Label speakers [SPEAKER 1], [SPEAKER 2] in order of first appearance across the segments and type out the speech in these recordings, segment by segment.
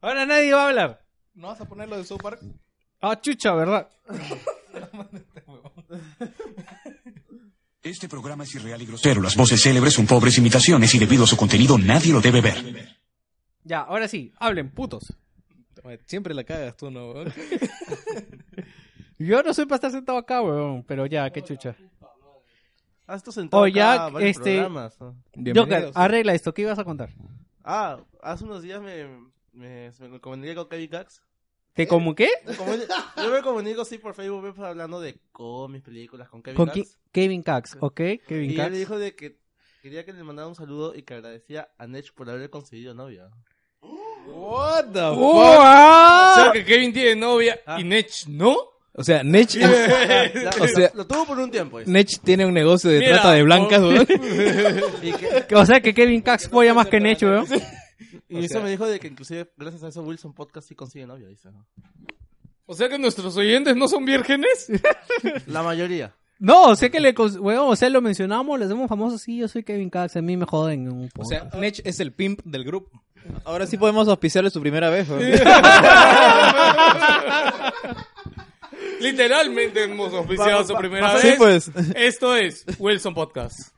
[SPEAKER 1] Ahora nadie va a hablar.
[SPEAKER 2] ¿No vas a poner lo de South Park?
[SPEAKER 1] Ah, chucha, ¿verdad?
[SPEAKER 3] Este programa es irreal y grosero. Las voces célebres son pobres imitaciones y debido a su contenido nadie lo debe ver.
[SPEAKER 1] Ya, ahora sí, hablen, putos.
[SPEAKER 2] Siempre la cagas tú, ¿no? weón?
[SPEAKER 1] Yo no soy para estar sentado acá, weón, pero ya, qué chucha.
[SPEAKER 4] Ah, esto sentado
[SPEAKER 1] O ya,
[SPEAKER 4] acá, varios
[SPEAKER 1] este-
[SPEAKER 4] programas, ¿no?
[SPEAKER 1] Joker,
[SPEAKER 2] Bienvenidos.
[SPEAKER 1] arregla esto, ¿qué ibas a contar?
[SPEAKER 4] Ah, hace unos días me, me, se me comuniqué con Kevin Gax.
[SPEAKER 2] Eh,
[SPEAKER 1] ¿Te comuniqué?
[SPEAKER 4] Me comuni- yo me comunico, sí, por Facebook, pues, hablando de cómics, películas, con Kevin
[SPEAKER 1] Con Ki-
[SPEAKER 4] Gax.
[SPEAKER 1] Kevin Cax, ¿ok?
[SPEAKER 4] Y
[SPEAKER 1] Kevin
[SPEAKER 4] él
[SPEAKER 1] Cax.
[SPEAKER 4] le dijo de que quería que le mandara un saludo y que agradecía a Nech por haber conseguido novia.
[SPEAKER 2] What the
[SPEAKER 1] ¡Oh,
[SPEAKER 2] fuck?
[SPEAKER 1] ah!
[SPEAKER 2] O sea que Kevin tiene novia
[SPEAKER 4] Ah.
[SPEAKER 2] y Nech no. O sea, Nech,
[SPEAKER 4] Ya,
[SPEAKER 2] o sea,
[SPEAKER 4] lo, lo tuvo por un tiempo. pues. dice.
[SPEAKER 2] Nech tiene un negocio de
[SPEAKER 5] Mira,
[SPEAKER 2] trata de blancas,
[SPEAKER 5] oh.
[SPEAKER 2] weón.
[SPEAKER 4] Y, que-
[SPEAKER 1] Que- O sea que Kevin Cax folla más que Necho, weón.
[SPEAKER 4] y
[SPEAKER 2] O
[SPEAKER 4] eso
[SPEAKER 2] sea-
[SPEAKER 4] me dijo de que inclusive gracias a eso Wilson Podcast sí consigue novia, dice. ¿no?
[SPEAKER 5] O sea que nuestros oyentes no son vírgenes.
[SPEAKER 4] La mayoría.
[SPEAKER 1] No, o sea que le. cons- Weón, o sea, lo mencionamos, le hacemos famoso. Sí, yo soy Kevin Cax, a mí me joden. Un
[SPEAKER 2] O
[SPEAKER 1] poco.
[SPEAKER 2] sea, Nech es el pimp del grupo. Ahora sí podemos auspiciarle su primera vez, weón.
[SPEAKER 5] Literalmente hemos oficiado su primera
[SPEAKER 2] Sí,
[SPEAKER 5] vez.
[SPEAKER 2] pues.
[SPEAKER 5] Esto es Wilson Podcast.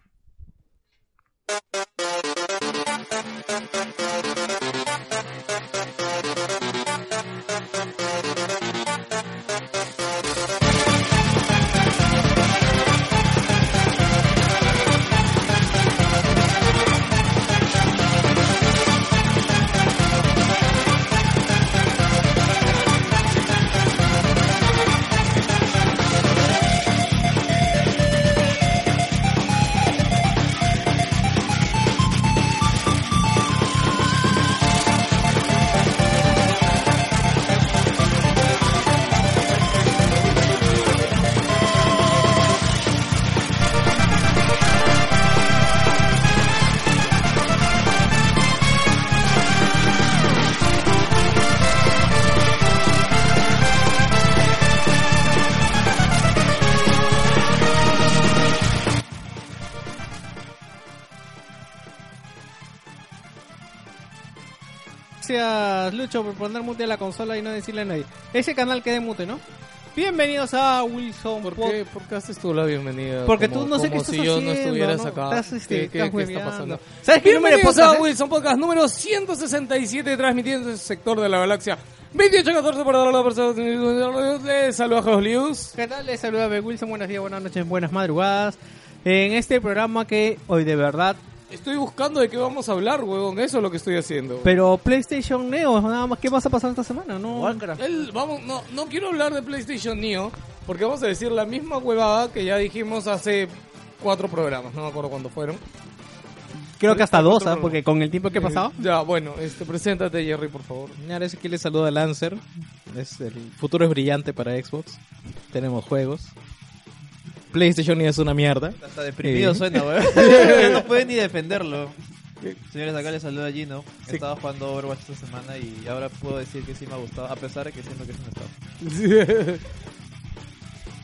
[SPEAKER 1] Gracias, Lucho, por poner mute a la consola y no decirle a nadie. Ese canal que de mute, ¿no? Bienvenidos a Wilson
[SPEAKER 5] ¿Por
[SPEAKER 1] Pod-
[SPEAKER 5] qué, ¿Por qué haces tú la bienvenida?
[SPEAKER 1] Porque
[SPEAKER 5] Como-
[SPEAKER 1] tú no sé qué
[SPEAKER 5] como
[SPEAKER 1] estás
[SPEAKER 5] si yo no
[SPEAKER 1] haciendo,
[SPEAKER 5] estuvieras
[SPEAKER 1] ¿no?
[SPEAKER 5] acá.
[SPEAKER 1] Estás, este,
[SPEAKER 5] ¿Qué,
[SPEAKER 1] estás
[SPEAKER 5] qué- qué está
[SPEAKER 1] hueveando.
[SPEAKER 5] pasando?
[SPEAKER 1] ¿Sabes qué número de
[SPEAKER 5] Bienvenidos
[SPEAKER 1] podcast
[SPEAKER 5] a
[SPEAKER 1] es?
[SPEAKER 5] Wilson Podcast número 167, transmitiendo desde su sector de la galaxia. 2814 por la persona. Les saluda a Jos Lius.
[SPEAKER 1] ¿Qué tal? Les saluda B. Wilson, buenos días, buenas noches, buenas madrugadas. En este programa que hoy de verdad,
[SPEAKER 5] Estoy buscando de qué vamos a hablar, huevón. Eso es lo que estoy haciendo.
[SPEAKER 1] pero PlayStation Neo, nada más, ¿qué vas a pasar esta semana? No,
[SPEAKER 4] Warcraft.
[SPEAKER 5] El- vamos, no, no quiero hablar de PlayStation Neo, porque vamos a decir la misma huevada que ya dijimos hace cuatro programas, no me acuerdo cuándo fueron.
[SPEAKER 1] creo que hasta dos, ¿ah?
[SPEAKER 5] programa.
[SPEAKER 1] porque con el tiempo que ha pasado.
[SPEAKER 5] Eh, ya, bueno, este, preséntate, Jerry, por favor.
[SPEAKER 2] Ahora sí que le saluda a Lancer. Es el futuro es brillante para Xbox. Tenemos juegos. PlayStation es una mierda.
[SPEAKER 6] Hasta deprimido
[SPEAKER 2] Eh.
[SPEAKER 6] suena, weón. Ya no puede ni defenderlo. Señores, acá les saluda Gino.
[SPEAKER 2] Sí.
[SPEAKER 6] Estaba jugando Overwatch esta semana y ahora puedo decir que sí me ha gustado, a pesar de que siento que es un estado.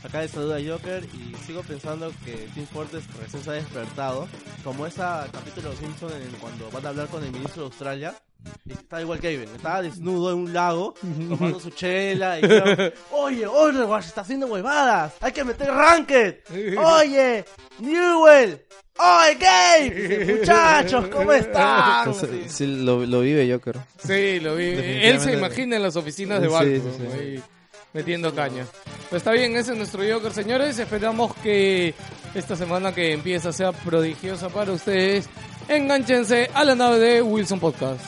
[SPEAKER 4] Acá les saluda Joker y sigo pensando que Team Fortress recién se ha despertado. Como esa capítulo de Simpson en el- cuando van a hablar con el ministro de Australia. y Está igual que Ivan, estaba desnudo en un lago, tomando su chela y dijeron, Oye, Overwatch está haciendo huevadas, hay que meter Ranked. Oye, Newell, oye, Gabe, muchachos, ¿cómo están?
[SPEAKER 6] Entonces,
[SPEAKER 4] Sí.
[SPEAKER 6] sí, lo, lo vive yo, creo.
[SPEAKER 5] Sí, lo vi.
[SPEAKER 6] Definitivamente.
[SPEAKER 5] Él se imagina en las oficinas de
[SPEAKER 6] Sí,
[SPEAKER 5] Valve,
[SPEAKER 6] sí, sí.
[SPEAKER 5] ahí, metiendo caña. Pues está bien, ese es nuestro Joker, señores. Esperamos que esta semana que empieza sea prodigiosa para ustedes. Enganchense a la nave de Wilson Podcast.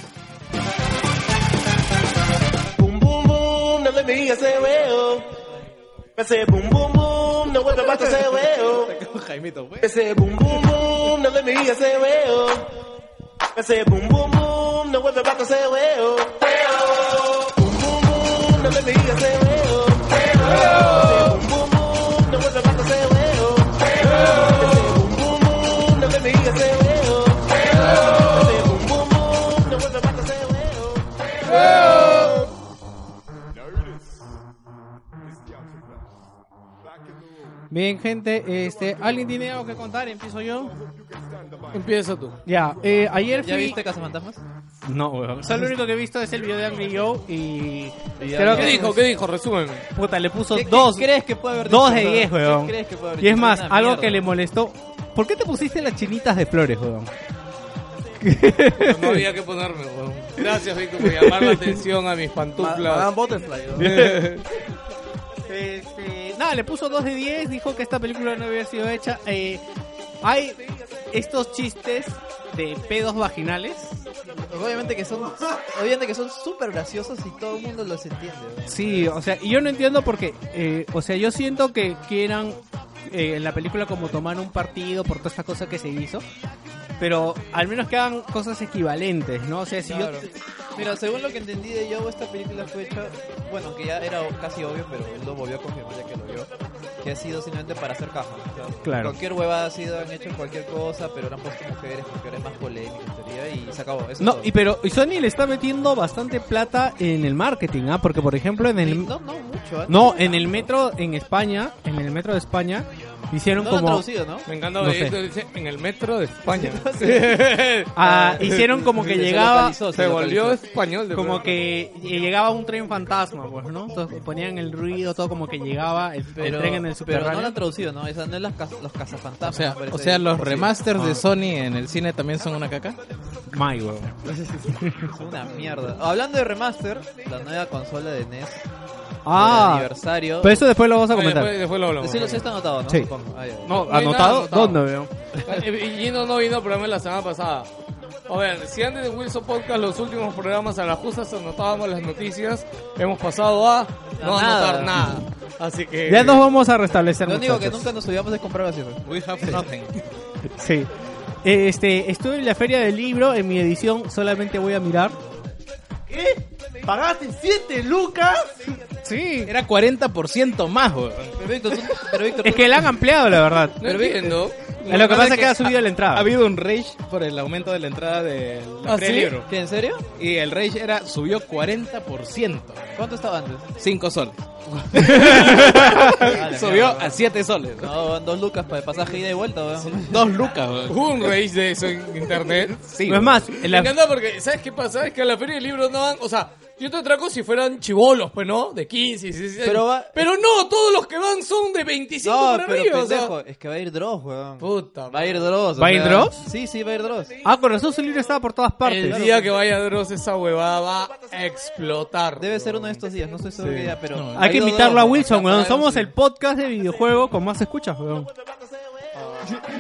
[SPEAKER 7] Boom, boom, boom, no le mí ese huevo. Ese boom, boom, boom, no vuelve más ese huevo. Ese boom, boom, boom, no le mí ese huevo. Ese boom, boom, boom, no vuelve más ese huevo. Huevo. Boom, boom, boom, no le mí ese huevo. Huevo. Ese boom, boom, boom, no vuelve más ese huevo. Huevo. Ese boom, boom, boom, no le mí ese huevo. Huevo. Ese boom, boom, boom, no vuelve más ese huevo.
[SPEAKER 1] Bien, gente, este, ¿alguien tiene algo que contar? Empiezo yo.
[SPEAKER 5] Empieza tú.
[SPEAKER 1] Ya, eh, ayer fui...
[SPEAKER 6] ¿Ya viste Cazafantasmas?
[SPEAKER 2] No, weón.
[SPEAKER 1] O sea, lo único que he visto es el video de Angry Joe y... creo
[SPEAKER 5] ¿Qué
[SPEAKER 1] que
[SPEAKER 5] dijo? ¿Qué dijo? Resúmeme.
[SPEAKER 1] Puta, le puso dos.
[SPEAKER 6] crees que puede haber
[SPEAKER 1] dos de
[SPEAKER 6] dicho, weón?
[SPEAKER 1] diez,
[SPEAKER 6] ¿Qué
[SPEAKER 1] weón.
[SPEAKER 6] crees que puede haber
[SPEAKER 1] Y es
[SPEAKER 6] dicho?
[SPEAKER 1] más,
[SPEAKER 6] Una
[SPEAKER 1] algo
[SPEAKER 6] mierda.
[SPEAKER 1] que le molestó... ¿Por qué te pusiste las chinitas de flores, weón?
[SPEAKER 5] No había que ponerme, weón. Gracias, Vico, por llamar la atención a mis
[SPEAKER 4] Ma- Madame
[SPEAKER 5] pantuflas.
[SPEAKER 4] Butterfly. ¿no?
[SPEAKER 1] Este, nada, le puso 2 de 10, dijo que esta película no había sido hecha. Eh, hay estos chistes de pedos vaginales.
[SPEAKER 6] Obviamente que son, obviamente que son súper graciosos y todo el mundo los entiende. weón.
[SPEAKER 1] Sí, o sea, y yo no entiendo por qué. Eh, o sea, yo siento que quieran eh, en la película como tomar un partido por toda esta cosa que se hizo. Pero al menos que hagan cosas equivalentes, ¿no? O sea, si
[SPEAKER 6] Claro.
[SPEAKER 1] yo...
[SPEAKER 6] Mira, según lo que entendí de Yo, esta película fue hecha, bueno, que ya era casi obvio, pero él lo volvió a confirmar ya que lo vio, que ha sido simplemente para hacer caja. o sea,
[SPEAKER 1] Claro.
[SPEAKER 6] Cualquier huevada ha sido, han hecho cualquier cosa, pero eran puesto mujeres, mujeres más polémicas, sería, y se acabó. Eso es
[SPEAKER 1] No,
[SPEAKER 6] todo.
[SPEAKER 1] y pero y Sony le está metiendo bastante plata en el marketing, ¿ah? Porque, por ejemplo, en el...
[SPEAKER 6] No, no, mucho. ¿eh?
[SPEAKER 1] No, en el metro en España, en el metro de España, hicieron
[SPEAKER 6] No lo han
[SPEAKER 1] como...
[SPEAKER 6] traducido, ¿no?
[SPEAKER 5] Me encanta
[SPEAKER 1] No
[SPEAKER 5] que
[SPEAKER 1] sé.
[SPEAKER 5] esto dice en el metro de España.
[SPEAKER 1] Ah, hicieron como que
[SPEAKER 6] Se
[SPEAKER 1] llegaba
[SPEAKER 6] localizó,
[SPEAKER 5] Se volvió
[SPEAKER 6] localizó.
[SPEAKER 5] español de
[SPEAKER 1] como
[SPEAKER 5] verdad.
[SPEAKER 1] que eh, llegaba un tren fantasma pues no entonces ponían el ruido todo como que llegaba el, el
[SPEAKER 6] Pero,
[SPEAKER 1] tren en el
[SPEAKER 6] pero no lo
[SPEAKER 1] subterráneo
[SPEAKER 6] han traducido, ¿no? Esa no es las cas- los
[SPEAKER 2] O
[SPEAKER 6] cazafantasmas.
[SPEAKER 2] sea,
[SPEAKER 6] me parece.
[SPEAKER 2] o sea, los
[SPEAKER 6] Sí.
[SPEAKER 2] remasters de Sony en el cine también son una caca.
[SPEAKER 1] my weón.
[SPEAKER 6] Es una mierda. Hablando de remaster, la nueva consola de NES. por el
[SPEAKER 1] ah
[SPEAKER 6] aniversario.
[SPEAKER 1] pero eso después lo vas a
[SPEAKER 5] Oye,
[SPEAKER 1] comentar
[SPEAKER 5] después, después lo hablamos.
[SPEAKER 6] Sí, lo sí está anotado, ¿no?
[SPEAKER 1] Sí.
[SPEAKER 6] Supongo. Ah, ya, ya.
[SPEAKER 5] No, hay
[SPEAKER 1] anotado
[SPEAKER 5] nada
[SPEAKER 1] dónde veo
[SPEAKER 5] Eh, eh, Gino no vino al programa la semana pasada. A ver, si antes de Wilson Podcast los últimos programas a la justa se anotábamos las noticias, hemos pasado a no
[SPEAKER 6] nada.
[SPEAKER 5] anotar nada. Así que...
[SPEAKER 1] ya nos vamos a restablecer
[SPEAKER 6] Lo único que
[SPEAKER 1] muchachos.
[SPEAKER 6] nunca nos subíamos es comprar Ah. así.
[SPEAKER 2] We have nothing.
[SPEAKER 1] sí Eh, este estuve en la feria del libro en mi edición solamente voy a mirar
[SPEAKER 4] ¿Qué? ¿Pagaste 7 lucas?
[SPEAKER 1] sí
[SPEAKER 2] Era 40% más, weón.
[SPEAKER 6] Pero Víctor, tú- pero Víctor,
[SPEAKER 1] es
[SPEAKER 6] tú-
[SPEAKER 1] que la han ampliado la verdad
[SPEAKER 5] No entiendo.
[SPEAKER 1] lo que pasa es que ha subido la
[SPEAKER 2] Ha
[SPEAKER 1] entrada
[SPEAKER 2] habido un rage por el aumento de la entrada del
[SPEAKER 5] ¿Ah, sí?
[SPEAKER 2] libro.
[SPEAKER 6] ¿Qué, ¿En serio?
[SPEAKER 2] Y el rage era subió 40%.
[SPEAKER 6] ¿Cuánto estaba antes?
[SPEAKER 2] 5 soles.
[SPEAKER 6] Vale,
[SPEAKER 2] Subió
[SPEAKER 6] mierda.
[SPEAKER 2] a 7 soles.
[SPEAKER 6] No, van dos lucas para el pasaje ida y vuelta, weón.
[SPEAKER 2] 2 lucas, weón.
[SPEAKER 5] Hubo un rage de eso en internet.
[SPEAKER 2] Sí,
[SPEAKER 1] no es más en
[SPEAKER 5] Me
[SPEAKER 1] la-
[SPEAKER 5] encanta porque, ¿sabes qué pasa? Es que a la feria de libros no van, o sea, yo te atraco si fueran chivolos, pues no, de 15, 16.
[SPEAKER 6] Pero va-
[SPEAKER 5] pero no, todos los que van son de 25
[SPEAKER 6] No,
[SPEAKER 5] para
[SPEAKER 6] pero
[SPEAKER 5] arriba, o sea.
[SPEAKER 6] pendejo, es que va a ir Dross, weón.
[SPEAKER 5] Puta
[SPEAKER 6] Va a ir Dross. o
[SPEAKER 1] ¿Va a ir
[SPEAKER 6] sea-
[SPEAKER 1] Dross?
[SPEAKER 6] Sí, sí, va a ir Dross.
[SPEAKER 1] ah con razón su libro estaba por todas partes
[SPEAKER 5] El día que vaya Dross esa huevada va a explotar.
[SPEAKER 6] Debe ser uno de estos días, no estoy seguro que ya, pero... ha
[SPEAKER 1] Hay que
[SPEAKER 6] ido
[SPEAKER 1] invitarlo a
[SPEAKER 6] Dross,
[SPEAKER 1] Wilson,
[SPEAKER 6] weón.
[SPEAKER 1] weón. Somos el podcast de videojuego con más escuchas, weón.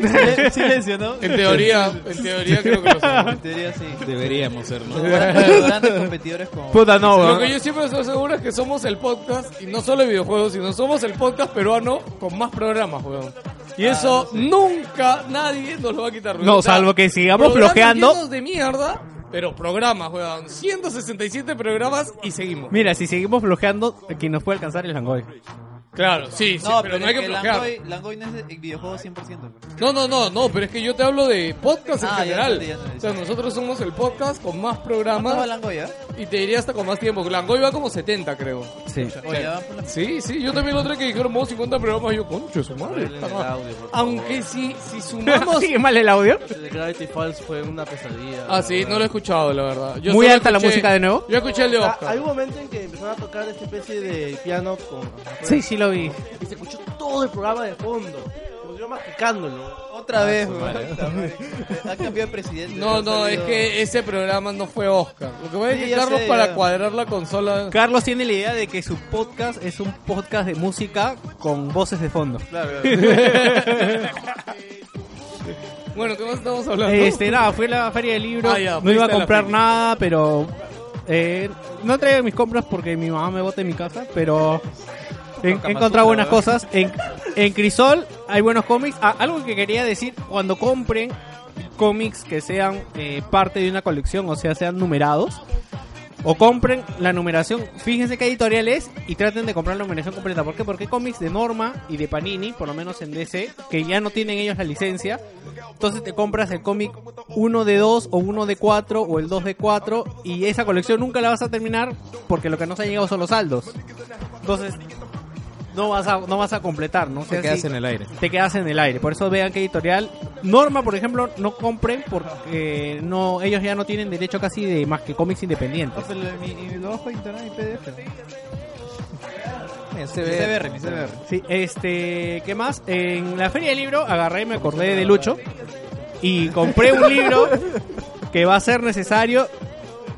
[SPEAKER 6] Silen- Silencio, ¿no?
[SPEAKER 5] En teoría, en teoría creo que lo
[SPEAKER 6] En
[SPEAKER 5] son.
[SPEAKER 6] teoría, sí.
[SPEAKER 2] Deberíamos ser, ¿no?
[SPEAKER 6] Son grandes grandes competidores como...
[SPEAKER 1] Puta, no,
[SPEAKER 5] Lo que
[SPEAKER 1] weón.
[SPEAKER 5] yo siempre estoy seguro es que somos el podcast, y no solo de videojuegos, sino somos el podcast peruano con más programas, weón. Y
[SPEAKER 6] Ah,
[SPEAKER 5] eso nunca nadie nos lo va a quitar. weón.
[SPEAKER 1] No,
[SPEAKER 5] O sea,
[SPEAKER 1] salvo que sigamos
[SPEAKER 5] programas
[SPEAKER 1] flojeando.
[SPEAKER 5] llenos de mierda, pero programas, weón. 167 programas y seguimos.
[SPEAKER 1] Mira, si seguimos bloqueando, quien nos puede alcanzar el Hangoy.
[SPEAKER 5] Claro, sí, sí,
[SPEAKER 6] No,
[SPEAKER 5] pero,
[SPEAKER 6] pero,
[SPEAKER 5] no hay
[SPEAKER 6] es
[SPEAKER 5] que
[SPEAKER 6] que
[SPEAKER 5] flojear. Ah.
[SPEAKER 6] Langoy, Langoy no es de- videojuego 100%. weón.
[SPEAKER 5] No, no, no, no, pero es que yo te hablo de podcast en
[SPEAKER 6] Ah, ya
[SPEAKER 5] general.
[SPEAKER 6] entendí, ya entendí.
[SPEAKER 5] o sea, nosotros somos el podcast con más
[SPEAKER 6] ¿Cuánto va
[SPEAKER 5] programas
[SPEAKER 6] Langoy, eh?
[SPEAKER 5] y te diría hasta con más tiempo. Langoy va como 70, creo.
[SPEAKER 1] Sí.
[SPEAKER 6] Oye, ya van por la...
[SPEAKER 5] Sí, sí, yo también lo otro que dijeron vos 50 programas, yo, concho, su madre.
[SPEAKER 4] Arreglen
[SPEAKER 5] está
[SPEAKER 4] el
[SPEAKER 5] mal".
[SPEAKER 4] audio, por favor.
[SPEAKER 5] Aunque sí, si sumamos...
[SPEAKER 1] ¿Sigue mal el audio?
[SPEAKER 4] The Gravity Falls fue una pesadilla.
[SPEAKER 5] Ah, sí, no lo he escuchado, la verdad. Yo
[SPEAKER 1] Muy
[SPEAKER 5] solo
[SPEAKER 1] alta la música de nuevo.
[SPEAKER 5] Yo escuché el de
[SPEAKER 6] Ah,
[SPEAKER 4] O sea,
[SPEAKER 5] Oscar.
[SPEAKER 4] Hay un momento en que empezaron a tocar esta especie de piano con...
[SPEAKER 1] Sí, sí lo vi.
[SPEAKER 4] Y se escuchó todo el programa de fondo. Como si yo masticándolo.
[SPEAKER 6] Otra vez, weón. Ha cambiado de presidente.
[SPEAKER 5] Ah, No,
[SPEAKER 6] ha
[SPEAKER 5] no, es
[SPEAKER 6] salido-
[SPEAKER 5] que ese programa no fue Oscar. Lo que voy a
[SPEAKER 6] Sí,
[SPEAKER 5] decir,
[SPEAKER 6] ya
[SPEAKER 5] Carlos,
[SPEAKER 6] sé,
[SPEAKER 5] para
[SPEAKER 6] ya.
[SPEAKER 5] cuadrar la consola...
[SPEAKER 1] Carlos tiene la idea de que su podcast es un podcast de música con voces de fondo.
[SPEAKER 6] Claro,
[SPEAKER 5] Bueno, ¿qué más estamos hablando?
[SPEAKER 1] Este, nada, fui a la feria del libro.
[SPEAKER 5] Ah, ya,
[SPEAKER 1] no
[SPEAKER 5] fuiste
[SPEAKER 1] iba
[SPEAKER 5] a
[SPEAKER 1] a
[SPEAKER 5] la
[SPEAKER 1] comprar
[SPEAKER 5] feria.
[SPEAKER 1] nada, pero. eh, no traigo mis compras porque mi mamá me bota en mi casa, pero. he-
[SPEAKER 6] Toca
[SPEAKER 1] He encontrado buenas
[SPEAKER 6] basura,
[SPEAKER 1] cosas. En, en Crisol hay buenos cómics. Ah, algo que quería decir: cuando compren cómics que sean eh, parte de una colección, o sea, sean numerados, o compren la numeración, fíjense qué editorial es y traten de comprar la numeración completa. ¿Por qué? Porque hay cómics de Norma y de Panini, por lo menos en DC, que ya no tienen ellos la licencia. Entonces te compras el cómic 1 de 2 o 1 de 4 o el 2 de 4 y esa colección nunca la vas a terminar porque lo que no se ha llegado son los saldos. Entonces, no vas a, no vas a completar, ¿no? O sea,
[SPEAKER 2] Te quedas
[SPEAKER 1] sí,
[SPEAKER 2] en el aire.
[SPEAKER 1] te quedas en el aire. Por eso vean que editorial. Norma, por ejemplo, no compren porque no, ellos ya no tienen derecho casi de más que cómics independientes.
[SPEAKER 6] mi, y lo bajo de internet mi PDF.
[SPEAKER 2] Se
[SPEAKER 6] CBR, mi CBR.
[SPEAKER 1] Sí, este, ¿qué más? En la feria del libro agarré y me acordé de Lucho y compré un libro que va a ser necesario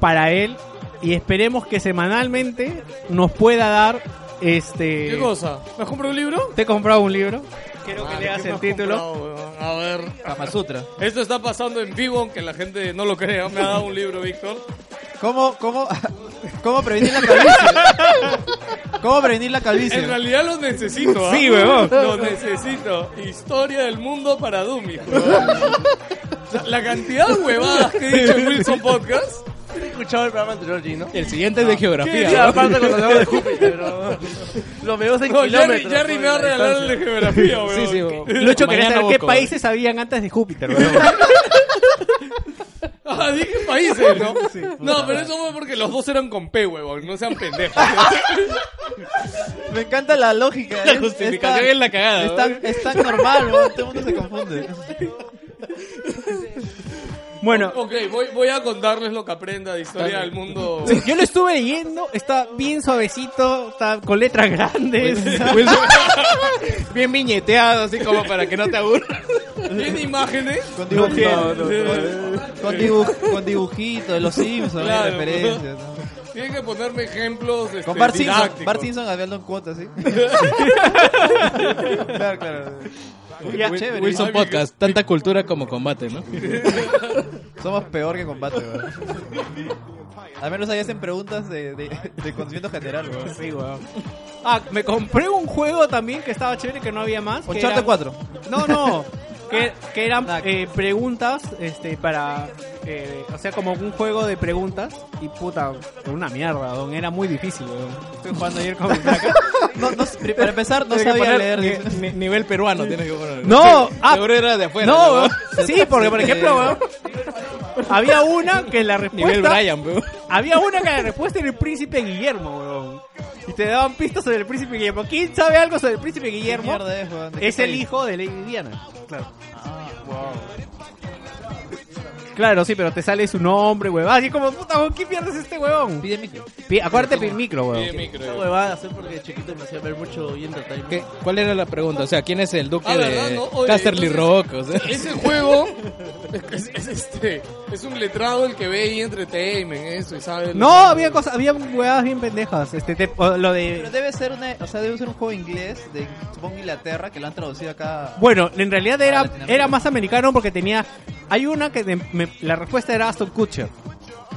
[SPEAKER 1] para él y esperemos que semanalmente nos pueda dar este
[SPEAKER 5] ¿Qué cosa? ¿Me has comprado un libro?
[SPEAKER 1] te he comprado un libro. Quiero que
[SPEAKER 5] Madre,
[SPEAKER 1] leas
[SPEAKER 5] ¿qué me
[SPEAKER 1] el
[SPEAKER 5] has
[SPEAKER 1] título.
[SPEAKER 5] comprado, weón? a ver.
[SPEAKER 6] Kamasutra.
[SPEAKER 5] Esto está pasando en vivo, aunque la gente no lo crea. Me ha dado un libro, Víctor.
[SPEAKER 6] ¿Cómo, cómo, cómo prevenir la calvicie? ¿Cómo prevenir la
[SPEAKER 5] En
[SPEAKER 6] calvicie?
[SPEAKER 5] realidad lo necesito, ¿ah?
[SPEAKER 1] Sí, weón.
[SPEAKER 5] Lo necesito. Historia del mundo para Dummies, weón. La- La cantidad de huevadas que he dicho en Wilson Podcast.
[SPEAKER 4] He escuchado el programa anterior, Gino.
[SPEAKER 2] El siguiente es de
[SPEAKER 5] ¿Qué?
[SPEAKER 2] geografía.
[SPEAKER 5] Ya,
[SPEAKER 2] ¿no?
[SPEAKER 4] Aparte cuando hablamos de Júpiter, bro. Lo veo en
[SPEAKER 5] No, Jerry,
[SPEAKER 4] kilómetros.
[SPEAKER 5] Jerry me va a
[SPEAKER 4] la
[SPEAKER 5] regalar el de geografía, weón.
[SPEAKER 2] Sí, sí, weón.
[SPEAKER 1] Lucho quería
[SPEAKER 2] Mañana
[SPEAKER 1] saber qué
[SPEAKER 2] busco.
[SPEAKER 1] países habían antes de Júpiter, weón.
[SPEAKER 5] Ah, dije países, ¿no? no, pero eso fue porque los dos eran con P, huevón. No sean pendejos.
[SPEAKER 6] Me encanta la lógica. La
[SPEAKER 5] justificación es la cagada,
[SPEAKER 6] Es tan, es tan normal, weón, todo el mundo se confunde.
[SPEAKER 1] Bueno,
[SPEAKER 5] ok, voy, voy a contarles lo que aprenda de historia del mundo.
[SPEAKER 1] yo lo estuve leyendo, está bien suavecito, está con letras grandes, Pues, bien viñeteado, así como para que no te aburras.
[SPEAKER 5] Tiene imágenes. Eh,
[SPEAKER 6] Con, dibuj-
[SPEAKER 5] No, no,
[SPEAKER 6] con- con dibuj- con dibujitos de los Simpsons,
[SPEAKER 5] Claro,
[SPEAKER 6] hay referencias. ¿no?
[SPEAKER 5] Tienen que ponerme ejemplos este,
[SPEAKER 6] Con Bart Simpson,
[SPEAKER 5] didácticos.
[SPEAKER 6] Bart Simpson hablando en cuotas, ¿sí? claro, claro.
[SPEAKER 1] Ya,
[SPEAKER 6] Chévere.
[SPEAKER 2] Wilson
[SPEAKER 5] Ay, mi-
[SPEAKER 2] Podcast, tanta cultura como combate, ¿no?
[SPEAKER 6] Somos peor que combate, weón. Al menos ahí hacen preguntas de, de, de conocimiento general, weón.
[SPEAKER 1] Sí, weón. Ah, me compré un juego también que estaba chévere, que no había más. que
[SPEAKER 6] Uncharted
[SPEAKER 1] eran-
[SPEAKER 6] 4.
[SPEAKER 1] No, no. Que, que eran
[SPEAKER 6] Nah.
[SPEAKER 1] eh, preguntas este, para... eh, o sea, como un juego de preguntas. Y puta, una mierda, don. Era muy difícil, weón. Estoy jugando ayer con mi flaca.
[SPEAKER 6] No, no, pri- para empezar, no
[SPEAKER 2] Tienes que
[SPEAKER 6] sabía
[SPEAKER 2] poner
[SPEAKER 6] leer.
[SPEAKER 2] ni-
[SPEAKER 6] dice.
[SPEAKER 2] ni- nivel peruano, tienes que poner.
[SPEAKER 1] No, ah,
[SPEAKER 2] Seguro era de afuera.
[SPEAKER 1] no,
[SPEAKER 2] ¿no?
[SPEAKER 1] weón. Sí, porque por ejemplo, weón, había una que la
[SPEAKER 2] Nivel
[SPEAKER 1] respuesta...
[SPEAKER 2] Brian, weón.
[SPEAKER 1] Había una que la respuesta era el príncipe Guillermo, weón. Y te daban pistas sobre el príncipe Guillermo. ¿Quién sabe algo sobre el príncipe
[SPEAKER 6] ¿Qué
[SPEAKER 1] Guillermo?
[SPEAKER 6] mierda es, weón? ¿De qué
[SPEAKER 1] Es el
[SPEAKER 6] país?
[SPEAKER 1] hijo de Lady Diana. Claro. Claro, sí, pero te sale su nombre, huevón. Así como, puta, weón, ¿qué pierdes este huevón?
[SPEAKER 6] Pide micro.
[SPEAKER 1] Pi- Acuérdate del micro,
[SPEAKER 5] Sí,
[SPEAKER 1] huevón.
[SPEAKER 5] micro.
[SPEAKER 4] Esa huevada, hacer porque de chiquito me hacía ver mucho y entertainment.
[SPEAKER 2] ¿Qué? ¿Cuál era la pregunta? O sea, ¿quién es el duque
[SPEAKER 5] Ah, ¿verdad?
[SPEAKER 2] de
[SPEAKER 5] No, oye,
[SPEAKER 2] Casterly
[SPEAKER 5] entonces-
[SPEAKER 2] Rock? O sea,
[SPEAKER 5] Ese juego es, es este es un letrado el que ve y entertainment eso y sabe. lo
[SPEAKER 1] No,
[SPEAKER 5] que-
[SPEAKER 1] había cosas, había huevadas bien pendejas. Este, te- o lo de.
[SPEAKER 6] Pero debe ser una, o sea, debe ser un juego inglés de supongo Inglaterra que lo han traducido acá.
[SPEAKER 1] Bueno, en realidad
[SPEAKER 6] Ah,
[SPEAKER 1] era,
[SPEAKER 6] Latinoamérica.
[SPEAKER 1] era más americano porque tenía. Hay una que te- me- la respuesta era Aston Kutcher.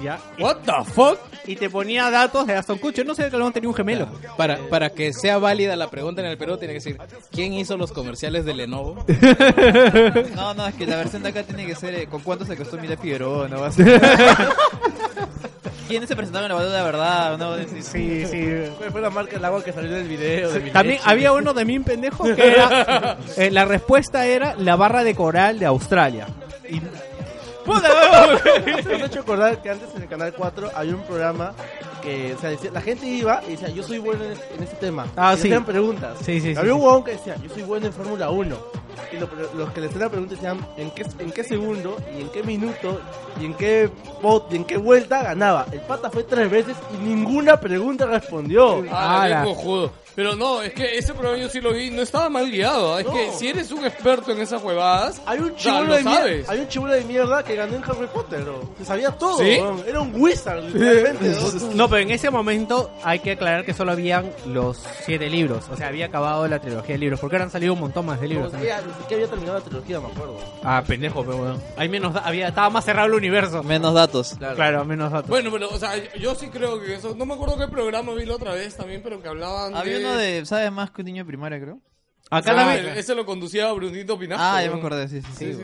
[SPEAKER 1] ¿Ya?
[SPEAKER 5] What the fuck?
[SPEAKER 1] Y te ponía datos de Aston Kutcher. No sé que luego tenía un gemelo.
[SPEAKER 2] para, para que sea válida la pregunta en el Perú, tiene que decir: ¿quién hizo los comerciales de Lenovo?
[SPEAKER 6] No, no, es que la versión de acá tiene que ser eh, con cuánto se costó Mire Figueroa, no va a ¿Quiénes se presentaron en la batalla de la verdad? No, sí,
[SPEAKER 1] Sí, sí.
[SPEAKER 4] ¿Cuál fue la marca del agua que salió en el video? de mi
[SPEAKER 1] También
[SPEAKER 4] leche?
[SPEAKER 1] había uno de mí un pendejo que era. eh, la respuesta era la barra de coral de Australia. Y- ¡Puta, weón!
[SPEAKER 4] Me has hecho acordar que antes en el Canal 4 había un programa que, o sea, decía- la gente iba y decía, yo soy bueno en este, en este tema.
[SPEAKER 1] Ah,
[SPEAKER 4] y
[SPEAKER 1] sí.
[SPEAKER 4] hacían preguntas.
[SPEAKER 1] Sí, sí, sí,
[SPEAKER 4] Había un
[SPEAKER 1] sí.
[SPEAKER 4] huevón que decía, yo soy bueno en Fórmula 1. Y lo- pero los que le hacían la pregunta decían, ¿en qué, ¿en qué segundo, y en qué minuto, y en qué bot, y en qué vuelta ganaba? El pata fue tres veces y ninguna pregunta respondió.
[SPEAKER 5] Ah,
[SPEAKER 1] Ala.
[SPEAKER 5] qué cojudo. Pero no, es que ese programa yo sí lo vi, no estaba mal guiado. ¿ah? Es que si eres un experto en esas huevadas,
[SPEAKER 4] Hay un
[SPEAKER 5] ya
[SPEAKER 4] chibulo
[SPEAKER 5] lo
[SPEAKER 4] de
[SPEAKER 5] sabes.
[SPEAKER 4] mierda. Hay un chibulo de mierda que ganó en Harry Potter, bro. Se sabía todo,
[SPEAKER 5] ¿Sí?
[SPEAKER 4] weón. Era un wizard, literalmente. ¿no?
[SPEAKER 1] No, pero en ese momento hay que aclarar que solo habían los siete libros. O sea, había acabado la trilogía de libros. Porque ahora han salido un montón más de
[SPEAKER 4] Como
[SPEAKER 1] libros.
[SPEAKER 4] que ya- ni siquiera había terminado la trilogía, me acuerdo.
[SPEAKER 1] Ah, pendejo, pero bueno. Ahí menos. da- Había, estaba más cerrado el universo.
[SPEAKER 6] Menos datos.
[SPEAKER 1] Claro, menos datos.
[SPEAKER 5] Bueno, pero o sea, yo- yo sí creo que eso. No me acuerdo qué programa vi la otra vez también, pero que hablaban
[SPEAKER 6] Había uno de, ¿sabes más que un niño de primaria, creo?
[SPEAKER 1] Acá
[SPEAKER 5] Ah,
[SPEAKER 1] también-
[SPEAKER 5] ese lo conducía a Brunito Pinasco.
[SPEAKER 6] Ah, ya me acordé, sí, sí, sí.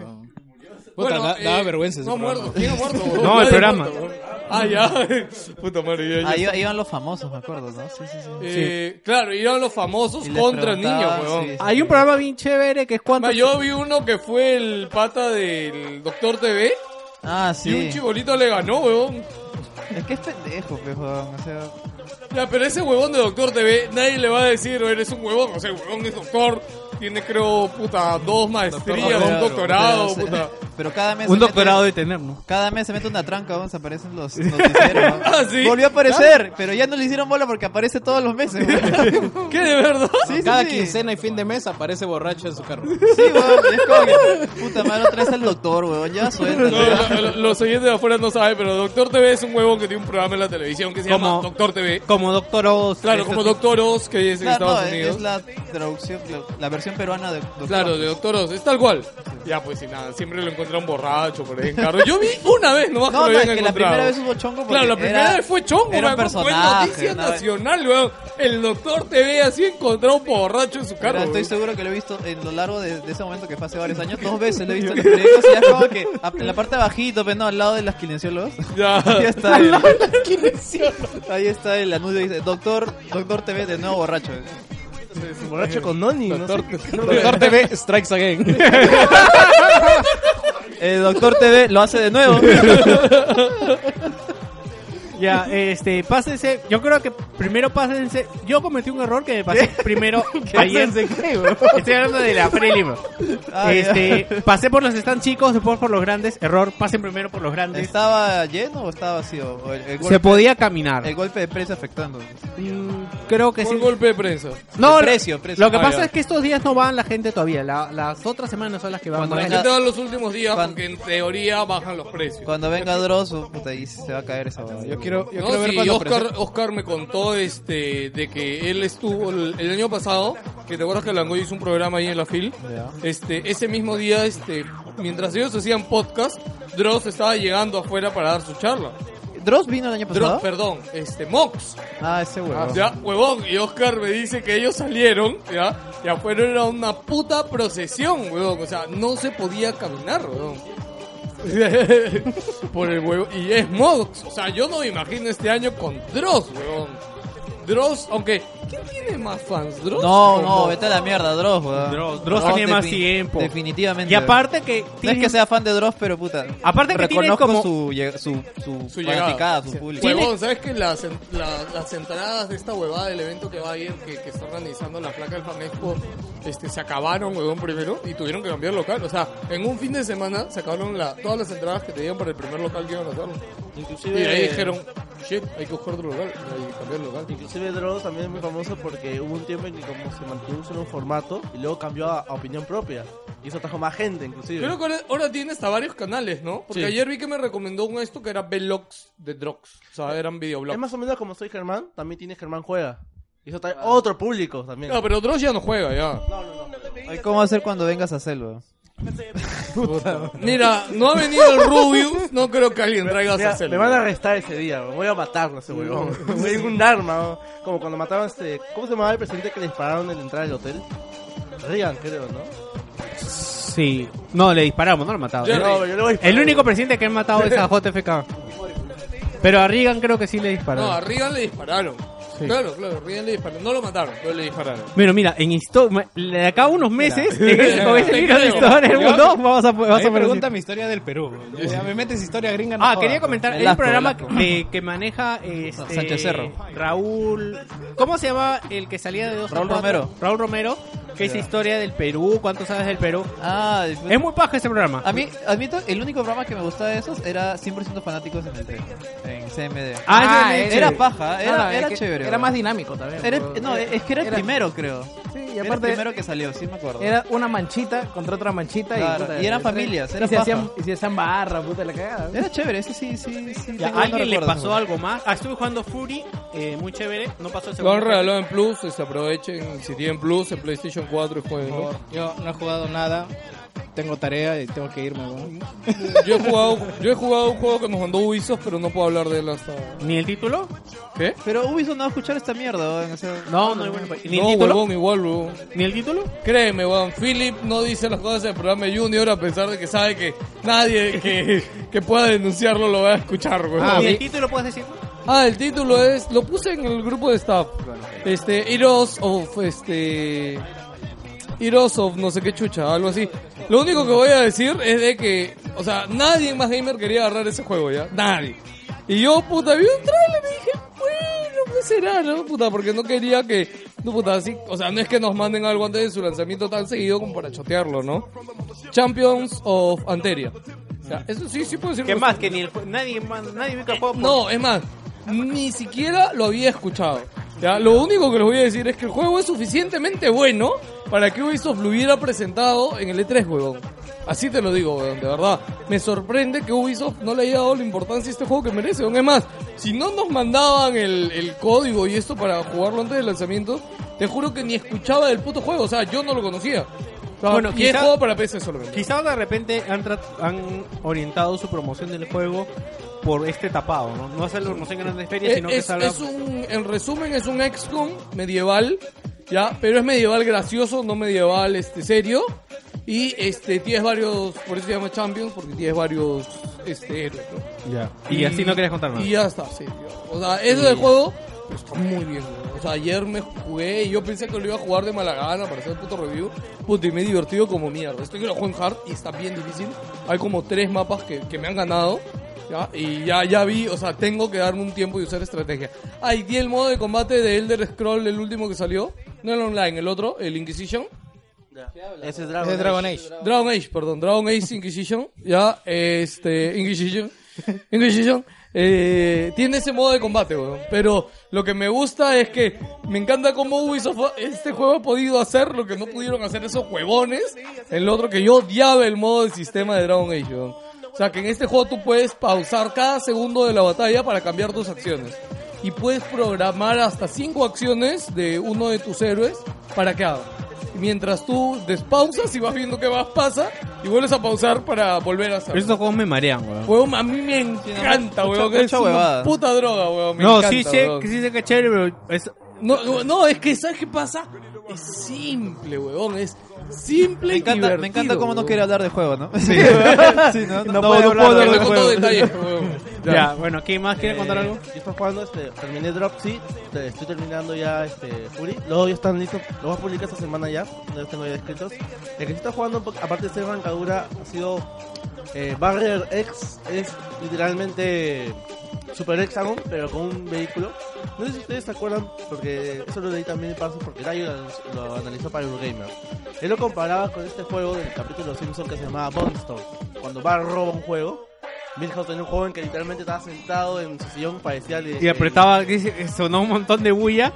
[SPEAKER 2] Puta, da- daba vergüenza ese
[SPEAKER 5] No ha
[SPEAKER 2] programa.
[SPEAKER 5] muerto. ¿Quién ha muerto?
[SPEAKER 1] No, el
[SPEAKER 5] Nadie
[SPEAKER 1] programa.
[SPEAKER 5] ha muerto. Ah, ya. Puta madre. ya, ya.
[SPEAKER 6] Ahí ahí iban los famosos, me acuerdo, ¿no? Sí, sí, Ah, sí.
[SPEAKER 5] Eh, Claro, iban los famosos
[SPEAKER 6] Y les
[SPEAKER 5] contra niños,
[SPEAKER 6] preguntaban,
[SPEAKER 5] weón.
[SPEAKER 6] sí, sí.
[SPEAKER 1] Hay un programa bien chévere que es cuánto.
[SPEAKER 5] Ma, Ah, Yo vi uno que fue el pata del Doctor TV
[SPEAKER 6] Ah,
[SPEAKER 5] y un
[SPEAKER 6] sí.
[SPEAKER 5] chibolito le ganó, weón.
[SPEAKER 6] Es que es pendejo, pejo. O sea,
[SPEAKER 5] Ya, pero ese huevón de Doctor TV, nadie le va a decir, "Oh, eres un huevón. O sea, el huevón es doctor, tiene creo, puta, dos maestrías, un doctorado,
[SPEAKER 6] pero,
[SPEAKER 5] puta.
[SPEAKER 6] pero cada mes.
[SPEAKER 1] Un
[SPEAKER 6] se
[SPEAKER 1] doctorado de
[SPEAKER 6] mete-
[SPEAKER 1] tener, ¿no?
[SPEAKER 6] Cada mes se mete una tranca, weón, se aparecen los noticieros. weón.
[SPEAKER 5] Ah, ¿sí?
[SPEAKER 6] Volvió a aparecer, pero ya no le hicieron bola porque aparece todos los meses. weón.
[SPEAKER 5] ¿Qué, de verdad?
[SPEAKER 6] Sí,
[SPEAKER 2] Cada
[SPEAKER 6] sí, sí.
[SPEAKER 2] quincena y fin de mes aparece borracho en su carro.
[SPEAKER 6] Sí, weón, es como que, puta madre, otra vez al doctor, weón, ya suéltate.
[SPEAKER 5] No, lo- lo- los oyentes de afuera no saben, pero Doctor TV es un huevón que tiene un programa en la televisión que se llama
[SPEAKER 1] Como-
[SPEAKER 5] Doctor TV.
[SPEAKER 1] Como Doctor Oz.
[SPEAKER 5] Claro,
[SPEAKER 1] ese
[SPEAKER 5] como
[SPEAKER 1] tipo-
[SPEAKER 5] Doctor Oz, que es en
[SPEAKER 6] Claro,
[SPEAKER 5] Estados
[SPEAKER 6] no, es,
[SPEAKER 5] Unidos.
[SPEAKER 6] es la traducción, la, la versión peruana de doctor.
[SPEAKER 5] Claro, de Doctor Oz, es tal cual. Ya, pues, y nada, siempre lo encuentran borracho por ahí en carro. Yo vi una vez, no más
[SPEAKER 6] No,
[SPEAKER 5] que
[SPEAKER 6] no,
[SPEAKER 5] lo
[SPEAKER 6] es
[SPEAKER 5] habían
[SPEAKER 6] que la
[SPEAKER 5] encontrado.
[SPEAKER 6] primera vez hubo chongo porque
[SPEAKER 5] Claro, la primera
[SPEAKER 6] era-
[SPEAKER 5] vez fue chongo,
[SPEAKER 6] era un
[SPEAKER 5] weón, fue
[SPEAKER 6] personaje,
[SPEAKER 5] noticia
[SPEAKER 6] una vez.
[SPEAKER 5] nacional, weón. El doctor TV así encontrado borracho en su
[SPEAKER 6] Mira,
[SPEAKER 5] carro.
[SPEAKER 6] estoy
[SPEAKER 5] weón.
[SPEAKER 6] seguro que lo he visto en lo largo de, de ese momento que fue hace varios años, dos veces lo he visto en los periódicos y ya es como que a- en la parte de abajito, pero no, al lado de las kinesiólogos. Ahí
[SPEAKER 5] Ya.
[SPEAKER 6] está el, ahí está el anuncio dice, doctor, doctor TV de nuevo borracho.
[SPEAKER 4] Borracho con Noni, no
[SPEAKER 5] Doctor,
[SPEAKER 4] sé.
[SPEAKER 2] Doctor TV Strikes Again.
[SPEAKER 6] El Eh, doctor TV lo hace de nuevo.
[SPEAKER 1] Ya, este, pásense. Yo creo que primero pásense. Yo cometí un error que me pasé primero ayer. Estoy hablando de la prelim.
[SPEAKER 6] Ah, ya.
[SPEAKER 1] este, pasé por los stands chicos, después por los grandes. Error, pasen primero por los grandes.
[SPEAKER 6] ¿Estaba lleno o estaba vacío? O el, el
[SPEAKER 1] Se
[SPEAKER 6] golpe,
[SPEAKER 1] podía caminar.
[SPEAKER 6] el golpe de prensa afectando.
[SPEAKER 1] Mm, creo que
[SPEAKER 5] Fue
[SPEAKER 1] sí.
[SPEAKER 5] un golpe de prensa.
[SPEAKER 1] No,
[SPEAKER 6] El precio, precio.
[SPEAKER 1] lo que
[SPEAKER 5] Ah,
[SPEAKER 1] pasa
[SPEAKER 5] ya.
[SPEAKER 1] es que estos días no van la gente todavía. La- las otras semanas son las que van
[SPEAKER 6] Cuando
[SPEAKER 1] más.
[SPEAKER 5] La
[SPEAKER 6] venga-
[SPEAKER 5] gente va los últimos días
[SPEAKER 6] Cuando-
[SPEAKER 5] porque en teoría bajan los precios.
[SPEAKER 6] Cuando venga Dross, oh, puta, ahí se va a caer esa boda.
[SPEAKER 2] Yo quiero, yo
[SPEAKER 5] No,
[SPEAKER 2] quiero ver
[SPEAKER 5] sí,
[SPEAKER 2] cuando
[SPEAKER 5] Oscar, Oscar me contó este de que él estuvo el, el año pasado, que te acuerdas que Langoy hizo un programa ahí en la FIL. Este, ese mismo día, este, mientras ellos hacían podcast, Dross estaba llegando afuera para dar su charla.
[SPEAKER 6] ¿Dross vino el año pasado?
[SPEAKER 5] Dross, perdón, este, Mox.
[SPEAKER 6] Ah, ese huevo.
[SPEAKER 5] Ya, huevón, y Oscar me dice que ellos salieron, ya, y afuera era una puta procesión, huevón, o sea, no se podía caminar, huevón. Por el huevo, y es Mox, o sea, yo no me imagino este año con Dross, huevón. Dross, aunque, ¿quién tiene más fans, Dross?
[SPEAKER 6] No,
[SPEAKER 5] o
[SPEAKER 6] no,
[SPEAKER 5] Mox?
[SPEAKER 6] vete a la mierda, Dross, weón.
[SPEAKER 1] Dross, Dross tiene más tiempo.
[SPEAKER 6] Definitivamente.
[SPEAKER 1] Y aparte que
[SPEAKER 6] No es
[SPEAKER 1] tiene-
[SPEAKER 6] que sea fan de Dross, pero puta.
[SPEAKER 1] Aparte que tiene
[SPEAKER 6] reconozco
[SPEAKER 1] como-
[SPEAKER 6] su, lleg- su, su,
[SPEAKER 5] Su llegada.
[SPEAKER 6] fanaticada, su público.
[SPEAKER 5] Huevón, ¿sabes que las, en- la- las entradas de esta huevada del evento que va a ir, que, que está organizando la placa del Fan Expo, este, se acabaron, huevón, primero y tuvieron que cambiar local? O sea, en un fin de semana se acabaron la- todas las entradas que tenían para el primer local que iban a hacerlo. Y
[SPEAKER 4] Inclusive,
[SPEAKER 5] de ahí dijeron, shit, hay que buscar otro local, hay que cambiar local.
[SPEAKER 4] Inclusive Dross también es muy famoso porque hubo un tiempo en que como se mantuvo solo un formato y luego cambió a, a opinión propia. Y eso trajo más gente, inclusive.
[SPEAKER 5] Creo que ahora, ahora tiene hasta varios canales, ¿no? Porque
[SPEAKER 4] Sí.
[SPEAKER 5] ayer vi que me recomendó un esto que era Velox de Drox. O sea, eran
[SPEAKER 4] Es
[SPEAKER 5] videoblogs.
[SPEAKER 4] más o menos como soy Germán, también tiene Germán Juega. Y eso trae otro público también.
[SPEAKER 5] No, pero Drox ya no juega, ya.
[SPEAKER 6] Ay, ¿Cómo va a ser cuando vengas a hacerlo?
[SPEAKER 5] Mira, no ha venido el Rubius, no creo que alguien traiga
[SPEAKER 4] Mira,
[SPEAKER 5] a hacerlo.
[SPEAKER 4] me van a arrestar ese día, me voy a matarlo ese huevón. Voy a ir con un arma, ¿no? como cuando mataron a este. ¿Cómo se llamaba el presidente que le dispararon en la entrada del hotel? Reagan, creo, ¿no?
[SPEAKER 1] Sí. No, le disparamos, no lo matamos.
[SPEAKER 5] Jerry.
[SPEAKER 4] No, yo le voy a disparar.
[SPEAKER 1] El único presidente que han matado es a JFK. Pero a Reagan creo que sí le
[SPEAKER 5] No, a
[SPEAKER 1] dispararon.
[SPEAKER 5] Reagan le dispararon.
[SPEAKER 1] Sí.
[SPEAKER 5] Claro, claro, a Reagan le dispararon. No lo mataron, pero le dispararon.
[SPEAKER 1] Bueno, mira, en historia, de acá a unos meses, en este ese- con ese
[SPEAKER 5] Te
[SPEAKER 1] libro de
[SPEAKER 5] creo.
[SPEAKER 1] historia del mundo, vamos a, vas a
[SPEAKER 2] me
[SPEAKER 1] ver-
[SPEAKER 2] pregunta mi historia del Perú. Ya me metes historia gringa. no
[SPEAKER 1] Ah,
[SPEAKER 2] jodas.
[SPEAKER 1] quería comentar,
[SPEAKER 6] El
[SPEAKER 1] el
[SPEAKER 6] asco,
[SPEAKER 1] programa
[SPEAKER 6] el asco.
[SPEAKER 1] de- que maneja este,
[SPEAKER 6] Sánchez Cerro.
[SPEAKER 1] Raúl, ¿cómo se llama el que salía de dos a
[SPEAKER 6] Raúl
[SPEAKER 1] cuatro?
[SPEAKER 6] Romero.
[SPEAKER 1] Raúl Romero, que es historia del Perú, ¿cuánto sabes del Perú?
[SPEAKER 6] Ah,
[SPEAKER 1] Es muy paja ese programa.
[SPEAKER 6] A mí, admito, el único programa que me gustaba de esos era 100% fanáticos en el tren, en CMD.
[SPEAKER 1] Ah,
[SPEAKER 6] Ah,
[SPEAKER 1] ese.
[SPEAKER 6] era paja, era,
[SPEAKER 8] Ah,
[SPEAKER 6] era
[SPEAKER 8] es que
[SPEAKER 6] chévere.
[SPEAKER 8] Era
[SPEAKER 6] weón.
[SPEAKER 8] más dinámico también.
[SPEAKER 6] Era-
[SPEAKER 8] weón.
[SPEAKER 6] no, es que era el
[SPEAKER 8] Era-
[SPEAKER 6] primero, creo.
[SPEAKER 8] Sí, y
[SPEAKER 6] Era el
[SPEAKER 8] aparte
[SPEAKER 6] primero que salió, sí me acuerdo.
[SPEAKER 8] era una manchita contra otra manchita
[SPEAKER 6] Claro,
[SPEAKER 8] y, puta,
[SPEAKER 6] y eran
[SPEAKER 8] entonces-
[SPEAKER 6] familias, era
[SPEAKER 8] y se
[SPEAKER 6] paja.
[SPEAKER 8] hacían y se hacían barra, puta la cagada. ¿eh?
[SPEAKER 6] Era chévere, ese sí, sí, sí.
[SPEAKER 1] Ya,
[SPEAKER 6] tengo
[SPEAKER 1] ¿A alguien
[SPEAKER 6] buenos
[SPEAKER 1] le
[SPEAKER 6] recuerdos,
[SPEAKER 1] pasó
[SPEAKER 6] weón.
[SPEAKER 1] algo más? Ah, estuve jugando Fury, eh, muy chévere, no pasó el
[SPEAKER 5] Lo han
[SPEAKER 1] segundo.
[SPEAKER 5] regalado en Plus, se aprovechen. Si tienen Plus, en PlayStation 4 y jueguen. ¿no?
[SPEAKER 2] Yo no he jugado nada. Tengo tarea y tengo que irme. weón.
[SPEAKER 5] Yo he jugado, yo he jugado un juego que nos mandó Ubisoft, pero no puedo hablar de él hasta.
[SPEAKER 1] ¿Ni el título?
[SPEAKER 5] ¿Qué?
[SPEAKER 6] Pero Ubisoft no va a escuchar esta mierda, weón, o sea,
[SPEAKER 1] No, no, bueno, pues, ¿ni
[SPEAKER 5] No,
[SPEAKER 1] el título?
[SPEAKER 5] huevón, igual, huevón.
[SPEAKER 1] ¿Ni el título?
[SPEAKER 5] Créeme, weón, Philip no dice las cosas en el programa de Junior a pesar de que sabe que nadie que, que pueda denunciarlo lo va a escuchar, weón.
[SPEAKER 1] ¿Ni el título puedes decirlo?
[SPEAKER 5] Ah, el título es, lo puse en el grupo de staff. Este, Heroes of, este... Heroes of no sé qué chucha, algo así. Lo único que voy a decir es de que, o sea, nadie en más gamer quería agarrar ese juego ya. Nadie. Y yo, puta, vi un trailer y dije, bueno, ¿qué será, no? Puta, porque no quería que, no, puta, así, o sea, no es que nos manden algo antes de su lanzamiento tan seguido como para chotearlo, ¿no? Champions of Anteria. O sea, eso sí, sí puedo decir
[SPEAKER 1] Que más, que ni el Eh, jue- nadie, más, nadie ubica el juego. por-
[SPEAKER 5] no, es más, ni siquiera lo había escuchado. Ya, lo único que les voy a decir es que el juego es suficientemente bueno para que Ubisoft lo hubiera presentado en el E3, huevón. Así te lo digo, huevón, de verdad. Me sorprende que Ubisoft no le haya dado la importancia a este juego que merece, huevón. Es más, si no nos mandaban el, el código y esto para jugarlo antes del lanzamiento, te juro que ni escuchaba del puto juego, o sea, yo no lo conocía. O sea,
[SPEAKER 1] Bueno,
[SPEAKER 5] y es
[SPEAKER 1] quizá-
[SPEAKER 5] juego para PC solamente.
[SPEAKER 1] Quizás de repente han, tra- han orientado su promoción del juego por este tapado, ¿no? No hacer la promoción en grandes ferias,
[SPEAKER 5] Es,
[SPEAKER 1] sino que
[SPEAKER 5] es-
[SPEAKER 1] salga...
[SPEAKER 5] es un, en resumen, es un XCOM medieval, ya, pero es medieval gracioso, no medieval este serio. Y este tienes varios, por eso se llama Champions, porque tienes varios este héroes, ¿no?
[SPEAKER 1] Y así no querías contar nada.
[SPEAKER 5] Y ya está, sí. tío. O sea, eso del juego pues, está muy bien, güey. O sea, ayer me jugué y yo pensé que lo iba a jugar de mala gana para hacer el puto review. Puta, y me he divertido como mierda. Estoy que lo juego en hard y está bien difícil. Hay como tres mapas que, que me han ganado. ¿ya? Y ya, ya vi, o sea, tengo que darme un tiempo y usar estrategia. Ah, y di el modo de combate de Elder Scroll, el último que salió. No el online, el otro, el Inquisition.
[SPEAKER 4] Ese es Dragon,
[SPEAKER 2] Es Dragon
[SPEAKER 4] Age.
[SPEAKER 2] Age.
[SPEAKER 5] Dragon Age, perdón, Dragon Age Inquisition, ya, este, Inquisition, Inquisition, eh, tiene ese modo de combate, weón, pero lo que me gusta es que me encanta cómo Ubisoft, este juego ha podido hacer lo que no pudieron hacer esos huevones, el otro que yo odiaba el modo del sistema de Dragon Age, weón. O sea, que en este juego tú puedes pausar cada segundo de la batalla para cambiar tus acciones. Y puedes programar hasta cinco acciones de uno de tus héroes para que haga. Mientras tú despausas y vas viendo qué más pasa y vuelves a pausar para volver a hacer.
[SPEAKER 1] Pero estos juegos me marean, weón.
[SPEAKER 5] Huevón, a mí me encanta, huevón. que
[SPEAKER 6] mucha
[SPEAKER 5] Es una
[SPEAKER 6] huevada.
[SPEAKER 5] puta droga, huevón. me
[SPEAKER 1] No,
[SPEAKER 5] encanta,
[SPEAKER 1] sí sé,
[SPEAKER 5] huevón.
[SPEAKER 1] sí sé que es chévere, pero es-
[SPEAKER 5] No, no, no, es que ¿sabes qué pasa? Es simple, huevón. Es simple
[SPEAKER 6] Me encanta,
[SPEAKER 5] y
[SPEAKER 6] me encanta cómo no quiere
[SPEAKER 5] quiero
[SPEAKER 6] hablar de juego, ¿no? Sí, no, no puede
[SPEAKER 1] no
[SPEAKER 6] hablar
[SPEAKER 1] puedo
[SPEAKER 6] de
[SPEAKER 1] hablar de
[SPEAKER 6] juego.
[SPEAKER 1] juego.
[SPEAKER 5] detalles, huevón.
[SPEAKER 1] Ya, bueno, ¿quién más quiere contar algo?
[SPEAKER 4] Eh, Yo estoy jugando, este, terminé Drop Seed, te- estoy terminando ya este, Fury. Luego ya están listos, lo voy a publicar esta semana ya, no los tengo ya escritos. El que está jugando, un po- aparte de ser rancadura, ha sido eh, Barrier X, es literalmente Super Hexagon, pero con un vehículo. No sé si ustedes se acuerdan, porque eso lo leí también en paso, porque Dayo lo- lo analizó para Eurogamer. Él lo comparaba con este juego del capítulo Simpson que se llamaba Bone Storm. Cuando Bar roba un juego, Milhouse tenía un joven que literalmente estaba sentado en su sillón, parecía... le-
[SPEAKER 1] Y apretaba, dice, sonó un montón de bulla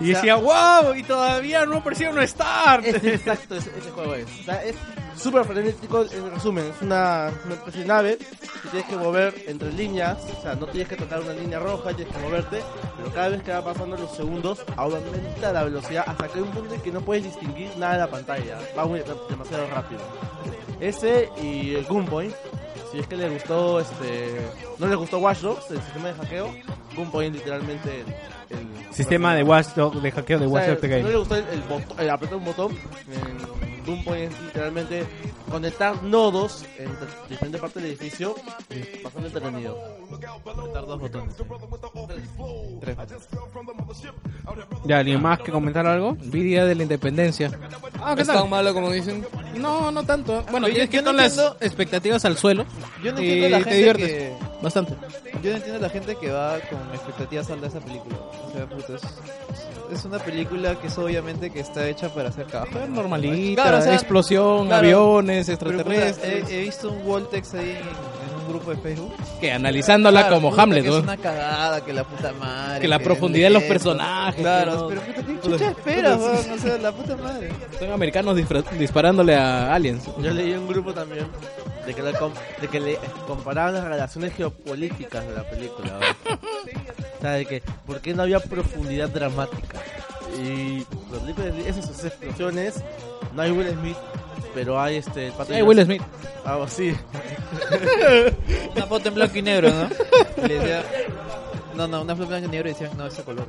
[SPEAKER 1] y
[SPEAKER 4] O sea-
[SPEAKER 1] decía, wow, y todavía no apareció un start.
[SPEAKER 4] Es exacto, ese, ese juego es. O sea, es súper frenético, en resumen, es una, una especie de nave que tienes que mover entre líneas, o sea, no tienes que tocar una línea roja, tienes que moverte, pero cada vez que va pasando los segundos, aumenta la velocidad hasta que hay un punto en que no puedes distinguir nada de la pantalla, va muy- demasiado rápido. Ese y el Gunpoint, si es que le gustó, este, no le gustó Watch Dogs, el sistema de hackeo, Gunpoint literalmente... El, el-
[SPEAKER 1] Sistema de watchdog, de hackeo de
[SPEAKER 4] o sea,
[SPEAKER 1] watchdog the
[SPEAKER 4] No
[SPEAKER 1] Game.
[SPEAKER 4] le gustó el, el bot- el apretar un botón. En Doom puedes literalmente conectar nodos en t- diferentes partes del edificio. y Bastante entretenido. Apretar dos botones.
[SPEAKER 1] Ya, ¿alguien más que comentar algo?
[SPEAKER 2] Día de la Independencia.
[SPEAKER 1] Ah, ¿qué
[SPEAKER 5] Es
[SPEAKER 1] tal?
[SPEAKER 5] tan malo como dicen.
[SPEAKER 2] No, no tanto. Bueno,
[SPEAKER 6] Oye,
[SPEAKER 2] tienes que
[SPEAKER 6] yo no
[SPEAKER 2] quitar las
[SPEAKER 6] entiendo-
[SPEAKER 2] expectativas al suelo.
[SPEAKER 6] Yo no
[SPEAKER 2] y
[SPEAKER 6] entiendo la
[SPEAKER 2] te
[SPEAKER 6] gente
[SPEAKER 2] diviertes.
[SPEAKER 6] que...
[SPEAKER 2] Bastante.
[SPEAKER 6] Yo no entiendo la gente que va con expectativas altas a esa película. O sea, puta, es- es una película que es obviamente que está hecha para hacer caja.
[SPEAKER 2] Normalita,
[SPEAKER 6] Claro, o sea,
[SPEAKER 2] explosión,
[SPEAKER 6] claro.
[SPEAKER 2] aviones,
[SPEAKER 6] Pero, puta, eh,
[SPEAKER 2] extraterrestres.
[SPEAKER 6] he, he visto un Voltex ahí en, en un grupo de Facebook.
[SPEAKER 2] que analizándola
[SPEAKER 6] eh, Claro,
[SPEAKER 2] como
[SPEAKER 6] puta,
[SPEAKER 2] Hamlet,
[SPEAKER 6] que Es
[SPEAKER 2] ¿no?
[SPEAKER 6] una cagada, que la puta madre.
[SPEAKER 2] Que la profundidad de los
[SPEAKER 6] esto.
[SPEAKER 2] personajes,
[SPEAKER 6] Claro,
[SPEAKER 2] que no-
[SPEAKER 6] pero puta, ¿qué chucha esperas, weón? O sea, la puta madre.
[SPEAKER 2] Son americanos disfra- disparándole a aliens.
[SPEAKER 4] Yo leí un grupo también de que, la com- de que le comparaban las relaciones geopolíticas de la película. ¿verdad? o sea, de que por qué no había profundidad dramática. Y los películas esas, esas explosiones, no hay Will Smith, pero hay este... el pato
[SPEAKER 2] Hey,
[SPEAKER 4] de-
[SPEAKER 2] Will Smith.
[SPEAKER 4] Ah, sí.
[SPEAKER 6] Una foto en blanco y negro, ¿no? Le decía... No, no, una foto en blanco y negro y decían, no, ese color.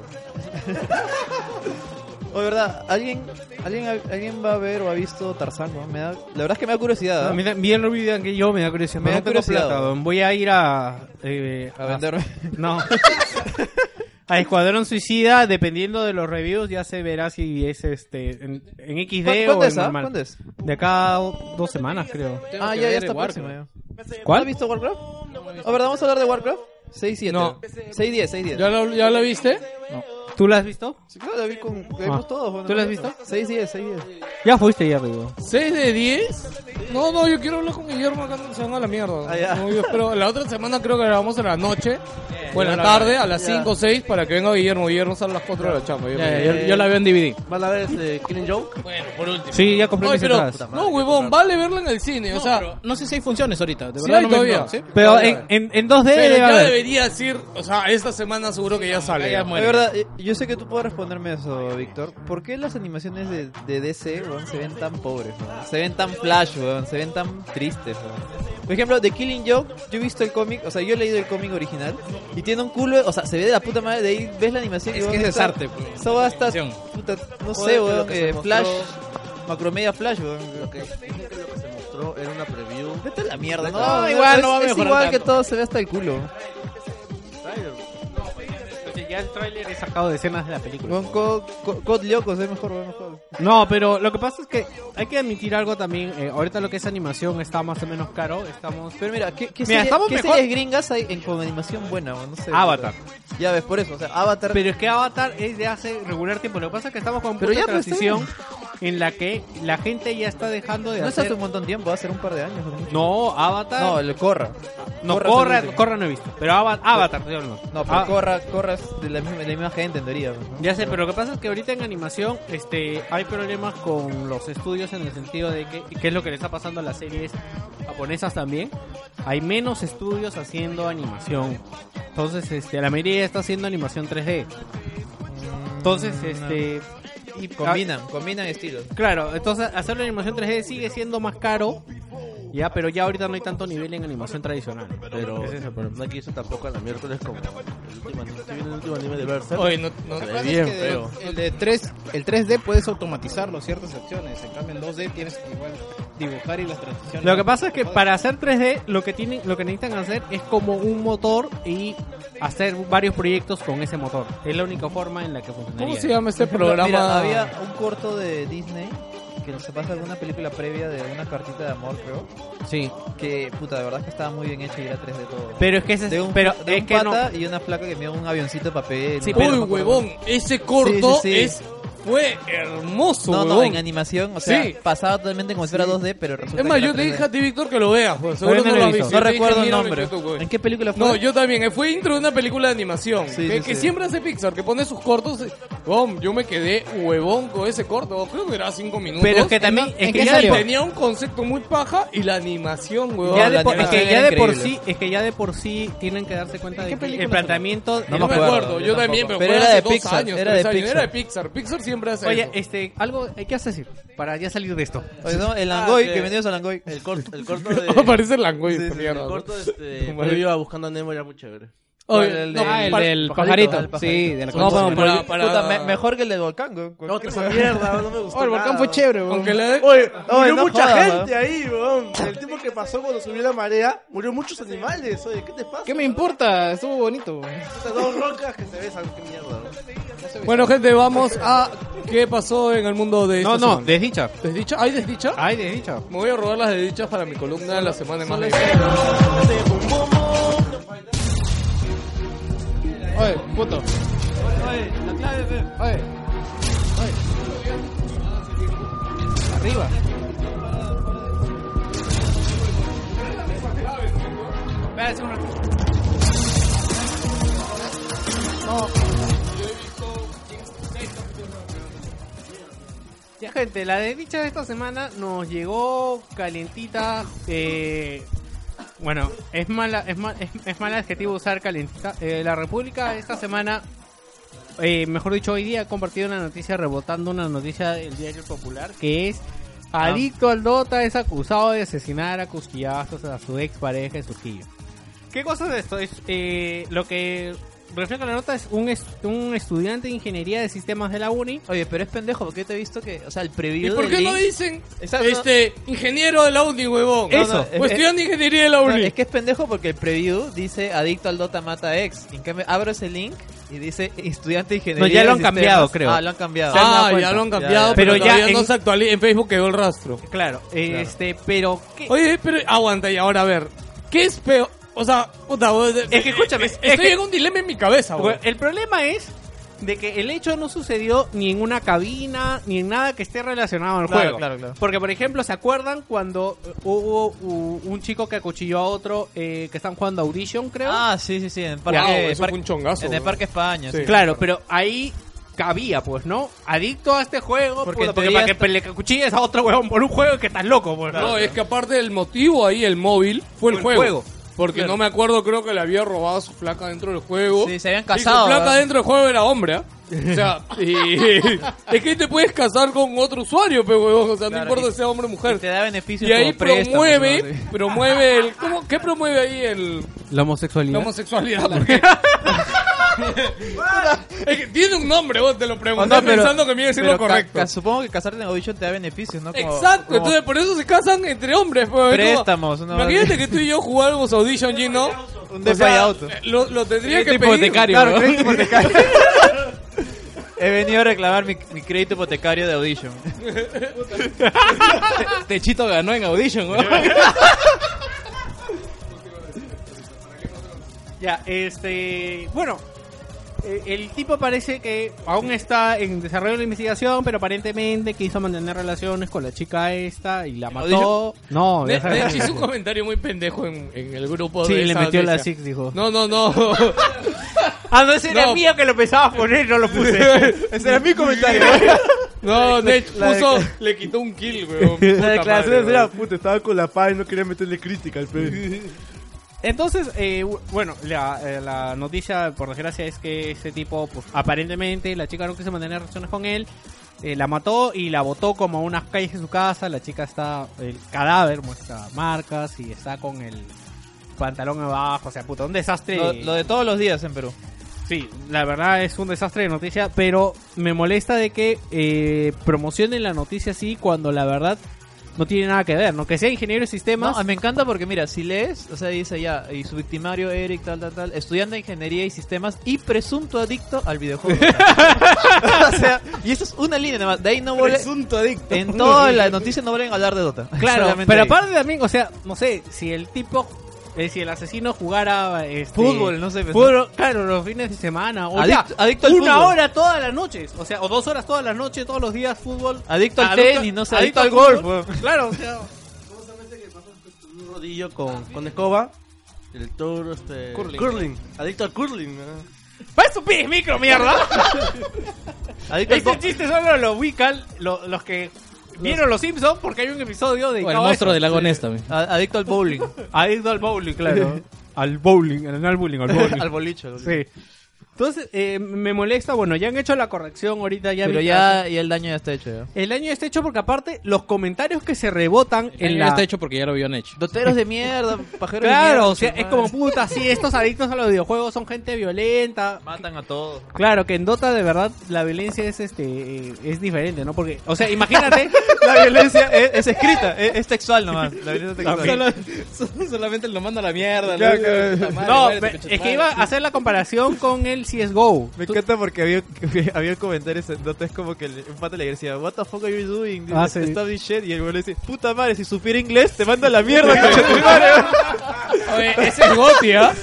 [SPEAKER 6] O verdad, ¿alguien, alguien, alguien va a ver o ha visto Tarzán, weón? Me da- la verdad es que me da curiosidad.
[SPEAKER 1] No,
[SPEAKER 6] ¿eh?
[SPEAKER 1] me da- vi el review de que yo me da curiosidad.
[SPEAKER 6] Me
[SPEAKER 1] pero
[SPEAKER 6] da
[SPEAKER 1] no tengo
[SPEAKER 6] curiosidad.
[SPEAKER 1] plata, don. Voy a ir a. eh,
[SPEAKER 6] A venderme.
[SPEAKER 1] No. a Escuadrón Suicida, dependiendo de los reviews, ya se verá si es este en, en XD
[SPEAKER 6] ¿Cuán-
[SPEAKER 1] o
[SPEAKER 6] ¿Cuándo
[SPEAKER 1] en
[SPEAKER 6] es, ah?
[SPEAKER 1] normal.
[SPEAKER 6] ¿Cuándo es?
[SPEAKER 1] De acá o- dos semanas, creo.
[SPEAKER 5] Tengo
[SPEAKER 6] Ah,
[SPEAKER 5] que
[SPEAKER 6] ya, ya
[SPEAKER 5] ver
[SPEAKER 6] está
[SPEAKER 5] Warcraft.
[SPEAKER 6] próxima. ya. ¿Has
[SPEAKER 1] ¿Cuál?
[SPEAKER 6] visto Warcraft? ¿O verdad vamos a hablar de Warcraft? 6-7.
[SPEAKER 5] No.
[SPEAKER 6] 6-10, 6-10.
[SPEAKER 5] ¿Ya lo, ¿Ya lo viste?
[SPEAKER 1] ¿Tú la has visto?
[SPEAKER 6] Sí, Claro, la vi con. La vimos
[SPEAKER 1] Ah.
[SPEAKER 6] todos. Bueno,
[SPEAKER 1] ¿Tú la has visto?
[SPEAKER 6] 6-10, 6-10.
[SPEAKER 1] Ya fuiste ya, Rigo.
[SPEAKER 5] ¿6 de 10? No, no, yo quiero hablar con Guillermo acá no se van a la mierda.
[SPEAKER 6] Ah, ya.
[SPEAKER 5] No, yo espero- la otra semana creo que grabamos en la noche
[SPEAKER 2] Eh,
[SPEAKER 5] o en la tarde, a las
[SPEAKER 6] Ya.
[SPEAKER 5] 5 o 6, para que venga Guillermo. Guillermo sale a las 4 de la chamba. yo me-
[SPEAKER 2] yo, yo la veo en DVD.
[SPEAKER 4] ¿Van a ver este Killing Joke?
[SPEAKER 5] Bueno, por último.
[SPEAKER 1] Sí, ya compré
[SPEAKER 5] Oye,
[SPEAKER 1] mis
[SPEAKER 5] pero,
[SPEAKER 1] entradas.
[SPEAKER 5] no, huevón, vale verla en el cine. o sea,
[SPEAKER 2] No sé si hay funciones ahorita. De
[SPEAKER 5] Sí
[SPEAKER 2] verdad
[SPEAKER 5] hay
[SPEAKER 2] no me-
[SPEAKER 5] todavía.
[SPEAKER 2] no, ¿sí?
[SPEAKER 1] Pero en, en, en 2D
[SPEAKER 5] pero
[SPEAKER 1] debe
[SPEAKER 5] ya
[SPEAKER 1] haber.
[SPEAKER 5] deberías ir. O sea, esta semana seguro que ya sale.
[SPEAKER 2] ya
[SPEAKER 6] De
[SPEAKER 2] muere.
[SPEAKER 6] verdad, eh, yo sé que tú puedes responderme eso, Víctor. ¿Por qué las animaciones de, de DC weón, se ven tan pobres? weón? Se ven tan flash, weón, se ven tan tristes. weón? Por ejemplo, The Killing Joke, yo he visto el cómic, o sea, yo he leído el cómic original y tiene un culo, o sea, se ve de la puta madre, de ahí ves la animación y
[SPEAKER 2] Es que
[SPEAKER 6] weón,
[SPEAKER 2] ese es
[SPEAKER 6] esta-
[SPEAKER 2] arte, pues.
[SPEAKER 6] Esa weá está,
[SPEAKER 2] Animación.
[SPEAKER 6] puta, no sé,
[SPEAKER 4] Joder, pero
[SPEAKER 6] weón,
[SPEAKER 4] que se
[SPEAKER 6] eh,
[SPEAKER 4] mostró-
[SPEAKER 6] Flash, Macromedia Flash, weón.
[SPEAKER 4] Lo que, lo que se mostró era una preview.
[SPEAKER 6] Vete a la mierda, no,
[SPEAKER 2] No, igual no va a
[SPEAKER 6] es, es
[SPEAKER 2] mejorar
[SPEAKER 6] igual que
[SPEAKER 2] tanto.
[SPEAKER 6] todo se ve hasta el culo.
[SPEAKER 4] Trailer.
[SPEAKER 1] Ya el tráiler es sacado de escenas de la película.
[SPEAKER 6] Weón, Cod Cod- Cod Lyoko se ve mejor, weón, mejor.
[SPEAKER 1] No, pero lo que pasa es que hay que admitir algo también. eh, ahorita lo que es animación está más o menos caro. Estamos.
[SPEAKER 6] Pero mira, ¿qué, qué,
[SPEAKER 1] Mira,
[SPEAKER 6] serie-
[SPEAKER 1] estamos
[SPEAKER 6] qué
[SPEAKER 1] mejor-
[SPEAKER 6] series gringas hay en, con animación buena? weón? No sé,
[SPEAKER 1] Avatar.
[SPEAKER 6] puta. Ya ves, por eso. O sea, Avatar.
[SPEAKER 1] Pero es que Avatar es de hace regular tiempo. Lo que pasa es que estamos con
[SPEAKER 6] Pero
[SPEAKER 1] una
[SPEAKER 6] ya, pues, está
[SPEAKER 1] transición en la que la gente ya está dejando de
[SPEAKER 6] no es
[SPEAKER 1] hacer.
[SPEAKER 6] hace un montón de tiempo, va a ser un par de años. ¿no?
[SPEAKER 1] No, Avatar.
[SPEAKER 6] No, el Corra.
[SPEAKER 1] No,
[SPEAKER 6] Corra
[SPEAKER 1] Corra,
[SPEAKER 6] es el último.
[SPEAKER 1] Corra no he visto. Pero Ava- Avatar, estoy hablando.
[SPEAKER 6] No, pero
[SPEAKER 1] Ah,
[SPEAKER 6] Corra, Corra es de la misma, de la misma gente, en teoría. ¿no?
[SPEAKER 1] Ya sé, pero lo que pasa es que ahorita en animación este, hay problemas con los estudios en el sentido de que, qué es lo que le está pasando a las series japonesas también, hay menos estudios haciendo animación. Entonces, este, la mayoría está haciendo animación 3D. Entonces, este...
[SPEAKER 6] Mm,
[SPEAKER 1] Y,
[SPEAKER 6] Combinan, combinan estilos.
[SPEAKER 1] ah, claro, entonces hacer la animación 3D sigue siendo más caro, ya, pero ya ahorita no hay tanto nivel en animación tradicional.
[SPEAKER 4] Pero
[SPEAKER 1] Ese es el problema.
[SPEAKER 4] no hay que irse tampoco a la miércoles como el último anime. Estoy viendo el último anime de Berserk.
[SPEAKER 5] Oye, no, no,
[SPEAKER 4] Se ve bien feo.
[SPEAKER 2] El, de 3, el 3D puedes automatizarlo ciertas acciones. En cambio, en 2D tienes que igual dibujar y las transiciones.
[SPEAKER 1] Lo que pasa es que para hacer 3D lo que tienen, lo que necesitan hacer es como un motor y hacer varios proyectos con ese motor. Es la única forma en la que funcionaría.
[SPEAKER 5] ¿Cómo se llama este
[SPEAKER 6] Mira,
[SPEAKER 5] programa?
[SPEAKER 6] había un corto de Disney que se pasa alguna película previa de una cartita de amor, creo.
[SPEAKER 1] Sí.
[SPEAKER 6] Que, puta, de verdad es que estaba muy bien hecho y era 3D todo.
[SPEAKER 1] Pero es que ese
[SPEAKER 6] de un,
[SPEAKER 1] pero
[SPEAKER 6] de
[SPEAKER 1] es
[SPEAKER 6] un
[SPEAKER 1] que no.
[SPEAKER 6] pata y una placa que mira un avioncito de papel.
[SPEAKER 1] Sí,
[SPEAKER 6] una-
[SPEAKER 1] pero-
[SPEAKER 5] Uy,
[SPEAKER 6] no me acuerdo.
[SPEAKER 5] huevón, ese corto
[SPEAKER 6] Sí, sí, sí.
[SPEAKER 5] es fue hermoso,
[SPEAKER 6] No, no,
[SPEAKER 5] huevón.
[SPEAKER 6] en animación, o sea,
[SPEAKER 5] Sí.
[SPEAKER 6] pasaba totalmente como si fuera 2D, pero resulta
[SPEAKER 5] es más,
[SPEAKER 6] que era
[SPEAKER 5] yo te
[SPEAKER 6] 3D.
[SPEAKER 5] dije a ti, Víctor, que lo veas. huevón, Seguro
[SPEAKER 1] Todavía no
[SPEAKER 5] no
[SPEAKER 1] lo
[SPEAKER 5] lo
[SPEAKER 1] he
[SPEAKER 5] has
[SPEAKER 1] visto.
[SPEAKER 5] visto.
[SPEAKER 6] No
[SPEAKER 5] Yo te dije,
[SPEAKER 6] recuerdo el
[SPEAKER 5] míralo en
[SPEAKER 6] nombre.
[SPEAKER 5] YouTube, huevón.
[SPEAKER 6] ¿En qué película fue?
[SPEAKER 5] No, yo también. eh, Fue intro de una película de animación.
[SPEAKER 6] Sí,
[SPEAKER 5] que
[SPEAKER 6] sí,
[SPEAKER 5] que
[SPEAKER 6] sí.
[SPEAKER 5] siempre hace Pixar, que pone sus cortos. Bom, yo me quedé huevón con ese corto. Creo que era cinco minutos.
[SPEAKER 1] Pero es que también es que
[SPEAKER 5] Y
[SPEAKER 1] ya de por,
[SPEAKER 5] tenía un concepto muy paja y la animación, huevón.
[SPEAKER 1] ya
[SPEAKER 6] la
[SPEAKER 1] de por- es
[SPEAKER 6] animación
[SPEAKER 1] que ya
[SPEAKER 6] era
[SPEAKER 1] de por
[SPEAKER 6] increíble.
[SPEAKER 1] sí es que ya de por sí tienen que darse cuenta de
[SPEAKER 2] qué
[SPEAKER 1] que el
[SPEAKER 2] película
[SPEAKER 1] planteamiento
[SPEAKER 5] No, me acuerdo, yo, también, pero,
[SPEAKER 6] Pero
[SPEAKER 5] fue
[SPEAKER 6] era
[SPEAKER 5] hace
[SPEAKER 6] de
[SPEAKER 5] dos
[SPEAKER 6] Pixar,
[SPEAKER 5] años,
[SPEAKER 6] era
[SPEAKER 5] tres
[SPEAKER 6] de
[SPEAKER 5] años,
[SPEAKER 6] Pixar.
[SPEAKER 5] Era de Pixar. Pixar siempre hace
[SPEAKER 1] Oye,
[SPEAKER 5] eso.
[SPEAKER 1] este algo eh, ¿qué vas a decir para ya salir de esto?
[SPEAKER 6] Oye, no, el Langoy,
[SPEAKER 4] Ah,
[SPEAKER 6] que
[SPEAKER 4] que-
[SPEAKER 6] bienvenidos a Langoy.
[SPEAKER 4] El corto, el corto de...
[SPEAKER 5] Aparece el langoy.
[SPEAKER 4] Sí,
[SPEAKER 5] esta
[SPEAKER 4] sí,
[SPEAKER 5] mierda,
[SPEAKER 4] el
[SPEAKER 5] ¿no?
[SPEAKER 4] corto este,
[SPEAKER 5] Madre.
[SPEAKER 4] yo iba buscando a Nemo era muy chévere.
[SPEAKER 5] Oye,
[SPEAKER 6] el
[SPEAKER 5] no,
[SPEAKER 6] de-
[SPEAKER 2] Ah, el
[SPEAKER 5] para-
[SPEAKER 2] del
[SPEAKER 6] pajarito,
[SPEAKER 2] pajarito.
[SPEAKER 6] el pajarito.
[SPEAKER 2] Sí, de la
[SPEAKER 5] No,
[SPEAKER 2] concha.
[SPEAKER 5] pero para, para-
[SPEAKER 6] Puta, me- mejor que el del volcán, güey.
[SPEAKER 4] No, que esa mierda, no me gustó
[SPEAKER 2] Oh, el volcán
[SPEAKER 4] nada.
[SPEAKER 2] fue chévere, weón.
[SPEAKER 5] Aunque le
[SPEAKER 4] Oye,
[SPEAKER 6] Oye,
[SPEAKER 4] murió
[SPEAKER 6] no
[SPEAKER 4] mucha
[SPEAKER 6] jodas,
[SPEAKER 4] gente ahí, weón. El tiempo que pasó cuando subió la marea, murió muchos animales. Oye, ¿qué te pasa?
[SPEAKER 2] ¿Qué me importa? Estuvo bonito.
[SPEAKER 4] Esas dos rocas que se besan, qué mierda. weón.
[SPEAKER 5] Bueno, gente, vamos a qué pasó en el mundo de esta
[SPEAKER 1] No, Ah. no,
[SPEAKER 5] semana.
[SPEAKER 1] desdicha.
[SPEAKER 5] ¿Desdicha? ¿Hay desdicha?
[SPEAKER 1] Ay, desdicha.
[SPEAKER 5] Me voy a robar las desdichas para mi columna de la semana más lejos.
[SPEAKER 2] Oye, puto. Oye, la clave, Oye. Oye. Arriba.
[SPEAKER 1] Ya gente, la desdicha de esta semana nos llegó calientita. eh, bueno, es mala, es mal, es, es mal adjetivo usar calientita. Eh, la República esta semana, eh, mejor dicho hoy día, ha compartido una noticia rebotando una noticia del diario popular que es adicto al Dota es acusado de asesinar a cusquillazos a su ex pareja en Trujillo. ¿Qué cosa es esto? Es, eh, lo que refleja la nota es un, est- un estudiante de ingeniería de sistemas de la uni.
[SPEAKER 6] Oye, pero es pendejo, porque yo te he visto que, o sea, el preview
[SPEAKER 5] ¿Y por
[SPEAKER 6] del
[SPEAKER 5] qué no
[SPEAKER 6] link-
[SPEAKER 5] dicen
[SPEAKER 6] Exacto.
[SPEAKER 5] este ingeniero de la UNI, huevón?
[SPEAKER 1] Eso.
[SPEAKER 5] No, no,
[SPEAKER 6] es-
[SPEAKER 5] Cuestión de ingeniería de la
[SPEAKER 6] No,
[SPEAKER 5] UNI.
[SPEAKER 6] es que es pendejo porque el preview dice adicto al Dota mata a ex. En cambio, abro ese link y dice estudiante de ingeniería.
[SPEAKER 1] No, ya lo
[SPEAKER 6] de
[SPEAKER 1] han
[SPEAKER 6] sistemas.
[SPEAKER 1] cambiado, creo.
[SPEAKER 6] Ah, lo han cambiado.
[SPEAKER 1] Se han dado
[SPEAKER 5] ah,
[SPEAKER 1] cuenta.
[SPEAKER 5] ya lo han cambiado,
[SPEAKER 6] Ya, ya.
[SPEAKER 5] pero,
[SPEAKER 1] Pero ya
[SPEAKER 5] todavía no
[SPEAKER 1] en-
[SPEAKER 5] se actualiza. En Facebook quedó el rastro.
[SPEAKER 1] Claro, eh, este, pero ¿qué?
[SPEAKER 5] Oye, pero aguanta y ahora a ver. ¿Qué es peor? O sea, puta, weón,
[SPEAKER 1] Es que escúchame,
[SPEAKER 5] es-
[SPEAKER 1] es
[SPEAKER 5] estoy
[SPEAKER 1] que-
[SPEAKER 5] en un dilema en mi cabeza, weón.
[SPEAKER 1] Bueno, el problema es de que el hecho no sucedió ni en una cabina, ni en nada que esté relacionado al
[SPEAKER 6] Claro,
[SPEAKER 1] juego.
[SPEAKER 6] claro, claro.
[SPEAKER 1] Porque, por ejemplo, ¿se acuerdan cuando eh, hubo u- un chico que acuchilló a otro eh, que están jugando Audition, creo?
[SPEAKER 6] Ah, sí, sí, sí, en el Parque,
[SPEAKER 5] Wow, eso
[SPEAKER 6] parque-
[SPEAKER 5] fue un chongazo,
[SPEAKER 6] En el
[SPEAKER 5] weón.
[SPEAKER 6] Parque España.
[SPEAKER 5] Sí.
[SPEAKER 6] sí.
[SPEAKER 1] claro, pero ahí cabía, pues, ¿no? Adicto a este juego,
[SPEAKER 6] Porque
[SPEAKER 1] puta,
[SPEAKER 6] en
[SPEAKER 1] porque
[SPEAKER 6] teoría
[SPEAKER 1] para que
[SPEAKER 6] está- eh.
[SPEAKER 1] pe- le acuchilles a otro huevón por un juego que estás loco, pues. ¿no?
[SPEAKER 5] No, es que aparte del motivo ahí, el móvil, fue el
[SPEAKER 1] Fue el
[SPEAKER 5] juego.
[SPEAKER 1] juego.
[SPEAKER 5] Porque
[SPEAKER 1] Claro.
[SPEAKER 5] no me acuerdo, creo que le había robado a su flaca dentro del juego.
[SPEAKER 6] Sí, se habían
[SPEAKER 5] Y
[SPEAKER 6] casado,
[SPEAKER 5] su flaca
[SPEAKER 6] ¿verdad?
[SPEAKER 5] dentro del juego era hombre, ¿ah? O sea, y- es que te puedes casar con otro usuario, pero huevón. O sea,
[SPEAKER 6] Claro,
[SPEAKER 5] no importa
[SPEAKER 6] y-
[SPEAKER 5] si sea hombre o
[SPEAKER 6] Y
[SPEAKER 5] mujer.
[SPEAKER 6] te da beneficios
[SPEAKER 5] Y ahí
[SPEAKER 6] como préstamos,
[SPEAKER 5] promueve,
[SPEAKER 6] ¿no? Sí.
[SPEAKER 5] promueve el... ¿cómo, ¿Qué promueve ahí el,
[SPEAKER 1] La homosexualidad.
[SPEAKER 5] la homosexualidad? porque- es que tiene un nombre, vos te lo pregunté
[SPEAKER 6] No, pero-
[SPEAKER 5] pensando que me iba a decir
[SPEAKER 6] pero
[SPEAKER 5] lo
[SPEAKER 6] ca-
[SPEAKER 5] correcto.
[SPEAKER 6] ca- supongo que casarte en Audition te da beneficios, ¿no? Como-
[SPEAKER 5] Exacto,
[SPEAKER 6] como-
[SPEAKER 5] entonces por eso se casan entre hombres. pues, ¿no?
[SPEAKER 6] Préstamos, una
[SPEAKER 5] Imagínate
[SPEAKER 6] madre.
[SPEAKER 5] que tú y yo jugáramos Audition Gino.
[SPEAKER 6] Un
[SPEAKER 5] O sea,
[SPEAKER 6] DeFi auto.
[SPEAKER 5] Lo, lo tendría que
[SPEAKER 6] Crédito
[SPEAKER 5] pedir.
[SPEAKER 6] hipotecario,
[SPEAKER 5] Claro,
[SPEAKER 6] ¿no?
[SPEAKER 5] crédito hipotecario.
[SPEAKER 6] He venido a reclamar mi, mi crédito hipotecario de Audition.
[SPEAKER 2] Techito ganó en Audition, weón.
[SPEAKER 1] Ya, este. Bueno, eh, el tipo parece que aún está en desarrollo de la investigación, pero aparentemente quiso mantener relaciones con la chica esta y la mató. No,
[SPEAKER 5] De,
[SPEAKER 1] esa-
[SPEAKER 5] de hecho, hice un comentario muy pendejo en, en el grupo
[SPEAKER 1] Sí,
[SPEAKER 5] de
[SPEAKER 1] le
[SPEAKER 5] esa
[SPEAKER 1] metió la
[SPEAKER 5] iglesia.
[SPEAKER 1] six, dijo.
[SPEAKER 5] No, no, no.
[SPEAKER 1] Ah, no, ese era
[SPEAKER 5] No.
[SPEAKER 1] mío que lo pensaba poner, Ah, no lo puse.
[SPEAKER 6] Ese era mi comentario.
[SPEAKER 5] No, de hecho,
[SPEAKER 6] la de-
[SPEAKER 5] puso, le quitó un kill, weón.
[SPEAKER 6] La declaración
[SPEAKER 5] Puta madre,
[SPEAKER 6] era-
[SPEAKER 5] weón.
[SPEAKER 4] Puta, estaba con la paz y no quería meterle crítica al pez.
[SPEAKER 1] Entonces, eh, bu- bueno, la, eh, la noticia, por desgracia, es que ese tipo, pues, aparentemente, la chica no quiso mantener relaciones con él, eh, la mató y la botó como a unas calles de su casa. La chica está, el cadáver muestra marcas y está con el pantalón abajo, o sea, puta, un desastre.
[SPEAKER 6] Lo, lo de todos los días en Perú.
[SPEAKER 1] Sí, la verdad es un desastre de noticia, pero me molesta de que eh, promocionen la noticia así cuando la verdad no tiene nada que ver, ¿no? Que sea ingeniero de sistemas.
[SPEAKER 6] No, me encanta porque mira, si lees, o sea, dice ya, y su victimario Eric, tal, tal, tal, estudiante de ingeniería y sistemas y presunto adicto al videojuego. o sea, y eso es una línea nada más. De ahí no vuelve.
[SPEAKER 2] Presunto adicto.
[SPEAKER 6] En toda la noticia no vuelven a hablar de Dota.
[SPEAKER 1] Claro,
[SPEAKER 6] Solamente
[SPEAKER 1] pero
[SPEAKER 6] ahí.
[SPEAKER 1] aparte también, o sea, no sé, si el tipo, eh, si el asesino jugara este,
[SPEAKER 6] Fútbol, no sé, pues,
[SPEAKER 1] fútbol, claro, los fines de semana, o
[SPEAKER 6] Adicto-
[SPEAKER 1] sea,
[SPEAKER 6] adicto al
[SPEAKER 1] una
[SPEAKER 6] fútbol.
[SPEAKER 1] hora todas las noches, o sea, o dos horas todas las noches, todos los días fútbol,
[SPEAKER 6] Adicto al tenis, no sé, adicto al golf,
[SPEAKER 1] fútbol. claro, o sea,
[SPEAKER 4] Un rodillo con, con escoba. El toro, este.
[SPEAKER 5] Curling.
[SPEAKER 4] Adicto al curling. ¿no?
[SPEAKER 1] para eso pides micro, mierda.
[SPEAKER 6] Adicto al
[SPEAKER 1] Este
[SPEAKER 6] po-
[SPEAKER 1] chiste solo lo ubican lo- los que vieron los Simpsons porque hay un episodio de
[SPEAKER 2] O el monstruo del lago Nesta, weón.
[SPEAKER 6] a- adicto al bowling.
[SPEAKER 1] adicto al bowling, claro, al bowling, no al bullying, al bowling.
[SPEAKER 6] al boliche. al boliche.
[SPEAKER 1] Sí. Entonces, eh, me molesta. Bueno, ya han hecho la corrección ahorita. Ya
[SPEAKER 6] Pero
[SPEAKER 1] mi-
[SPEAKER 6] ya, ya el daño ya está hecho. ya.
[SPEAKER 1] El daño está hecho porque, aparte, los comentarios que se rebotan en
[SPEAKER 2] El
[SPEAKER 1] la.
[SPEAKER 2] está hecho porque ya lo habían hecho.
[SPEAKER 6] Doteros de mierda, pajeros de mierda.
[SPEAKER 1] Claro, o sea,
[SPEAKER 6] chumales.
[SPEAKER 1] es como puta. Sí, estos adictos a los videojuegos son gente violenta.
[SPEAKER 6] Matan a todos.
[SPEAKER 1] Claro, que en Dota de verdad la violencia es este eh, es diferente, ¿no? Porque, o sea, imagínate.
[SPEAKER 6] La violencia es, es escrita, es, es textual nomás. La violencia es textual.
[SPEAKER 2] Solo- solamente lo manda a la mierda.
[SPEAKER 6] Claro,
[SPEAKER 2] ¿no?
[SPEAKER 6] claro.
[SPEAKER 2] Puta madre,
[SPEAKER 1] no,
[SPEAKER 2] muérete,
[SPEAKER 1] me-
[SPEAKER 2] concha tu
[SPEAKER 1] es que
[SPEAKER 2] madre.
[SPEAKER 1] iba a hacer la comparación con el CSGO.
[SPEAKER 6] Me encanta porque había, había comentarios en Dota, es como que le- un pata le decía, What the fuck are you doing? dude?
[SPEAKER 1] Ah, sí.
[SPEAKER 6] Stop this shit. Y el güey le dice, puta madre, si supiera inglés te manda a la mierda, coño de tu madre".
[SPEAKER 5] Oye, ese es Goti, ¿ah?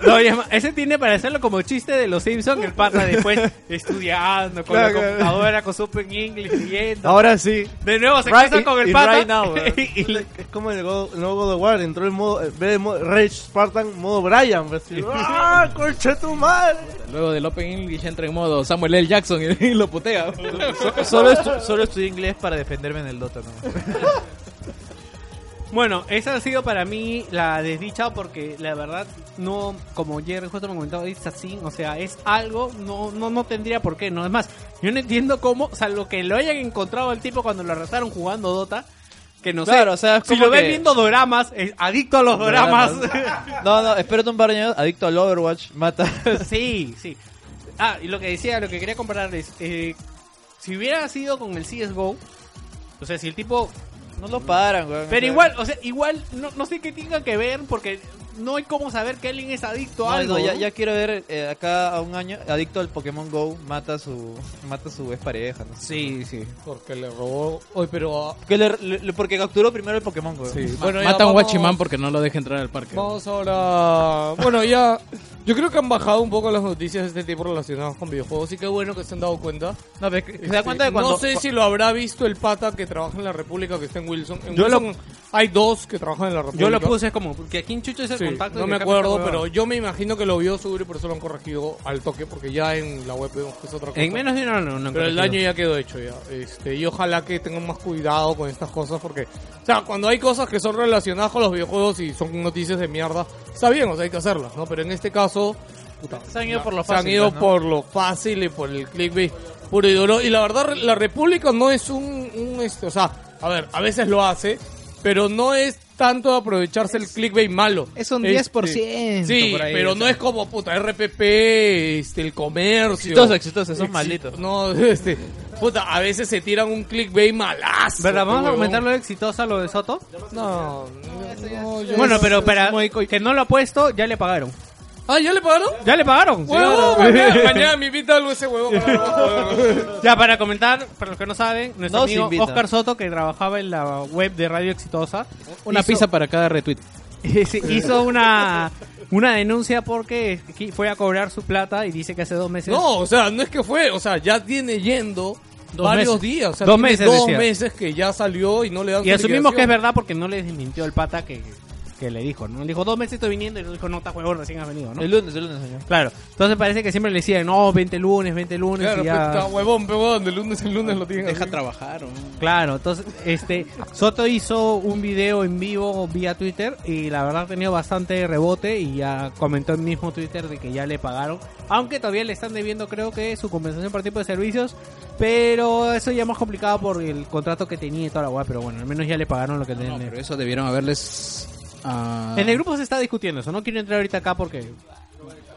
[SPEAKER 1] No, y es más, ese tiene para hacerlo como chiste de los Simpsons, que el pata después estudiando con la
[SPEAKER 6] Claro, claro.
[SPEAKER 1] computadora, con su Open English, leyendo.
[SPEAKER 6] Ahora sí.
[SPEAKER 1] De nuevo se
[SPEAKER 6] Right
[SPEAKER 1] casan
[SPEAKER 6] i-
[SPEAKER 1] con el
[SPEAKER 6] in
[SPEAKER 1] pata.
[SPEAKER 6] right now, bro.
[SPEAKER 1] y- y-
[SPEAKER 4] Es como el, God, el nuevo God of War. Entró el modo. En vez de modo Rage Spartan, modo Brian. pues, así, ¡Ah, concha de tu madre!
[SPEAKER 2] Luego del Open English entra en modo Samuel L. Jackson y, y lo putea.
[SPEAKER 6] Solo, estu- solo estudié inglés para defenderme en el Dota. nomás.
[SPEAKER 1] Bueno, esa ha sido para mí la desdicha porque la verdad no, como Jerry justo me comentaba, es así, o sea, es algo, no, no, no tendría por qué, no es más, yo no entiendo cómo, salvo que lo hayan encontrado al tipo cuando lo arrestaron jugando Dota, que no
[SPEAKER 6] Claro,
[SPEAKER 1] sé,
[SPEAKER 6] o sea, es
[SPEAKER 1] si
[SPEAKER 6] como
[SPEAKER 1] lo ven
[SPEAKER 6] que-
[SPEAKER 1] viendo doramas, es adicto a los doramas.
[SPEAKER 6] No, no, espérate un par de años. Adicto al Overwatch, mata.
[SPEAKER 1] Sí, sí. Ah, y lo que decía, lo que quería compararles, eh, si hubiera sido con el CSGO, o sea, si el tipo
[SPEAKER 6] No lo paran, güey.
[SPEAKER 1] Pero igual, o sea, igual no, no sé qué tenga que ver porque no hay cómo saber que alguien es adicto
[SPEAKER 6] No,
[SPEAKER 1] a algo.
[SPEAKER 6] no, ya,
[SPEAKER 1] ¿no?
[SPEAKER 6] ya quiero ver eh, acá a un año adicto al Pokémon Go mata a su mata a su expareja, ¿no?
[SPEAKER 1] Sí, sí.
[SPEAKER 5] Porque le robó. Oye, pero. ah,
[SPEAKER 6] Que le- le- porque capturó primero el Pokémon Go.
[SPEAKER 5] Bueno, ya
[SPEAKER 2] Mata a un
[SPEAKER 5] vamos-
[SPEAKER 2] guachimán porque no lo deja entrar al parque.
[SPEAKER 5] Vamos ahora. Bueno, ya. Yo creo que han bajado un poco las noticias de este tipo relacionadas con videojuegos. Y qué bueno que se han dado cuenta.
[SPEAKER 6] No, pero es que- se
[SPEAKER 5] Este,
[SPEAKER 6] da cuenta de cuando
[SPEAKER 5] No sé si lo habrá visto el pata que trabaja en la República, que está en Wilson. En
[SPEAKER 1] Yo
[SPEAKER 5] Wilson hay dos que trabajan en la República.
[SPEAKER 1] Yo lo puse como, porque aquí en Chucho es el
[SPEAKER 5] Sí,
[SPEAKER 1] contacto.
[SPEAKER 5] no
[SPEAKER 1] que
[SPEAKER 5] me
[SPEAKER 1] capta
[SPEAKER 5] acuerdo,
[SPEAKER 1] esta
[SPEAKER 5] pero
[SPEAKER 1] huevada.
[SPEAKER 5] yo me imagino que lo vio subir y por eso lo han corregido al toque, porque ya en la web vemos que es otra cosa.
[SPEAKER 1] En menos de una no, no
[SPEAKER 5] Pero el
[SPEAKER 1] corregido.
[SPEAKER 5] daño ya quedó hecho ya. Este, y ojalá que tengan más cuidado con estas cosas porque, o sea, cuando hay cosas que son relacionadas con los videojuegos y son noticias de mierda, está bien, o sea, hay que hacerlas, ¿no? Pero en este caso, puta,
[SPEAKER 6] Se han ido
[SPEAKER 5] la-
[SPEAKER 6] por lo
[SPEAKER 5] se han
[SPEAKER 6] fácil, pues,
[SPEAKER 5] ido
[SPEAKER 6] ¿no?
[SPEAKER 5] por lo fácil y por el clickbait puro y duro. Y la verdad, la República no es un, un, este, o sea, a ver, a veces lo hace, pero no es tanto aprovecharse el clickbait malo.
[SPEAKER 2] Es un
[SPEAKER 5] Este,
[SPEAKER 2] 10%
[SPEAKER 5] sí,
[SPEAKER 2] por ahí,
[SPEAKER 5] pero
[SPEAKER 2] o
[SPEAKER 5] no es como puta RPP, este, el comercio.
[SPEAKER 6] exitoso, exitoso, son
[SPEAKER 5] Exi-
[SPEAKER 6] malditos.
[SPEAKER 5] No, este. Puta, a veces se tiran un clickbait malazo.
[SPEAKER 1] ¿Verdad? ¿Vamos a
[SPEAKER 5] huevón.
[SPEAKER 1] aumentar lo de exitosa lo de Soto?
[SPEAKER 5] No, no, yo-
[SPEAKER 1] Bueno, pero para que no lo ha puesto, ya le pagaron.
[SPEAKER 5] Ah, ¿ya le pagaron?
[SPEAKER 1] ¿Ya le pagaron?
[SPEAKER 5] Huevón, mañana, mañana me invita algo ese huevón.
[SPEAKER 1] Ya, para comentar, para los que no saben, nuestro
[SPEAKER 6] Nos
[SPEAKER 1] amigo
[SPEAKER 6] invita.
[SPEAKER 1] Oscar Soto, que trabajaba en la web de Radio Exitosa,
[SPEAKER 2] Una
[SPEAKER 1] hizo-
[SPEAKER 2] pizza para cada retweet.
[SPEAKER 1] sí, hizo una, una denuncia porque qui- fue a cobrar su plata y dice que hace dos meses...
[SPEAKER 5] No, o sea, no es que fue, o sea, ya tiene yendo
[SPEAKER 1] Dos
[SPEAKER 5] varios
[SPEAKER 1] meses.
[SPEAKER 5] días. O sea,
[SPEAKER 1] Dos
[SPEAKER 5] tiene
[SPEAKER 1] meses,
[SPEAKER 5] Dos
[SPEAKER 1] decía.
[SPEAKER 5] meses que ya salió y no le dan
[SPEAKER 1] Y
[SPEAKER 5] su
[SPEAKER 1] asumimos que es
[SPEAKER 5] liquidación.
[SPEAKER 1] verdad porque no le desmintió el pata que, que le dijo, ¿no? Le dijo, dos meses estoy viniendo y le dijo, no, está huevón, recién has venido, ¿no?
[SPEAKER 6] El lunes, el lunes, señor.
[SPEAKER 1] Claro, entonces parece que siempre le decían, no, 20 lunes, 20 lunes
[SPEAKER 5] Claro,
[SPEAKER 1] y ya...
[SPEAKER 5] pues, está huevón, pero huevón, de lunes en lunes lo tienen
[SPEAKER 2] Deja
[SPEAKER 5] así.
[SPEAKER 2] trabajar. ¿o?
[SPEAKER 1] Claro, entonces este Soto hizo un video en vivo vía Twitter y la verdad ha tenido bastante rebote y ya comentó en mismo Twitter de que ya le pagaron, aunque todavía le están debiendo creo que su compensación por tipo de servicios, pero eso ya es más complicado por el contrato que tenía y toda la weá, pero bueno, al menos ya le pagaron lo que
[SPEAKER 2] No,
[SPEAKER 1] tenían.
[SPEAKER 2] pero eso debieron haberles. ah,
[SPEAKER 1] En el grupo se está discutiendo eso, no quiero entrar ahorita acá porque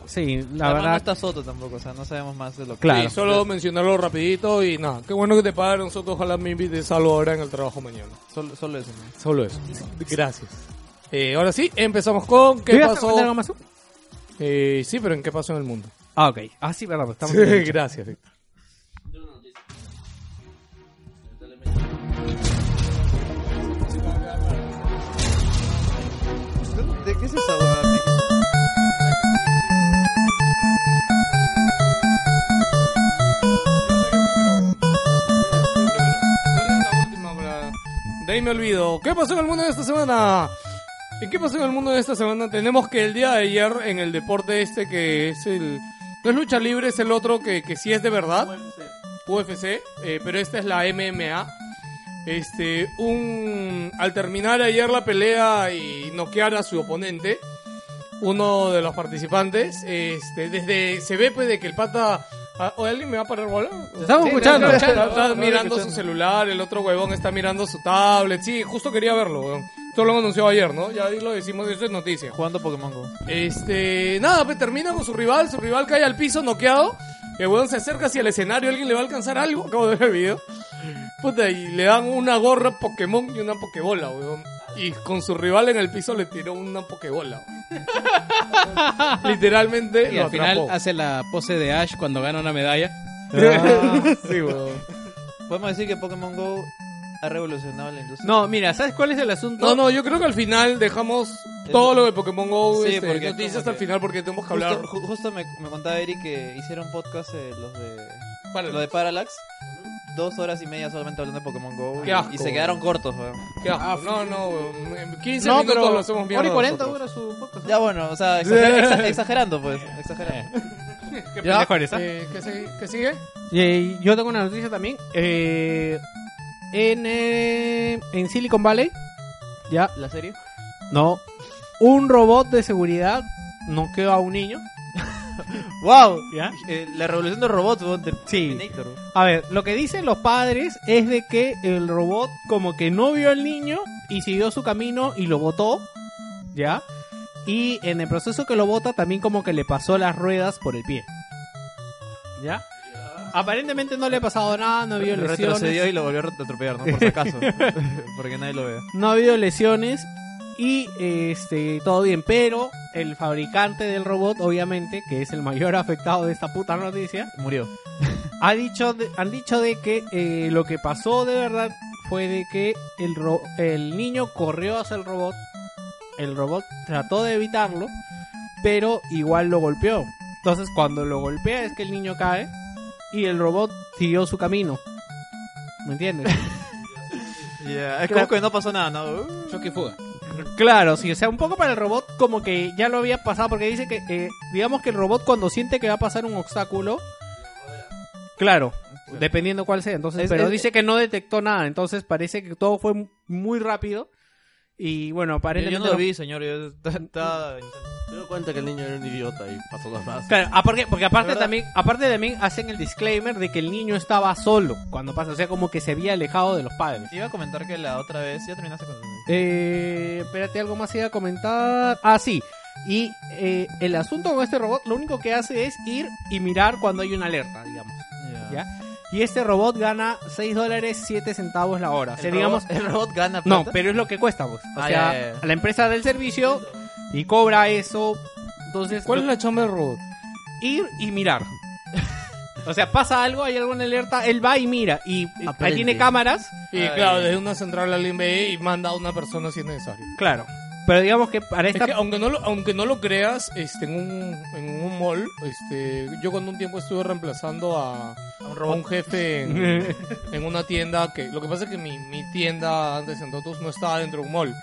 [SPEAKER 1] sí, la
[SPEAKER 6] Además, no
[SPEAKER 1] verdad
[SPEAKER 6] está Soto tampoco, o sea, no sabemos más de lo que
[SPEAKER 1] Claro.
[SPEAKER 5] Sí, solo mencionarlo rapidito y nada. Qué bueno que te pagaron, Soto. Ojalá me invites algo ahora en el trabajo mañana.
[SPEAKER 6] Solo, solo eso. ¿no?
[SPEAKER 5] Solo eso. Gracias. Eh, ahora sí, empezamos con ¿Qué
[SPEAKER 1] ¿Ibas a comentar
[SPEAKER 5] pasó?
[SPEAKER 1] algo más tú?
[SPEAKER 5] Eh, sí, pero ¿en qué pasó en el mundo?
[SPEAKER 1] Ah, ok. Ah, sí, verdad, pues estamos
[SPEAKER 5] Gracias, Víctor.
[SPEAKER 6] ¿De qué es esa huevada?
[SPEAKER 5] De ahí me olvido. ¿Qué pasó en el mundo de esta semana? ¿En qué pasó en el mundo de esta semana? Tenemos que el día de ayer en el deporte este que es el... No es lucha libre, es el otro que, que sí es de verdad. UFC, eh, pero esta es la MMA. Este, un al terminar ayer la pelea y noquear a su oponente, uno de los participantes, este, desde se ve pues de que el pata ah, ¿o alguien me va a parar bola?
[SPEAKER 1] estamos escuchando.
[SPEAKER 5] Está, está mirando su celular, el otro huevón está mirando su tablet. Sí, justo quería verlo, huevón. Esto lo anunció ayer, ¿no? Ya ahí lo decimos, eso es noticia.
[SPEAKER 6] Jugando Pokémon Go.
[SPEAKER 5] Este, nada, pues termina con su rival, su rival cae al piso noqueado. El weón se acerca hacia el escenario, alguien le va a alcanzar algo, acabo de ver el video. Puta, y le dan una gorra Pokémon y una Pokébola, weón. Y con su rival en el piso le tiró una Pokébola. weón. Literalmente
[SPEAKER 2] Y
[SPEAKER 5] lo
[SPEAKER 2] al final
[SPEAKER 5] atrapó.
[SPEAKER 2] hace la pose de Ash cuando gana una medalla.
[SPEAKER 5] sí, weón.
[SPEAKER 6] Podemos decir que Pokémon Go ha revolucionado la industria.
[SPEAKER 1] No, mira, ¿sabes cuál es el asunto?
[SPEAKER 5] No, no, yo creo que al final dejamos todo lo de Pokémon GO,
[SPEAKER 6] Sí,
[SPEAKER 5] este,
[SPEAKER 6] porque
[SPEAKER 5] noticias
[SPEAKER 6] como
[SPEAKER 5] hasta el
[SPEAKER 6] que-
[SPEAKER 5] final porque tenemos que
[SPEAKER 6] justo,
[SPEAKER 5] hablar.
[SPEAKER 6] ju- justo me, me contaba Eric que hicieron podcast eh, los de
[SPEAKER 5] Para-
[SPEAKER 6] lo de Parallax. Dos horas y media solamente hablando de Pokémon Go. y-
[SPEAKER 5] Qué asco,
[SPEAKER 6] y se quedaron cortos, weón.
[SPEAKER 5] Qué asco. no, no, weón. En 15
[SPEAKER 2] No,
[SPEAKER 5] minutos
[SPEAKER 2] pero
[SPEAKER 5] lo hacemos bien.
[SPEAKER 2] hora y 40 dura su podcast.
[SPEAKER 6] Ya bueno, o sea, exager- exa- exagerando, pues. Exagerando.
[SPEAKER 1] Ya,
[SPEAKER 5] Eh, ¿qué, se- qué sigue?
[SPEAKER 1] Eh, yo tengo una noticia también. Eh, en, eh, en Silicon Valley, ya,
[SPEAKER 6] ¿La serie?
[SPEAKER 1] no. Un robot de seguridad noqueó a un niño.
[SPEAKER 6] ¡Wow! Eh,
[SPEAKER 1] ¿Ya?
[SPEAKER 6] la revolución de robots, weón. del
[SPEAKER 1] Sí.
[SPEAKER 6] Terminator, weón.
[SPEAKER 1] A ver, lo que dicen los padres es de que el robot como que no vio al niño y siguió su camino y lo botó, ¿ya? Y en el proceso que lo bota también como que le pasó las ruedas por el pie. ¿Ya? Aparentemente no le ha pasado nada, no vio lesiones.
[SPEAKER 6] Retrocedió y lo volvió a atropellar, ¿no? Por si acaso. Porque nadie lo vea.
[SPEAKER 1] no ha habido lesiones Y este, todo bien, pero el fabricante del robot, obviamente, que es el mayor afectado de esta puta noticia,
[SPEAKER 6] Murió.
[SPEAKER 1] ha dicho de- han dicho de que eh, lo que pasó de verdad fue de que el, ro- el niño corrió hacia el robot, el robot trató de evitarlo, pero igual lo golpeó. Entonces cuando lo golpea es que el niño cae y el robot siguió su camino. ¿Me entiendes?
[SPEAKER 6] Es como que no Uh, pasó nada, ¿no?
[SPEAKER 2] Choque y fuga.
[SPEAKER 1] Claro, sí, o sea, un poco para el robot como que ya lo había pasado, porque dice que, eh, digamos que el robot cuando siente que va a pasar un obstáculo, claro, dependiendo cuál sea, entonces,
[SPEAKER 6] Es-
[SPEAKER 1] pero
[SPEAKER 6] es-
[SPEAKER 1] dice que no detectó nada, entonces parece que todo fue muy rápido y bueno,
[SPEAKER 6] Yo,
[SPEAKER 1] aparentemente...
[SPEAKER 6] no lo
[SPEAKER 1] no-
[SPEAKER 6] vi, señor. Yo estaba...
[SPEAKER 4] Me doy cuenta que el niño era un idiota y pasó las más.
[SPEAKER 1] Claro, ah, porque, porque aparte
[SPEAKER 6] ¿Verdad?
[SPEAKER 1] también, aparte también hacen el disclaimer de que el niño estaba solo cuando pasa, o sea, como que se había alejado de los padres.
[SPEAKER 6] Te iba a comentar que la otra vez ya terminaste con...
[SPEAKER 1] Eh, espérate, algo más iba a comentar. Ah, sí. Y eh, el asunto con este robot, lo único que hace es ir y mirar cuando hay una alerta, digamos. ¿Ya? Y este robot gana 6 dólares 7 centavos la hora. O sea,
[SPEAKER 6] El
[SPEAKER 1] digamos,
[SPEAKER 6] robot- el robot gana
[SPEAKER 1] no,
[SPEAKER 6] plata.
[SPEAKER 1] pero es lo que cuesta, pues. O
[SPEAKER 6] Ah,
[SPEAKER 1] sea,
[SPEAKER 6] ya, ya, ya.
[SPEAKER 1] la empresa del servicio y cobra eso. Entonces,
[SPEAKER 5] ¿Cuál es la chamba del robot?
[SPEAKER 1] ir y mirar. O sea, pasa algo, hay alguna alerta, él va y mira. Y eh, ahí
[SPEAKER 6] Aprende.
[SPEAKER 1] tiene cámaras.
[SPEAKER 5] Y claro, desde una central alguien ve y manda a una persona si es necesario.
[SPEAKER 1] Claro. Pero digamos que para
[SPEAKER 5] Es
[SPEAKER 1] esta
[SPEAKER 5] que aunque no lo, aunque no lo creas, este, en un, en un mall, este, yo cuando un tiempo estuve reemplazando a, a un, jefe en, en una tienda que, lo que pasa es que mi, mi tienda antes en Totus no estaba dentro de un mall.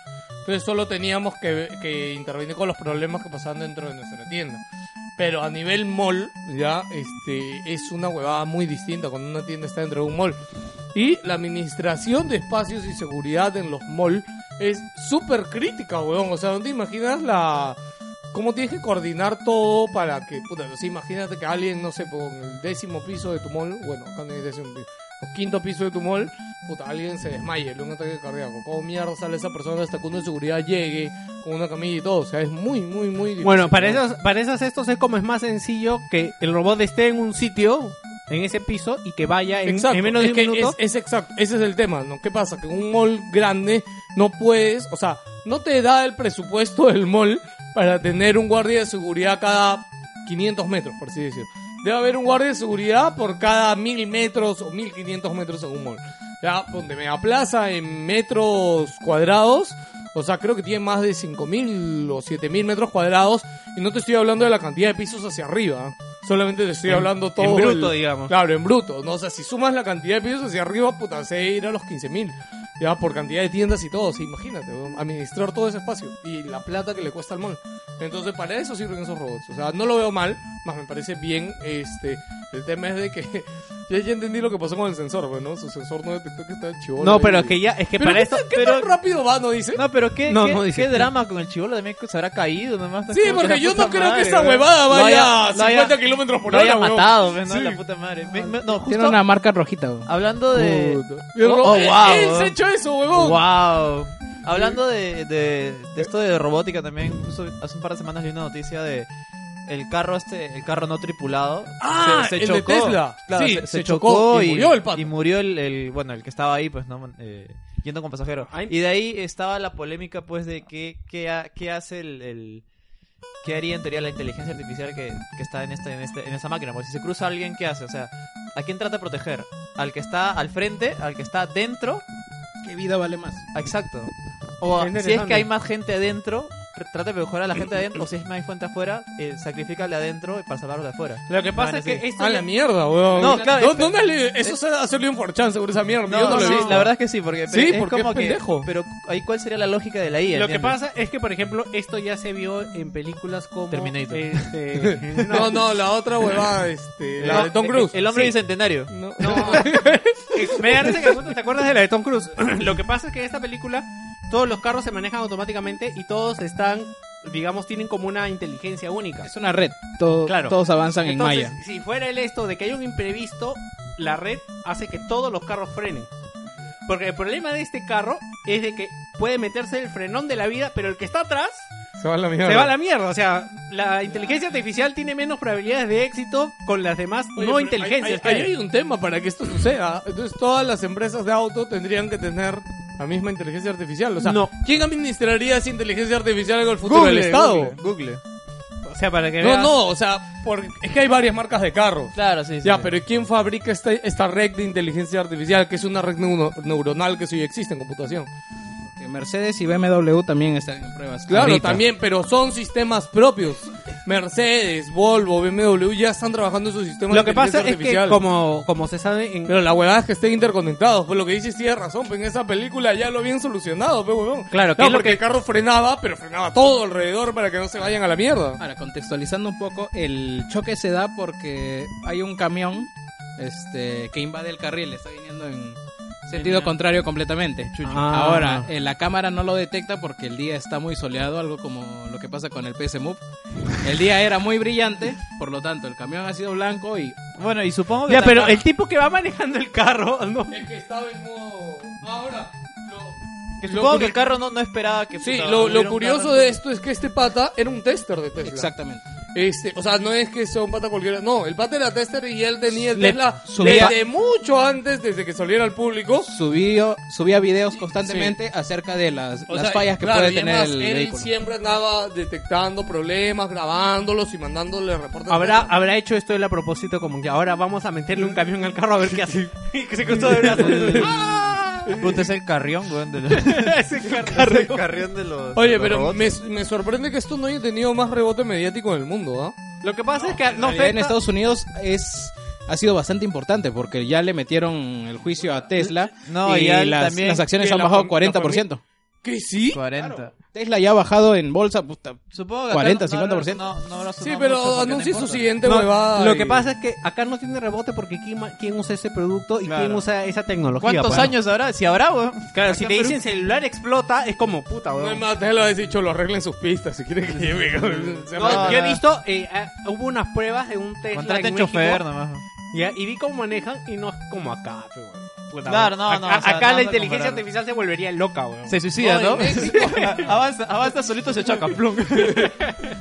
[SPEAKER 5] Entonces solo teníamos que, que intervenir con los problemas que pasaban dentro de nuestra tienda. Pero a nivel mall, ya, este, es una huevada muy distinta cuando una tienda está dentro de un mall. Y la administración de espacios y seguridad en los malls es súper crítica, weón. O sea, ¿no te imaginas la... cómo tienes que coordinar todo para que... Puta, o sea, imagínate que alguien, no sé, por el décimo piso de tu mall, bueno, acá no hay décimo piso, o quinto piso de tu mall, puta, alguien se desmaye, le da un ataque cardíaco. ¿Cómo mierda sale esa persona hasta que uno de seguridad llegue con una camilla y todo? O sea, es muy, muy, muy difícil.
[SPEAKER 1] Bueno, para
[SPEAKER 5] weón.
[SPEAKER 1] esos, para esos estos es como es más sencillo que el robot esté en un sitio, en ese piso, y que vaya en,
[SPEAKER 5] Exacto,
[SPEAKER 1] en menos de
[SPEAKER 5] es
[SPEAKER 1] un
[SPEAKER 5] que
[SPEAKER 1] minuto.
[SPEAKER 5] Es, es exacto, ese es el tema, ¿no? ¿Qué pasa? Que en un mall grande no puedes, o sea, no te da el presupuesto del mall para tener un guardia de seguridad cada 500 metros, por así decirlo. Debe haber un guardia de seguridad por cada 1000 metros o 1500 metros en un mall. Ya, donde me aplaza en metros cuadrados, o sea, creo que tiene más de 5000 o 7000 metros cuadrados, y no te estoy hablando de la cantidad de pisos hacia arriba, ¿eh? solamente te estoy hablando todo.
[SPEAKER 1] en bruto,
[SPEAKER 5] el-
[SPEAKER 1] digamos.
[SPEAKER 5] Claro, en bruto, ¿no? O sea, si sumas la cantidad de pisos hacia arriba, puta, se ir a los 15.000. Ya, por cantidad de tiendas y todo, sí, imagínate, weón, administrar todo ese espacio y la plata que le cuesta al mall. Entonces, para eso sirven esos robots. O sea, no lo veo mal, más me parece bien, este, el tema es de que ya, ya entendí lo que pasó con el sensor, bueno, su sensor no detectó que estaba chivo.
[SPEAKER 1] no, pero es que ya, es que para
[SPEAKER 5] ¿qué,
[SPEAKER 1] esto.
[SPEAKER 5] tan- qué
[SPEAKER 1] pero-
[SPEAKER 5] tan rápido va, no dice?
[SPEAKER 6] No, pero qué,
[SPEAKER 1] No,
[SPEAKER 6] qué,
[SPEAKER 1] no dice.
[SPEAKER 6] qué drama con el chivolo también que se habrá caído nomás.
[SPEAKER 5] Sí,
[SPEAKER 6] Como
[SPEAKER 5] porque
[SPEAKER 6] la
[SPEAKER 5] yo
[SPEAKER 6] puta
[SPEAKER 5] no creo que
[SPEAKER 6] madre,
[SPEAKER 5] esa
[SPEAKER 6] weón.
[SPEAKER 5] huevada
[SPEAKER 6] Lo
[SPEAKER 5] vaya a
[SPEAKER 6] haya- lo
[SPEAKER 5] 50
[SPEAKER 6] haya-
[SPEAKER 5] kilómetros por
[SPEAKER 6] Lo haya
[SPEAKER 5] hora, weón.
[SPEAKER 6] matado, pues, ¿no?
[SPEAKER 5] Sí.
[SPEAKER 6] La puta madre. Me- me- no,
[SPEAKER 8] Tiene
[SPEAKER 6] justo
[SPEAKER 8] una marca rojita,
[SPEAKER 2] Ah,
[SPEAKER 8] weón.
[SPEAKER 6] hablando de...
[SPEAKER 5] Puta. Y el
[SPEAKER 6] Oh,
[SPEAKER 5] robot-
[SPEAKER 6] oh, wow,
[SPEAKER 5] Él se
[SPEAKER 6] weón.
[SPEAKER 5] ha hecho eso, huevón.
[SPEAKER 6] Wow. Hablando de, de, de esto de robótica también, justo hace un par de semanas leí una noticia de el carro este, el carro no tripulado.
[SPEAKER 5] Ah, el de Tesla.
[SPEAKER 6] Claro,
[SPEAKER 5] Sí,
[SPEAKER 6] se, se chocó, y,
[SPEAKER 5] murió el pato.
[SPEAKER 6] y murió el, el- bueno, el que estaba ahí, pues, no, Eh, yendo con pasajero.
[SPEAKER 1] Ay.
[SPEAKER 6] Y de ahí estaba la polémica, pues, de qué, qué, ha- qué hace el, el- qué haría en teoría la inteligencia artificial que, que está en esta, en este, en esta máquina. Porque si se cruza alguien, ¿qué hace? O sea, ¿a quién trata de proteger? ¿Al que está al frente? ¿Al que está dentro?
[SPEAKER 2] ¿Qué vida vale más?
[SPEAKER 6] Exacto. O
[SPEAKER 1] Qué
[SPEAKER 6] si es
[SPEAKER 1] interesante.
[SPEAKER 6] que hay más gente adentro, tr- trata de mejorar a la gente adentro. O si es más gente afuera, eh, sacrificale adentro para salvarlos de afuera.
[SPEAKER 1] Lo que pasa
[SPEAKER 6] Ah,
[SPEAKER 1] es que
[SPEAKER 6] sí.
[SPEAKER 1] esto.
[SPEAKER 5] A la mierda, weón.
[SPEAKER 6] No, claro,
[SPEAKER 5] ¿Dó-
[SPEAKER 6] es-
[SPEAKER 5] ¿Dónde has leído? Eso se ha salido en 4chan, seguro esa mierda. yo no lo he
[SPEAKER 6] sí,
[SPEAKER 5] visto.
[SPEAKER 6] la verdad es que sí, porque
[SPEAKER 5] Sí,
[SPEAKER 6] pero es
[SPEAKER 5] porque es
[SPEAKER 6] como que.
[SPEAKER 5] pendejo.
[SPEAKER 6] Pero ahí cuál sería la lógica de la IA.
[SPEAKER 1] lo que
[SPEAKER 6] ¿entiendes?
[SPEAKER 1] pasa es que, por ejemplo, esto ya se vio en películas como.
[SPEAKER 6] Terminator.
[SPEAKER 1] este,
[SPEAKER 5] No, no, la otra huevada, este, la
[SPEAKER 1] No,
[SPEAKER 5] de Tom Cruise.
[SPEAKER 6] Eh, El hombre
[SPEAKER 1] Sí.
[SPEAKER 6] bicentenario.
[SPEAKER 5] No.
[SPEAKER 1] Me parece que justo te acuerdas de la de Tom Cruise. Lo que pasa es que en esta película todos los carros se manejan automáticamente y todos están, digamos, tienen como una inteligencia única.
[SPEAKER 2] Es una red. Todo-
[SPEAKER 1] Claro.
[SPEAKER 2] Todos avanzan
[SPEAKER 1] Entonces,
[SPEAKER 2] en Maya.
[SPEAKER 1] si fuera el esto de que hay un imprevisto, la red hace que todos los carros frenen. Porque el problema de este carro es de que puede meterse el frenón de la vida, pero el que está atrás
[SPEAKER 5] Se va a la mierda.
[SPEAKER 1] se va a la mierda. O sea, la inteligencia artificial tiene menos probabilidades de éxito con las demás
[SPEAKER 5] Oye,
[SPEAKER 1] no
[SPEAKER 5] pero
[SPEAKER 1] inteligencias.
[SPEAKER 5] Hay, hay-
[SPEAKER 1] que
[SPEAKER 5] hay
[SPEAKER 1] hay.
[SPEAKER 5] un tema para que esto suceda. Entonces todas las empresas de auto tendrían que tener La misma inteligencia artificial. O sea,
[SPEAKER 1] No.
[SPEAKER 5] ¿quién administraría esa inteligencia artificial en el futuro? ¿El Estado?
[SPEAKER 6] Google.
[SPEAKER 1] O sea, para que
[SPEAKER 5] No,
[SPEAKER 1] veas-
[SPEAKER 5] no, o sea, porque es que hay varias marcas de carros.
[SPEAKER 6] Claro, sí, sí.
[SPEAKER 5] Ya, pero ¿y ¿quién fabrica esta, esta red de inteligencia artificial que es una red neu- neuronal que sí existe en computación?
[SPEAKER 2] Que Mercedes y BMW también están en pruebas.
[SPEAKER 5] Claro,
[SPEAKER 2] ahorita.
[SPEAKER 5] también, pero son sistemas propios. Mercedes, Volvo, BMW ya están trabajando en su sistema
[SPEAKER 1] Lo
[SPEAKER 5] de
[SPEAKER 1] que pasa
[SPEAKER 5] inteligencia
[SPEAKER 1] es que,
[SPEAKER 5] artificial.
[SPEAKER 1] como, como se sabe, en,
[SPEAKER 5] Pero la huevada es que estén interconectados. Pues lo que dices tiene razón, pues en esa película ya lo habían solucionado, pues huevón.
[SPEAKER 1] Claro, que
[SPEAKER 5] que
[SPEAKER 1] es lo
[SPEAKER 5] porque
[SPEAKER 1] que-
[SPEAKER 5] el carro frenaba, pero frenaba todo alrededor para que no se vayan a la mierda.
[SPEAKER 9] Ahora, contextualizando un poco, el choque se da porque hay un camión este, que invade el carril, está viniendo en sentido contrario completamente.
[SPEAKER 1] Ah.
[SPEAKER 9] Ahora, eh, la cámara no lo detecta porque el día está muy soleado, algo como lo que pasa con el PS Move. El día era muy brillante, por lo tanto, el camión ha sido blanco y
[SPEAKER 6] Bueno, y supongo que.
[SPEAKER 1] Ya,
[SPEAKER 6] también-
[SPEAKER 1] pero el tipo que va manejando el carro, no.
[SPEAKER 5] Es que estaba en modo... Ahora,
[SPEAKER 6] que
[SPEAKER 5] lo
[SPEAKER 6] supongo que
[SPEAKER 5] curi-
[SPEAKER 6] el carro no, no esperaba que.
[SPEAKER 5] Sí,
[SPEAKER 6] puta,
[SPEAKER 5] lo, lo
[SPEAKER 6] hubiera un
[SPEAKER 5] curioso
[SPEAKER 6] carro-
[SPEAKER 5] de esto es que este pata era un tester de Tesla.
[SPEAKER 9] exactamente.
[SPEAKER 5] Este, o sea, no es que sea un pata cualquiera. No, el pata era tester y él tenía el
[SPEAKER 9] Le-
[SPEAKER 5] Tesla
[SPEAKER 9] subía-
[SPEAKER 5] desde mucho antes, desde que saliera al público.
[SPEAKER 9] Subió, subía videos constantemente acerca de las,
[SPEAKER 5] O
[SPEAKER 9] las
[SPEAKER 5] sea,
[SPEAKER 9] fallas que
[SPEAKER 5] claro,
[SPEAKER 9] puede
[SPEAKER 5] y
[SPEAKER 9] tener
[SPEAKER 5] además,
[SPEAKER 9] el
[SPEAKER 5] él
[SPEAKER 9] vehículo.
[SPEAKER 5] siempre andaba detectando problemas, grabándolos y mandándole reportes.
[SPEAKER 1] ¿Habrá, habrá hecho esto él a propósito, como que ahora vamos a meterle un camión al carro a ver qué hace. Y que se cruzó de brazos.
[SPEAKER 6] Puta, es el carrión, weón. de los-
[SPEAKER 7] El carrión de los. de
[SPEAKER 5] Oye,
[SPEAKER 7] los
[SPEAKER 5] pero
[SPEAKER 7] robots.
[SPEAKER 5] me, me sorprende que esto no haya tenido más rebote mediático en el mundo, ¿ah?
[SPEAKER 1] Lo que pasa es que no
[SPEAKER 9] realidad, en
[SPEAKER 1] afecta.
[SPEAKER 9] Estados Unidos es ha sido bastante importante porque ya le metieron el juicio a Tesla
[SPEAKER 6] No,
[SPEAKER 9] y
[SPEAKER 6] y a él
[SPEAKER 9] las,
[SPEAKER 6] también.
[SPEAKER 9] las acciones
[SPEAKER 5] Que
[SPEAKER 9] han
[SPEAKER 5] la
[SPEAKER 9] bajado
[SPEAKER 5] fam-
[SPEAKER 9] 40%.
[SPEAKER 6] 40.
[SPEAKER 9] Tesla ya ha bajado en bolsa, puta.
[SPEAKER 6] Supongo que.
[SPEAKER 9] 40,
[SPEAKER 6] acá no- no-
[SPEAKER 9] 50%.
[SPEAKER 6] No, no, no,
[SPEAKER 5] Sí,
[SPEAKER 6] no mucho,
[SPEAKER 5] pero
[SPEAKER 6] porque no
[SPEAKER 5] anuncie su
[SPEAKER 6] importa.
[SPEAKER 5] siguiente
[SPEAKER 1] No,
[SPEAKER 5] huevada.
[SPEAKER 1] lo que
[SPEAKER 5] y-
[SPEAKER 1] pasa es que acá no tiene rebote porque quién, ma- quién usa ese producto y quién usa esa tecnología.
[SPEAKER 6] ¿Cuántos
[SPEAKER 1] pues, ¿no?
[SPEAKER 6] años habrá? Si habrá, weón.
[SPEAKER 1] Claro, si
[SPEAKER 6] Acá
[SPEAKER 1] te
[SPEAKER 6] en Perú-
[SPEAKER 1] dicen celular explota, es como puta,
[SPEAKER 5] No
[SPEAKER 1] weón.
[SPEAKER 5] es más, Tesla ha dicho, lo arreglen sus pistas si quieren que lleve. Se
[SPEAKER 1] No,
[SPEAKER 5] arreglen.
[SPEAKER 1] yo he visto, eh, ah, hubo unas pruebas de un Tesla
[SPEAKER 6] Contraten
[SPEAKER 1] en México,
[SPEAKER 6] chofer nomás. weón.
[SPEAKER 1] ya, y vi cómo manejan y no es como acá, pues, weón. Puta,
[SPEAKER 6] Claro,
[SPEAKER 1] weón.
[SPEAKER 6] no, no,
[SPEAKER 1] Acá,
[SPEAKER 6] o sea,
[SPEAKER 1] acá
[SPEAKER 6] no
[SPEAKER 1] la
[SPEAKER 6] se
[SPEAKER 1] inteligencia
[SPEAKER 6] compara.
[SPEAKER 1] artificial se volvería loca, weón.
[SPEAKER 6] Se suicida,
[SPEAKER 5] No,
[SPEAKER 6] ¿no?
[SPEAKER 5] en México.
[SPEAKER 6] avanza, avanza solito, se choca. plum.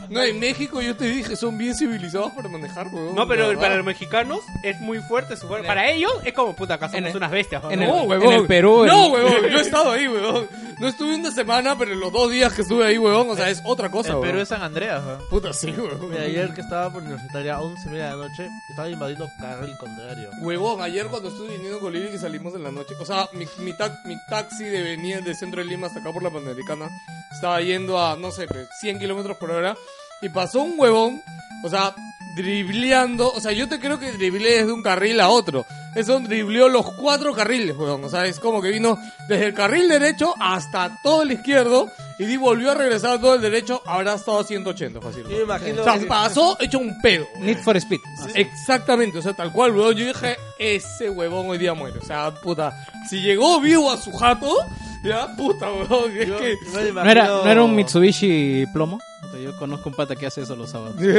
[SPEAKER 5] No, en México yo te dije, son bien civilizados para manejar, huevón.
[SPEAKER 1] No, pero
[SPEAKER 5] ¿verdad?
[SPEAKER 1] para los mexicanos es muy fuerte su fuerza. Para ellos es como puta, acá somos
[SPEAKER 9] en el-
[SPEAKER 1] unas bestias. ¿no?
[SPEAKER 9] en el-
[SPEAKER 5] No,
[SPEAKER 9] en
[SPEAKER 5] huevón.
[SPEAKER 9] Perú, el-
[SPEAKER 5] No, huevón, yo he estado ahí, huevón. No estuve una semana, pero en los dos días que estuve ahí, huevón, o sea, es otra cosa,
[SPEAKER 6] El
[SPEAKER 5] huevón.
[SPEAKER 6] Perú es San Andreas, weón.
[SPEAKER 5] Puta, sí, huevón.
[SPEAKER 4] Mira, ayer que estaba por universitaria a 11 de la noche, estaba invadiendo carril contrario.
[SPEAKER 5] Huevón, ayer cuando estuve viniendo con Lili que salimos en la noche, o sea, mi, mi, ta- mi taxi de venía del centro de Lima hasta acá por la Panamericana, estaba yendo a, no sé, pues, 100 kilómetros por hora, y pasó un huevón, o sea, dribleando, o sea, yo te creo que driblé desde un carril a otro, eso dribleó los cuatro carriles, huevón, o sea, es como que vino desde el carril derecho hasta todo el izquierdo, y di- volvió a regresar a todo el derecho, habrá estado a 180, fácil.
[SPEAKER 4] Yo me imagino.
[SPEAKER 5] O sea, pasó hecho un pedo.
[SPEAKER 9] Need for Speed.
[SPEAKER 5] Exactamente, o sea, tal cual, weón. Yo dije, ese huevón hoy día muere. O sea, puta, si llegó vivo a su jato, ya, puta, weón. Es
[SPEAKER 4] yo-
[SPEAKER 5] que.
[SPEAKER 4] yo me
[SPEAKER 9] ¿No era,
[SPEAKER 4] imagino-
[SPEAKER 9] ¿No era un Mitsubishi plomo? Puta, Yo conozco un pata que hace eso los sábados.
[SPEAKER 4] Yo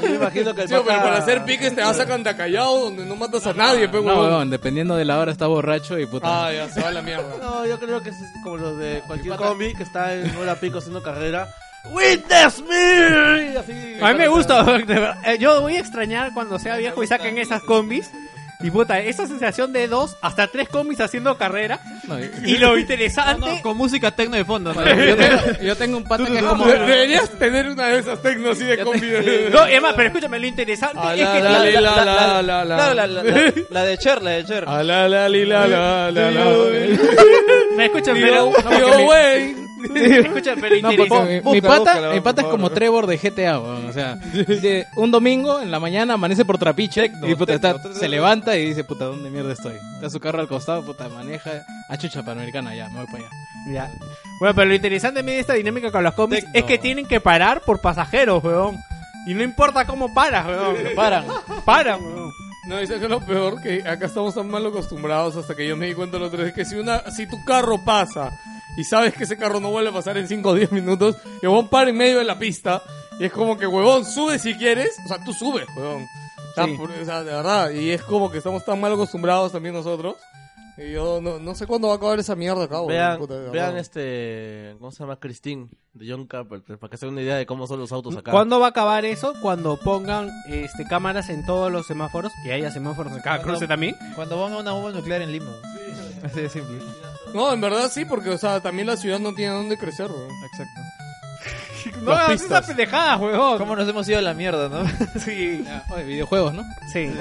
[SPEAKER 4] me imagino que el
[SPEAKER 5] Sí, pero
[SPEAKER 4] pata-
[SPEAKER 5] para hacer piques te vas a Cantacallao donde no matas a nadie, pues,
[SPEAKER 9] No,
[SPEAKER 5] huevón.
[SPEAKER 9] weón, dependiendo de la hora está borracho y puta.
[SPEAKER 5] Ah, ya, se va a la mierda.
[SPEAKER 4] No, yo creo que es como los de cualquier combi que está en hora pico haciendo carrera. Witness me! Así,
[SPEAKER 1] A mí me gusta, weón, de verdad. Eh, yo voy a extrañar cuando sea viejo y saquen esas combis. Y puta, esa sensación de dos hasta tres combis haciendo carrera.
[SPEAKER 9] No, yo,
[SPEAKER 1] Y lo interesante.
[SPEAKER 6] Con música tecno de fondo. ¿no?
[SPEAKER 9] yo tengo, yo tengo un pata que es como...
[SPEAKER 5] De- Deberías tener una de esas tecnos así de combi.
[SPEAKER 1] No, Emma, pero escúchame, lo interesante
[SPEAKER 5] Ah,
[SPEAKER 1] es que.
[SPEAKER 5] la,
[SPEAKER 1] tiene-
[SPEAKER 5] la, la, la, la,
[SPEAKER 6] Claro, la, la, la- la de Cher, la de Cher.
[SPEAKER 5] A la, la, li, la, la, la, la.
[SPEAKER 1] Me escuchan, pero.
[SPEAKER 5] Yo, yo, güey.
[SPEAKER 1] Escucha, pero
[SPEAKER 9] No, porque
[SPEAKER 1] interesante.
[SPEAKER 9] mi, mi pata, mi pata es como Trevor de GTA, weón. O sea, de- un domingo en la mañana amanece por trapiche y puta, está- se levanta y dice, puta, ¿dónde mierda estoy? Está su carro al costado, puta, maneja a chucha panamericana, ya, me voy para allá.
[SPEAKER 1] Ya. Bueno, pero lo interesante también de esta dinámica con los cómics es que tienen que parar por pasajeros, weón. Y no importa cómo paras, weón.
[SPEAKER 9] Paran.
[SPEAKER 1] Paran, weón.
[SPEAKER 5] No, eso es lo peor, que acá estamos tan mal acostumbrados hasta que yo me di cuenta la otra vez que si una, si tu carro pasa y sabes que ese carro no vuelve a pasar en 5 o 10 minutos, y huevón para en medio de la pista y es como que huevón, sube si quieres, o sea, tú subes, huevón. Está por- o sea, de verdad, y es como que estamos tan mal acostumbrados también nosotros. Y yo no, no sé cuándo va a acabar esa mierda acá, huevón,
[SPEAKER 4] Vean,
[SPEAKER 5] Oh, puta, de
[SPEAKER 4] vean
[SPEAKER 5] verdad.
[SPEAKER 4] este. ¿Cómo se llama? Christine de John Carpenter. Para que se den una idea de cómo son los autos acá.
[SPEAKER 1] ¿Cuándo va a acabar eso? Cuando pongan este, cámaras en todos los semáforos y haya semáforos en cada Ah, cruce también.
[SPEAKER 6] Cuando ponga una bomba nuclear en Limo. Así de simple.
[SPEAKER 5] No, en verdad sí, porque, o sea, también la ciudad no tiene dónde crecer, weón.
[SPEAKER 6] Exacto.
[SPEAKER 1] No hagas esas pendejadas, huevón.
[SPEAKER 6] ¿Cómo nos hemos ido a la mierda, no?
[SPEAKER 1] Sí.
[SPEAKER 9] Ah, Oye, videojuegos, ¿no?
[SPEAKER 1] Sí.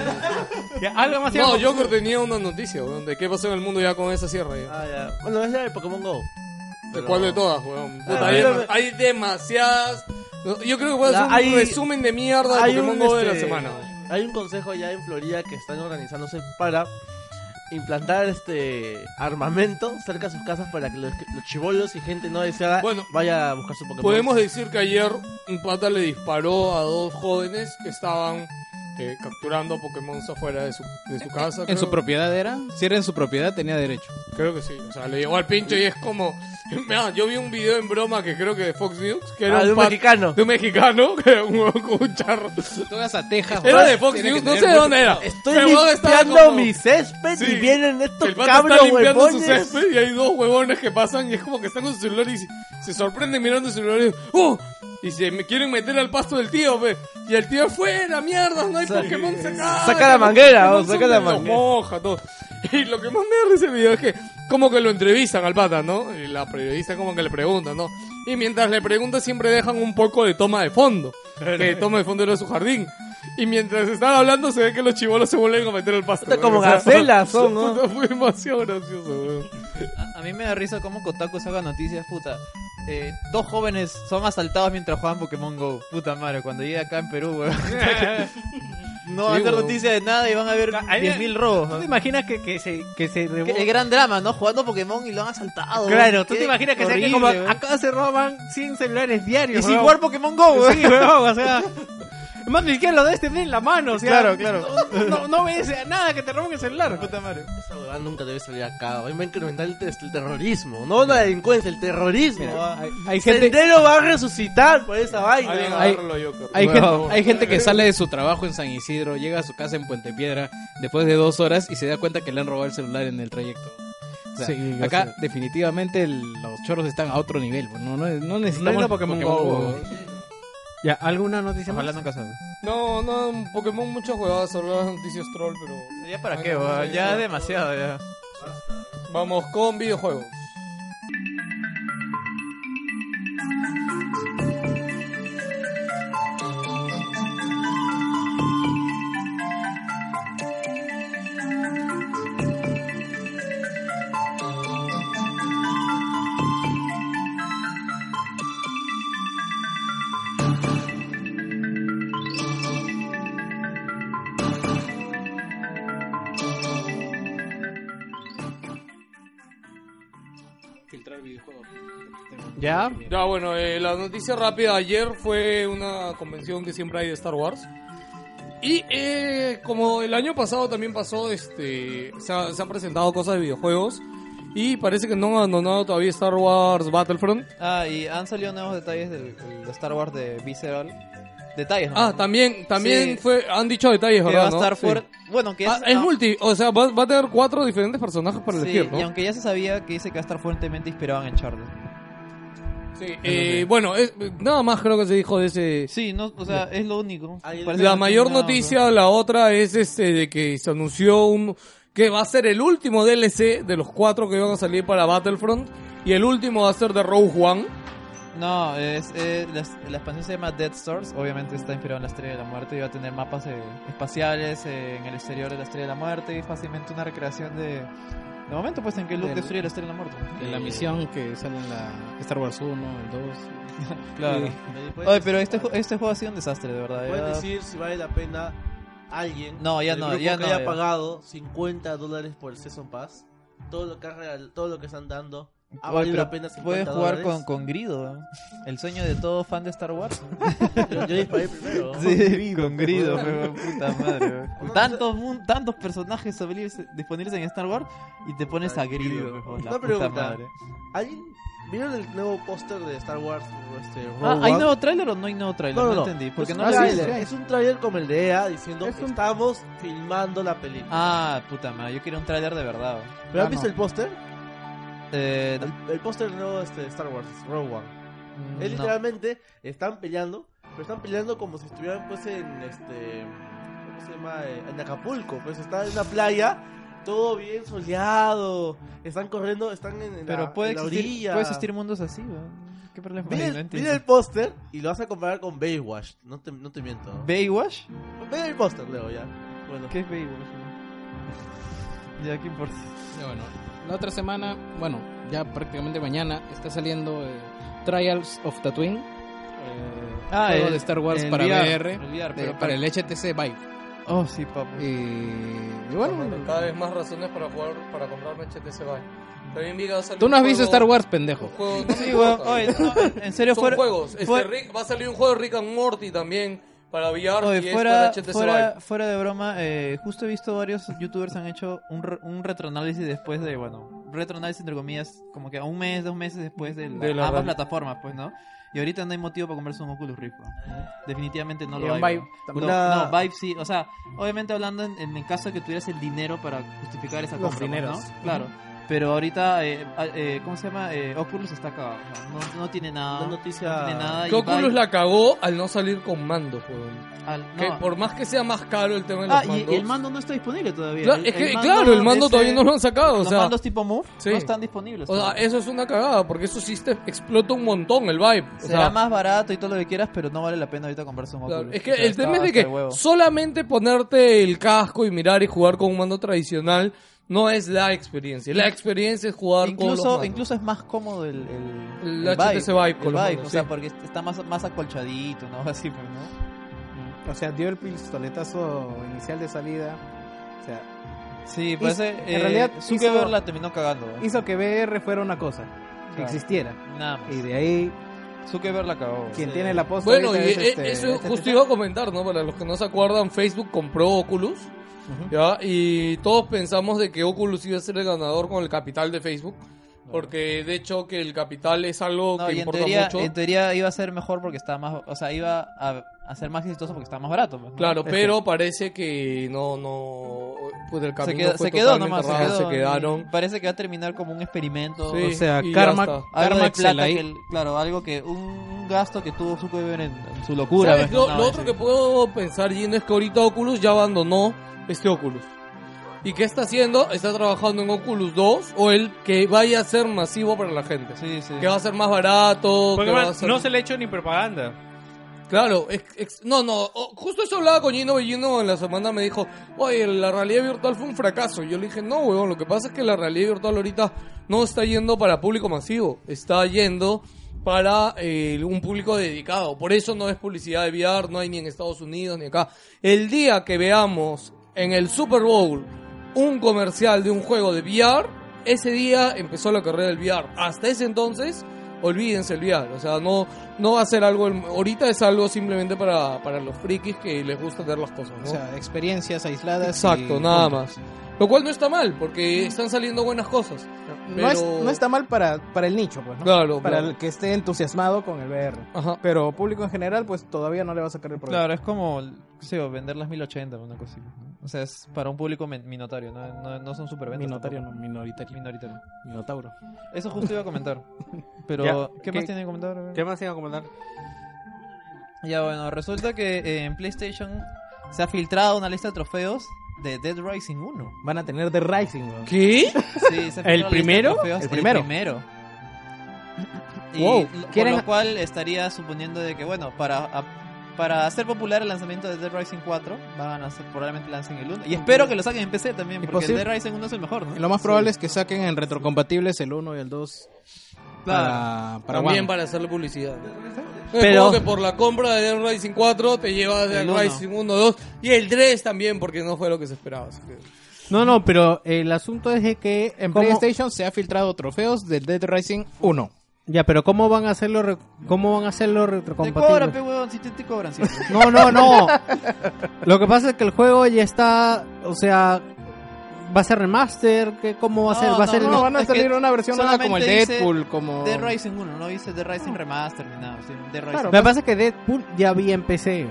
[SPEAKER 1] Ya, Algo
[SPEAKER 4] Ah,
[SPEAKER 1] más
[SPEAKER 5] No,
[SPEAKER 1] digamos.
[SPEAKER 5] yo creo que tenía una noticia, weón, de qué pasó en el mundo ya con esa sierra. ya.
[SPEAKER 4] Ah, ya. Bueno, es la de Pokémon Go.
[SPEAKER 5] ¿De cuál de todas, weón? Puta,
[SPEAKER 4] Ah,
[SPEAKER 5] hay,
[SPEAKER 4] yo me-
[SPEAKER 5] hay demasiadas. No, Yo creo que voy a hacer
[SPEAKER 4] La-
[SPEAKER 5] un
[SPEAKER 4] hay-
[SPEAKER 5] resumen de mierda de Pokémon Go de la
[SPEAKER 4] este,
[SPEAKER 5] semana.
[SPEAKER 4] Hay un consejo ya en Florida que están organizándose para implantar este armamento cerca de sus casas para que los, los chivolos y gente no deseada
[SPEAKER 5] Bueno,
[SPEAKER 4] vaya a buscar su Pokémon.
[SPEAKER 5] Podemos decir que ayer un pata le disparó a dos jóvenes que estaban eh, capturando Pokémon afuera de su, de su casa.
[SPEAKER 9] En
[SPEAKER 5] creo.
[SPEAKER 9] su propiedad era. Si era en su propiedad, tenía derecho.
[SPEAKER 5] Creo que sí. O sea, le llegó al pincho y es como. Mira, yo vi un video en broma que creo que de Fox News. Que era
[SPEAKER 4] Ah, de un
[SPEAKER 5] pat-
[SPEAKER 4] mexicano.
[SPEAKER 5] De un mexicano. Que era un huevón con un charro.
[SPEAKER 9] Tú vas a Texas,
[SPEAKER 5] Era
[SPEAKER 9] weón,
[SPEAKER 5] de Fox
[SPEAKER 9] tiene
[SPEAKER 5] News,
[SPEAKER 9] que
[SPEAKER 5] no
[SPEAKER 9] tener
[SPEAKER 5] sé de
[SPEAKER 9] mucho
[SPEAKER 5] dónde era.
[SPEAKER 4] Estoy
[SPEAKER 5] Pero el huevón estaba
[SPEAKER 4] limpiando
[SPEAKER 5] como-
[SPEAKER 4] mi césped
[SPEAKER 5] Sí.
[SPEAKER 4] y vienen estos
[SPEAKER 5] El pata
[SPEAKER 4] cabros
[SPEAKER 5] está limpiando
[SPEAKER 4] huevones.
[SPEAKER 5] su césped y hay dos huevones que pasan y es como que están con su celular y se, se sorprenden mirando su celular y dicen, ¡Uh! Y se me quieren meter al pasto del tío, pe. Y el tío fuera, mierda, no hay Pokémon saca.
[SPEAKER 4] Saca la manguera,
[SPEAKER 5] Pokémon
[SPEAKER 4] o saca la
[SPEAKER 5] son- los
[SPEAKER 4] manguera.
[SPEAKER 5] moja, todo. Y lo que más me da ese video es que como que lo entrevistan al pata, ¿no? Y la periodista como que le pregunta, ¿no? Y mientras le pregunta siempre dejan un poco de toma de fondo. Que toma de fondo era su jardín. Y mientras están hablando se ve que los chivolos se vuelven a meter al pasto.
[SPEAKER 4] Puta, como
[SPEAKER 5] weón. O sea,
[SPEAKER 4] gacelas son, ¿no?
[SPEAKER 5] puta, fue demasiado gracioso, weón.
[SPEAKER 6] A, a mí me da risa cómo Kotaku saca noticias, puta. Eh, dos jóvenes son asaltados mientras juegan Pokémon Go. Puta madre, cuando llegue acá en Perú, weón. no va a
[SPEAKER 5] Sí,
[SPEAKER 6] haber
[SPEAKER 5] weón.
[SPEAKER 6] noticia de nada y van a haber
[SPEAKER 1] Ahí- ¿Tú
[SPEAKER 6] 10.000
[SPEAKER 1] te
[SPEAKER 6] robos. ¿no?
[SPEAKER 1] imaginas que, que se, que se
[SPEAKER 6] Que-
[SPEAKER 1] revo-
[SPEAKER 6] El gran drama, ¿no? Jugando Pokémon y lo han asaltado.
[SPEAKER 1] Claro,
[SPEAKER 6] weón.
[SPEAKER 1] tú
[SPEAKER 6] Qué
[SPEAKER 1] te imaginas que, sea que
[SPEAKER 6] horrible,
[SPEAKER 1] como
[SPEAKER 6] weón.
[SPEAKER 1] acá se roban 100 celulares diarios.
[SPEAKER 6] Y sin
[SPEAKER 1] weón.
[SPEAKER 6] jugar Pokémon Go, weón.
[SPEAKER 1] Sí, weón, o sea. Más ni siquiera lo debes tener en la mano, o sea.
[SPEAKER 6] Claro, claro.
[SPEAKER 1] No, no, no ves nada que te roben el celular.
[SPEAKER 6] Puta madre.
[SPEAKER 4] Esa huevada nunca debe salir acá. Hoy va a incrementar el, ter- el terrorismo. No la delincuencia, el terrorismo. va.
[SPEAKER 9] Hay gente,
[SPEAKER 4] Sendero va a resucitar por esa vaina.
[SPEAKER 5] Alguien
[SPEAKER 9] Hay-
[SPEAKER 5] agárralo, Joker.
[SPEAKER 9] hay,
[SPEAKER 5] Weón.
[SPEAKER 9] gente, hay gente que sale de su trabajo en San Isidro, llega a su casa en Puente Piedra después de dos horas y se da cuenta que le han robado el celular en el trayecto. O sea,
[SPEAKER 1] Sí, yo
[SPEAKER 9] acá
[SPEAKER 1] sé.
[SPEAKER 9] definitivamente el- los choros están a otro nivel. pues, No, no, no necesitamos
[SPEAKER 1] No hay Pokémon Go, Ya, ¿alguna noticia
[SPEAKER 6] Ojalá
[SPEAKER 1] más?
[SPEAKER 6] nunca salga.
[SPEAKER 5] No, no, en Pokémon muchas huevadas, solo las noticias troll, pero...
[SPEAKER 6] ¿Ya para qué,
[SPEAKER 5] Ay, no,
[SPEAKER 6] weón?
[SPEAKER 5] no,
[SPEAKER 6] Ya
[SPEAKER 5] no.
[SPEAKER 6] demasiado, ya.
[SPEAKER 5] Vamos con videojuegos.
[SPEAKER 1] Ya.
[SPEAKER 5] Ya, bueno, eh, la noticia rápida ayer fue una convención que siempre hay de Star Wars. Y eh, como el año pasado también pasó, este, se, ha- se han presentado cosas de videojuegos. Y parece que no han abandonado todavía Star Wars Battlefront.
[SPEAKER 6] Ah, y han salido nuevos detalles del, del Star Wars de Visceral. Detalles, ¿no?
[SPEAKER 5] Ah, también, también
[SPEAKER 6] Sí.
[SPEAKER 5] fue, han dicho detalles,
[SPEAKER 6] que
[SPEAKER 5] ¿verdad?
[SPEAKER 6] va a
[SPEAKER 5] no?
[SPEAKER 6] estar
[SPEAKER 5] Sí.
[SPEAKER 6] fuerte. Bueno, que
[SPEAKER 5] Ah, es
[SPEAKER 6] ah,
[SPEAKER 5] multi, o sea, va, va a tener cuatro diferentes personajes para
[SPEAKER 6] sí,
[SPEAKER 5] elegir, ¿no?
[SPEAKER 6] Y aunque ya se sabía que dice que va a estar fuertemente inspirado en Charlie.
[SPEAKER 5] Sí, eh, bueno, es- nada más creo que se dijo de ese...
[SPEAKER 6] Sí, no, o sea, es lo único.
[SPEAKER 4] Ahí-
[SPEAKER 6] Parece
[SPEAKER 5] La
[SPEAKER 6] que no
[SPEAKER 5] mayor
[SPEAKER 6] tiene nada,
[SPEAKER 5] noticia, la otra, es este de que se anunció un, que va a ser el último DLC de los cuatro que van a salir para Battlefront. Y el último va a ser de Rogue One.
[SPEAKER 6] o sea. No, es, eh, la, la expansión se llama Dead Stars. Obviamente está inspirado en la Estrella de la Muerte y va a tener mapas eh, espaciales eh, en el exterior de la Estrella de la Muerte y fácilmente una recreación de. De momento, pues, en que Luke
[SPEAKER 9] Del-
[SPEAKER 6] destruye la Estrella de la Muerte.
[SPEAKER 9] De la misión que sale en la Star Wars 1, el 2.
[SPEAKER 6] Claro.
[SPEAKER 4] Puedes-
[SPEAKER 6] Oye, pero este, ju- este juego ha sido un desastre, de verdad. ¿eh?
[SPEAKER 4] Pueden
[SPEAKER 6] era-
[SPEAKER 4] decir si vale la pena alguien
[SPEAKER 6] No, ya
[SPEAKER 4] del
[SPEAKER 6] no,
[SPEAKER 4] grupo
[SPEAKER 6] ya
[SPEAKER 4] que
[SPEAKER 6] no,
[SPEAKER 4] haya
[SPEAKER 6] ya.
[SPEAKER 4] pagado 50 dólares por el Season Pass, todo lo que, ha regal- todo lo que están dando, ha
[SPEAKER 6] Oye,
[SPEAKER 4] valido
[SPEAKER 6] pero
[SPEAKER 4] la pena 50
[SPEAKER 6] Puedes jugar
[SPEAKER 4] dólares?
[SPEAKER 6] con, con Grido, ¿no? el sueño de todo fan de Star Wars.
[SPEAKER 4] Yo, yo disparé primero.
[SPEAKER 6] Sí, con grido, pero puta madre. weón. Tantos, mun- tantos personajes sobrevivientes disponibles en Star Wars y te pones a grido. weón, la
[SPEAKER 4] Una
[SPEAKER 6] puta
[SPEAKER 4] pregunta.
[SPEAKER 6] madre.
[SPEAKER 4] ¿Alguien vieron el nuevo póster de Star Wars? Este,
[SPEAKER 6] Ah,
[SPEAKER 4] Rogue
[SPEAKER 6] ¿Hay
[SPEAKER 4] One?
[SPEAKER 6] nuevo tráiler o no hay nuevo tráiler? No, entendí. Porque
[SPEAKER 4] es,
[SPEAKER 6] no
[SPEAKER 4] un
[SPEAKER 6] lo he visto.
[SPEAKER 4] tráiler, Ah, es un tráiler como el de EA diciendo
[SPEAKER 1] Es un-
[SPEAKER 4] estamos filmando la película.
[SPEAKER 6] Ah, puta madre, yo quería un tráiler de verdad. weón.
[SPEAKER 4] ¿Pero
[SPEAKER 9] ah,
[SPEAKER 4] has visto
[SPEAKER 9] no.
[SPEAKER 4] el póster?
[SPEAKER 6] Eh,
[SPEAKER 4] El, el póster nuevo este, de Star Wars, Rogue One.
[SPEAKER 6] no.
[SPEAKER 4] Es literalmente, están peleando, pero están peleando como si estuvieran pues en este... ¿Cómo se llama? Eh, En Acapulco, pues está en una playa todo bien soleado. Están corriendo, están en, en
[SPEAKER 6] Pero
[SPEAKER 4] la,
[SPEAKER 6] puede
[SPEAKER 4] en la
[SPEAKER 6] existir,
[SPEAKER 4] orilla.
[SPEAKER 6] puede existir mundos así, weón. ¿Qué problema hay?
[SPEAKER 4] Mira
[SPEAKER 6] No
[SPEAKER 4] el,
[SPEAKER 6] entiendo.
[SPEAKER 4] mira el póster y lo vas a comparar con Baywatch. No te, no te miento.
[SPEAKER 6] ¿Baywatch?
[SPEAKER 4] Ve el póster, Leo, ya. Bueno,
[SPEAKER 6] ¿Qué es Baywatch? Ya, ¿qué importa?
[SPEAKER 9] Ya, bueno, la otra semana, bueno, ya prácticamente mañana, está saliendo eh, Trials of Tatooine.
[SPEAKER 6] Ah,
[SPEAKER 9] juego
[SPEAKER 6] el-
[SPEAKER 9] de Star Wars
[SPEAKER 6] el
[SPEAKER 9] para
[SPEAKER 6] VR,
[SPEAKER 9] VR,
[SPEAKER 6] el VR,
[SPEAKER 9] de-
[SPEAKER 6] pero
[SPEAKER 9] para,
[SPEAKER 6] para-
[SPEAKER 9] el HTC Vive.
[SPEAKER 6] Oh, sí, papu.
[SPEAKER 9] Y, y bueno,
[SPEAKER 5] Cada vez más razones para jugar, para comprarme HTC Vive. También vi que va a salir
[SPEAKER 9] tú no
[SPEAKER 5] un
[SPEAKER 9] has visto
[SPEAKER 5] juego-
[SPEAKER 9] Star Wars, pendejo.
[SPEAKER 5] un juego- no me
[SPEAKER 6] Sí, weón.
[SPEAKER 5] importa.
[SPEAKER 6] Oye, no, en serio,
[SPEAKER 5] Son
[SPEAKER 6] fuera.
[SPEAKER 5] juegos. Este,
[SPEAKER 6] fuera-
[SPEAKER 5] Rick- va a salir un juego de Rick and Morty también para VR
[SPEAKER 6] Oye,
[SPEAKER 5] y es para
[SPEAKER 6] fuera,
[SPEAKER 5] HTC
[SPEAKER 6] fuera,
[SPEAKER 5] Vive.
[SPEAKER 6] fuera de broma, eh, justo he visto varios youtubers han hecho un, re- un retroanálisis después de, bueno, retroanálisis entre comillas, como que a un mes, dos meses después de, la-
[SPEAKER 5] De la
[SPEAKER 6] ambas
[SPEAKER 5] radio.
[SPEAKER 6] plataformas, pues, ¿no? Y ahorita no hay motivo para comprarse un Oculus Rift, pues, ¿no? Definitivamente no
[SPEAKER 9] Y
[SPEAKER 6] lo hay.
[SPEAKER 9] un Vive
[SPEAKER 6] ¿no? No,
[SPEAKER 4] Una-
[SPEAKER 6] no, Vive sí, o sea, obviamente hablando en, en el caso de que tuvieras el dinero para justificar esa
[SPEAKER 1] Los
[SPEAKER 6] compra, pues,
[SPEAKER 1] dineros.
[SPEAKER 6] ¿no? Claro. Pero ahorita, eh, a- eh, ¿cómo se llama? Eh, Oculus está acá, o sea, no, no tiene nada.
[SPEAKER 4] Una noticia-
[SPEAKER 6] no tiene nada. y
[SPEAKER 5] Que Oculus
[SPEAKER 6] Vive-
[SPEAKER 5] la cagó al no salir con mando, weón.
[SPEAKER 6] al-
[SPEAKER 5] Que
[SPEAKER 6] no.
[SPEAKER 5] por más que sea más caro el tema de los
[SPEAKER 6] Ah, y,
[SPEAKER 5] mandos.
[SPEAKER 6] y el mando no está disponible todavía.
[SPEAKER 5] Claro,
[SPEAKER 6] El-
[SPEAKER 5] es que,
[SPEAKER 6] mando
[SPEAKER 5] claro, el mando
[SPEAKER 6] ese-
[SPEAKER 5] todavía no lo han sacado. O
[SPEAKER 6] los
[SPEAKER 5] sea,
[SPEAKER 6] mandos tipo Move
[SPEAKER 5] Sí.
[SPEAKER 6] no están disponibles.
[SPEAKER 5] o sea,
[SPEAKER 6] todavía.
[SPEAKER 5] eso es una cagada, porque eso sí te explota un montón el vibe. O
[SPEAKER 6] Será
[SPEAKER 5] sea,
[SPEAKER 6] más barato y todo lo que quieras, pero no vale la pena ahorita comprarse un
[SPEAKER 5] claro,
[SPEAKER 6] Oculus.
[SPEAKER 5] es que
[SPEAKER 6] O sea,
[SPEAKER 5] el
[SPEAKER 6] está-
[SPEAKER 5] tema es de
[SPEAKER 6] está
[SPEAKER 5] que
[SPEAKER 6] este huevo.
[SPEAKER 5] solamente ponerte el casco y mirar y jugar con un mando tradicional no es la experiencia. La experiencia es jugar con los
[SPEAKER 6] Incluso,
[SPEAKER 5] mandos.
[SPEAKER 6] incluso es más cómodo el, el,
[SPEAKER 5] El HTC Vive con los
[SPEAKER 6] el Vive,
[SPEAKER 5] mandos,
[SPEAKER 6] o sea,
[SPEAKER 5] sí.
[SPEAKER 6] porque está más, más acolchadito, ¿no? Así, pues, ¿no?
[SPEAKER 8] O sea, dio el pistoletazo inicial de salida. O sea,
[SPEAKER 6] Sí,
[SPEAKER 8] pues,
[SPEAKER 6] parece.
[SPEAKER 8] eh,
[SPEAKER 6] en realidad,
[SPEAKER 8] hizo-
[SPEAKER 6] Zuckerberg la terminó cagando. ¿eh?
[SPEAKER 8] hizo que VR fuera una cosa, que
[SPEAKER 6] Claro.
[SPEAKER 8] existiera.
[SPEAKER 6] Nada más.
[SPEAKER 8] Y de ahí,
[SPEAKER 6] Zuckerberg la cagó.
[SPEAKER 8] quien tiene la
[SPEAKER 6] Pues
[SPEAKER 8] posta
[SPEAKER 5] Bueno, y
[SPEAKER 8] ahorita es
[SPEAKER 5] eh,
[SPEAKER 8] este-
[SPEAKER 5] eso
[SPEAKER 8] este-
[SPEAKER 5] justo iba a comentar, ¿no? Para los que no se acuerdan, Facebook compró Oculus, ¿ya? Y todos pensamos de que Oculus iba a ser el ganador con el capital de Facebook, porque de hecho que el capital es algo
[SPEAKER 6] No,
[SPEAKER 5] que
[SPEAKER 6] y en
[SPEAKER 5] importa
[SPEAKER 6] teoría,
[SPEAKER 5] mucho.
[SPEAKER 6] en teoría iba a ser mejor porque estaba más. O sea, iba a, a ser más exitoso porque estaba más barato. pues, ¿no?
[SPEAKER 5] Claro, pero parece que no, no, pues el
[SPEAKER 6] se
[SPEAKER 5] camino
[SPEAKER 6] quedó,
[SPEAKER 5] fue
[SPEAKER 6] se quedó
[SPEAKER 5] totalmente
[SPEAKER 6] nomás, se,
[SPEAKER 5] errado,
[SPEAKER 6] quedó,
[SPEAKER 5] se quedaron.
[SPEAKER 6] y Parece que va a terminar como un experimento.
[SPEAKER 5] Sí,
[SPEAKER 9] O sea,
[SPEAKER 5] y ya
[SPEAKER 9] Karma,
[SPEAKER 5] está.
[SPEAKER 6] algo de
[SPEAKER 9] Karma
[SPEAKER 6] plata
[SPEAKER 9] Xelai-
[SPEAKER 6] que el- claro, algo que un, un gasto que tuvo Zuckerberg en, en su locura.
[SPEAKER 5] ¿Sabes?
[SPEAKER 6] pues,
[SPEAKER 5] Lo,
[SPEAKER 6] una
[SPEAKER 5] lo
[SPEAKER 6] vez,
[SPEAKER 5] otro
[SPEAKER 6] sí.
[SPEAKER 5] que puedo pensar, Gino, es que ahorita Oculus ya abandonó este Oculus. ¿Y qué está haciendo? Está trabajando en Oculus 2 o el que vaya a ser masivo para la gente.
[SPEAKER 6] Sí, sí.
[SPEAKER 5] Que va a ser más barato.
[SPEAKER 1] Porque
[SPEAKER 5] que va a
[SPEAKER 1] además,
[SPEAKER 5] ser-
[SPEAKER 1] no se le ha hecho ni propaganda.
[SPEAKER 5] Claro, ex- ex- no, no. o- Justo eso hablaba con Gino y Gino en la semana me dijo, oye, la realidad virtual fue un fracaso. Yo le dije, no, weón, lo que pasa es que la realidad virtual ahorita no está yendo para público masivo, está yendo para eh, un público dedicado. Por eso no es publicidad de VR, no hay ni en Estados Unidos ni acá. El día que veamos en el Super Bowl un comercial de un juego de VR, ese día empezó la carrera del VR. Hasta ese entonces, olvídense el VR. O sea, no, no va a ser algo. Ahorita es algo simplemente para, para los frikis que les gusta ver las cosas, ¿no?
[SPEAKER 2] O sea, experiencias aisladas.
[SPEAKER 5] Exacto,
[SPEAKER 2] y-
[SPEAKER 5] nada más. Lo cual no está mal, porque están saliendo buenas cosas.
[SPEAKER 8] No, es-
[SPEAKER 5] Pero-
[SPEAKER 8] no está mal para, para el nicho, pues, ¿no?
[SPEAKER 5] Claro,
[SPEAKER 8] para
[SPEAKER 5] claro.
[SPEAKER 8] el que esté entusiasmado con el VR.
[SPEAKER 5] Ajá.
[SPEAKER 8] Pero público en general, pues todavía no le va a sacar el provecho.
[SPEAKER 6] Claro, es como qué sé yo, vender las 1080 o una cosa así. ¿no? O sea, es para un público men- minotario, no, no, no son superventas.
[SPEAKER 8] Minotario,
[SPEAKER 6] tampoco.
[SPEAKER 8] no, minoritario.
[SPEAKER 6] Minoritario.
[SPEAKER 8] Minotauro.
[SPEAKER 6] Eso justo iba a comentar. Pero,
[SPEAKER 1] Ya, ¿qué-
[SPEAKER 6] ¿qué más tiene que comentar?
[SPEAKER 1] ¿Qué más iba a comentar?
[SPEAKER 6] Ya bueno, resulta que eh, en PlayStation se ha filtrado una lista de trofeos de Dead Rising 1.
[SPEAKER 8] Van a tener The Rising, weón.
[SPEAKER 5] ¿Qué?
[SPEAKER 6] Sí, se filtró
[SPEAKER 1] ¿El
[SPEAKER 6] la lista de
[SPEAKER 1] primero?
[SPEAKER 6] trofeos,
[SPEAKER 8] ¿El
[SPEAKER 6] el
[SPEAKER 8] primero?
[SPEAKER 6] primero. Y
[SPEAKER 8] Wow.
[SPEAKER 6] lo- por
[SPEAKER 8] ¿Quieren-
[SPEAKER 6] lo cual estaría suponiendo de que, bueno, para, a- para hacer popular el lanzamiento de Dead Rising 4, van a hacer, probablemente lancen el 1. Y espero que lo saquen en PC también,
[SPEAKER 2] Y
[SPEAKER 6] porque
[SPEAKER 2] posible-
[SPEAKER 6] Dead Rising 1 es el mejor,
[SPEAKER 2] Y
[SPEAKER 6] ¿no?
[SPEAKER 2] Lo más probable es que saquen en retrocompatibles el 1 y el 2 para, para
[SPEAKER 5] También
[SPEAKER 2] One.
[SPEAKER 5] para hacerle publicidad. Pero
[SPEAKER 1] Pero-
[SPEAKER 5] Eh, que por la compra de Dead Rising 4 te llevas Dead
[SPEAKER 6] El uno.
[SPEAKER 5] Rising 1, 2 y el 3 también porque no fue lo que se esperaba. así que-
[SPEAKER 1] No, no, pero el asunto es de que
[SPEAKER 2] En
[SPEAKER 1] ¿cómo-
[SPEAKER 2] PlayStation se ha filtrado trofeos del Dead Rising 1.
[SPEAKER 1] Ya, pero ¿cómo van a hacerlo, re- cómo van a hacerlo
[SPEAKER 6] Te cobran,
[SPEAKER 1] retrocompatible?
[SPEAKER 6] pe huevón, si te, te cobran siempre.
[SPEAKER 1] No, no, no. Lo que pasa es que el juego ya está, o sea, va a ser remaster, ¿qué- ¿cómo va a ser?
[SPEAKER 6] No,
[SPEAKER 1] va a ser
[SPEAKER 6] no,
[SPEAKER 2] No,
[SPEAKER 1] el-
[SPEAKER 2] van a
[SPEAKER 6] es que
[SPEAKER 2] salir una versión nueva como el
[SPEAKER 6] solamente dice
[SPEAKER 2] Deadpool, como...
[SPEAKER 6] Dead Rising 1, no dice Dead Rising Remaster ni nada. o sea, Dead Rising
[SPEAKER 1] Lo
[SPEAKER 2] pues.
[SPEAKER 1] que pasa es que Deadpool ya había en PC,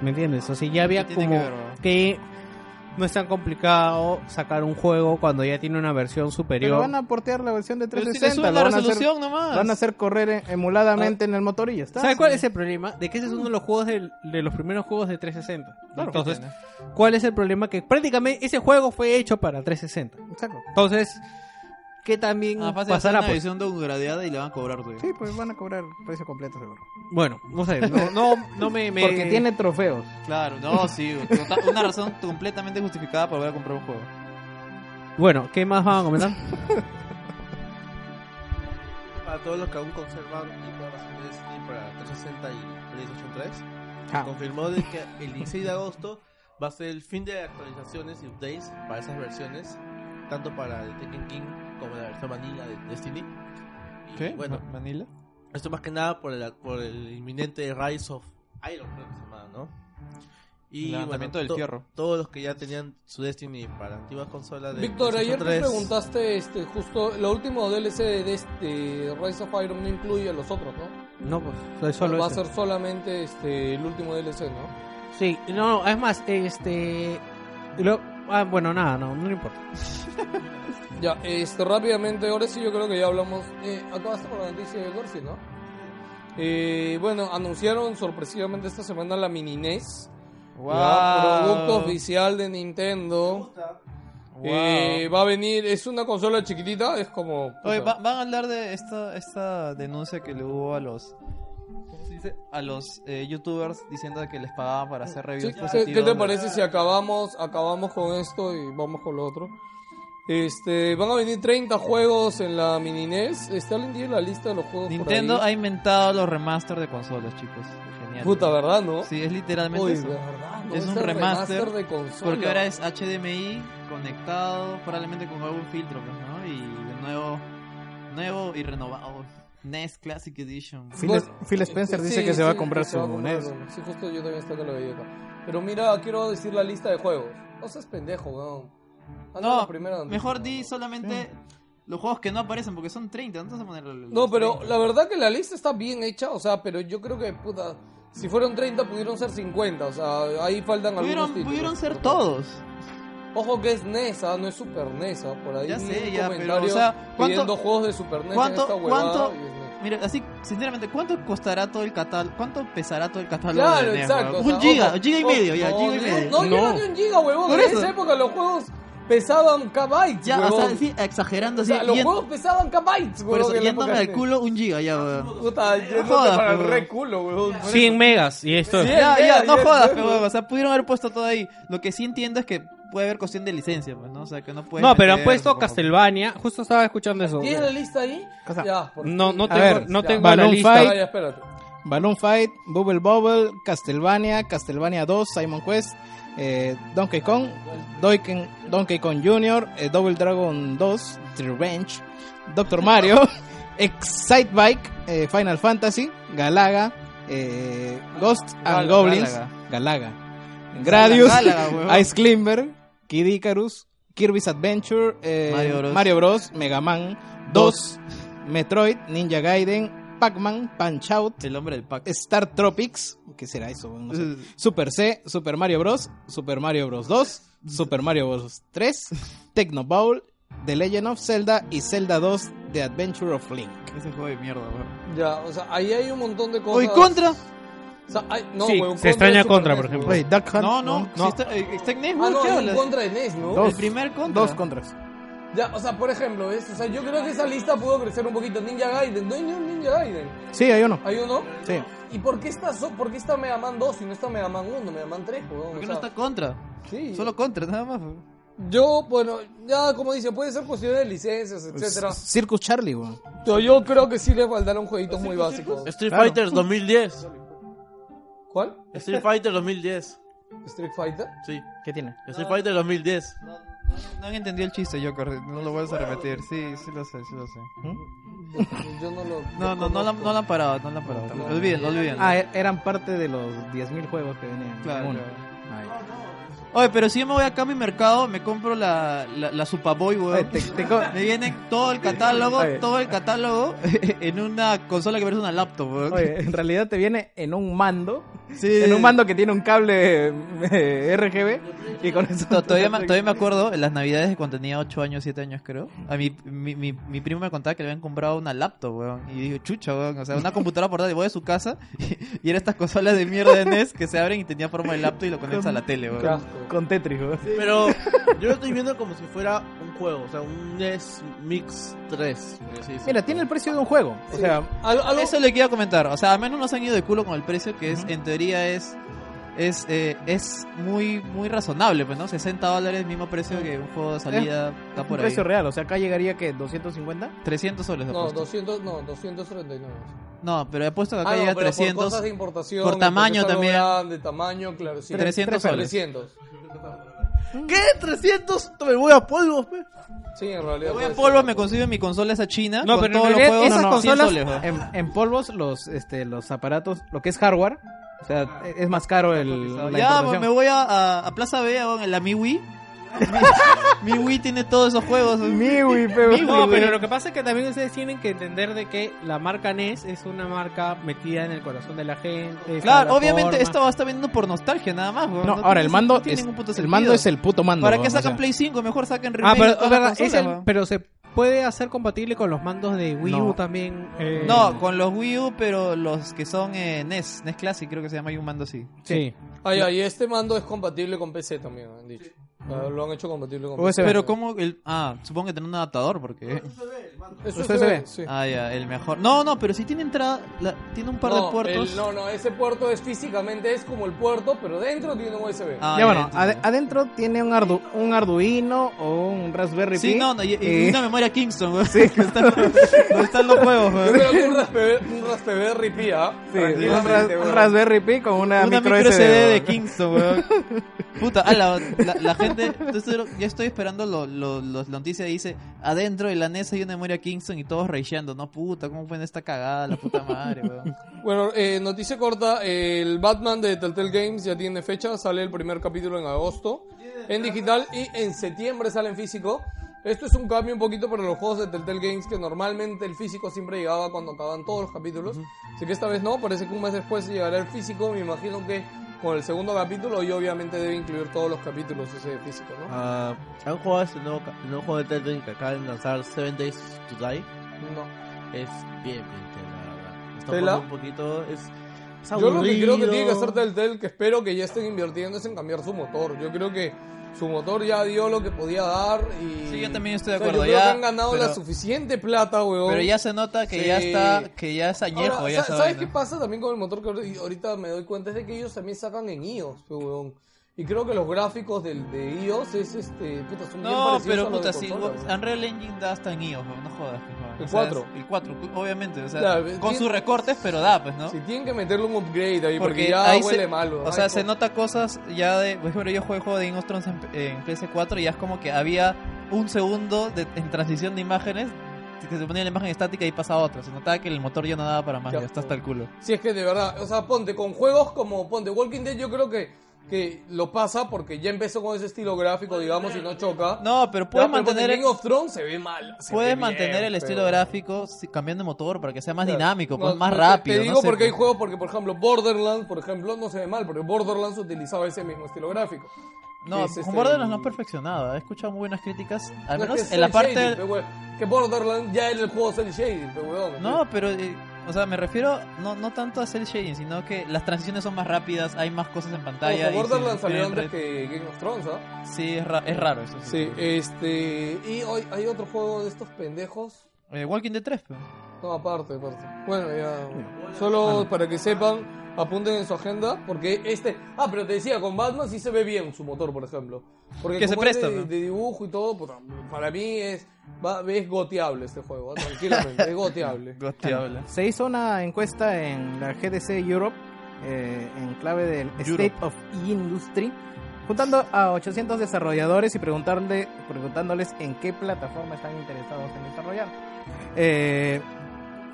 [SPEAKER 1] ¿me entiendes? O sea, ya había
[SPEAKER 6] ¿Qué tiene
[SPEAKER 1] como
[SPEAKER 6] que ver, bro?
[SPEAKER 1] que no es tan complicado sacar un juego cuando ya tiene una versión
[SPEAKER 8] Pero
[SPEAKER 1] superior.
[SPEAKER 8] van a portear la versión de
[SPEAKER 6] Pero si le
[SPEAKER 8] 360.
[SPEAKER 6] suben
[SPEAKER 8] lo
[SPEAKER 6] la
[SPEAKER 8] van a hacer-
[SPEAKER 6] resolución Ah. nomás.
[SPEAKER 8] Van a hacer correr eh, emuladamente en el motor y ya está.
[SPEAKER 1] ¿Sabes cuál es el problema? De que ese es uno de los juegos del- de los primeros juegos de 360.
[SPEAKER 6] Claro que
[SPEAKER 1] Entonces, ¿cuál es el problema? Que prácticamente ese juego fue hecho para 360.
[SPEAKER 8] Exacto.
[SPEAKER 1] Entonces, que también
[SPEAKER 6] Ah, fácil, hacer
[SPEAKER 1] pasará
[SPEAKER 6] una
[SPEAKER 1] pues?
[SPEAKER 6] visión downgradeada y le van a cobrar, güey.
[SPEAKER 8] Sí, pues van a cobrar precio completo seguro.
[SPEAKER 1] Bueno, no sé, no, no, no me, me-
[SPEAKER 8] Porque tiene trofeos.
[SPEAKER 6] Claro, no, sí, güey. Total- una razón completamente justificada para volver a comprar un juego.
[SPEAKER 1] Bueno, ¿qué más van a comentar?
[SPEAKER 4] Para todos los que aún conservan y para las y para 360 y PlayStation 3,
[SPEAKER 8] Ah.
[SPEAKER 4] confirmó de que el 16 de agosto va a ser el fin de actualizaciones y updates para esas versiones, tanto para el Tekken King como la versión vanilla de Destiny. Y Bueno,
[SPEAKER 6] ¿Manila?
[SPEAKER 4] esto más que nada por el, por el inminente Rise of Iron, creo que se llama, ¿no? Y
[SPEAKER 6] Levantamiento del
[SPEAKER 4] to-
[SPEAKER 6] fierro.
[SPEAKER 4] Todos los que ya tenían su Destiny para antiguas consolas de
[SPEAKER 5] Víctor, ayer
[SPEAKER 4] PlayStation
[SPEAKER 5] te
[SPEAKER 4] 3,
[SPEAKER 5] preguntaste este, justo, lo último DLC de este Rise of Iron no incluye a los otros, ¿no?
[SPEAKER 1] No, pues soy solo
[SPEAKER 5] Va
[SPEAKER 1] ese.
[SPEAKER 5] a ser solamente este, el último DLC, ¿no?
[SPEAKER 1] Sí, no, no, es más, este... lo- ah, bueno, nada, no, no importa.
[SPEAKER 5] Ya, este, rápidamente, ahora sí yo creo que ya hablamos. Eh, acabaste con la noticia de Gorsi, ¿no? Eh, bueno, anunciaron sorpresivamente esta semana la Mini NES. ¿verdad? Producto oficial de Nintendo. Eh, va a venir, es una consola chiquitita, es como...
[SPEAKER 6] Oye,
[SPEAKER 5] puta,
[SPEAKER 6] va- van a hablar de esta, esta denuncia que le hubo a los. ¿Cómo se dice? A los eh, youtubers diciendo que les pagaban para hacer
[SPEAKER 5] Sí,
[SPEAKER 6] reviews.
[SPEAKER 5] ¿qué,
[SPEAKER 6] positivas
[SPEAKER 5] qué te
[SPEAKER 6] pues, de-
[SPEAKER 5] parece si acabamos, acabamos con esto y vamos con lo otro? Este, van a venir 30 juegos en la mini NES. Este, ¿Alguien tiene la lista de los juegos por
[SPEAKER 6] Nintendo ha
[SPEAKER 5] ahí?
[SPEAKER 6] inventado los remaster de consolas, chicos. Genial.
[SPEAKER 5] Puta, ¿verdad, no?
[SPEAKER 6] Sí, es literalmente
[SPEAKER 5] Uy,
[SPEAKER 6] eso.
[SPEAKER 5] ¿verdad? no?
[SPEAKER 6] Es un
[SPEAKER 5] el
[SPEAKER 6] remaster,
[SPEAKER 5] de consola.
[SPEAKER 6] Porque ahora es HDMI conectado, probablemente con algún filtro, pues, ¿no? Y de nuevo, nuevo y renovado. NES Classic Edition.
[SPEAKER 8] Phil, Phil Spencer dice
[SPEAKER 5] Sí,
[SPEAKER 8] que se va a
[SPEAKER 5] sí,
[SPEAKER 8] comprar
[SPEAKER 5] que
[SPEAKER 8] su E
[SPEAKER 5] se va a comprar
[SPEAKER 8] NES.
[SPEAKER 5] uno. Sí, justo yo también estaba que lo veía acá. Pero mira, quiero decir la lista de juegos. No seas pendejo, weón. Anda
[SPEAKER 6] No,
[SPEAKER 5] la primera noticia,
[SPEAKER 6] Mejor
[SPEAKER 5] weón.
[SPEAKER 6] di solamente los juegos que no aparecen, porque son 30, entonces vamos a poner los
[SPEAKER 5] No, pero
[SPEAKER 6] 30.
[SPEAKER 5] la verdad que la lista está bien hecha, o sea, pero yo creo que, puta, si fueron 30 pudieron ser 50, o sea, ahí faltan algunos
[SPEAKER 6] Pudieron,
[SPEAKER 5] títulos.
[SPEAKER 6] pudieron ser
[SPEAKER 5] Pero-
[SPEAKER 6] todos.
[SPEAKER 5] Ojo que es NESA, no es Super NESA, por ahí
[SPEAKER 6] Ya
[SPEAKER 5] vi
[SPEAKER 6] sé,
[SPEAKER 5] un
[SPEAKER 6] ya,
[SPEAKER 5] comentario
[SPEAKER 6] pero, o sea, ¿cuánto-
[SPEAKER 5] pidiendo juegos de Super NES
[SPEAKER 6] cuánto-
[SPEAKER 5] en esta huevada
[SPEAKER 6] cuánto-
[SPEAKER 5] y es NES.
[SPEAKER 6] Mira, así, sinceramente, ¿cuánto costará todo el catálogo? ¿Cuánto pesará todo el catálogo?
[SPEAKER 5] Claro,
[SPEAKER 6] de NES,
[SPEAKER 5] exacto.
[SPEAKER 6] weón?
[SPEAKER 5] o
[SPEAKER 6] Un
[SPEAKER 5] sea,
[SPEAKER 6] giga,
[SPEAKER 5] ojo,
[SPEAKER 6] giga y
[SPEAKER 5] o-
[SPEAKER 6] medio, ya,
[SPEAKER 5] no,
[SPEAKER 6] giga y
[SPEAKER 5] no,
[SPEAKER 6] medio.
[SPEAKER 5] No, llega
[SPEAKER 1] No.
[SPEAKER 5] ni un giga, huevón,
[SPEAKER 6] Por
[SPEAKER 5] en
[SPEAKER 6] eso.
[SPEAKER 5] esa época los juegos pesaban kbytes,
[SPEAKER 6] Ya,
[SPEAKER 5] huevón.
[SPEAKER 6] o sea, sí,
[SPEAKER 5] O
[SPEAKER 6] exagerando, así.
[SPEAKER 5] sea, los
[SPEAKER 6] yen-
[SPEAKER 5] juegos pesaban kbytes,
[SPEAKER 6] por
[SPEAKER 5] huevón.
[SPEAKER 6] eso,
[SPEAKER 5] en la
[SPEAKER 6] yéndome
[SPEAKER 5] época
[SPEAKER 6] al
[SPEAKER 5] de-
[SPEAKER 6] culo, un giga, ya, weón.
[SPEAKER 5] Puta, yéndote
[SPEAKER 6] jodas,
[SPEAKER 5] para el
[SPEAKER 6] huevón.
[SPEAKER 5] re culo, huevón.
[SPEAKER 1] 100 E megas y esto.
[SPEAKER 5] Sí.
[SPEAKER 6] Ya, ya,
[SPEAKER 5] Bien,
[SPEAKER 6] no
[SPEAKER 5] bien,
[SPEAKER 6] jodas,
[SPEAKER 5] bien.
[SPEAKER 6] pero, o sea, pudieron haber puesto todo ahí. Lo que sí entiendo es que puede haber cuestión de licencia, pues, ¿no? O sea, que no puede.
[SPEAKER 1] No, pero han puesto Castlevania. Justo estaba escuchando eso.
[SPEAKER 5] ¿Tienes la lista ahí?
[SPEAKER 8] O sea,
[SPEAKER 5] Ya, por
[SPEAKER 1] No, no
[SPEAKER 8] A
[SPEAKER 1] tengo,
[SPEAKER 8] ver,
[SPEAKER 1] no
[SPEAKER 5] ya.
[SPEAKER 1] tengo la
[SPEAKER 8] Balloon
[SPEAKER 1] lista.
[SPEAKER 8] Fight.
[SPEAKER 5] Ah, ya, espérate.
[SPEAKER 8] Balloon Fight, Bubble Bubble, Castlevania, Castlevania 2, Simon Quest, eh, Donkey Kong, Doiken- Donkey Kong Jr., eh, Double Dragon 2, The Revenge, Doctor Mario, Excite Bike, eh, Final Fantasy, Galaga, eh, Ghosts and
[SPEAKER 6] Galaga,
[SPEAKER 8] Goblins, Galaga, Gradius, Ice Climber, Kid Icarus, Kirby's Adventure, eh,
[SPEAKER 6] Mario Bros.
[SPEAKER 8] Mega Man 2, Metroid, Ninja Gaiden, Pac-Man, Punch Out,
[SPEAKER 6] El hombre del Eh. pack.
[SPEAKER 8] Star Tropics, ¿qué será eso? No sé. Super C, Super Mario Bros, Super Mario Bros 2, Super Mario Bros 3, Tecno Bowl, The Legend of Zelda y Zelda 2 The Adventure of Link.
[SPEAKER 6] Ese juego de mierda, weón.
[SPEAKER 5] Ya, o sea, ahí hay un montón de cosas.
[SPEAKER 6] Uy, contra.
[SPEAKER 5] O sea, hay- no,
[SPEAKER 1] Sí,
[SPEAKER 5] huevón,
[SPEAKER 1] se extraña
[SPEAKER 5] es Super
[SPEAKER 1] Contra,
[SPEAKER 5] NES,
[SPEAKER 1] por ejemplo.
[SPEAKER 5] huevón.
[SPEAKER 8] Duck Hunt.
[SPEAKER 6] No, no, Si está, eh, está en Netflix,
[SPEAKER 5] Ah, no,
[SPEAKER 6] ¿qué
[SPEAKER 5] hay un
[SPEAKER 6] hablas?
[SPEAKER 5] contra de NES, ¿no?
[SPEAKER 8] Dos.
[SPEAKER 6] El primer contra.
[SPEAKER 5] Ah.
[SPEAKER 8] Dos contras.
[SPEAKER 5] Ya, o sea, por ejemplo, es, o sea, yo creo que esa lista pudo crecer un poquito. Ninja Gaiden, no hay ni un Ninja Gaiden.
[SPEAKER 8] Sí, hay uno.
[SPEAKER 5] ¿Hay uno?
[SPEAKER 8] Sí.
[SPEAKER 5] ¿Y por qué está, so- por qué está Mega Man 2 y no está Mega Man 1, Mega Man 3? huevón?
[SPEAKER 6] ¿Por
[SPEAKER 5] O
[SPEAKER 6] qué no
[SPEAKER 5] sea,
[SPEAKER 6] está contra?
[SPEAKER 5] sí.
[SPEAKER 6] Solo contra, nada más. weón.
[SPEAKER 5] Yo, bueno, ya como dice, puede ser cuestión de licencias, etcétera.
[SPEAKER 8] Circus Charlie, weón.
[SPEAKER 5] Yo, yo creo que sí le faltaron jueguitos muy básicos.
[SPEAKER 4] Street Fighter 2010.
[SPEAKER 5] ¿Cuál?
[SPEAKER 4] Street Fighter 2010.
[SPEAKER 5] ¿Street Fighter?
[SPEAKER 4] Sí.
[SPEAKER 8] ¿Qué tiene?
[SPEAKER 4] Street Fighter 2010.
[SPEAKER 6] No han entendido el chiste, yo No lo vuelvas a repetir. Sí, sí lo sé, sí lo sé.
[SPEAKER 5] Yo no lo.
[SPEAKER 6] No, no, no la, no la han parado, no la han parado.
[SPEAKER 5] ¿Mm? No.
[SPEAKER 6] Olviden, olviden.
[SPEAKER 8] Ah, er- eran parte de los 10.000 juegos que venían.
[SPEAKER 6] claro.
[SPEAKER 8] Uno.
[SPEAKER 6] claro.
[SPEAKER 8] Ahí.
[SPEAKER 6] Oye, pero si yo me voy acá a mi mercado, me compro la, la, la Supaboy,
[SPEAKER 2] Oye,
[SPEAKER 6] weón.
[SPEAKER 2] te- te co-
[SPEAKER 6] Me vienen todo el catálogo,
[SPEAKER 2] Oye.
[SPEAKER 6] todo el catálogo en una consola que parece una laptop, weón.
[SPEAKER 2] Oye, en realidad te viene en un mando,
[SPEAKER 6] Sí.
[SPEAKER 2] en un mando que tiene un cable eh, RGB y con eso
[SPEAKER 6] To- Todavía me, todavía me acuerdo en las navidades de cuando tenía 8 años, 7 años creo. A mi, mi, mi, mi primo me contaba que le habían comprado una laptop, weón. Y yo digo, chucha, weón. O sea, una computadora portátil. Voy a su casa y, y era estas consolas de mierda de NES que se abren y tenía forma de laptop y lo conectas a la tele, weón.
[SPEAKER 2] con Tetris, weón.
[SPEAKER 4] Pero yo lo estoy viendo como si fuera un juego, o sea, un NES Mix 3. que se dice.
[SPEAKER 8] Mira, tiene el precio de un juego. O sea,
[SPEAKER 6] Eso le quiero comentar. O sea, al menos nos han ido de culo con el precio que es, en teoría es es eh, es muy muy razonable, pues, ¿no? 60 dólares, mismo precio que un juego de salida está
[SPEAKER 8] un
[SPEAKER 6] por ahí.
[SPEAKER 8] precio real. O sea, acá llegaría que 250.
[SPEAKER 6] 300 soles. le
[SPEAKER 5] No,
[SPEAKER 6] apuesto.
[SPEAKER 5] 200, no, 239.
[SPEAKER 6] Ah, No, pero he puesto que acá
[SPEAKER 5] Ah, no,
[SPEAKER 6] llega
[SPEAKER 5] pero por
[SPEAKER 6] 300.
[SPEAKER 5] cosas de importación.
[SPEAKER 6] por
[SPEAKER 5] y porque
[SPEAKER 6] tamaño
[SPEAKER 5] es algo
[SPEAKER 6] también.
[SPEAKER 5] grande, tamaño, claro, sí.
[SPEAKER 6] 300 soles.
[SPEAKER 5] 300.
[SPEAKER 4] ¿Qué? ¿300? Me voy a polvo, pe.
[SPEAKER 5] Sí, en realidad.
[SPEAKER 6] Me voy
[SPEAKER 5] puede
[SPEAKER 6] a
[SPEAKER 5] ser.
[SPEAKER 6] polvo, me consigo mi consola esa china.
[SPEAKER 1] No,
[SPEAKER 6] con
[SPEAKER 1] pero en
[SPEAKER 6] todos los
[SPEAKER 1] realidad
[SPEAKER 6] juegos,
[SPEAKER 1] esas
[SPEAKER 6] no, no, 100
[SPEAKER 1] consolas-
[SPEAKER 6] soles, ¿no?
[SPEAKER 8] En, en polvos, los, este, los aparatos, lo que es hardware, o sea, es es más caro el,
[SPEAKER 6] Ya,
[SPEAKER 8] la
[SPEAKER 6] pues,
[SPEAKER 8] importación.
[SPEAKER 6] me voy a, a, a Plaza Vea, weón, en la MiWi. Mi, MiWi tiene todos esos juegos.
[SPEAKER 2] Miwi, pero...
[SPEAKER 1] No, pero lo que pasa es que también ustedes tienen que entender de que la marca NES es una marca metida en el corazón de la gente. está
[SPEAKER 6] Claro,
[SPEAKER 1] la
[SPEAKER 6] obviamente
[SPEAKER 1] forma.
[SPEAKER 6] esto va a estar vendiendo por nostalgia nada más. weón.
[SPEAKER 8] No,
[SPEAKER 6] No
[SPEAKER 8] ahora
[SPEAKER 6] tiene-
[SPEAKER 8] el mando,
[SPEAKER 6] no tiene
[SPEAKER 8] es,
[SPEAKER 6] ningún puto
[SPEAKER 8] el mando
[SPEAKER 6] sentido.
[SPEAKER 8] es el puto mando.
[SPEAKER 6] ¿Para
[SPEAKER 8] weón,
[SPEAKER 6] qué
[SPEAKER 8] o sea.
[SPEAKER 6] sacan Play 5? Mejor saquen
[SPEAKER 1] Ah,
[SPEAKER 6] remake
[SPEAKER 1] pero,
[SPEAKER 6] de todas
[SPEAKER 1] es verdad,
[SPEAKER 6] las consolas,
[SPEAKER 1] es el-
[SPEAKER 6] weón.
[SPEAKER 1] pero se puede hacer compatible con los mandos de Wii U
[SPEAKER 8] No.
[SPEAKER 1] también. eh,
[SPEAKER 6] No, con los Wii U, pero los que son eh, NES, NES Classic creo que se llama, hay un mando así.
[SPEAKER 1] sí.
[SPEAKER 5] Ay, ay, este mando es compatible con PC también, han dicho. Ah, Lo han hecho compatible con PC.
[SPEAKER 6] Pero como el... Ah, supongo que tiene un adaptador porque...
[SPEAKER 5] Eso
[SPEAKER 8] ¿Usted
[SPEAKER 5] se
[SPEAKER 8] se
[SPEAKER 5] ve,
[SPEAKER 8] ve?
[SPEAKER 5] sí.
[SPEAKER 6] Ah, ya, el mejor. No, no, pero sí tiene entrada, la- tiene un par
[SPEAKER 5] No,
[SPEAKER 6] de puertos.
[SPEAKER 5] el- no, no, ese puerto es físicamente es como el puerto, pero dentro tiene un USB.
[SPEAKER 6] Ah,
[SPEAKER 8] Ya bueno,
[SPEAKER 6] entiendo.
[SPEAKER 8] ade- adentro tiene un, ardu- un Arduino o un Raspberry
[SPEAKER 6] Sí,
[SPEAKER 8] Pi.
[SPEAKER 6] no, no, y, y
[SPEAKER 8] Eh.
[SPEAKER 6] una memoria Kingston, weón. que están, donde están los juegos, weón.
[SPEAKER 5] Yo creo que un Raspberry, un Raspberry Pi, ¿ah?
[SPEAKER 2] Sí, un, ras- un Raspberry Pi con una,
[SPEAKER 6] Una Ah, micro SD de Kingston, weón. Puta, ah, la, la- la gente. entonces, ya estoy esperando lo, lo- lo- la noticia. Dice: Adentro de la NES hay una memoria Kingston y todos reisheando. No, puta, ¿cómo pueden esta cagada? La puta madre, weón.
[SPEAKER 5] Bueno, eh, noticia corta, el Batman de Telltale Games ya tiene fecha, sale el primer capítulo en agosto, en digital y en septiembre sale en físico. Esto es un cambio un poquito para los juegos de Telltale Games que normalmente el físico siempre llegaba cuando acababan todos los capítulos. Así que esta vez no, parece que un mes después llegará el físico, me imagino que con el segundo capítulo y obviamente debe incluir todos los capítulos ese físico, ¿no?
[SPEAKER 4] Ah, ¿Han jugado ese nuevo, ca- el nuevo juego de Telltale que acaban de lanzar, Seven Days to Die?
[SPEAKER 5] No.
[SPEAKER 4] Es bien, bien tela, la verdad. Está
[SPEAKER 5] ¿Tela?
[SPEAKER 4] jugando un poquito, es, es
[SPEAKER 5] Yo lo que creo que
[SPEAKER 4] aburrido.
[SPEAKER 5] tiene que hacer Telltale, que espero que ya estén invirtiendo, es en cambiar su motor. Yo creo que su motor ya dio lo que podía dar y...
[SPEAKER 6] Sí, yo también estoy
[SPEAKER 5] O
[SPEAKER 6] de
[SPEAKER 5] sea,
[SPEAKER 6] acuerdo.
[SPEAKER 5] yo creo
[SPEAKER 6] ya,
[SPEAKER 5] que han ganado
[SPEAKER 6] pero,
[SPEAKER 5] la suficiente plata, weón.
[SPEAKER 6] pero ya se nota que ya
[SPEAKER 5] Sí.
[SPEAKER 6] está. Que ya es añejo,
[SPEAKER 5] Ahora,
[SPEAKER 6] ya
[SPEAKER 5] sa-
[SPEAKER 6] sabes.
[SPEAKER 5] ¿Sabes qué pasa también con el motor que ahorita- ahorita me doy cuenta? Es de que ellos también sacan en iOS, pues, weón. Y creo que los gráficos del, de iOS es este. Puta, son bien
[SPEAKER 6] No,
[SPEAKER 5] parecidos a
[SPEAKER 6] pero
[SPEAKER 5] los
[SPEAKER 6] puta,
[SPEAKER 5] de
[SPEAKER 6] sí, ah,
[SPEAKER 5] consola,
[SPEAKER 6] weón,
[SPEAKER 5] weón.
[SPEAKER 6] Unreal Engine da hasta en IOS, weón, no jodas. pues, weón.
[SPEAKER 5] El
[SPEAKER 6] O sea, es-
[SPEAKER 5] cuatro.
[SPEAKER 6] El 4, obviamente. O sea,
[SPEAKER 5] Ya,
[SPEAKER 6] con
[SPEAKER 5] tiene-
[SPEAKER 6] sus recortes, pero da, pues, ¿no?
[SPEAKER 5] Si tienen que meterle un upgrade ahí, porque,
[SPEAKER 6] porque
[SPEAKER 5] ya
[SPEAKER 6] ahí
[SPEAKER 5] huele
[SPEAKER 6] se,
[SPEAKER 5] mal, weón.
[SPEAKER 6] O sea,
[SPEAKER 5] Ay,
[SPEAKER 6] se
[SPEAKER 5] por-
[SPEAKER 6] nota cosas ya de. Por ejemplo, yo jugué el juego de Game of Thrones en, en PS4 y ya es como que había un segundo de- en transición de imágenes que se ponía la imagen estática y pasaba a otra. Se notaba que el motor ya no daba para más,
[SPEAKER 5] Qué
[SPEAKER 6] ya está
[SPEAKER 5] asco.
[SPEAKER 6] hasta el culo.
[SPEAKER 5] Si es que de verdad, o sea, ponte con juegos como ponte Walking Dead, yo creo que, que lo pasa porque ya empezó con ese estilo gráfico, digamos, y no choca.
[SPEAKER 6] No, pero
[SPEAKER 5] Ya, pero
[SPEAKER 6] puedes mantener
[SPEAKER 5] ponte
[SPEAKER 6] el,
[SPEAKER 5] King of Thrones se ve mal. se ve
[SPEAKER 6] puedes
[SPEAKER 5] bien,
[SPEAKER 6] mantener el
[SPEAKER 5] pero-
[SPEAKER 6] estilo gráfico si- cambiando de motor para que sea más
[SPEAKER 5] Claro.
[SPEAKER 6] dinámico,
[SPEAKER 5] No,
[SPEAKER 6] pues, más
[SPEAKER 5] no, te-
[SPEAKER 6] rápido.
[SPEAKER 5] Te digo
[SPEAKER 6] no sé,
[SPEAKER 5] porque hay
[SPEAKER 6] pues.
[SPEAKER 5] juegos, porque por ejemplo Borderlands, por ejemplo, no se ve mal, porque Borderlands utilizaba ese mismo estilo gráfico.
[SPEAKER 6] No,
[SPEAKER 5] es,
[SPEAKER 6] con
[SPEAKER 5] este,
[SPEAKER 6] Borderlands no han perfeccionado. He escuchado muy buenas críticas. Al
[SPEAKER 5] No, es
[SPEAKER 6] menos
[SPEAKER 5] que es
[SPEAKER 6] en la
[SPEAKER 5] cel
[SPEAKER 6] parte.
[SPEAKER 5] shading, pe, weón. que Borderlands ya era el juego cel shading, pe, weón.
[SPEAKER 6] No, pero, eh, o sea, me refiero no, no tanto a hacer shading, sino que las transiciones son más rápidas, hay más cosas en pantalla.
[SPEAKER 5] Ojo,
[SPEAKER 6] y se-
[SPEAKER 5] Borderlands salió
[SPEAKER 6] se-
[SPEAKER 5] antes que Game of Thrones, ¿ah?
[SPEAKER 6] Sí, es, ra- es raro eso. Sí.
[SPEAKER 5] Sí, este. Y hoy hay otro juego de estos pendejos.
[SPEAKER 6] Eh, Walking Dead 3, pues.
[SPEAKER 5] No, aparte, aparte. Bueno, ya.
[SPEAKER 6] Ah,
[SPEAKER 5] Solo para que sepan, apunten en su agenda. Porque este. Ah, pero te decía, con Batman sí se ve bien su motor, por ejemplo. Porque
[SPEAKER 6] Que se
[SPEAKER 5] como es
[SPEAKER 6] presta,
[SPEAKER 5] de,
[SPEAKER 6] ¿no?
[SPEAKER 5] de dibujo y todo, puta, para mí es, va- es goteable este juego, ¿ah? tranquilamente. es goteable.
[SPEAKER 8] Se hizo una encuesta en la GDC Europe eh, en clave del State of Industry, juntando a 800 desarrolladores y preguntarle, preguntándoles en qué plataforma están interesados en desarrollar. Eh,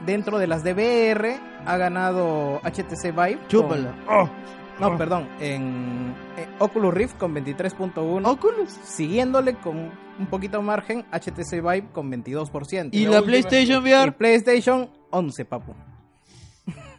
[SPEAKER 8] dentro de las de VR ha ganado HTC Vive. con-
[SPEAKER 4] Chúpala.
[SPEAKER 8] No, perdón, en, eh, Oculus Rift con 23.1. ¿Oculus? Siguiéndole con un poquito de margen, HTC Vive con 22%.
[SPEAKER 6] ¿Y la PlayStation
[SPEAKER 8] Y
[SPEAKER 6] VR?
[SPEAKER 8] PlayStation 11, papu.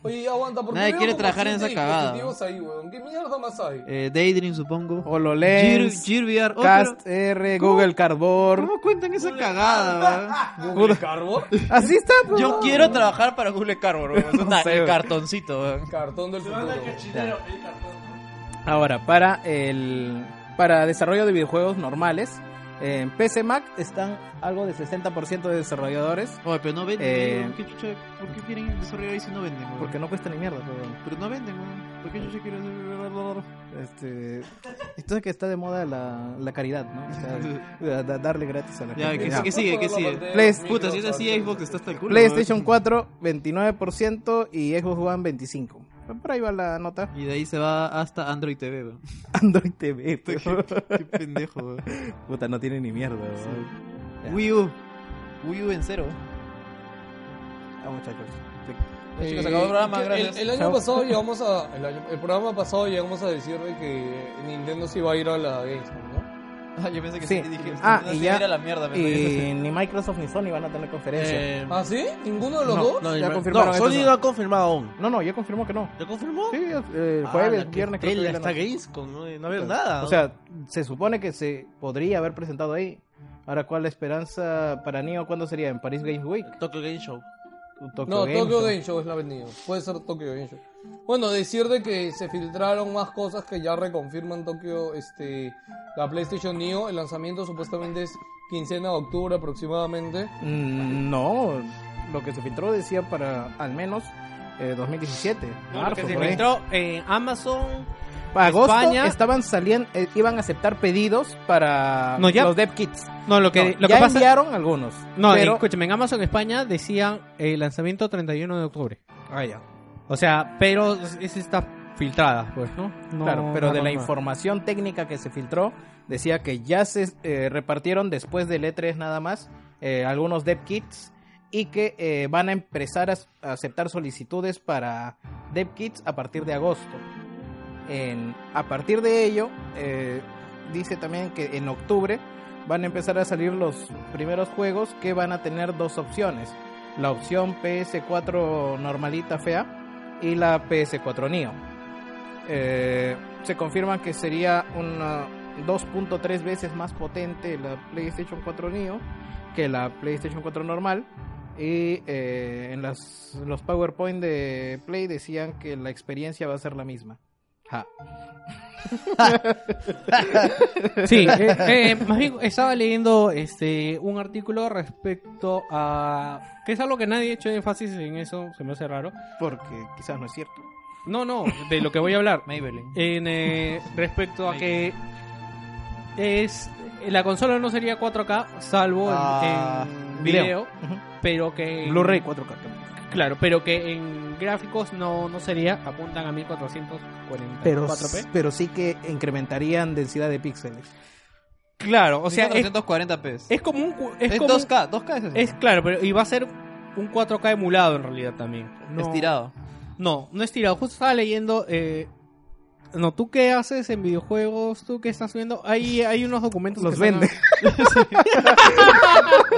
[SPEAKER 5] Oye, aguanta, porque
[SPEAKER 6] Nadie quiere trabajar en esa cagada,
[SPEAKER 5] Ahí, weón? ¿Qué mierda más hay?
[SPEAKER 6] Eh, Daydream, supongo. Gear,
[SPEAKER 8] HoloLens,
[SPEAKER 6] Gear VR. Oh,
[SPEAKER 8] Cast
[SPEAKER 6] pero,
[SPEAKER 8] R, Google Cardboard.
[SPEAKER 6] ¿Cómo cuentan esa cagada? weón?
[SPEAKER 5] Google Cardboard,
[SPEAKER 8] Así está, pues.
[SPEAKER 6] Yo quiero trabajar para Google Cardboard. weón. Es una-
[SPEAKER 8] sé,
[SPEAKER 6] el
[SPEAKER 8] weón.
[SPEAKER 6] cartoncito. weón.
[SPEAKER 5] cartón del futuro.
[SPEAKER 8] Ahora, para el para desarrollo de videojuegos normales, eh, en PC Mac están algo de 60% de desarrolladores,
[SPEAKER 6] Oye, pero no venden.
[SPEAKER 8] Eh.
[SPEAKER 6] weón. ¿Qué chucha? ¿Por qué quieren desarrollar ahí si no venden? weón?
[SPEAKER 8] porque no cuesta ni mierda, pero
[SPEAKER 6] Pero no venden, weón. ¿Por qué chucha quieren desarrollar?
[SPEAKER 8] este esto es que está de moda la, la caridad, ¿no? O
[SPEAKER 1] Eh,
[SPEAKER 8] sea, da- da- darle gratis a la
[SPEAKER 6] Ya,
[SPEAKER 8] gente.
[SPEAKER 6] que,
[SPEAKER 8] Ya.
[SPEAKER 6] que sigue, que sigue.
[SPEAKER 8] Plays-
[SPEAKER 6] Puta, si es así, Xbox está hasta el culo.
[SPEAKER 8] PlayStation 4 29% y Xbox One 25. Por ahí va la nota.
[SPEAKER 6] Y de ahí se va hasta Android TV, weón.
[SPEAKER 8] Android TV.
[SPEAKER 6] Qué, qué pendejo, weón.
[SPEAKER 8] Puta, no tiene ni mierda. weón. Ya.
[SPEAKER 6] Wii U. Wii U en cero.
[SPEAKER 8] Ah, muchachos.
[SPEAKER 5] Eh,
[SPEAKER 6] Chicos, se acabó el programa,
[SPEAKER 5] que
[SPEAKER 6] gracias.
[SPEAKER 5] el año pasado llegamos a. El, año- el programa pasado llegamos a decir de que Nintendo se iba a ir a la Gamescom, ¿no?
[SPEAKER 6] Ah, yo pensé que
[SPEAKER 8] Sí.
[SPEAKER 6] sí. Dije,
[SPEAKER 8] Ah,
[SPEAKER 6] no,
[SPEAKER 8] y
[SPEAKER 6] sí,
[SPEAKER 8] ya-
[SPEAKER 6] Era la mierda, me
[SPEAKER 1] eh,
[SPEAKER 6] parece.
[SPEAKER 8] Y ni Microsoft ni Sony van a tener conferencia.
[SPEAKER 6] Eh,
[SPEAKER 5] ¿Ah, sí? ¿Ninguno de los dos?
[SPEAKER 4] No,
[SPEAKER 8] Ya
[SPEAKER 4] no,
[SPEAKER 8] confirmaron eso,
[SPEAKER 4] Sony
[SPEAKER 8] ¿no?
[SPEAKER 4] no ha confirmado aún.
[SPEAKER 8] No, no, ya confirmó que no.
[SPEAKER 4] ¿Ya confirmó?
[SPEAKER 8] Sí, eh, el
[SPEAKER 4] Ah,
[SPEAKER 8] jueves,
[SPEAKER 4] la que
[SPEAKER 8] viernes creo que
[SPEAKER 4] tela,
[SPEAKER 8] ya
[SPEAKER 4] está
[SPEAKER 8] no.
[SPEAKER 4] Gamescom, no, no había nada.
[SPEAKER 8] O sea, se supone que se podría haber presentado ahí. Ahora, ¿cuál es la esperanza para Nio? ¿Cuándo sería? ¿En París Games Week?
[SPEAKER 4] Tokyo Game Show.
[SPEAKER 8] Tokyo
[SPEAKER 5] No,
[SPEAKER 8] Game
[SPEAKER 5] Tokyo
[SPEAKER 8] Show.
[SPEAKER 5] Game Show es la vendida. Puede ser Tokyo Game Show. Bueno, decir de que se filtraron más cosas que ya reconfirman Tokio, este, la PlayStation Neo, el lanzamiento supuestamente es quincena de octubre aproximadamente.
[SPEAKER 8] Mm, No, lo que se filtró decía para al menos eh, 2017.
[SPEAKER 1] Porque
[SPEAKER 8] marzo,
[SPEAKER 1] se
[SPEAKER 8] por ahí.
[SPEAKER 1] filtró en Amazon.
[SPEAKER 8] Para agosto
[SPEAKER 1] España-
[SPEAKER 8] estaban saliendo, eh, iban a aceptar pedidos para
[SPEAKER 1] No, ya-
[SPEAKER 8] los dev kits.
[SPEAKER 1] No, lo que,
[SPEAKER 8] No,
[SPEAKER 1] lo que
[SPEAKER 8] ya
[SPEAKER 1] pasa.
[SPEAKER 8] enviaron algunos.
[SPEAKER 1] No, eh,
[SPEAKER 8] pero-
[SPEAKER 1] escúchame, en Amazon España decían eh, lanzamiento 31 de octubre.
[SPEAKER 8] Ah, ya.
[SPEAKER 1] O sea, pero es está filtrada, pues, ¿no? No,
[SPEAKER 8] claro, pero
[SPEAKER 1] no,
[SPEAKER 8] de
[SPEAKER 1] no,
[SPEAKER 8] la
[SPEAKER 1] no.
[SPEAKER 8] información técnica que se filtró, decía que ya se eh, repartieron después del E3 nada más eh, algunos dev kits y que eh, van a empezar a, s- a aceptar solicitudes para dev kits a partir de agosto. En- a partir de ello, eh, dice también que en octubre van a empezar a salir los primeros juegos que van a tener dos opciones. La opción PS4 normalita fea y la PS4 Neo. Eh, se confirma que sería una 2.3 veces más potente la PlayStation 4 Neo que la PlayStation 4 normal. Y eh, en las, los PowerPoint de Play decían que la experiencia va a ser la misma. Ja.
[SPEAKER 1] Sí, eh, eh, más bien estaba leyendo este un artículo respecto a que es algo que nadie ha hecho énfasis en eso, se me hace raro.
[SPEAKER 8] Porque quizás no es cierto.
[SPEAKER 1] No, no, de lo que voy a hablar.
[SPEAKER 6] Maybelline.
[SPEAKER 1] En, eh, respecto a que es la consola no sería 4K salvo en-
[SPEAKER 8] Ah,
[SPEAKER 1] en,
[SPEAKER 8] video.
[SPEAKER 1] video,
[SPEAKER 8] Ujú.
[SPEAKER 1] pero que en-
[SPEAKER 8] Blu-ray 4K también.
[SPEAKER 1] Claro, pero que en gráficos no no sería, apuntan a 1444p.
[SPEAKER 8] Pero, pero sí que incrementarían densidad de píxeles.
[SPEAKER 1] claro, o sea, es,
[SPEAKER 6] 440 pesos.
[SPEAKER 1] es como un cu- es,
[SPEAKER 6] Es,
[SPEAKER 1] como un-
[SPEAKER 6] 2K, 2K es eso.
[SPEAKER 1] Es claro, pero y va a ser un 4K emulado en realidad también. No,
[SPEAKER 6] Estirado.
[SPEAKER 1] No, no estirado. Justo estaba leyendo. eh, no, ¿tú qué haces en videojuegos? ¿Tú qué estás viendo? Hay, hay unos documentos
[SPEAKER 8] Los
[SPEAKER 1] que están-
[SPEAKER 8] vende.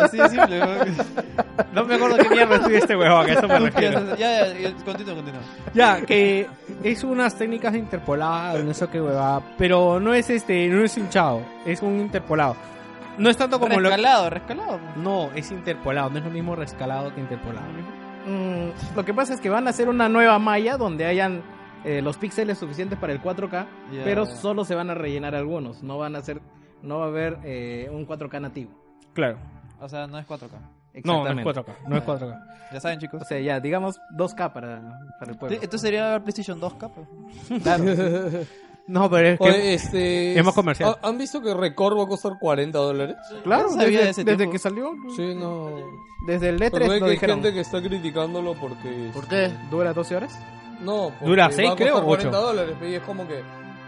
[SPEAKER 6] Así de simple, weón.
[SPEAKER 1] No me acuerdo qué mierda estoy este huevón, a eso me refiero.
[SPEAKER 6] ya, ya, ya, continúa, continúa.
[SPEAKER 1] Ya, que es unas técnicas interpoladas, no sé qué huevada. Pero no es este, no es hinchado, es un interpolado. No es tanto como lo
[SPEAKER 6] Rescalado, rescalado.
[SPEAKER 1] No, es interpolado, no es lo mismo rescalado que interpolado.
[SPEAKER 8] Mm, lo que pasa es que van a hacer una nueva malla donde hayan eh, los píxeles suficientes para el 4K,
[SPEAKER 6] Ya.
[SPEAKER 8] pero solo se van a rellenar algunos, no van a ser, no va a haber eh, un 4K nativo.
[SPEAKER 1] Claro.
[SPEAKER 6] O sea, no es 4K.
[SPEAKER 1] No, no es
[SPEAKER 8] Exactamente.
[SPEAKER 1] 4K, no es 4K.
[SPEAKER 6] Ya saben, chicos.
[SPEAKER 8] O sea, ya, digamos 2K para, para el pueblo.
[SPEAKER 6] Esto sería PlayStation 2K. pues.
[SPEAKER 1] No, pero es que
[SPEAKER 5] Oye, este,
[SPEAKER 1] es más comercial.
[SPEAKER 5] ¿ha- ¿Han visto que Record va a costar 40 dólares?
[SPEAKER 8] Claro,
[SPEAKER 6] Yo no sabía de
[SPEAKER 8] desde,
[SPEAKER 6] ese
[SPEAKER 8] desde
[SPEAKER 6] tiempo.
[SPEAKER 8] que salió,
[SPEAKER 5] Sí, no.
[SPEAKER 8] desde el
[SPEAKER 6] Pues,
[SPEAKER 5] Pero ve Pues,
[SPEAKER 8] E3 lo
[SPEAKER 5] que hay
[SPEAKER 8] dijeron.
[SPEAKER 5] gente que está criticándolo porque...
[SPEAKER 4] ¿Por qué?
[SPEAKER 8] ¿Dura 12 horas?
[SPEAKER 5] No, porque
[SPEAKER 1] Dura
[SPEAKER 5] va a
[SPEAKER 1] seis,
[SPEAKER 5] costar
[SPEAKER 1] creo, o
[SPEAKER 5] 40
[SPEAKER 1] ocho.
[SPEAKER 5] dólares, pe, y es como que...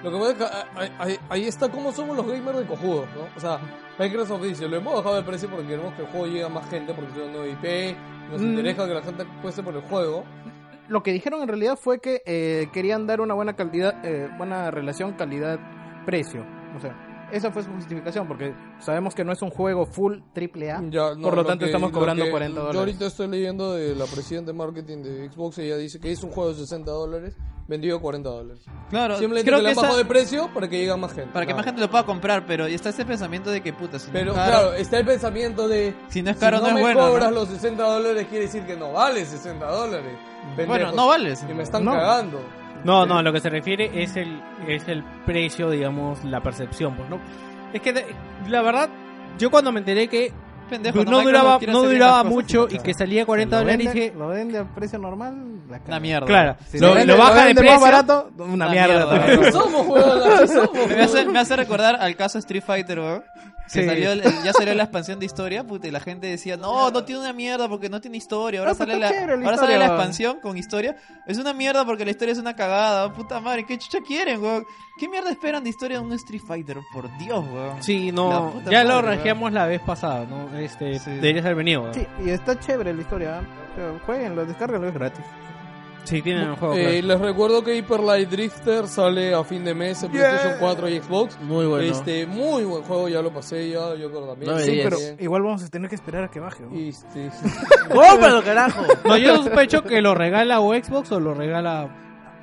[SPEAKER 5] Lo que pasa es que ah, ahí, ahí- ahí está cómo somos los gamers de cojudos, ¿no? O sea, Microsoft dice, lo hemos bajado de precio porque
[SPEAKER 8] Mm.
[SPEAKER 5] queremos que el juego llegue a más gente, porque es una nueva IP, nos interesa que la gente apueste por el juego.
[SPEAKER 8] lo que dijeron en realidad fue que eh, querían dar una buena calidad, eh, buena relación calidad-precio. O sea, esa fue su justificación, porque sabemos que no es un juego full triple A.
[SPEAKER 5] Ya, no,
[SPEAKER 8] por lo, tanto,
[SPEAKER 5] que-
[SPEAKER 8] estamos
[SPEAKER 5] lo
[SPEAKER 8] cobrando
[SPEAKER 5] que-
[SPEAKER 8] 40
[SPEAKER 5] Yo
[SPEAKER 8] dólares.
[SPEAKER 5] ahorita estoy leyendo de la presidenta de marketing de Xbox. Ella dice que es un juego de 60 dólares, vendido a 40 dólares.
[SPEAKER 6] Claro,
[SPEAKER 5] Simplemente
[SPEAKER 6] creo
[SPEAKER 5] que le
[SPEAKER 6] que
[SPEAKER 5] han bajado
[SPEAKER 6] esa-
[SPEAKER 5] de precio para que llegue a más gente.
[SPEAKER 6] para que más
[SPEAKER 5] Nada.
[SPEAKER 6] gente lo pueda comprar, pero está ese pensamiento de que puta, si
[SPEAKER 5] Pero
[SPEAKER 6] no es
[SPEAKER 5] claro,
[SPEAKER 6] caro-
[SPEAKER 5] está el pensamiento de.
[SPEAKER 6] Si no es caro,
[SPEAKER 5] si
[SPEAKER 6] no es
[SPEAKER 5] me
[SPEAKER 6] bueno,
[SPEAKER 5] cobras
[SPEAKER 6] ¿no?
[SPEAKER 5] los 60 dólares, quiere decir que no vale 60 dólares.
[SPEAKER 6] bueno,
[SPEAKER 5] pendejos.
[SPEAKER 6] no vales.
[SPEAKER 5] Y me están
[SPEAKER 8] No.
[SPEAKER 5] cagando.
[SPEAKER 1] No, no, lo que se refiere es el, es el precio, digamos, la percepción, pues, ¿no? Es que, de- la verdad, yo cuando me enteré que
[SPEAKER 6] Pendejo,
[SPEAKER 1] no,
[SPEAKER 6] Microsoft
[SPEAKER 1] duraba,
[SPEAKER 6] quiere
[SPEAKER 1] no
[SPEAKER 6] hacer bien
[SPEAKER 1] duraba
[SPEAKER 6] las cosas,
[SPEAKER 1] mucho y
[SPEAKER 6] puta.
[SPEAKER 1] que salía 40
[SPEAKER 8] lo,
[SPEAKER 1] dólares,
[SPEAKER 8] vende,
[SPEAKER 1] dije,
[SPEAKER 8] lo vende a precio normal, la
[SPEAKER 6] Una
[SPEAKER 8] cara.
[SPEAKER 6] mierda.
[SPEAKER 1] claro,
[SPEAKER 6] Sí,
[SPEAKER 1] lo,
[SPEAKER 6] sí.
[SPEAKER 1] lo baja de
[SPEAKER 8] vende
[SPEAKER 1] precio.
[SPEAKER 8] más barato, una
[SPEAKER 6] Una
[SPEAKER 8] mierda.
[SPEAKER 6] mierda.
[SPEAKER 8] también.
[SPEAKER 5] Así somos, weón, así somos.
[SPEAKER 6] Me hace, me hace recordar al caso Street Fighter, weón. Que
[SPEAKER 1] Sí.
[SPEAKER 6] salió el- el- ya salió la expansión de historia, puta, y la gente decía, no, no tiene una mierda porque no tiene historia. Ahora,
[SPEAKER 8] Ah, pero
[SPEAKER 6] sale, la,
[SPEAKER 8] está chévere la
[SPEAKER 6] ahora sale la
[SPEAKER 8] historia,
[SPEAKER 6] expansión con historia. Es una mierda porque la historia es una cagada. Puta madre, ¿qué chucha quieren, weón? ¿Qué mierda esperan de historia de un Street Fighter? Por Dios, weón.
[SPEAKER 1] Sí,
[SPEAKER 6] La
[SPEAKER 1] no,
[SPEAKER 6] puta
[SPEAKER 1] ya lo
[SPEAKER 6] madre,
[SPEAKER 1] rangeamos la vez pasada, ¿no? Este,
[SPEAKER 6] Sí.
[SPEAKER 1] deberías haber venido, ¿no?
[SPEAKER 8] Sí, y está chévere la historia. ¿eh? O sea, Jueguenlo, descárguenlo, es gratis.
[SPEAKER 1] Sí, tienen el juego, claro.
[SPEAKER 5] Eh, les recuerdo que Hyper Light Drifter sale a fin de mes en PlayStation 4 y Xbox.
[SPEAKER 9] Muy
[SPEAKER 5] Este, muy buen juego, ya lo pasé, ya yo creo también.
[SPEAKER 9] No me
[SPEAKER 4] eh.
[SPEAKER 5] Sí,
[SPEAKER 9] digas.
[SPEAKER 5] pero-
[SPEAKER 8] Igual vamos a tener que esperar a que baje. ¿no?
[SPEAKER 5] Este,
[SPEAKER 7] ¡Cómpralo, carajo!
[SPEAKER 1] No, yo sospecho que lo regala o Xbox o lo regala...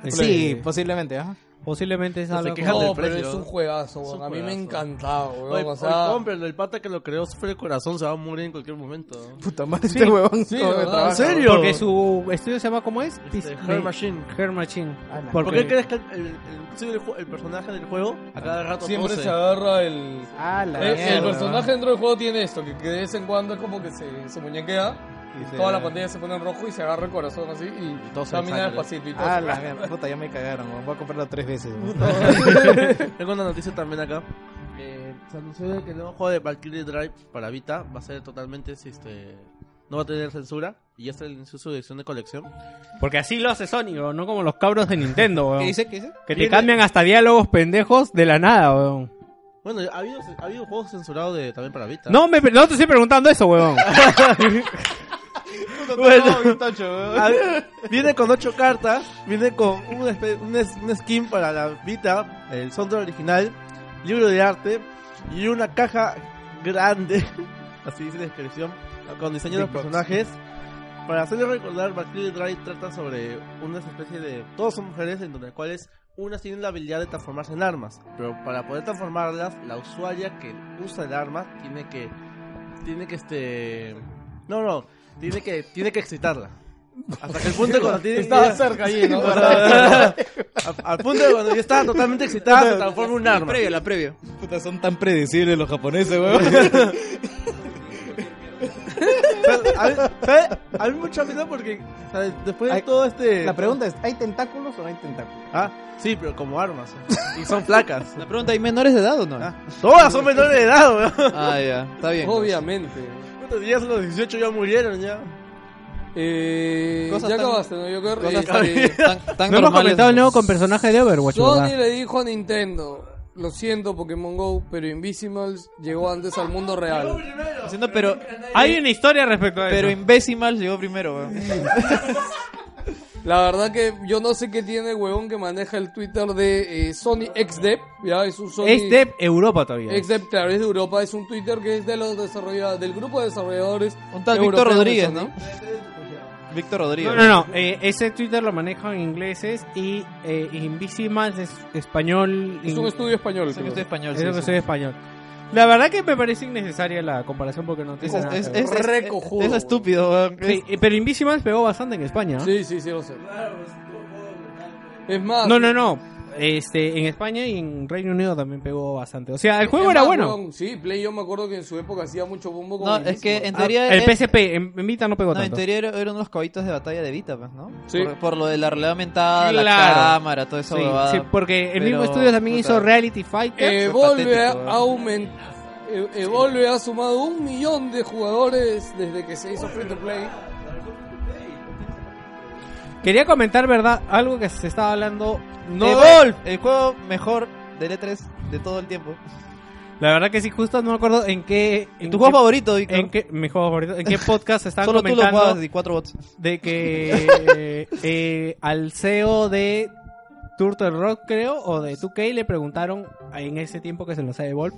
[SPEAKER 2] Sí,
[SPEAKER 1] Play.
[SPEAKER 2] posiblemente, ajá.
[SPEAKER 1] posiblemente es algo...
[SPEAKER 7] quejan
[SPEAKER 5] no,
[SPEAKER 7] del
[SPEAKER 5] pero
[SPEAKER 7] precio.
[SPEAKER 5] es un juegazo, weón.
[SPEAKER 7] Es un
[SPEAKER 5] A mí me
[SPEAKER 7] juegazo.
[SPEAKER 5] encantaba, weón.
[SPEAKER 4] Oye,
[SPEAKER 5] o
[SPEAKER 4] oye,
[SPEAKER 5] sea,
[SPEAKER 4] cómprenlo, el pata que lo creó sufre el corazón, se va a morir en cualquier momento.
[SPEAKER 8] Puta madre, este huevón.
[SPEAKER 5] Sí,
[SPEAKER 8] todo de
[SPEAKER 5] ¿verdad?
[SPEAKER 8] trabajo.
[SPEAKER 5] ¿En serio?
[SPEAKER 1] Porque su estudio se llama, ¿cómo es?
[SPEAKER 4] Este, Her Machine.
[SPEAKER 1] Her Machine.
[SPEAKER 4] ¿Por
[SPEAKER 1] Porque-
[SPEAKER 4] qué crees que el, el- el- inclusive el, ju- el personaje del juego a cada rato
[SPEAKER 5] siempre
[SPEAKER 4] tose?
[SPEAKER 5] se agarra el,
[SPEAKER 8] Ah, la
[SPEAKER 5] Eh,
[SPEAKER 8] mierda.
[SPEAKER 5] el personaje dentro del juego tiene esto, que que de vez en cuando es como que se, se muñequea,
[SPEAKER 2] Y se-
[SPEAKER 5] toda la pantalla se pone en rojo y se agarra el corazón así y,
[SPEAKER 2] todos
[SPEAKER 5] camina
[SPEAKER 2] salen.
[SPEAKER 5] despacito y todo.
[SPEAKER 2] Ah, la mierda. Puta, ya me cagaron. weón. Voy a comprarlo tres veces. weón.
[SPEAKER 4] Tengo una noticia también acá. Eh, se anunció de que el nuevo juego de Valkyrie Drive para Vita va a ser totalmente, este, no va a tener censura y ya está en su edición de colección.
[SPEAKER 1] Porque así lo hace Sony, weón, no como los cabros de Nintendo, weón.
[SPEAKER 6] ¿Qué dice? ¿Qué dice?
[SPEAKER 1] Que te cambian hasta diálogos pendejos de la nada, weón.
[SPEAKER 4] Bueno, ha habido, ha habido juegos censurados de, también para Vita.
[SPEAKER 1] No, me, no te estoy preguntando eso, weón.
[SPEAKER 4] A ver, viene con ocho cartas, viene con un, espe- un es- un skin para la Vita, el soundtrack original, libro de arte y una caja grande, así dice la descripción, con diseño de los personajes. Para hacerles recordar, Valkyrie Drive trata sobre una especie de... Todos son mujeres, entre las cuales unas tienen la habilidad de transformarse en armas, pero para poder transformarlas, la usuaria que usa el arma tiene que... Tiene que este... No, no, tiene que, tiene que excitarla. Hasta que el punto de cuando tiene...
[SPEAKER 5] Estaba cerca ahí, ¿no?
[SPEAKER 4] al, al punto de cuando yo estaba totalmente excitada, se transforma en un arma.
[SPEAKER 6] Previo, la previo.
[SPEAKER 2] Puta, son tan predecibles los japoneses, weón.
[SPEAKER 4] Pero, a, mí, ¿sabe? a mí mucha pena porque o sea, después de
[SPEAKER 8] Ay,
[SPEAKER 4] todo este...
[SPEAKER 8] La pregunta es, ¿hay tentáculos o no hay tentáculos?
[SPEAKER 4] Ah, sí, pero como armas. ¿eh? Y son placas.
[SPEAKER 6] La pregunta, ¿hay menores de edad o no?
[SPEAKER 4] Ah, Todas son menores de edad, weón.
[SPEAKER 6] Ah, ya, está bien.
[SPEAKER 5] Obviamente.
[SPEAKER 4] Puta, Ya son los 18 ya murieron, ya.
[SPEAKER 5] Eh,
[SPEAKER 6] Cosas
[SPEAKER 5] ya
[SPEAKER 6] tan-
[SPEAKER 5] acabaste, ¿no? Yo creo
[SPEAKER 6] Cosas
[SPEAKER 5] eh,
[SPEAKER 6] Tan, tan
[SPEAKER 1] no hemos
[SPEAKER 6] normales,
[SPEAKER 1] comentado el
[SPEAKER 6] ¿no?
[SPEAKER 1] nuevo con personaje de Overwatch,
[SPEAKER 5] Sony
[SPEAKER 1] ¿verdad?
[SPEAKER 5] le dijo a Nintendo, lo siento Pokémon GO, pero Invisimals llegó antes al mundo real.
[SPEAKER 6] Haciendo, pero,
[SPEAKER 1] Hay una historia respecto a
[SPEAKER 6] pero
[SPEAKER 1] eso.
[SPEAKER 6] Invesimal llegó primero, weón.
[SPEAKER 5] La verdad que yo no sé qué tiene el huevón que maneja el Twitter de eh, Sony XDev, ya es un Sony...
[SPEAKER 1] Es de Europa todavía.
[SPEAKER 5] Except, claro, es de Europa, es un Twitter que es de los desarrolladores, del grupo de desarrolladores.
[SPEAKER 6] Un tal
[SPEAKER 5] europeos
[SPEAKER 6] Víctor
[SPEAKER 5] de
[SPEAKER 6] Rodríguez,
[SPEAKER 5] Sony.
[SPEAKER 6] ¿no? Víctor Rodríguez.
[SPEAKER 1] No, no, no. eh, ese Twitter lo manejan ingleses y eh, Invisimals es español.
[SPEAKER 5] Es un
[SPEAKER 1] in-
[SPEAKER 5] estudio español.
[SPEAKER 6] Sé que
[SPEAKER 5] creo.
[SPEAKER 6] usted es español.
[SPEAKER 1] Es
[SPEAKER 6] sí,
[SPEAKER 1] lo que
[SPEAKER 6] sí.
[SPEAKER 1] soy español. La verdad que me parece innecesaria la comparación porque no
[SPEAKER 6] Es,
[SPEAKER 1] tiene
[SPEAKER 6] es,
[SPEAKER 1] nada
[SPEAKER 6] es,
[SPEAKER 1] que ver.
[SPEAKER 6] es-
[SPEAKER 5] Recojudo,
[SPEAKER 6] es estúpido, weón.
[SPEAKER 1] Sí, eh, pero Invisimals pegó bastante en España. ¿eh?
[SPEAKER 5] Sí, sí, sí, lo sé. Es más,
[SPEAKER 1] No, no, no. Este, en España y en Reino Unido también pegó bastante. O sea, el
[SPEAKER 5] es
[SPEAKER 1] juego era
[SPEAKER 5] más,
[SPEAKER 1] bueno.
[SPEAKER 5] weón, Sí, Play yo me acuerdo que en su época hacía mucho bombo con
[SPEAKER 6] No,
[SPEAKER 5] Invincible.
[SPEAKER 6] es que en
[SPEAKER 1] Ah,
[SPEAKER 6] teoría.
[SPEAKER 1] el
[SPEAKER 6] es-
[SPEAKER 1] PSP, en, en Vita no pegó
[SPEAKER 6] No, en
[SPEAKER 1] tanto.
[SPEAKER 6] teoría era- eran unos caballitos de batalla de Vita, pues, ¿no?
[SPEAKER 5] Sí.
[SPEAKER 6] Por, por lo de la realidad aumentada, la
[SPEAKER 1] Claro.
[SPEAKER 6] cámara, todo eso.
[SPEAKER 1] Sí,
[SPEAKER 6] huevada.
[SPEAKER 1] sí, pues, porque el mismo
[SPEAKER 6] Pero,
[SPEAKER 1] estudio también
[SPEAKER 6] puta.
[SPEAKER 1] hizo Reality Fighter.
[SPEAKER 5] Evolve
[SPEAKER 6] patético, weón.
[SPEAKER 5] ha aumentado. Evolve ha sumado un millón de jugadores desde que se hizo Free to Play.
[SPEAKER 1] Quería comentar, ¿verdad? Algo que se
[SPEAKER 6] Eh,
[SPEAKER 1] estaba hablando. No,
[SPEAKER 6] Evolve, el juego mejor del E3 de todo el tiempo.
[SPEAKER 1] La verdad que sí, justo no me acuerdo en qué. En
[SPEAKER 6] ¿Tu
[SPEAKER 1] qué-
[SPEAKER 6] juego favorito, Víctor?
[SPEAKER 1] En qué, mi juego favorito. ¿En qué podcast están
[SPEAKER 6] Solo tú lo
[SPEAKER 1] comentando
[SPEAKER 6] jugabas y cuatro bots.
[SPEAKER 1] de que eh, al CEO de Turtle Rock, creo, o de 2K, le preguntaron en ese tiempo que se lanzaba Evolve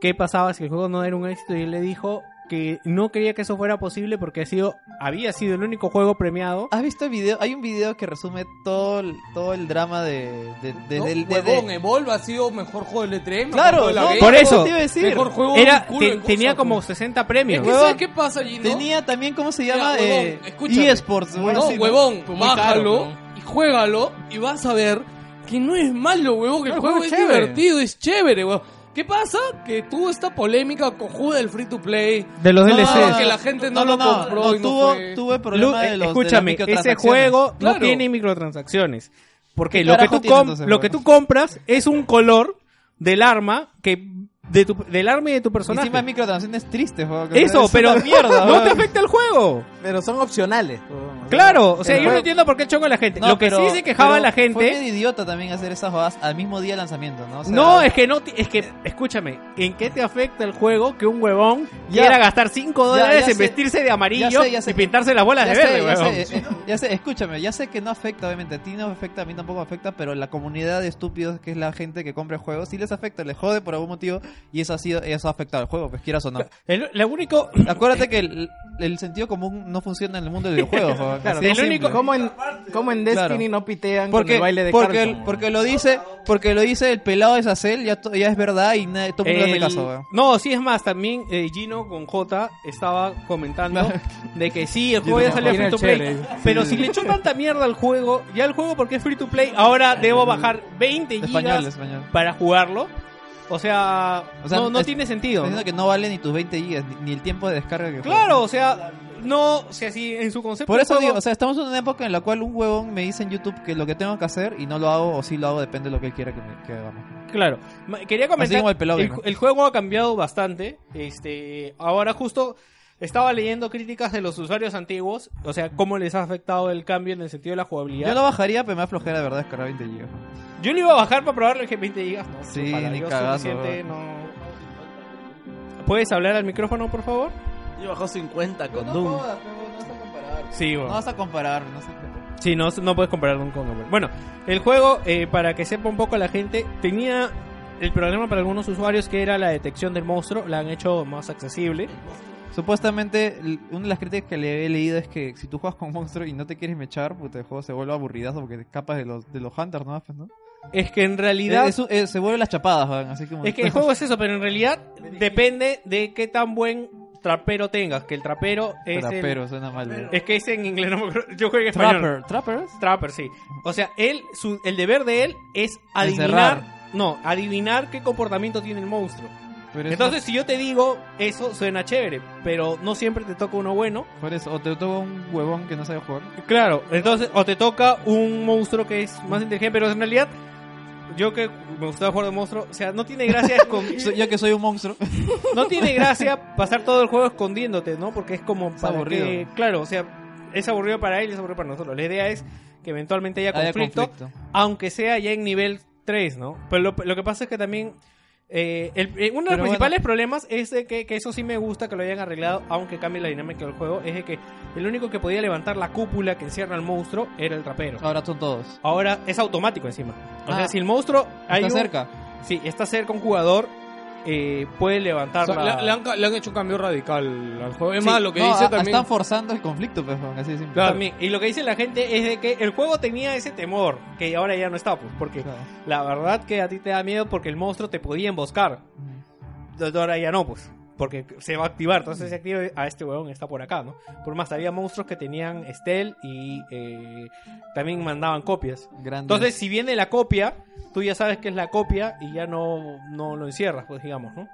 [SPEAKER 1] qué pasaba si el juego no era un éxito y él le dijo que no quería que eso fuera posible porque ha sido, había sido el único juego premiado.
[SPEAKER 6] ¿Has visto el video? Hay un video que resume todo el, todo el drama de... de, de-
[SPEAKER 5] No,
[SPEAKER 6] del- de- de-
[SPEAKER 5] huevón, Evolve ha sido mejor juego del E3. mejor juego
[SPEAKER 6] Claro,
[SPEAKER 5] de la
[SPEAKER 6] no,
[SPEAKER 5] B,
[SPEAKER 1] Por eso.
[SPEAKER 6] te iba a decir.
[SPEAKER 5] Mejor juego
[SPEAKER 1] Era,
[SPEAKER 5] un culo
[SPEAKER 1] te-
[SPEAKER 5] de cosas,
[SPEAKER 1] tenía como
[SPEAKER 5] pues.
[SPEAKER 1] 60
[SPEAKER 5] Es
[SPEAKER 1] premios.
[SPEAKER 5] que ¿sabes qué pasa allí, no?
[SPEAKER 6] Tenía también, ¿cómo se llama?
[SPEAKER 5] Ya, huevón,
[SPEAKER 6] Eh,
[SPEAKER 5] escúchame.
[SPEAKER 6] eSports.
[SPEAKER 5] No,
[SPEAKER 6] bueno, sí,
[SPEAKER 5] huevón,
[SPEAKER 9] Fue muy caro,
[SPEAKER 5] bájalo
[SPEAKER 9] huevón.
[SPEAKER 5] y juégalo y vas a ver que no es malo, huevón, que el
[SPEAKER 9] No,
[SPEAKER 5] juego
[SPEAKER 9] huevón,
[SPEAKER 5] es
[SPEAKER 9] chévere.
[SPEAKER 5] divertido, es chévere, huevón. ¿Qué pasa? Que tuvo esta polémica cojuda del free to play.
[SPEAKER 1] de los
[SPEAKER 5] No,
[SPEAKER 1] DLCs.
[SPEAKER 5] que la gente no,
[SPEAKER 6] No, no,
[SPEAKER 5] lo
[SPEAKER 6] no,
[SPEAKER 5] compró
[SPEAKER 6] no,
[SPEAKER 5] y no
[SPEAKER 6] tuvo,
[SPEAKER 5] fue.
[SPEAKER 6] tuve el
[SPEAKER 1] Lu- eh,
[SPEAKER 6] problema de los de las
[SPEAKER 1] escúchame, ese
[SPEAKER 6] microtransacciones.
[SPEAKER 1] juego
[SPEAKER 5] Claro.
[SPEAKER 1] no tiene microtransacciones. Porque
[SPEAKER 6] ¿Qué
[SPEAKER 1] lo que,
[SPEAKER 6] carajo
[SPEAKER 1] tú
[SPEAKER 6] tiene
[SPEAKER 1] com-
[SPEAKER 6] entonces,
[SPEAKER 1] lo
[SPEAKER 6] juego?
[SPEAKER 1] que tú compras es un color del arma que de tu, del arma y de tu personaje.
[SPEAKER 6] Encima microtransacciones tristes, juego. que
[SPEAKER 1] Eso,
[SPEAKER 6] es
[SPEAKER 1] pero
[SPEAKER 6] una mierda,
[SPEAKER 1] no te
[SPEAKER 6] weón.
[SPEAKER 1] afecta el juego.
[SPEAKER 2] Pero son opcionales.
[SPEAKER 1] Claro, o sea,
[SPEAKER 6] El
[SPEAKER 1] yo no
[SPEAKER 6] juego-
[SPEAKER 1] entiendo por qué choca a la gente.
[SPEAKER 6] No,
[SPEAKER 1] lo que
[SPEAKER 6] pero-
[SPEAKER 1] sí se quejaba
[SPEAKER 6] pero
[SPEAKER 1] la
[SPEAKER 6] Fue
[SPEAKER 1] gente.
[SPEAKER 6] medio idiota también hacer esas jodas al mismo día de lanzamiento, ¿no? O sea,
[SPEAKER 1] No, es que no, ti- es que, escúchame, ¿en qué te afecta el juego que un huevón
[SPEAKER 6] Ya.
[SPEAKER 1] quiera gastar 5
[SPEAKER 6] Ya, ya
[SPEAKER 1] dólares en
[SPEAKER 6] sé.
[SPEAKER 1] vestirse de amarillo
[SPEAKER 6] Ya sé, ya sé.
[SPEAKER 1] y pintarse las bolas
[SPEAKER 6] ya
[SPEAKER 1] de
[SPEAKER 6] sé,
[SPEAKER 1] verde,
[SPEAKER 6] ya
[SPEAKER 1] huevón?
[SPEAKER 6] sé, eh, eh, ya sé, escúchame, ya sé que no afecta, obviamente. A ti no afecta, a mí tampoco afecta, pero la comunidad de estúpidos que es la gente que compra juegos, sí les afecta, les jode por algún motivo y eso ha sido, eso ha afectado al juego, pues quieras o no.
[SPEAKER 1] El- lo único,
[SPEAKER 6] Acuérdate que el, el sentido común no funciona en el mundo del videojuego, juego.
[SPEAKER 1] Claro,
[SPEAKER 6] Así de
[SPEAKER 1] el
[SPEAKER 6] simple.
[SPEAKER 1] único-
[SPEAKER 2] Como en, como en Destiny
[SPEAKER 6] Claro.
[SPEAKER 2] no pitean con
[SPEAKER 6] porque,
[SPEAKER 2] el baile de
[SPEAKER 6] porque,
[SPEAKER 2] Carlton,
[SPEAKER 6] el-
[SPEAKER 2] weón?
[SPEAKER 6] porque lo dice porque lo dice el pelado de Sacel ya, to- ya es verdad y nadie, todo el mundo hace
[SPEAKER 1] El-
[SPEAKER 6] caso weón.
[SPEAKER 1] No, sí, es más, también eh, Gino con J estaba comentando de que sí, el juego ya salió free to play. Pero si le echó tanta mierda al juego, ya el juego porque es free to play, ahora debo bajar 20 gigas
[SPEAKER 6] español español
[SPEAKER 1] para jugarlo. O sea,
[SPEAKER 6] O sea,
[SPEAKER 1] no, no
[SPEAKER 6] es-
[SPEAKER 1] tiene
[SPEAKER 6] Está
[SPEAKER 1] sentido. ¿no?
[SPEAKER 6] diciendo que no vale ni tus 20 gigas ni, ni el tiempo de descarga que
[SPEAKER 1] Claro, o sea, no, o sea, si en su concepto.
[SPEAKER 6] Por
[SPEAKER 1] el
[SPEAKER 6] eso
[SPEAKER 1] juego-
[SPEAKER 6] digo, o sea, estamos en una época en la cual un huevón me dice en YouTube que lo que tengo que hacer y no lo hago o sí lo hago, depende de lo que él quiera que, me, que hagamos.
[SPEAKER 1] Claro, Ma- quería
[SPEAKER 6] Así
[SPEAKER 1] comentar.
[SPEAKER 6] como el pelado
[SPEAKER 1] el,
[SPEAKER 6] vino.
[SPEAKER 1] el juego ha cambiado bastante. Este, ahora justo estaba leyendo críticas de los usuarios antiguos, o sea, cómo les ha afectado el cambio en el sentido de la jugabilidad.
[SPEAKER 6] Yo lo bajaría, pero me da flojera de verdad descargar 20 gigas.
[SPEAKER 1] Yo lo iba a bajar para probarlo en 20 gigas. No,
[SPEAKER 6] Sí,
[SPEAKER 1] para
[SPEAKER 6] ni
[SPEAKER 1] Dios,
[SPEAKER 6] cagazo,
[SPEAKER 1] suficiente, no. ¿Puedes hablar al micrófono, por favor?
[SPEAKER 4] Yo bajó 50 con Doom.
[SPEAKER 1] Sí,
[SPEAKER 6] No vas a comparar, no vas a comparar.
[SPEAKER 1] Sí, no, no puedes comparar un con Overwatch. Bueno, el juego, eh, para que sepa un poco la gente, tenía el problema para algunos usuarios que era la detección del monstruo. La han hecho más accesible.
[SPEAKER 6] Supuestamente, l- una de las críticas que le he leído es que si tú juegas con monstruos y no te quieres mechar, puta, el juego se vuelve aburridazo porque te escapas de los, de los hunters, ¿no? Pues, ¿no?
[SPEAKER 1] Es que en realidad...
[SPEAKER 6] Eh, eso, eh, se vuelven las chapadas, weón, así como...
[SPEAKER 1] Es que el juego es eso, pero en realidad depende de qué tan buen trapero tengas. Que el trapero es. el-
[SPEAKER 6] Trapero, suena mal. weón.
[SPEAKER 1] es que es en inglés, no me acuerdo. Yo juego en español.
[SPEAKER 6] Trapper. ¿Trappers?
[SPEAKER 1] Trapper, sí. O sea, él, su- el deber de él es adivinar.
[SPEAKER 6] Encerrar.
[SPEAKER 1] No, adivinar qué comportamiento tiene el monstruo.
[SPEAKER 6] Pero eso-
[SPEAKER 1] Entonces, si yo te digo eso, suena chévere, pero no siempre te toca uno bueno.
[SPEAKER 6] Por eso, o te toca un huevón que no sabe jugar.
[SPEAKER 1] Claro, entonces, o te toca un monstruo que es más inteligente, pero en realidad, yo que me gustaba jugar de monstruo, o sea, no tiene gracia con.
[SPEAKER 6] So- Yo que soy un monstruo.
[SPEAKER 1] no tiene gracia pasar todo el juego escondiéndote, ¿no? Porque es como para
[SPEAKER 6] aburrido.
[SPEAKER 1] que- claro, o sea, es aburrido para él y es aburrido para nosotros. La idea es que eventualmente haya
[SPEAKER 6] Haya
[SPEAKER 1] conflicto, aunque sea ya en nivel 3, ¿no? Pero lo, lo que pasa es que también eh, el- eh, uno de
[SPEAKER 6] Pero
[SPEAKER 1] los principales problemas es de que, que eso sí me gusta que lo hayan arreglado, aunque cambie la dinámica del juego, es de que el único que podía levantar la cúpula que encierra al monstruo era el trapero.
[SPEAKER 6] Ahora son todos.
[SPEAKER 1] Ahora es automático encima. O sea,
[SPEAKER 6] Ah.
[SPEAKER 1] si el monstruo hay
[SPEAKER 6] Está
[SPEAKER 1] un-
[SPEAKER 6] cerca.
[SPEAKER 1] Sí, está cerca un jugador, eh, puede
[SPEAKER 5] O
[SPEAKER 1] levantar
[SPEAKER 5] sea,
[SPEAKER 1] la...
[SPEAKER 5] le, le han, ca- le han hecho un cambio radical al juego. Es
[SPEAKER 1] Sí,
[SPEAKER 5] más, Ah, lo que
[SPEAKER 6] No,
[SPEAKER 5] dice
[SPEAKER 6] a-
[SPEAKER 5] también.
[SPEAKER 6] Están forzando el conflicto, pues, weón, así de simple.
[SPEAKER 1] También. Y lo que dice la gente es de que el juego tenía ese temor, que ahora ya no está, pues, porque
[SPEAKER 6] Claro.
[SPEAKER 1] la verdad que a ti te da miedo porque el monstruo te podía emboscar. Entonces, Ahora ya no, pues, porque se va a activar. Entonces se activa y, ah, este huevón está por acá, ¿no? Por más, había monstruos que tenían stealth y eh, también mandaban copias.
[SPEAKER 6] Grandes.
[SPEAKER 1] Entonces, si viene la copia, tú ya sabes que es la copia y ya no, no lo encierras, pues digamos, ¿no?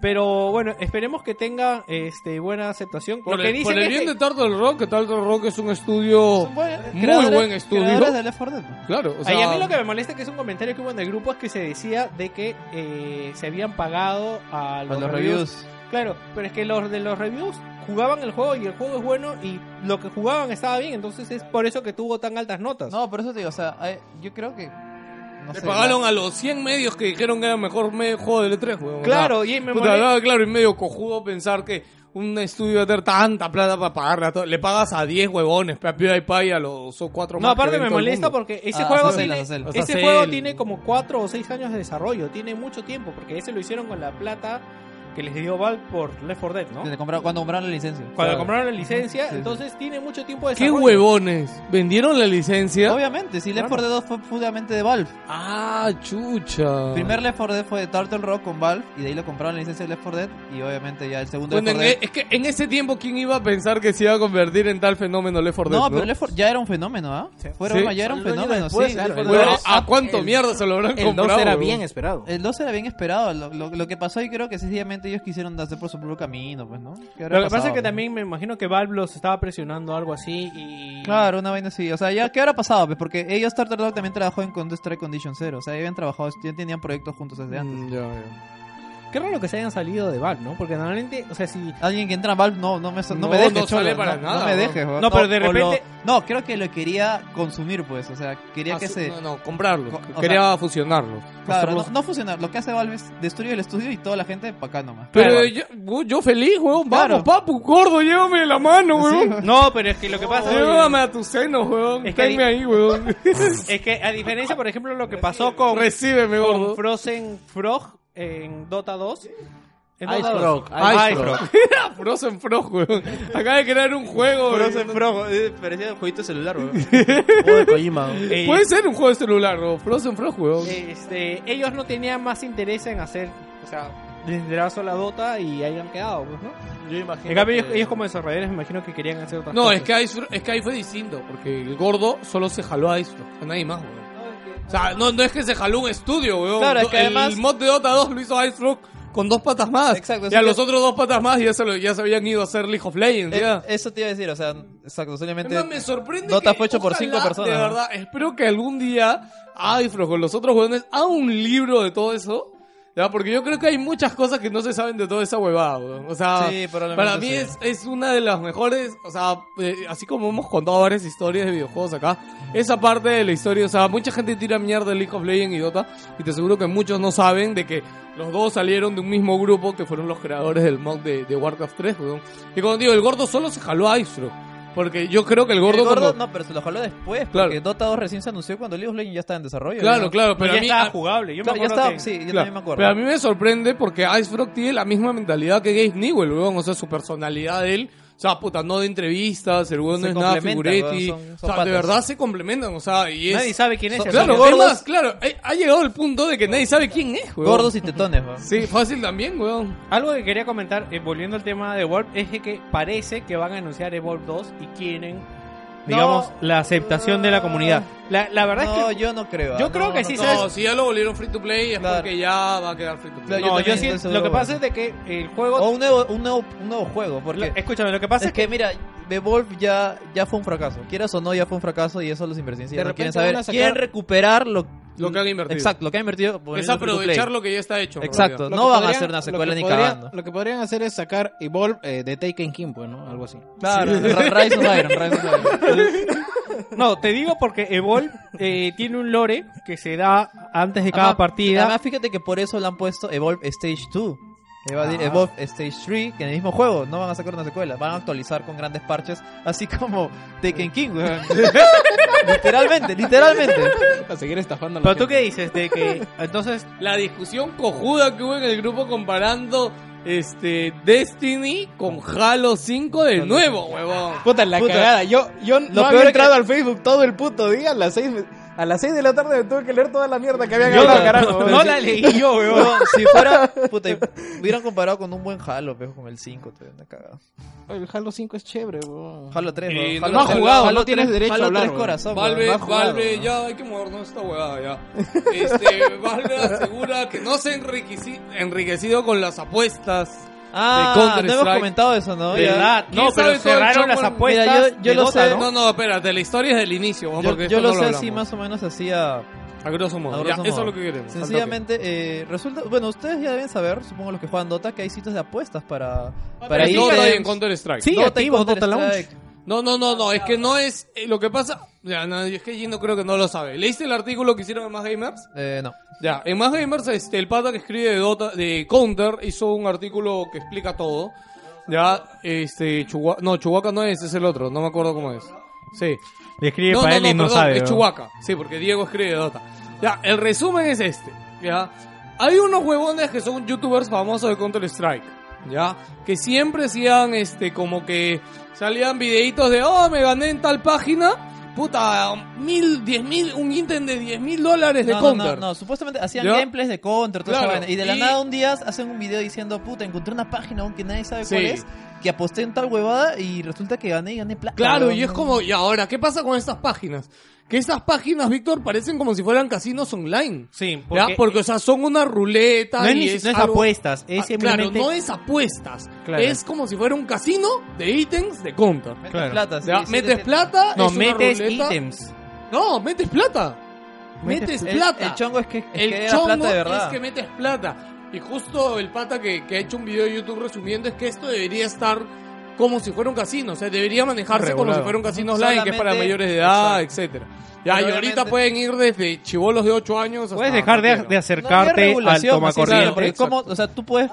[SPEAKER 1] Pero bueno, esperemos que tenga este, buena aceptación.
[SPEAKER 5] Por
[SPEAKER 1] Lo que
[SPEAKER 5] el, por
[SPEAKER 1] dicen
[SPEAKER 5] el
[SPEAKER 1] es
[SPEAKER 5] bien
[SPEAKER 1] que-
[SPEAKER 5] de Turtle Rock, que Turtle Rock es un estudio.
[SPEAKER 6] Son buenos
[SPEAKER 5] muy
[SPEAKER 6] creadores-
[SPEAKER 5] buen estudio.
[SPEAKER 6] creadores de Left 4 Dead, weón.
[SPEAKER 5] Claro, o sea.
[SPEAKER 1] Ay, a mí lo que me molesta que es un comentario que hubo en el grupo es que se decía de que eh, se habían pagado a los,
[SPEAKER 6] Con los
[SPEAKER 1] reviews.
[SPEAKER 6] reviews.
[SPEAKER 1] Claro, pero es que los de los reviews jugaban el juego y el juego es bueno y lo que jugaban estaba bien, entonces es por eso que tuvo tan altas notas.
[SPEAKER 6] No, por eso te digo, o sea, hay- yo creo que no
[SPEAKER 5] Le
[SPEAKER 6] sé.
[SPEAKER 5] pagaron a los 100 medios que dijeron que era mejor medio juego del E3, weón.
[SPEAKER 6] Claro,
[SPEAKER 5] O sea,
[SPEAKER 6] y me
[SPEAKER 5] puta,
[SPEAKER 6] molest-
[SPEAKER 5] no, claro, y medio cojudo pensar que un estudio va a tener tanta plata para pagarle a todo. Le pagas a 10 huevones, pe, a PewDiePie y a los so- cuatro
[SPEAKER 1] No,
[SPEAKER 5] más que
[SPEAKER 1] aparte
[SPEAKER 5] ven
[SPEAKER 1] me
[SPEAKER 5] todo el
[SPEAKER 1] molesta
[SPEAKER 5] mundo.
[SPEAKER 1] porque ese
[SPEAKER 6] Ah,
[SPEAKER 1] juego
[SPEAKER 6] Azazel,
[SPEAKER 1] tiene,
[SPEAKER 6] Azazel.
[SPEAKER 1] ese
[SPEAKER 5] Azazel.
[SPEAKER 1] juego tiene como 4 o 6 años de desarrollo, tiene mucho tiempo porque ese lo hicieron con la plata que les dio Val por Left 4 Dead, ¿no?
[SPEAKER 6] Cuando compraron- Cuando compraron la licencia.
[SPEAKER 1] Cuando compraron la licencia,
[SPEAKER 6] Sí, sí.
[SPEAKER 1] entonces tiene mucho tiempo de
[SPEAKER 5] ¿Qué
[SPEAKER 1] desarrollo.
[SPEAKER 5] huevones? ¿Vendieron la licencia?
[SPEAKER 6] Obviamente, si Left 4 Dead 2 fue puramente de Valve.
[SPEAKER 5] Ah, chucha.
[SPEAKER 6] El primer Left 4 Dead fue de Turtle Rock con Valve y de ahí lo compraron la licencia de Left 4 Dead y obviamente ya el segundo
[SPEAKER 5] Bueno,
[SPEAKER 6] Left
[SPEAKER 5] en- e,
[SPEAKER 6] 4 Dead
[SPEAKER 5] es que en ese tiempo, ¿quién iba a pensar que se iba a convertir en tal fenómeno Left 4 Dead?
[SPEAKER 6] No, pero Left 4 ya era un fenómeno, ¿ah? Fuera
[SPEAKER 5] Sí.
[SPEAKER 6] broma, ya era un
[SPEAKER 4] Salió un año
[SPEAKER 6] fenómeno,
[SPEAKER 4] después,
[SPEAKER 6] sí.
[SPEAKER 4] claro.
[SPEAKER 6] El
[SPEAKER 5] Weón,
[SPEAKER 6] dos-
[SPEAKER 5] ¿A cuánto mierda se lo habrán
[SPEAKER 9] El 2
[SPEAKER 5] comprado?
[SPEAKER 9] era
[SPEAKER 5] weón?
[SPEAKER 9] bien esperado.
[SPEAKER 6] El 2 era bien esperado. Lo, lo- lo que pasó ahí creo que sencillamente ellos quisieron hacer por su propio camino, pues, ¿no? ¿Qué habrá
[SPEAKER 1] Lo que pasa
[SPEAKER 6] pasado,
[SPEAKER 1] es que
[SPEAKER 6] pues?
[SPEAKER 1] también me imagino que Valve los estaba presionando algo así y
[SPEAKER 6] Claro, una vaina así. O sea, ya, ¿qué habrá pasado? Pues porque ellos, Turtle Rock, también trabajó en Counter-Strike Condition Zero. O sea, ya habían trabajado, ya tenían proyectos juntos desde antes.
[SPEAKER 5] Mm, ya, ya.
[SPEAKER 1] Qué raro que se hayan salido de Valve, ¿no? Porque normalmente, o sea, si
[SPEAKER 6] Alguien que entra a Valve, no, no me, no
[SPEAKER 5] No,
[SPEAKER 6] me dejes,
[SPEAKER 5] no sale
[SPEAKER 6] cholo,
[SPEAKER 5] para
[SPEAKER 6] no,
[SPEAKER 5] nada,
[SPEAKER 6] no me
[SPEAKER 5] bro.
[SPEAKER 6] dejes, bro.
[SPEAKER 1] No, pero de
[SPEAKER 6] o lo-
[SPEAKER 1] repente-
[SPEAKER 6] no, creo que lo quería consumir, pues. O sea, quería
[SPEAKER 5] Ah,
[SPEAKER 6] que
[SPEAKER 5] su-
[SPEAKER 6] se...
[SPEAKER 5] No, no, comprarlo.
[SPEAKER 6] Co- o
[SPEAKER 5] Quería fusionarlo.
[SPEAKER 6] Claro,
[SPEAKER 5] Hacerlo-
[SPEAKER 6] no, no funcionar. Lo que hace Valve es destruir el estudio y toda la gente para acá nomás.
[SPEAKER 5] Pero yo, bu- yo feliz, weón.
[SPEAKER 6] Claro.
[SPEAKER 5] Vamos, papu, gordo, llévame de la mano, weón.
[SPEAKER 1] No, pero es que lo que pasa
[SPEAKER 5] Llévame a tus senos, weón.
[SPEAKER 1] Es que
[SPEAKER 5] Tenme ahí, weón.
[SPEAKER 1] es que a diferencia, por ejemplo, lo que pasó con
[SPEAKER 5] Recíbeme, gordo.
[SPEAKER 1] con Frozen Frog en Dota 2. En
[SPEAKER 9] Ice
[SPEAKER 1] Dota 2.
[SPEAKER 9] Frog,
[SPEAKER 1] Ice
[SPEAKER 9] Ice Frog.
[SPEAKER 1] Frog.
[SPEAKER 5] Frozen Frog, weón. Acaba de crear un juego, weón.
[SPEAKER 6] parecía el jueguito celular,
[SPEAKER 4] O de Kojima. ¿no?
[SPEAKER 1] Eh,
[SPEAKER 5] Puede ser un juego de celular, weón. Frozen Frog, weón.
[SPEAKER 1] este, ellos no tenían más interés en hacer, o sea, les enteraba solo la Dota y ahí han quedado, pues, ¿no?
[SPEAKER 4] Yo imagino.
[SPEAKER 1] En cambio, ellos,
[SPEAKER 4] que-
[SPEAKER 1] ellos como desarrolladores me imagino que querían hacer otras
[SPEAKER 5] No,
[SPEAKER 1] cosas.
[SPEAKER 5] es que, ahí, fue- es que ahí fue distinto, porque el gordo solo se jaló a Ice Frog, a nadie más, weón. O sea, no, no es que se jaló un estudio, weón.
[SPEAKER 6] Claro, es que
[SPEAKER 5] el
[SPEAKER 6] además-
[SPEAKER 5] mod de Dota 2 lo hizo Ice Frog con dos patas más.
[SPEAKER 6] Exacto,
[SPEAKER 5] Y
[SPEAKER 6] eso
[SPEAKER 5] a
[SPEAKER 6] que-
[SPEAKER 5] los otros dos patas más ya se, lo- ya se habían ido a hacer League of Legends, ya.
[SPEAKER 6] Eh, Eso te iba a decir, o sea, exacto, solamente...
[SPEAKER 5] Además, me sorprende
[SPEAKER 6] Dota
[SPEAKER 5] que,
[SPEAKER 6] fue hecho por
[SPEAKER 5] ojalá,
[SPEAKER 6] cinco personas,
[SPEAKER 5] De
[SPEAKER 6] ¿no?
[SPEAKER 5] verdad, espero que algún día Ice Frog con los otros weones haga un libro de todo eso. Ya, porque yo creo que hay muchas cosas que no se saben de toda esa huevada, weón. O sea,
[SPEAKER 6] Sí, probablemente
[SPEAKER 5] para mí
[SPEAKER 6] sí.
[SPEAKER 5] es, es una de las mejores, o sea, eh, así como hemos contado varias historias de videojuegos acá, esa parte de la historia, o sea, mucha gente tira mierda de League of Legends y Dota, y te aseguro que muchos no saben de que los dos salieron de un mismo grupo que fueron los creadores del mod de, de Warcraft 3, weón. Y cuando digo, el gordo solo se jaló a Ice Frog, porque yo creo que el
[SPEAKER 6] El
[SPEAKER 5] gordo...
[SPEAKER 6] gordo,
[SPEAKER 5] cuando-
[SPEAKER 6] no, pero se lo jaló después, porque
[SPEAKER 5] Claro.
[SPEAKER 6] Dota 2 recién se anunció cuando League of Legends ya estaba en desarrollo.
[SPEAKER 5] Claro,
[SPEAKER 6] ¿no?
[SPEAKER 5] claro, pero
[SPEAKER 1] pero
[SPEAKER 5] a
[SPEAKER 1] ya
[SPEAKER 5] mí...
[SPEAKER 1] estaba
[SPEAKER 5] a-
[SPEAKER 1] jugable. Yo
[SPEAKER 6] Claro,
[SPEAKER 1] me
[SPEAKER 6] ya
[SPEAKER 1] acuerdo
[SPEAKER 6] estaba,
[SPEAKER 1] que-
[SPEAKER 6] sí, yo
[SPEAKER 5] Claro,
[SPEAKER 6] también me acuerdo.
[SPEAKER 5] Pero a mí me sorprende porque Ice Frog tiene la misma mentalidad que Gabe Newell, weón. O sea, su personalidad de él. O sea, puta, no de entrevistas, el weón no
[SPEAKER 6] Se
[SPEAKER 5] es nada
[SPEAKER 6] complementan,
[SPEAKER 5] figuretti.
[SPEAKER 6] weón, son-
[SPEAKER 5] o
[SPEAKER 6] son
[SPEAKER 5] sea, de
[SPEAKER 6] patas.
[SPEAKER 5] verdad se complementan, o sea, y es...
[SPEAKER 1] Nadie sabe quién es.
[SPEAKER 6] So-
[SPEAKER 1] el
[SPEAKER 5] claro,
[SPEAKER 1] señor.
[SPEAKER 5] es
[SPEAKER 6] gordos-
[SPEAKER 5] más, claro, ha, ha llegado el punto de que nadie sabe quién es, weón.
[SPEAKER 6] Gordos y tetones, weón.
[SPEAKER 5] Sí, fácil también, weón.
[SPEAKER 1] Algo que quería comentar, eh, volviendo al tema de Evolve, es de que parece que van a anunciar Evolve 2 y quieren, digamos, la aceptación de la comunidad. La, la verdad
[SPEAKER 6] No,
[SPEAKER 1] es que...
[SPEAKER 6] yo no creo. ¿ah?
[SPEAKER 1] Yo creo
[SPEAKER 6] No,
[SPEAKER 1] que
[SPEAKER 6] no
[SPEAKER 1] sí,
[SPEAKER 6] creo.
[SPEAKER 1] ¿sabes?
[SPEAKER 5] No, si ya lo volvieron free to play es
[SPEAKER 6] Claro.
[SPEAKER 5] porque ya va a quedar free to play.
[SPEAKER 6] Claro,
[SPEAKER 1] no,
[SPEAKER 6] yo
[SPEAKER 1] yo
[SPEAKER 6] también
[SPEAKER 1] sí,
[SPEAKER 6] estoy seguro,
[SPEAKER 1] lo que
[SPEAKER 6] bueno.
[SPEAKER 1] pasa es de que el juego...
[SPEAKER 9] Oh,
[SPEAKER 6] O un nuevo, un nuevo, un nuevo juego, porque...
[SPEAKER 1] lo- escúchame, lo que pasa
[SPEAKER 6] es
[SPEAKER 1] es
[SPEAKER 6] que, mira, Devolve ya, ya fue un fracaso. Quieras o no, ya fue un fracaso y eso los
[SPEAKER 9] De
[SPEAKER 6] inversionistas ya no quieren
[SPEAKER 9] repente van
[SPEAKER 6] saber.
[SPEAKER 9] a sacar-
[SPEAKER 6] Quieren recuperar lo,
[SPEAKER 5] Lo que han invertido.
[SPEAKER 6] Exacto, lo que han invertido.
[SPEAKER 5] Es
[SPEAKER 6] poniendo free to play.
[SPEAKER 5] aprovechar lo que ya está hecho. en
[SPEAKER 6] Exacto,
[SPEAKER 9] Lo
[SPEAKER 5] realidad.
[SPEAKER 6] no
[SPEAKER 9] que
[SPEAKER 6] van a
[SPEAKER 9] podrían-
[SPEAKER 6] hacer una
[SPEAKER 9] lo que
[SPEAKER 6] secuela ni
[SPEAKER 9] podrían-
[SPEAKER 6] cagando.
[SPEAKER 9] Lo que podrían hacer es sacar Evolve eh, de Taken King, pues, ¿no? Algo así.
[SPEAKER 6] Claro, Ra- Rise of Iron, Rise of Iron.
[SPEAKER 1] que... No, te digo porque Evolve eh, tiene un lore que se da antes de cada
[SPEAKER 6] Además-
[SPEAKER 1] partida.
[SPEAKER 6] Además, fíjate que por eso le han puesto Evolve Stage 2. Le va a decir Evolve Stage 3, que en el mismo juego no van a sacar una secuela, van a actualizar con grandes parches, así como Taken King, weón. literalmente, literalmente.
[SPEAKER 9] A seguir estafando a la
[SPEAKER 1] Pero tú
[SPEAKER 9] gente.
[SPEAKER 1] qué dices de que... Entonces,
[SPEAKER 5] La discusión cojuda que hubo en el grupo comparando este Destiny con Halo 5 de nuevo, huevón.
[SPEAKER 6] Ah,
[SPEAKER 9] Puta, la
[SPEAKER 6] Puta.
[SPEAKER 9] cagada. Yo, yo no
[SPEAKER 6] peor
[SPEAKER 9] había
[SPEAKER 6] es
[SPEAKER 9] entrado
[SPEAKER 6] que-
[SPEAKER 9] al Facebook todo el puto día. A las 6, a las seis de la tarde me tuve que leer toda la mierda que habían
[SPEAKER 1] yo
[SPEAKER 9] hablado,
[SPEAKER 1] no,
[SPEAKER 9] carajo.
[SPEAKER 1] no
[SPEAKER 9] weón.
[SPEAKER 1] la leí yo, weón.
[SPEAKER 6] Weón, si fuera, puta, y hubieran comparado con un buen Halo, pero con el 5, te una cagada.
[SPEAKER 9] El Halo 5 es chévere, weón.
[SPEAKER 6] Halo 3,
[SPEAKER 5] Eh,
[SPEAKER 6] weón.
[SPEAKER 5] no
[SPEAKER 6] Halo
[SPEAKER 5] lo has
[SPEAKER 6] 3,
[SPEAKER 5] jugado,
[SPEAKER 6] Halo
[SPEAKER 9] no tienes
[SPEAKER 6] 3,
[SPEAKER 9] derecho a
[SPEAKER 6] Halo
[SPEAKER 9] hablar,
[SPEAKER 6] 3
[SPEAKER 9] weón.
[SPEAKER 6] corazón, weón.
[SPEAKER 5] Valve,
[SPEAKER 9] va a jugar,
[SPEAKER 5] Valve,
[SPEAKER 9] ¿no?
[SPEAKER 5] ya hay que movernos esta huevada ya. Este, Valve asegura que no se ha enriqueci- enriquecido con las apuestas. de
[SPEAKER 6] Ah,
[SPEAKER 5] Counter
[SPEAKER 6] no hemos
[SPEAKER 5] Strike.
[SPEAKER 6] comentado eso, ¿no? Ya.
[SPEAKER 1] ¿Verdad?
[SPEAKER 5] ¿Quién
[SPEAKER 1] No,
[SPEAKER 5] sabe
[SPEAKER 1] pero
[SPEAKER 5] todo el
[SPEAKER 1] cerraron
[SPEAKER 5] chongo?
[SPEAKER 1] las
[SPEAKER 5] Mira,
[SPEAKER 1] apuestas
[SPEAKER 6] yo- yo
[SPEAKER 1] de
[SPEAKER 6] lo
[SPEAKER 1] Dota,
[SPEAKER 6] sé,
[SPEAKER 1] ¿no?
[SPEAKER 5] Eh, No, no, espérate, la historia es del inicio, ¿no?
[SPEAKER 6] Yo,
[SPEAKER 5] porque
[SPEAKER 6] yo
[SPEAKER 5] esto
[SPEAKER 6] lo
[SPEAKER 5] no
[SPEAKER 6] sé así
[SPEAKER 5] hablamos.
[SPEAKER 6] más o menos así a,
[SPEAKER 5] A grosso modo,
[SPEAKER 6] a
[SPEAKER 5] ya,
[SPEAKER 6] grosso
[SPEAKER 5] eso es
[SPEAKER 6] modo.
[SPEAKER 5] lo que queremos. al
[SPEAKER 6] Sencillamente, eh, resulta, bueno, ustedes ya deben saber, supongo los que juegan Dota, que hay sitios de apuestas para,
[SPEAKER 5] toque. Ah,
[SPEAKER 6] para
[SPEAKER 5] Pero
[SPEAKER 6] ir.
[SPEAKER 5] Dota y en Counter Strike.
[SPEAKER 6] Sí,
[SPEAKER 9] activos, Dota Lounge.
[SPEAKER 6] Strike.
[SPEAKER 5] No, no, no, no, es que no es eh, lo que pasa. Ya, no, es que Gino creo que no lo sabe. ¿Leíste el artículo que hicieron en Más Gamers?
[SPEAKER 6] Eh, no.
[SPEAKER 5] Ya, en Más Gamers este, el pata que escribe de Dota, de Counter hizo un artículo que explica todo. Ya, este, Chugua- no, Chubaca no es, es el otro, no me acuerdo cómo es. Sí.
[SPEAKER 1] Le escribe para él y no
[SPEAKER 5] perdón,
[SPEAKER 1] sabe.
[SPEAKER 5] Es
[SPEAKER 1] ¿no?
[SPEAKER 5] Chewbacca. Sí, porque Diego escribe Dota. Ya, el resumen es este. Ya. Hay unos huevones que son youtubers famosos de Counter Strike. Ya. Que siempre hacían este como que salían videitos de oh me gané en tal página. Puta, mil, diez mil, un ítem de diez mil dólares de
[SPEAKER 6] No, no, no,
[SPEAKER 5] Counter.
[SPEAKER 6] no, supuestamente hacían
[SPEAKER 5] ¿Ya?
[SPEAKER 6] gameplays de Counter, toda esa
[SPEAKER 5] Claro,
[SPEAKER 6] vaina, y de la
[SPEAKER 5] y-
[SPEAKER 6] nada un día hacen un video diciendo, puta, encontré una página aunque nadie sabe
[SPEAKER 5] Sí.
[SPEAKER 6] cuál es, que aposté en tal huevada y resulta que gané y gané plata.
[SPEAKER 5] Claro,
[SPEAKER 6] weón,
[SPEAKER 5] y es
[SPEAKER 6] no-
[SPEAKER 5] como, ¿y ahora qué pasa con estas páginas? Que estas páginas, Víctor, parecen como si fueran casinos online.
[SPEAKER 1] Sí,
[SPEAKER 5] ¿Ya?
[SPEAKER 1] porque-
[SPEAKER 5] Porque, o sea, son una ruleta.
[SPEAKER 1] No es,
[SPEAKER 5] y
[SPEAKER 1] ni-
[SPEAKER 5] es
[SPEAKER 1] no es
[SPEAKER 5] algo-
[SPEAKER 1] apuestas, es
[SPEAKER 5] Ah,
[SPEAKER 1] simplemente.
[SPEAKER 5] Claro, no es apuestas.
[SPEAKER 1] Claro.
[SPEAKER 5] Es como si fuera un casino de ítems de Counter.
[SPEAKER 6] Metes
[SPEAKER 1] Claro.
[SPEAKER 6] plata, sí,
[SPEAKER 5] Ya,
[SPEAKER 6] sí,
[SPEAKER 5] metes
[SPEAKER 6] sí, sí.
[SPEAKER 5] plata,
[SPEAKER 1] No,
[SPEAKER 5] es una
[SPEAKER 1] metes
[SPEAKER 5] ruleta.
[SPEAKER 1] ítems.
[SPEAKER 5] No, metes plata. Metes
[SPEAKER 6] Metes
[SPEAKER 5] plata.
[SPEAKER 6] El, el chongo es que, es
[SPEAKER 5] El
[SPEAKER 6] que era
[SPEAKER 5] chongo
[SPEAKER 6] plata de
[SPEAKER 5] es
[SPEAKER 6] verdad.
[SPEAKER 5] que metes plata. Y justo el pata que, que ha hecho un video de YouTube resumiendo es que esto debería estar como si fuera un casino. O sea, debería manejarse como si fuera un casino online, que es para
[SPEAKER 6] Solamente-
[SPEAKER 5] mayores de edad, etcétera. Ya, y
[SPEAKER 6] Pero
[SPEAKER 5] ahorita
[SPEAKER 6] obviamente-
[SPEAKER 5] pueden ir desde chivolos de 8 años hasta...
[SPEAKER 1] Puedes dejar de, de
[SPEAKER 6] No había
[SPEAKER 1] acercarte al
[SPEAKER 6] regulación,
[SPEAKER 1] toma
[SPEAKER 6] así, claro, porque
[SPEAKER 1] corriente.
[SPEAKER 6] ¿cómo? o sea, tú puedes...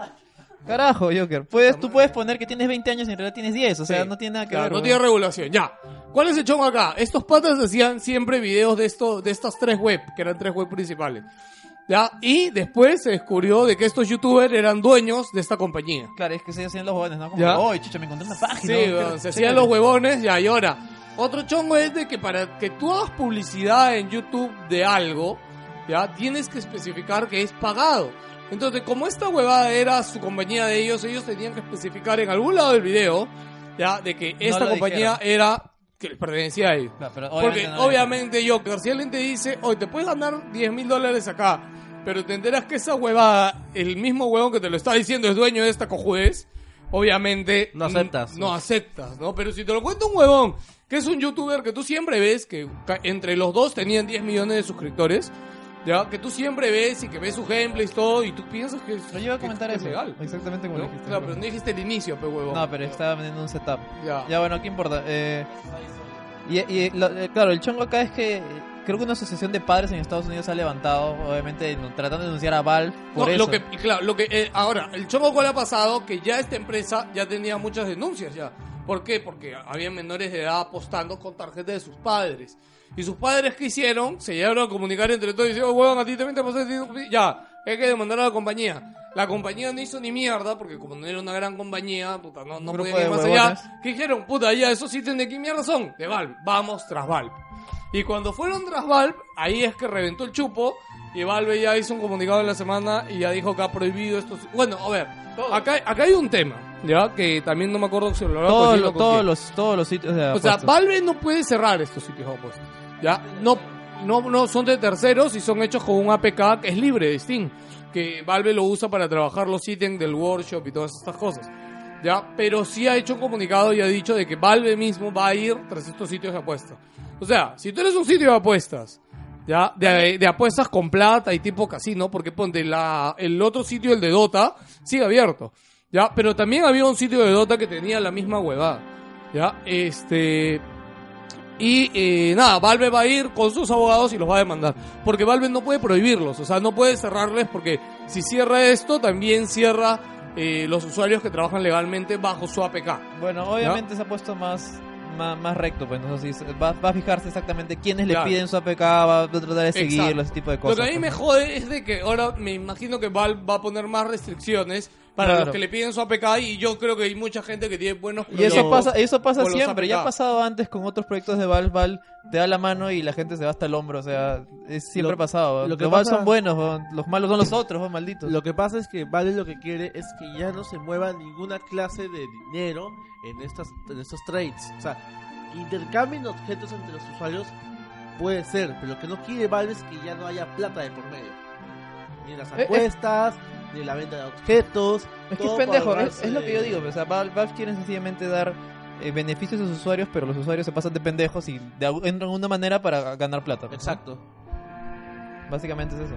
[SPEAKER 6] Carajo, Joker. Puedes, tú puedes poner que tienes 20 años y en realidad tienes 10. O sea,
[SPEAKER 5] Sí.
[SPEAKER 6] no tiene nada que
[SPEAKER 5] Claro,
[SPEAKER 6] ver.
[SPEAKER 5] no
[SPEAKER 6] weón.
[SPEAKER 5] tiene regulación. Ya. ¿Cuál es el chongo acá? Estos patas hacían siempre videos de esto, de estas tres web, que eran tres web principales. Ya, y después se descubrió de que estos youtubers eran dueños de esta compañía.
[SPEAKER 6] Claro, es que se hacían los jóvenes, ¿no? Como,
[SPEAKER 5] Ya.
[SPEAKER 6] que, "Oy, chucha, me encontré una
[SPEAKER 5] Sí,
[SPEAKER 6] página. weón,
[SPEAKER 5] weón,
[SPEAKER 6] que-
[SPEAKER 5] se hacían los huevones ya, y ahora. Otro chongo es de que para que tú hagas publicidad en YouTube de algo, ya tienes que especificar que es pagado. Entonces, como esta huevada era su compañía de ellos, ellos tenían que especificar en algún lado del video, ya, de que esta
[SPEAKER 6] lo
[SPEAKER 5] compañía era que les pertenecía a ellos.
[SPEAKER 6] Claro, pero
[SPEAKER 5] Porque
[SPEAKER 6] no lo dijeron.
[SPEAKER 5] obviamente yo, que si alguien te dice, hoy te puedes ganar 10 mil dólares acá, pero te enteras que esa huevada, el mismo huevón que te lo está diciendo es dueño de esta cojudez, obviamente...
[SPEAKER 4] No
[SPEAKER 5] mm,
[SPEAKER 4] aceptas.
[SPEAKER 5] No aceptas, ¿no? Pero si te lo cuenta un huevón, que es un youtuber que tú siempre ves, que ca- entre los dos tenían 10 millones de suscriptores, ya, que tú siempre ves y que ves sus gameplays, todo, y tú piensas que es,
[SPEAKER 6] Pero yo iba a
[SPEAKER 5] que-
[SPEAKER 6] comentar
[SPEAKER 5] que es
[SPEAKER 6] eso.
[SPEAKER 5] legal.
[SPEAKER 6] Exactamente como
[SPEAKER 5] ¿no?
[SPEAKER 6] lo dijiste.
[SPEAKER 5] Claro, pero no dijiste el inicio, pe huevón.
[SPEAKER 6] No, pero estaba vendiendo un setup.
[SPEAKER 5] Ya.
[SPEAKER 6] Ya, bueno, ¿qué importa? Eh, y y lo- eh, claro, el chongo acá es que eh, creo que una asociación de padres en Estados Unidos se ha levantado, obviamente, no- tratando de denunciar a Valve por
[SPEAKER 5] No,
[SPEAKER 6] eso.
[SPEAKER 5] Lo que, claro, lo que, eh, ahora, el chongo cuál ha pasado, que ya esta empresa ya tenía muchas denuncias ya. ¿Por qué? Porque había menores de edad apostando con tarjetas de sus padres. Y sus padres que hicieron, se llegaron a comunicar entre todos y dijeron, oh, huevón, a ti también te pasó esto". Ya, hay que demandar a la compañía. La compañía no hizo ni mierda, porque como no era una gran compañía, puta, no, no
[SPEAKER 6] Un grupo
[SPEAKER 5] podían ir
[SPEAKER 6] de
[SPEAKER 5] más
[SPEAKER 6] huevones.
[SPEAKER 5] allá. Que dijeron, puta, ya, esos ítems de qué mierda son? De Valve, vamos tras Valve. Y cuando fueron tras Valve, ahí es que reventó el chupo. Y Valve ya hizo un comunicado en la semana y ya dijo que ha prohibido estos. Bueno, a ver, acá, acá hay un tema, ¿ya? Que también no me acuerdo si lo hablaba
[SPEAKER 6] Todos
[SPEAKER 5] contigo
[SPEAKER 6] los-
[SPEAKER 5] o con
[SPEAKER 6] todos,
[SPEAKER 5] quién.
[SPEAKER 6] los, todos los sitios de
[SPEAKER 5] O sea,
[SPEAKER 6] apuestas.
[SPEAKER 5] Valve no puede cerrar estos sitios de apuestas, ¿ya? No, no, no son de terceros y son hechos con un APK que es libre de Steam. Que Valve lo usa para trabajar los ítems del workshop y todas estas cosas. ¿ya? Pero sí ha hecho un comunicado y ha dicho de que Valve mismo va a ir tras estos sitios de apuestas. O sea, si tú eres un sitio de apuestas, ¿ya? De, de apuestas con plata y tipo casino, porque ponte la, el otro sitio, el de Dota, sigue abierto, ¿ya? Pero también había un sitio de Dota que tenía la misma huevada, ¿ya? Este... Y eh, nada, Valve va a ir con sus abogados y los va a demandar. Porque Valve no puede prohibirlos, o sea, no puede cerrarles porque si cierra esto, también cierra eh, los usuarios que trabajan legalmente bajo su APK.
[SPEAKER 6] Bueno, obviamente se ha puesto más... Más, más recto, pues entonces sí, va, va a fijarse exactamente quiénes
[SPEAKER 5] Claro.
[SPEAKER 6] le piden su APK, va a tratar de
[SPEAKER 5] Exacto.
[SPEAKER 6] seguirlo, ese tipo de
[SPEAKER 5] Lo
[SPEAKER 6] cosas.
[SPEAKER 5] que a mí
[SPEAKER 6] pues,
[SPEAKER 5] me
[SPEAKER 6] ¿no?
[SPEAKER 5] jode es de que ahora me imagino que Valve va a poner más restricciones para
[SPEAKER 6] Claro.
[SPEAKER 5] los que le piden su APK y yo creo que hay mucha gente que tiene buenos
[SPEAKER 6] Y eso
[SPEAKER 5] productos.
[SPEAKER 6] pasa, eso pasa
[SPEAKER 5] con los
[SPEAKER 6] siempre. Ya ha
[SPEAKER 5] APK.
[SPEAKER 6] pasado antes con otros proyectos de Valve. Valve te da la mano y la gente se va hasta el hombro. O sea, es siempre
[SPEAKER 4] Lo-
[SPEAKER 6] ha pasado. weón.
[SPEAKER 4] lo que
[SPEAKER 6] los Valve
[SPEAKER 4] pasa-
[SPEAKER 6] son buenos, weón. los malos son los otros, weón, malditos.
[SPEAKER 4] Lo que pasa es que Vale lo que quiere es que ya no se mueva ninguna clase de dinero en estas en estos trades. O sea, que intercambien objetos entre los usuarios puede ser, pero lo que no quiere Valve es que ya no haya plata de por medio. Ni en las
[SPEAKER 6] Eh, es-
[SPEAKER 4] apuestas, ni en la venta de objetos.
[SPEAKER 6] es que es
[SPEAKER 4] todo
[SPEAKER 6] pendejo,
[SPEAKER 4] para
[SPEAKER 6] es, es lo que yo digo. O sea, Valve, Valve quiere sencillamente dar eh, beneficios a sus usuarios, pero los usuarios se pasan de pendejos y de algu- entran de una manera para ganar plata. pues, ¿no?
[SPEAKER 4] Exacto.
[SPEAKER 6] Básicamente es eso.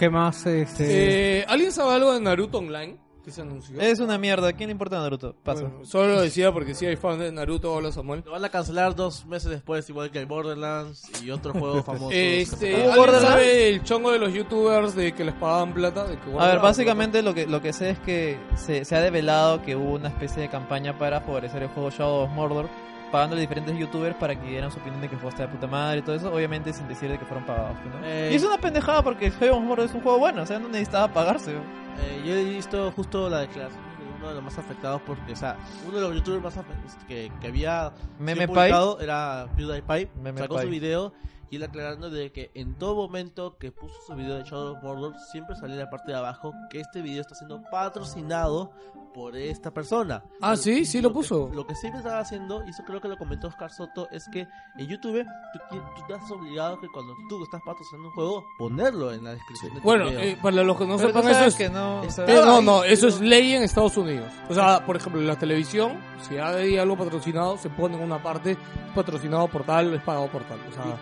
[SPEAKER 1] ¿Qué más? Este...
[SPEAKER 5] Eh, ¿Alguien sabe algo de Naruto Online? que se anunció.
[SPEAKER 6] Es una mierda, ¿a quién le importa Naruto? Pasa.
[SPEAKER 5] Bueno, solo lo decía porque sí hay fans de Naruto, hola Samuel.
[SPEAKER 4] Lo van a cancelar dos meses después, igual que el Borderlands y otros juegos famosos.
[SPEAKER 5] Este,
[SPEAKER 6] ¿Hubo
[SPEAKER 5] ¿Alguien
[SPEAKER 6] Borderlands?
[SPEAKER 5] sabe el chongo de los youtubers de que les pagaban plata? De que
[SPEAKER 6] A ver, básicamente lo que, lo que sé es que se, se ha develado que hubo una especie de campaña para favorecer el juego Shadow of Mordor, pagando a diferentes youtubers para que dieran su opinión de que el juego está de puta madre y todo eso, obviamente sin decir de que fueron pagados. ¿no?
[SPEAKER 4] Eh.
[SPEAKER 6] Y es una pendejada porque Shadow of Mordor es un juego bueno, o sea, no necesitaba pagarse.
[SPEAKER 4] Eh, yo he visto justo la declaración de uno de los más afectados porque, o sea, uno de los youtubers más afectados que, que había
[SPEAKER 6] Meme
[SPEAKER 4] sido
[SPEAKER 6] Pie.
[SPEAKER 4] publicado era PewDiePie,
[SPEAKER 6] Meme
[SPEAKER 4] sacó
[SPEAKER 6] Pie.
[SPEAKER 4] su video y él aclarando de que en todo momento que puso su video de Shadow of Mordor siempre salía en la parte de abajo que este video está siendo patrocinado por esta persona.
[SPEAKER 5] Ah, sí, sí lo
[SPEAKER 4] que-
[SPEAKER 5] puso.
[SPEAKER 4] lo que siempre estaba haciendo, y eso creo que lo comentó Oscar Soto, es que en YouTube tú, ti- tú te has obligado que cuando tú estás patrocinando un juego, ponerlo en la descripción. de tu
[SPEAKER 5] Bueno,
[SPEAKER 4] video.
[SPEAKER 5] eh, para los que no
[SPEAKER 6] Pero tú
[SPEAKER 5] sepan eso
[SPEAKER 6] sabes
[SPEAKER 5] es...
[SPEAKER 6] que no... o sea,
[SPEAKER 5] Eh, no, no, eso es ley en Estados Unidos. O sea, por ejemplo, en la televisión, si hay algo patrocinado, se pone en una parte patrocinado por tal, es pagado por tal. O sea,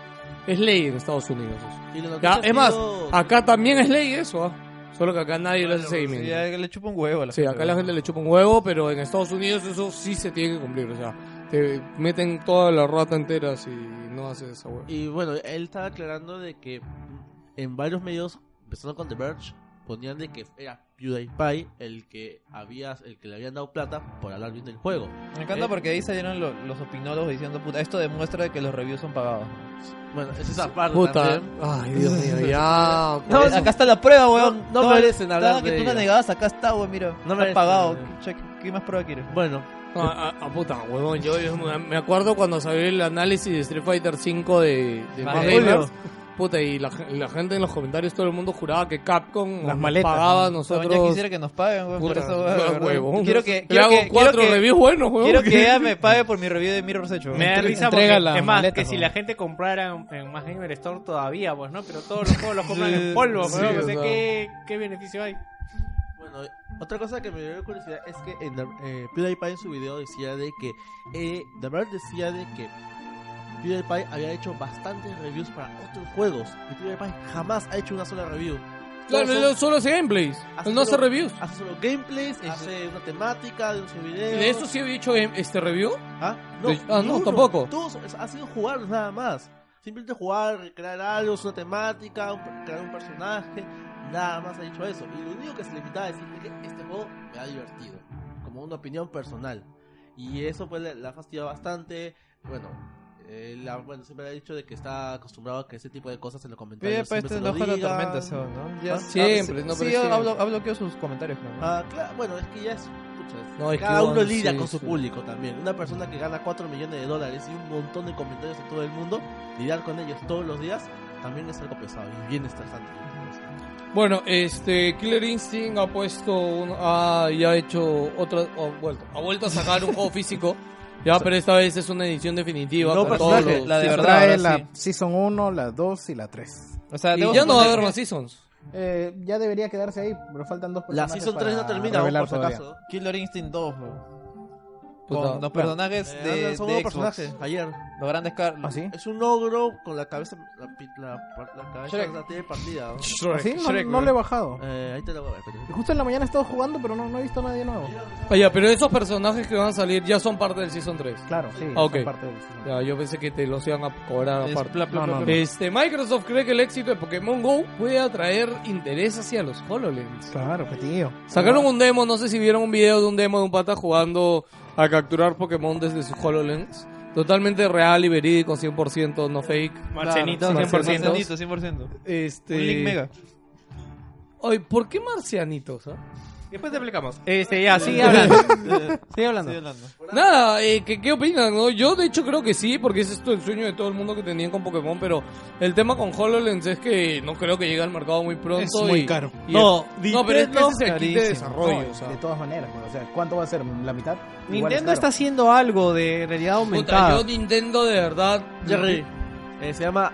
[SPEAKER 5] es ley en Estados Unidos. eso.
[SPEAKER 4] Y la
[SPEAKER 5] Ya,
[SPEAKER 4] noticia ha
[SPEAKER 5] es más,
[SPEAKER 4] sido-
[SPEAKER 5] acá también es ley eso, ¿ah? solo que acá nadie le hace
[SPEAKER 6] sí,
[SPEAKER 5] seguimiento.
[SPEAKER 6] ya le chupa un huevo a la
[SPEAKER 5] Sí, acá la gente le chupa un huevo, pero en Estados Unidos eso sí se tiene que cumplir. O sea, te meten toda la rata entera si no haces esa huevo.
[SPEAKER 4] Y bueno, él estaba aclarando de que en varios medios, empezando con The Verge, ponían de que era PewDiePie el que había, el que le habían dado plata por hablar bien del juego.
[SPEAKER 6] Me encanta
[SPEAKER 4] Eh.
[SPEAKER 6] porque ahí salieron lo- los opinólogos diciendo, puta, esto demuestra que los reviews son pagados.
[SPEAKER 4] Bueno, es esa parte
[SPEAKER 5] Puta,
[SPEAKER 4] también.
[SPEAKER 5] ay Dios mío, ya.
[SPEAKER 6] No,
[SPEAKER 4] No,
[SPEAKER 6] acá está la prueba, weón.
[SPEAKER 4] no
[SPEAKER 6] Todo-
[SPEAKER 4] merecen
[SPEAKER 6] todo
[SPEAKER 4] hablar
[SPEAKER 6] que
[SPEAKER 4] de
[SPEAKER 6] tú la
[SPEAKER 4] ello.
[SPEAKER 6] negabas, acá está, weón, mira. No me
[SPEAKER 4] merecen.
[SPEAKER 6] pagado. Che, ¿Qué más prueba quieres?
[SPEAKER 4] Bueno,
[SPEAKER 5] No, a, a- a Ah, puta, huevón, yo, yo me- me acuerdo cuando salió el análisis de Street Fighter 5 de, de
[SPEAKER 6] Más
[SPEAKER 5] Mad
[SPEAKER 6] de
[SPEAKER 5] Gamers.
[SPEAKER 6] Julio.
[SPEAKER 5] Puta, y la, gen- la gente en los comentarios, todo el mundo juraba que Capcom
[SPEAKER 9] Las
[SPEAKER 5] nos
[SPEAKER 9] maletas,
[SPEAKER 5] pagaba a
[SPEAKER 6] Weón,
[SPEAKER 5] nosotros.
[SPEAKER 6] ya quisiera que nos paguen, weón, por
[SPEAKER 5] Puta,
[SPEAKER 6] eso, weón,
[SPEAKER 5] ah,
[SPEAKER 6] de verdad.
[SPEAKER 5] huevón.
[SPEAKER 6] Quiero que,
[SPEAKER 5] Le
[SPEAKER 6] quiero
[SPEAKER 5] hago
[SPEAKER 6] que,
[SPEAKER 5] cuatro
[SPEAKER 6] quiero que-
[SPEAKER 5] reviews buenos, huevón.
[SPEAKER 6] Quiero que ella me pague por mi review de Mirror's Edge, weón.
[SPEAKER 1] Me da
[SPEAKER 9] Entre-
[SPEAKER 1] risa porque,
[SPEAKER 9] entrega
[SPEAKER 1] es
[SPEAKER 9] la
[SPEAKER 1] más,
[SPEAKER 9] maleta,
[SPEAKER 1] que si
[SPEAKER 9] ¿no?
[SPEAKER 1] la gente comprara en, en Más Gamer Store todavía, pues, ¿no? Pero todos los juegos los compran en polvo,
[SPEAKER 5] Sí,
[SPEAKER 1] weón, no
[SPEAKER 5] o
[SPEAKER 1] sé
[SPEAKER 5] sea.
[SPEAKER 1] qué, qué beneficio hay.
[SPEAKER 4] Bueno, otra cosa que me dio curiosidad es que en The- eh, PewDiePie en su video decía de que eh, The Verge decía de que PewDiePie había hecho bastantes reviews para otros juegos y PewDiePie jamás ha hecho una sola review.
[SPEAKER 5] Claro,
[SPEAKER 4] Todos
[SPEAKER 5] él solo hace gameplays.
[SPEAKER 4] hace
[SPEAKER 5] Él no hace
[SPEAKER 4] solo-
[SPEAKER 5] reviews.
[SPEAKER 4] Hace solo gameplays, hace una temática de un video.
[SPEAKER 5] ¿De eso sí había hecho em, este review?
[SPEAKER 4] ¿Ah? No,
[SPEAKER 5] de- ah, no,
[SPEAKER 4] ninguno.
[SPEAKER 5] tampoco.
[SPEAKER 4] Todos es- ha sido jugar nada más. Simplemente jugar, crear algo, es una temática, un per- crear un personaje. Nada más ha dicho eso. Y lo único que se limitaba a decir es que este juego me ha divertido. Como una opinión personal. Y eso pues le- la ha fastidiado bastante. Bueno, eh, la- bueno, siempre ha dicho de que está acostumbrado a que ese tipo de cosas en los
[SPEAKER 6] Pero
[SPEAKER 4] comentarios.
[SPEAKER 6] para
[SPEAKER 4] siempre
[SPEAKER 6] este
[SPEAKER 4] se lo
[SPEAKER 6] enojo de la
[SPEAKER 4] digan.
[SPEAKER 6] tormenta, ese, weón, ¿no? Ya-
[SPEAKER 4] Ah,
[SPEAKER 5] siempre, no,
[SPEAKER 6] sí,
[SPEAKER 5] pero
[SPEAKER 6] yo
[SPEAKER 5] siempre.
[SPEAKER 6] hablo, hablo que sus comentarios, weón.
[SPEAKER 4] Ah, claro, bueno, es que ya es. pucha, es-
[SPEAKER 5] No, es que
[SPEAKER 4] cada uno
[SPEAKER 5] igual,
[SPEAKER 4] lidia
[SPEAKER 5] sí,
[SPEAKER 4] con su
[SPEAKER 5] sí.
[SPEAKER 4] público también. Una persona que gana 4 millones de dólares y un montón de comentarios en todo el mundo, lidiar con ellos todos los días también es algo pesado y bien estresante.
[SPEAKER 5] Bueno, este Killer Instinct ha puesto un, ha ya hecho otra ha vuelto, ha vuelto a sacar un juego físico. Ya, pero esta vez es una edición definitiva
[SPEAKER 4] No
[SPEAKER 5] con todos
[SPEAKER 4] personaje,
[SPEAKER 5] los-
[SPEAKER 6] la Ah, de
[SPEAKER 5] sí,
[SPEAKER 6] verdad,
[SPEAKER 8] Trae
[SPEAKER 6] ahora
[SPEAKER 8] la
[SPEAKER 6] sí.
[SPEAKER 8] Season 1, la 2 y la 3.
[SPEAKER 6] O sea,
[SPEAKER 5] Y
[SPEAKER 6] debo
[SPEAKER 5] ya no va a haber
[SPEAKER 6] suponer
[SPEAKER 5] más seasons.
[SPEAKER 8] Eh, ya debería quedarse ahí, pero faltan dos
[SPEAKER 4] La
[SPEAKER 8] personajes
[SPEAKER 4] Season
[SPEAKER 8] para
[SPEAKER 4] 3 no termina, aún,
[SPEAKER 8] revelar
[SPEAKER 4] por si
[SPEAKER 8] todavía.
[SPEAKER 4] acaso.
[SPEAKER 6] que Killer Instinct 2, weón.
[SPEAKER 5] Puta.
[SPEAKER 6] Con los personajes
[SPEAKER 4] Eh,
[SPEAKER 6] de,
[SPEAKER 4] lanzó un
[SPEAKER 6] de
[SPEAKER 4] nuevo
[SPEAKER 6] Xbox.
[SPEAKER 4] personaje ayer.
[SPEAKER 6] Los grandes Carlos.
[SPEAKER 8] ¿Ah, sí?
[SPEAKER 4] Es un ogro con la cabeza. La, pi- la, la cabeza
[SPEAKER 5] Shrek.
[SPEAKER 4] la tiene partida. ¿no?
[SPEAKER 8] ¿Ah, sí? No, no le he bajado.
[SPEAKER 4] Eh, ahí te la voy a ver. pero-
[SPEAKER 8] Justo en la mañana he estado jugando, pero no, no he visto a nadie nuevo.
[SPEAKER 5] Ah, ya, pero esos personajes que van a salir ya son parte del season 3.
[SPEAKER 8] Claro, sí.
[SPEAKER 5] Ah, ok.
[SPEAKER 8] son parte del-
[SPEAKER 5] Ya, yo pensé que te los iban a cobrar
[SPEAKER 6] Es
[SPEAKER 5] aparte.
[SPEAKER 6] pla, pla,
[SPEAKER 8] No,
[SPEAKER 6] pla,
[SPEAKER 8] no,
[SPEAKER 6] pla.
[SPEAKER 8] no.
[SPEAKER 5] Este, Microsoft cree que el éxito de Pokémon Go puede atraer interés hacia los HoloLens.
[SPEAKER 8] Claro, pues, tío.
[SPEAKER 5] Sacaron un demo, no sé si vieron un video de un demo de un pata jugando a capturar Pokémon desde su HoloLens. Totalmente real y verídico, 100%, no fake.
[SPEAKER 1] Marcenito,
[SPEAKER 5] claro,
[SPEAKER 1] 100%.
[SPEAKER 5] Marcenito.
[SPEAKER 6] Marcianito, 100%.
[SPEAKER 5] Este...
[SPEAKER 6] Un link mega.
[SPEAKER 5] Oye, ¿por qué marcianitos? ah?
[SPEAKER 1] Después te explicamos. Este, ya, sigue hablando. sigue hablando.
[SPEAKER 6] Estoy hablando.
[SPEAKER 5] Nada, eh, ¿qué, qué opinan? no? Yo de hecho creo que sí, porque ese es esto el sueño de todo el mundo que tenían con Pokémon, pero el tema con HoloLens es que no creo que llegue al mercado muy pronto.
[SPEAKER 9] Es muy
[SPEAKER 5] y-
[SPEAKER 9] caro.
[SPEAKER 5] y-
[SPEAKER 1] No,
[SPEAKER 5] no, pero es que
[SPEAKER 1] Nintendo-
[SPEAKER 5] ese es el kit de
[SPEAKER 6] carísimo.
[SPEAKER 5] desarrollo.
[SPEAKER 8] No,
[SPEAKER 5] o sea.
[SPEAKER 8] De todas maneras, pues, o sea, ¿cuánto va a ser? ¿La mitad? Igual es
[SPEAKER 1] Nintendo
[SPEAKER 8] caro.
[SPEAKER 1] está haciendo algo de realidad
[SPEAKER 5] Puta,
[SPEAKER 1] aumentada.
[SPEAKER 5] yo Nintendo de verdad...
[SPEAKER 4] Jerry, eh, se llama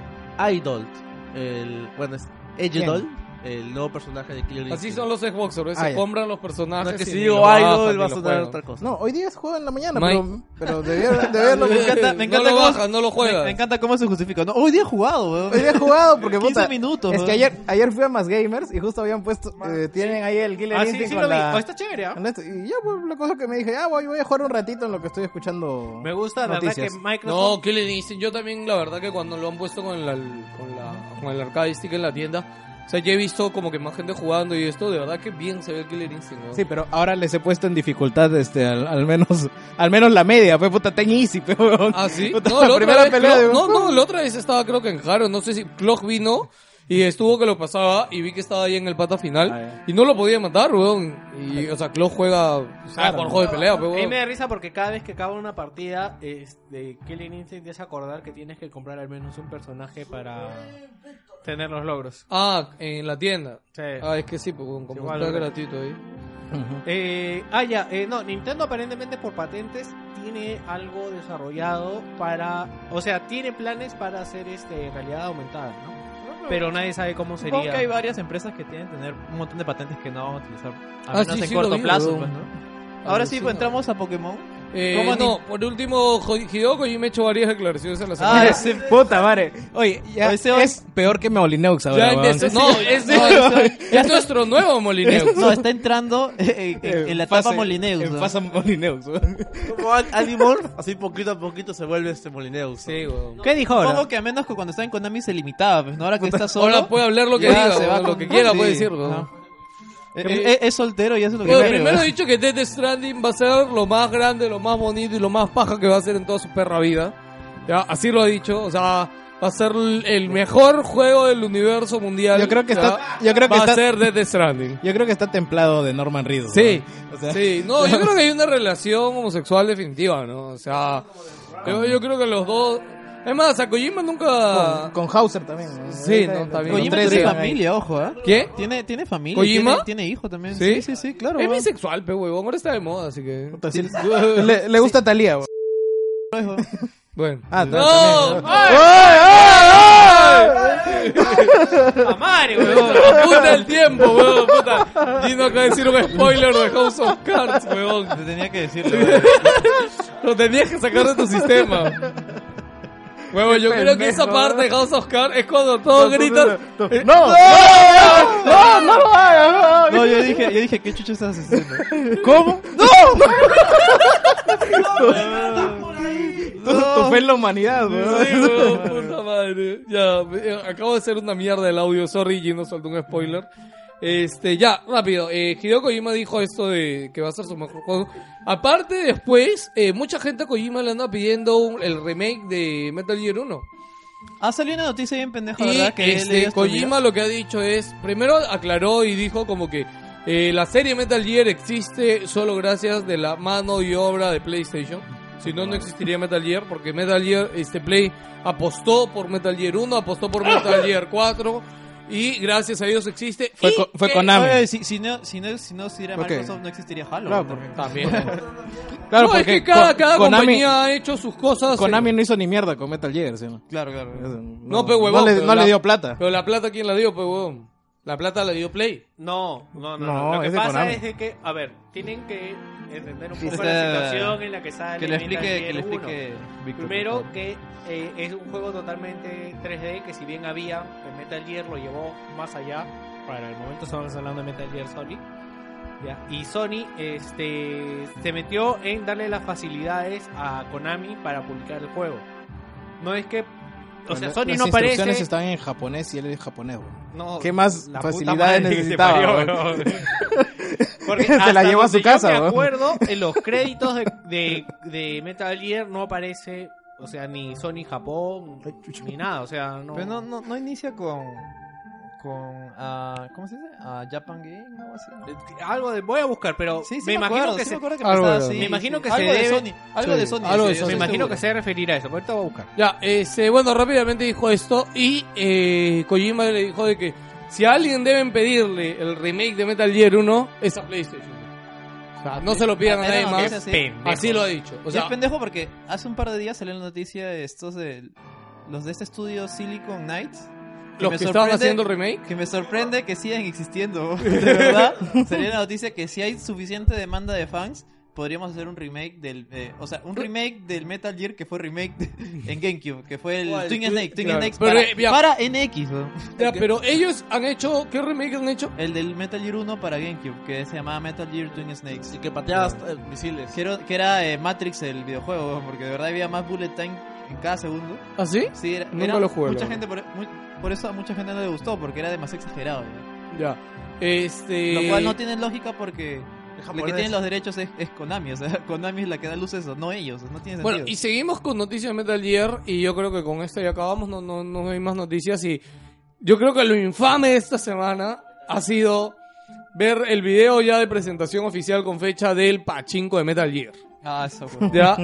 [SPEAKER 4] Idol. El, bueno, es Edgedoll. el nuevo personaje de Killer
[SPEAKER 5] Así
[SPEAKER 4] Instinct.
[SPEAKER 5] son los Xboxers,
[SPEAKER 8] Ah,
[SPEAKER 5] se
[SPEAKER 8] ya.
[SPEAKER 5] compran los personajes.
[SPEAKER 4] No es que
[SPEAKER 5] y
[SPEAKER 4] si
[SPEAKER 5] ni
[SPEAKER 4] digo
[SPEAKER 5] lo
[SPEAKER 4] algo,
[SPEAKER 5] bajan,
[SPEAKER 4] él
[SPEAKER 5] ni
[SPEAKER 4] va a
[SPEAKER 5] lo
[SPEAKER 4] sonar
[SPEAKER 5] juegan.
[SPEAKER 4] otra cosa.
[SPEAKER 8] No, hoy día es juego en la mañana,
[SPEAKER 5] Mike.
[SPEAKER 8] pero, pero debieron, debieron
[SPEAKER 6] Me encanta, me encanta
[SPEAKER 5] no lo
[SPEAKER 6] cómo-
[SPEAKER 5] bajas, no lo
[SPEAKER 6] me,
[SPEAKER 5] juegas.
[SPEAKER 6] me encanta cómo se justifica. No, hoy día he jugado, weón.
[SPEAKER 8] Hoy día he jugado porque
[SPEAKER 6] 15
[SPEAKER 8] puta,
[SPEAKER 6] minutos.
[SPEAKER 8] Es
[SPEAKER 6] weón.
[SPEAKER 8] que ayer, ayer fui a Más Gamers y justo habían puesto. eh, tienen ahí el Killer
[SPEAKER 1] Ah, sí,
[SPEAKER 8] Instinct
[SPEAKER 1] sí
[SPEAKER 8] con
[SPEAKER 1] lo vi.
[SPEAKER 8] la-
[SPEAKER 1] Oh, está chévere, ¿ah?
[SPEAKER 8] con esto. Y yo, pues, la cosa que me dije, ah, voy, voy a jugar un ratito en lo que estoy escuchando.
[SPEAKER 1] Me gusta, la verdad, que
[SPEAKER 8] noticias.
[SPEAKER 1] Microsoft...
[SPEAKER 5] No, Killing Instinct, yo también la verdad que cuando lo han puesto con, la, con, la, con el arcade stick en la tienda, o sea, yo he visto como que más gente jugando y esto, de verdad que bien se ve el Killer Instinct. ¿no?
[SPEAKER 9] Sí, pero ahora les he puesto en dificultad, este, al, al menos, al menos la media, pues puta, ten easy, pe, weón.
[SPEAKER 5] Ah, sí.
[SPEAKER 9] Puta,
[SPEAKER 5] No, la, otra
[SPEAKER 9] primera
[SPEAKER 5] vez,
[SPEAKER 9] pelea
[SPEAKER 5] Clock-
[SPEAKER 9] de-
[SPEAKER 5] no, no, la otra vez estaba creo que en Jaro, no sé si Clock vino y estuvo que lo pasaba y vi que estaba ahí en el pata final y no lo podía matar, weón. Y, o sea, Clock juega, o sea, por juego de pelea, pe,
[SPEAKER 1] A mí me
[SPEAKER 5] weón.
[SPEAKER 1] da risa porque cada vez que acaba una partida este, Killing Instinct es acordar que tienes que comprar al menos un personaje para tener los logros.
[SPEAKER 5] Ah, en la tienda.
[SPEAKER 1] Sí.
[SPEAKER 5] Ah, es que sí, pues, weón, como
[SPEAKER 1] Igual,
[SPEAKER 5] está
[SPEAKER 1] weón.
[SPEAKER 5] gratuito ahí.
[SPEAKER 1] Eh, ah, ya, eh, no, Nintendo aparentemente por patentes tiene algo desarrollado para, o sea, tiene planes para hacer este realidad aumentada, ¿no? Pero nadie sabe cómo
[SPEAKER 6] Supongo que hay
[SPEAKER 1] sería.
[SPEAKER 6] varias empresas que tienen que tener un montón de patentes que no van a utilizar.
[SPEAKER 5] Ah,
[SPEAKER 6] Al menos
[SPEAKER 5] sí,
[SPEAKER 6] en
[SPEAKER 5] sí, lo
[SPEAKER 6] corto
[SPEAKER 5] vi,
[SPEAKER 6] plazo,
[SPEAKER 5] weón.
[SPEAKER 6] pues, ¿no? Ahora sí,
[SPEAKER 5] Alucina.
[SPEAKER 6] pues entramos a Pokémon.
[SPEAKER 5] Eh,
[SPEAKER 6] ¿Cómo
[SPEAKER 5] no, por último, Jo- Hideo Kojima ha hecho varias declaraciones en la semana.
[SPEAKER 6] Ah, ese puta madre.
[SPEAKER 9] Oye, ya
[SPEAKER 6] Ese hoy-
[SPEAKER 9] es peor que Meolineux
[SPEAKER 5] Ya
[SPEAKER 9] ahora, weón.
[SPEAKER 5] empezó- no, es, no, es- es nuestro nuevo Molineo.
[SPEAKER 6] No, está entrando eh, en, en la etapa
[SPEAKER 9] Fase-
[SPEAKER 6] Molineus.
[SPEAKER 9] En
[SPEAKER 6] ¿no?
[SPEAKER 9] fase Molineux, weón.
[SPEAKER 4] Como An- Animorph, así poquito a poquito se vuelve este Molineux.
[SPEAKER 5] Sí, weón.
[SPEAKER 1] ¿Qué dijo
[SPEAKER 6] Supongo que a menos que cuando estaba en Konami se limitaba, pues, ¿no? Ahora que está solo.
[SPEAKER 5] Ahora puede hablar lo que
[SPEAKER 6] Ya,
[SPEAKER 5] diga,
[SPEAKER 6] se
[SPEAKER 5] weón,
[SPEAKER 6] va
[SPEAKER 5] lo
[SPEAKER 6] con-
[SPEAKER 5] que quiera
[SPEAKER 6] sí.
[SPEAKER 5] puede decir. weón.
[SPEAKER 6] Ajá. Eh, eh, Es, soltero y eso es lo que
[SPEAKER 5] Bueno,
[SPEAKER 6] quiere,
[SPEAKER 5] primero
[SPEAKER 6] weón.
[SPEAKER 5] he dicho que Death Stranding va a ser lo más grande, lo más bonito y lo más paja que va a ser en toda su perra vida. Ya, así lo ha dicho. O sea, va a ser l- el mejor juego del universo mundial.
[SPEAKER 9] Yo creo que
[SPEAKER 5] ya.
[SPEAKER 9] está- yo creo que
[SPEAKER 5] va
[SPEAKER 9] está-
[SPEAKER 5] a ser Death Stranding.
[SPEAKER 9] Yo creo que está templado de Norman Reedus.
[SPEAKER 5] Sí,
[SPEAKER 9] O sea-
[SPEAKER 5] sí. No, yo creo que hay una relación homosexual definitiva, ¿no? O sea, yo, yo creo que los dos. Es más, a Kojima nunca.
[SPEAKER 8] Con Hauser también. ¿no?
[SPEAKER 5] Sí, no,
[SPEAKER 8] Ahorita-
[SPEAKER 5] también.
[SPEAKER 6] Kojima
[SPEAKER 5] Con
[SPEAKER 6] tiene
[SPEAKER 5] tres,
[SPEAKER 6] familia, ojo, ¿eh?
[SPEAKER 5] ¿Qué?
[SPEAKER 6] Tiene, tiene familia.
[SPEAKER 5] ¿Kojima?
[SPEAKER 6] Tiene, tiene hijo también.
[SPEAKER 5] ¿Sí?
[SPEAKER 6] sí, sí, sí, claro.
[SPEAKER 5] Es
[SPEAKER 6] weón.
[SPEAKER 5] bisexual, pe huevón. Ahora está de moda, así que.
[SPEAKER 8] Puta, sí, le, le gusta Talía.
[SPEAKER 5] Bueno.
[SPEAKER 8] Ah,
[SPEAKER 5] ¡No!
[SPEAKER 1] madre,
[SPEAKER 5] Weón, Apunta el tiempo, weón, puta. Gino acaba de decir un spoiler de House of Cards, weón.
[SPEAKER 6] Te tenía que decirlo. weón.
[SPEAKER 5] Lo tenías que sacar de tu sistema. Huevo, yo creo que esa parte de House of Cards es cuando todos gritan. eh,
[SPEAKER 6] No, yo dije, yo dije, ¿qué chucho estás haciendo?
[SPEAKER 9] Tu, tu fe en la humanidad, weón.
[SPEAKER 5] sí, huevón, puta madre. Ya, eh, acabo de hacer una mierda del audio, sorry, Gino soltó un spoiler. Este, ya, rápido. Eh, Hideo Kojima dijo esto de que va a ser su mejor juego. Aparte, después, eh, mucha gente a Kojima le anda pidiendo un- el remake de Metal Gear 1.
[SPEAKER 6] Ha salido Ah, una noticia bien pendeja,
[SPEAKER 5] Y
[SPEAKER 6] ¿verdad? Que
[SPEAKER 5] este,
[SPEAKER 6] leí estos
[SPEAKER 5] Kojima lo que ha dicho es, primero aclaró y dijo como que eh, la serie Metal Gear existe solo gracias de la mano y obra de PlayStation. Si no, no existiría Metal Gear porque Metal Gear, este Play apostó por Metal Gear 1, apostó por Metal Gear 4 y gracias a ellos existe.
[SPEAKER 9] Fue
[SPEAKER 5] Y
[SPEAKER 9] co- fue
[SPEAKER 5] que-
[SPEAKER 9] con-
[SPEAKER 6] videos.
[SPEAKER 9] Konami.
[SPEAKER 6] Oye, si, si no, si no, si no existiera Microsoft, no existiría Halo.
[SPEAKER 9] Claro,
[SPEAKER 6] weón.
[SPEAKER 9] porque-
[SPEAKER 5] También.
[SPEAKER 9] Claro,
[SPEAKER 5] No, es
[SPEAKER 9] porque
[SPEAKER 5] que cada,
[SPEAKER 9] Ko-
[SPEAKER 5] cada
[SPEAKER 9] Konami-
[SPEAKER 5] compañía ha hecho sus cosas.
[SPEAKER 9] Konami
[SPEAKER 5] en-
[SPEAKER 9] no hizo ni mierda con Metal Gear, ¿sí? No,
[SPEAKER 6] Claro, claro.
[SPEAKER 5] No, pe huevón,
[SPEAKER 9] No, le,
[SPEAKER 5] pero
[SPEAKER 9] no le
[SPEAKER 5] la-
[SPEAKER 9] dio plata.
[SPEAKER 5] Pero la plata, ¿quién la dio, pues, huevón? La plata la dio Play.
[SPEAKER 1] No, no, no.
[SPEAKER 9] No,
[SPEAKER 1] no. Lo que
[SPEAKER 9] es de
[SPEAKER 1] pasa
[SPEAKER 9] Konami.
[SPEAKER 1] es de que, a ver, tienen que entender un
[SPEAKER 6] Sí,
[SPEAKER 1] poco
[SPEAKER 6] está-
[SPEAKER 1] la situación en la que sale.
[SPEAKER 6] Que le
[SPEAKER 1] Metal
[SPEAKER 6] explique, que
[SPEAKER 1] Gear
[SPEAKER 6] le
[SPEAKER 1] 1.
[SPEAKER 6] explique. Víctor, por
[SPEAKER 1] Primero
[SPEAKER 6] favor.
[SPEAKER 1] que eh, es un juego totalmente 3D que si bien había en Metal Gear lo llevó más allá. Para el momento estamos hablando de Metal Gear Solid. Ya, Y Sony este, se metió en darle las facilidades a Konami para publicar el juego. No es que... O sea, Sony
[SPEAKER 9] Las
[SPEAKER 1] no
[SPEAKER 9] instrucciones
[SPEAKER 1] parece...
[SPEAKER 9] están en japonés y él es japonés, weón.
[SPEAKER 1] no,
[SPEAKER 9] ¿Qué más
[SPEAKER 1] la puta
[SPEAKER 9] facilidades
[SPEAKER 1] madre que se
[SPEAKER 9] necesitaba?
[SPEAKER 1] parió,
[SPEAKER 9] weón?
[SPEAKER 1] weón. Porque
[SPEAKER 9] Se la
[SPEAKER 1] hasta
[SPEAKER 9] llevó a su
[SPEAKER 1] donde
[SPEAKER 9] casa,
[SPEAKER 1] Yo me
[SPEAKER 9] weón.
[SPEAKER 1] acuerdo, en los créditos de, de, de Metal Gear no aparece, o sea, ni Sony Japón, ni nada, o sea, no.
[SPEAKER 6] Pero no, no, no inicia con. con ah, ¿Cómo se dice? Ah, Japan Game o algo así.
[SPEAKER 1] Algo de, voy a buscar, pero
[SPEAKER 6] Sí, sí,
[SPEAKER 1] me,
[SPEAKER 6] me,
[SPEAKER 1] imagino
[SPEAKER 6] acuerdo,
[SPEAKER 1] que
[SPEAKER 6] sí
[SPEAKER 1] se,
[SPEAKER 6] me acuerdo que
[SPEAKER 9] Algo
[SPEAKER 6] empezaba
[SPEAKER 9] de-
[SPEAKER 6] así.
[SPEAKER 1] me imagino que
[SPEAKER 6] algo
[SPEAKER 1] se
[SPEAKER 6] de
[SPEAKER 1] debe-
[SPEAKER 6] Sony, algo de Sony,
[SPEAKER 9] algo de
[SPEAKER 6] sí,
[SPEAKER 9] Sony,
[SPEAKER 1] me
[SPEAKER 6] sí,
[SPEAKER 1] imagino
[SPEAKER 6] seguro.
[SPEAKER 1] que se referirá a eso, ahorita voy a buscar.
[SPEAKER 5] Ya, este, bueno, rápidamente dijo esto y eh, Kojima le dijo de que si a alguien deben pedirle el remake de Metal Gear 1, es a PlayStation. O sea, no se lo pidan a
[SPEAKER 6] Era
[SPEAKER 5] nadie
[SPEAKER 6] una noticia
[SPEAKER 5] más.
[SPEAKER 6] así.
[SPEAKER 1] Pendejo.
[SPEAKER 5] Así lo ha dicho. O
[SPEAKER 6] Y
[SPEAKER 5] sea,
[SPEAKER 6] es pendejo porque hace un par de días salió la noticia de estos de los de este estudio Silicon Knights
[SPEAKER 5] los
[SPEAKER 6] me
[SPEAKER 5] que estaban
[SPEAKER 6] sorprende-
[SPEAKER 5] haciendo el remake.
[SPEAKER 6] Que me sorprende que sigan existiendo. De verdad, sería la noticia que si hay suficiente demanda de fans, podríamos hacer un remake del. eh, o sea, un remake del Metal Gear que fue remake de- en GameCube, que fue el
[SPEAKER 4] Guay,
[SPEAKER 6] Twin
[SPEAKER 4] sí,
[SPEAKER 6] Snake. Twin
[SPEAKER 5] claro.
[SPEAKER 6] Snake
[SPEAKER 5] Pero, eh, ya.
[SPEAKER 6] para, para NX, ¿no?
[SPEAKER 5] Ya, pero ellos han hecho, ¿qué remake han hecho?
[SPEAKER 6] el del Metal Gear 1 para GameCube, que se llamaba Metal Gear Twin Snakes.
[SPEAKER 4] Y que pateabas eh, misiles.
[SPEAKER 6] Que era, que era, eh, Matrix el videojuego, porque de verdad había más bullet time en cada segundo.
[SPEAKER 5] ¿Ah, sí?
[SPEAKER 6] Sí, era,
[SPEAKER 5] Nunca
[SPEAKER 6] era-
[SPEAKER 5] lo jugué, la
[SPEAKER 6] Mucha
[SPEAKER 5] verdad.
[SPEAKER 6] gente por, muy- por eso a mucha gente no le gustó, porque era demasiado exagerado. ¿no?
[SPEAKER 5] Ya. Este.
[SPEAKER 6] Lo cual no tiene lógica porque la que
[SPEAKER 4] japonés.
[SPEAKER 6] tiene los derechos es, es Konami, o sea, Konami es la que da luz a eso, no ellos, no tiene sentido.
[SPEAKER 5] Bueno, y seguimos con noticias de Metal Gear y yo creo que con esto ya acabamos, no, no, no hay más noticias y yo creo que lo infame de esta semana ha sido ver el video ya de presentación oficial con fecha del pachinko de Metal Gear.
[SPEAKER 6] Ah, eso, weón.
[SPEAKER 5] Ya,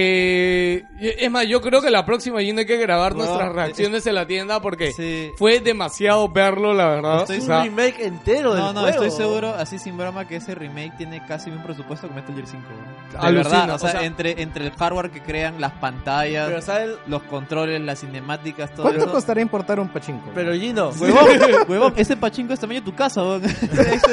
[SPEAKER 5] eh, y- es más, yo creo que la próxima Gina hay que grabar
[SPEAKER 6] Weón,
[SPEAKER 5] nuestras
[SPEAKER 4] eh,
[SPEAKER 6] es-
[SPEAKER 5] reacciones en la tienda porque
[SPEAKER 6] Sí.
[SPEAKER 5] fue demasiado verlo, la verdad.
[SPEAKER 6] Estoy
[SPEAKER 5] O
[SPEAKER 4] es
[SPEAKER 5] sea,
[SPEAKER 4] un remake entero del
[SPEAKER 6] No, no,
[SPEAKER 4] juego.
[SPEAKER 6] estoy seguro, así sin broma, que ese remake tiene casi un presupuesto que Metal Gear 5. weón. De
[SPEAKER 5] Alucina,
[SPEAKER 6] verdad, o
[SPEAKER 5] o
[SPEAKER 6] sea,
[SPEAKER 5] sea-
[SPEAKER 6] entre, entre el hardware que crean, las pantallas,
[SPEAKER 4] Pero, ¿sabes?
[SPEAKER 6] los controles, las cinemáticas, todo
[SPEAKER 8] ¿Cuánto
[SPEAKER 6] eso.
[SPEAKER 8] costará importar un pachinko?
[SPEAKER 4] Pero Gino,
[SPEAKER 6] Huevón, huevón, ese pachinko es tamaño de tu casa, weón. Ese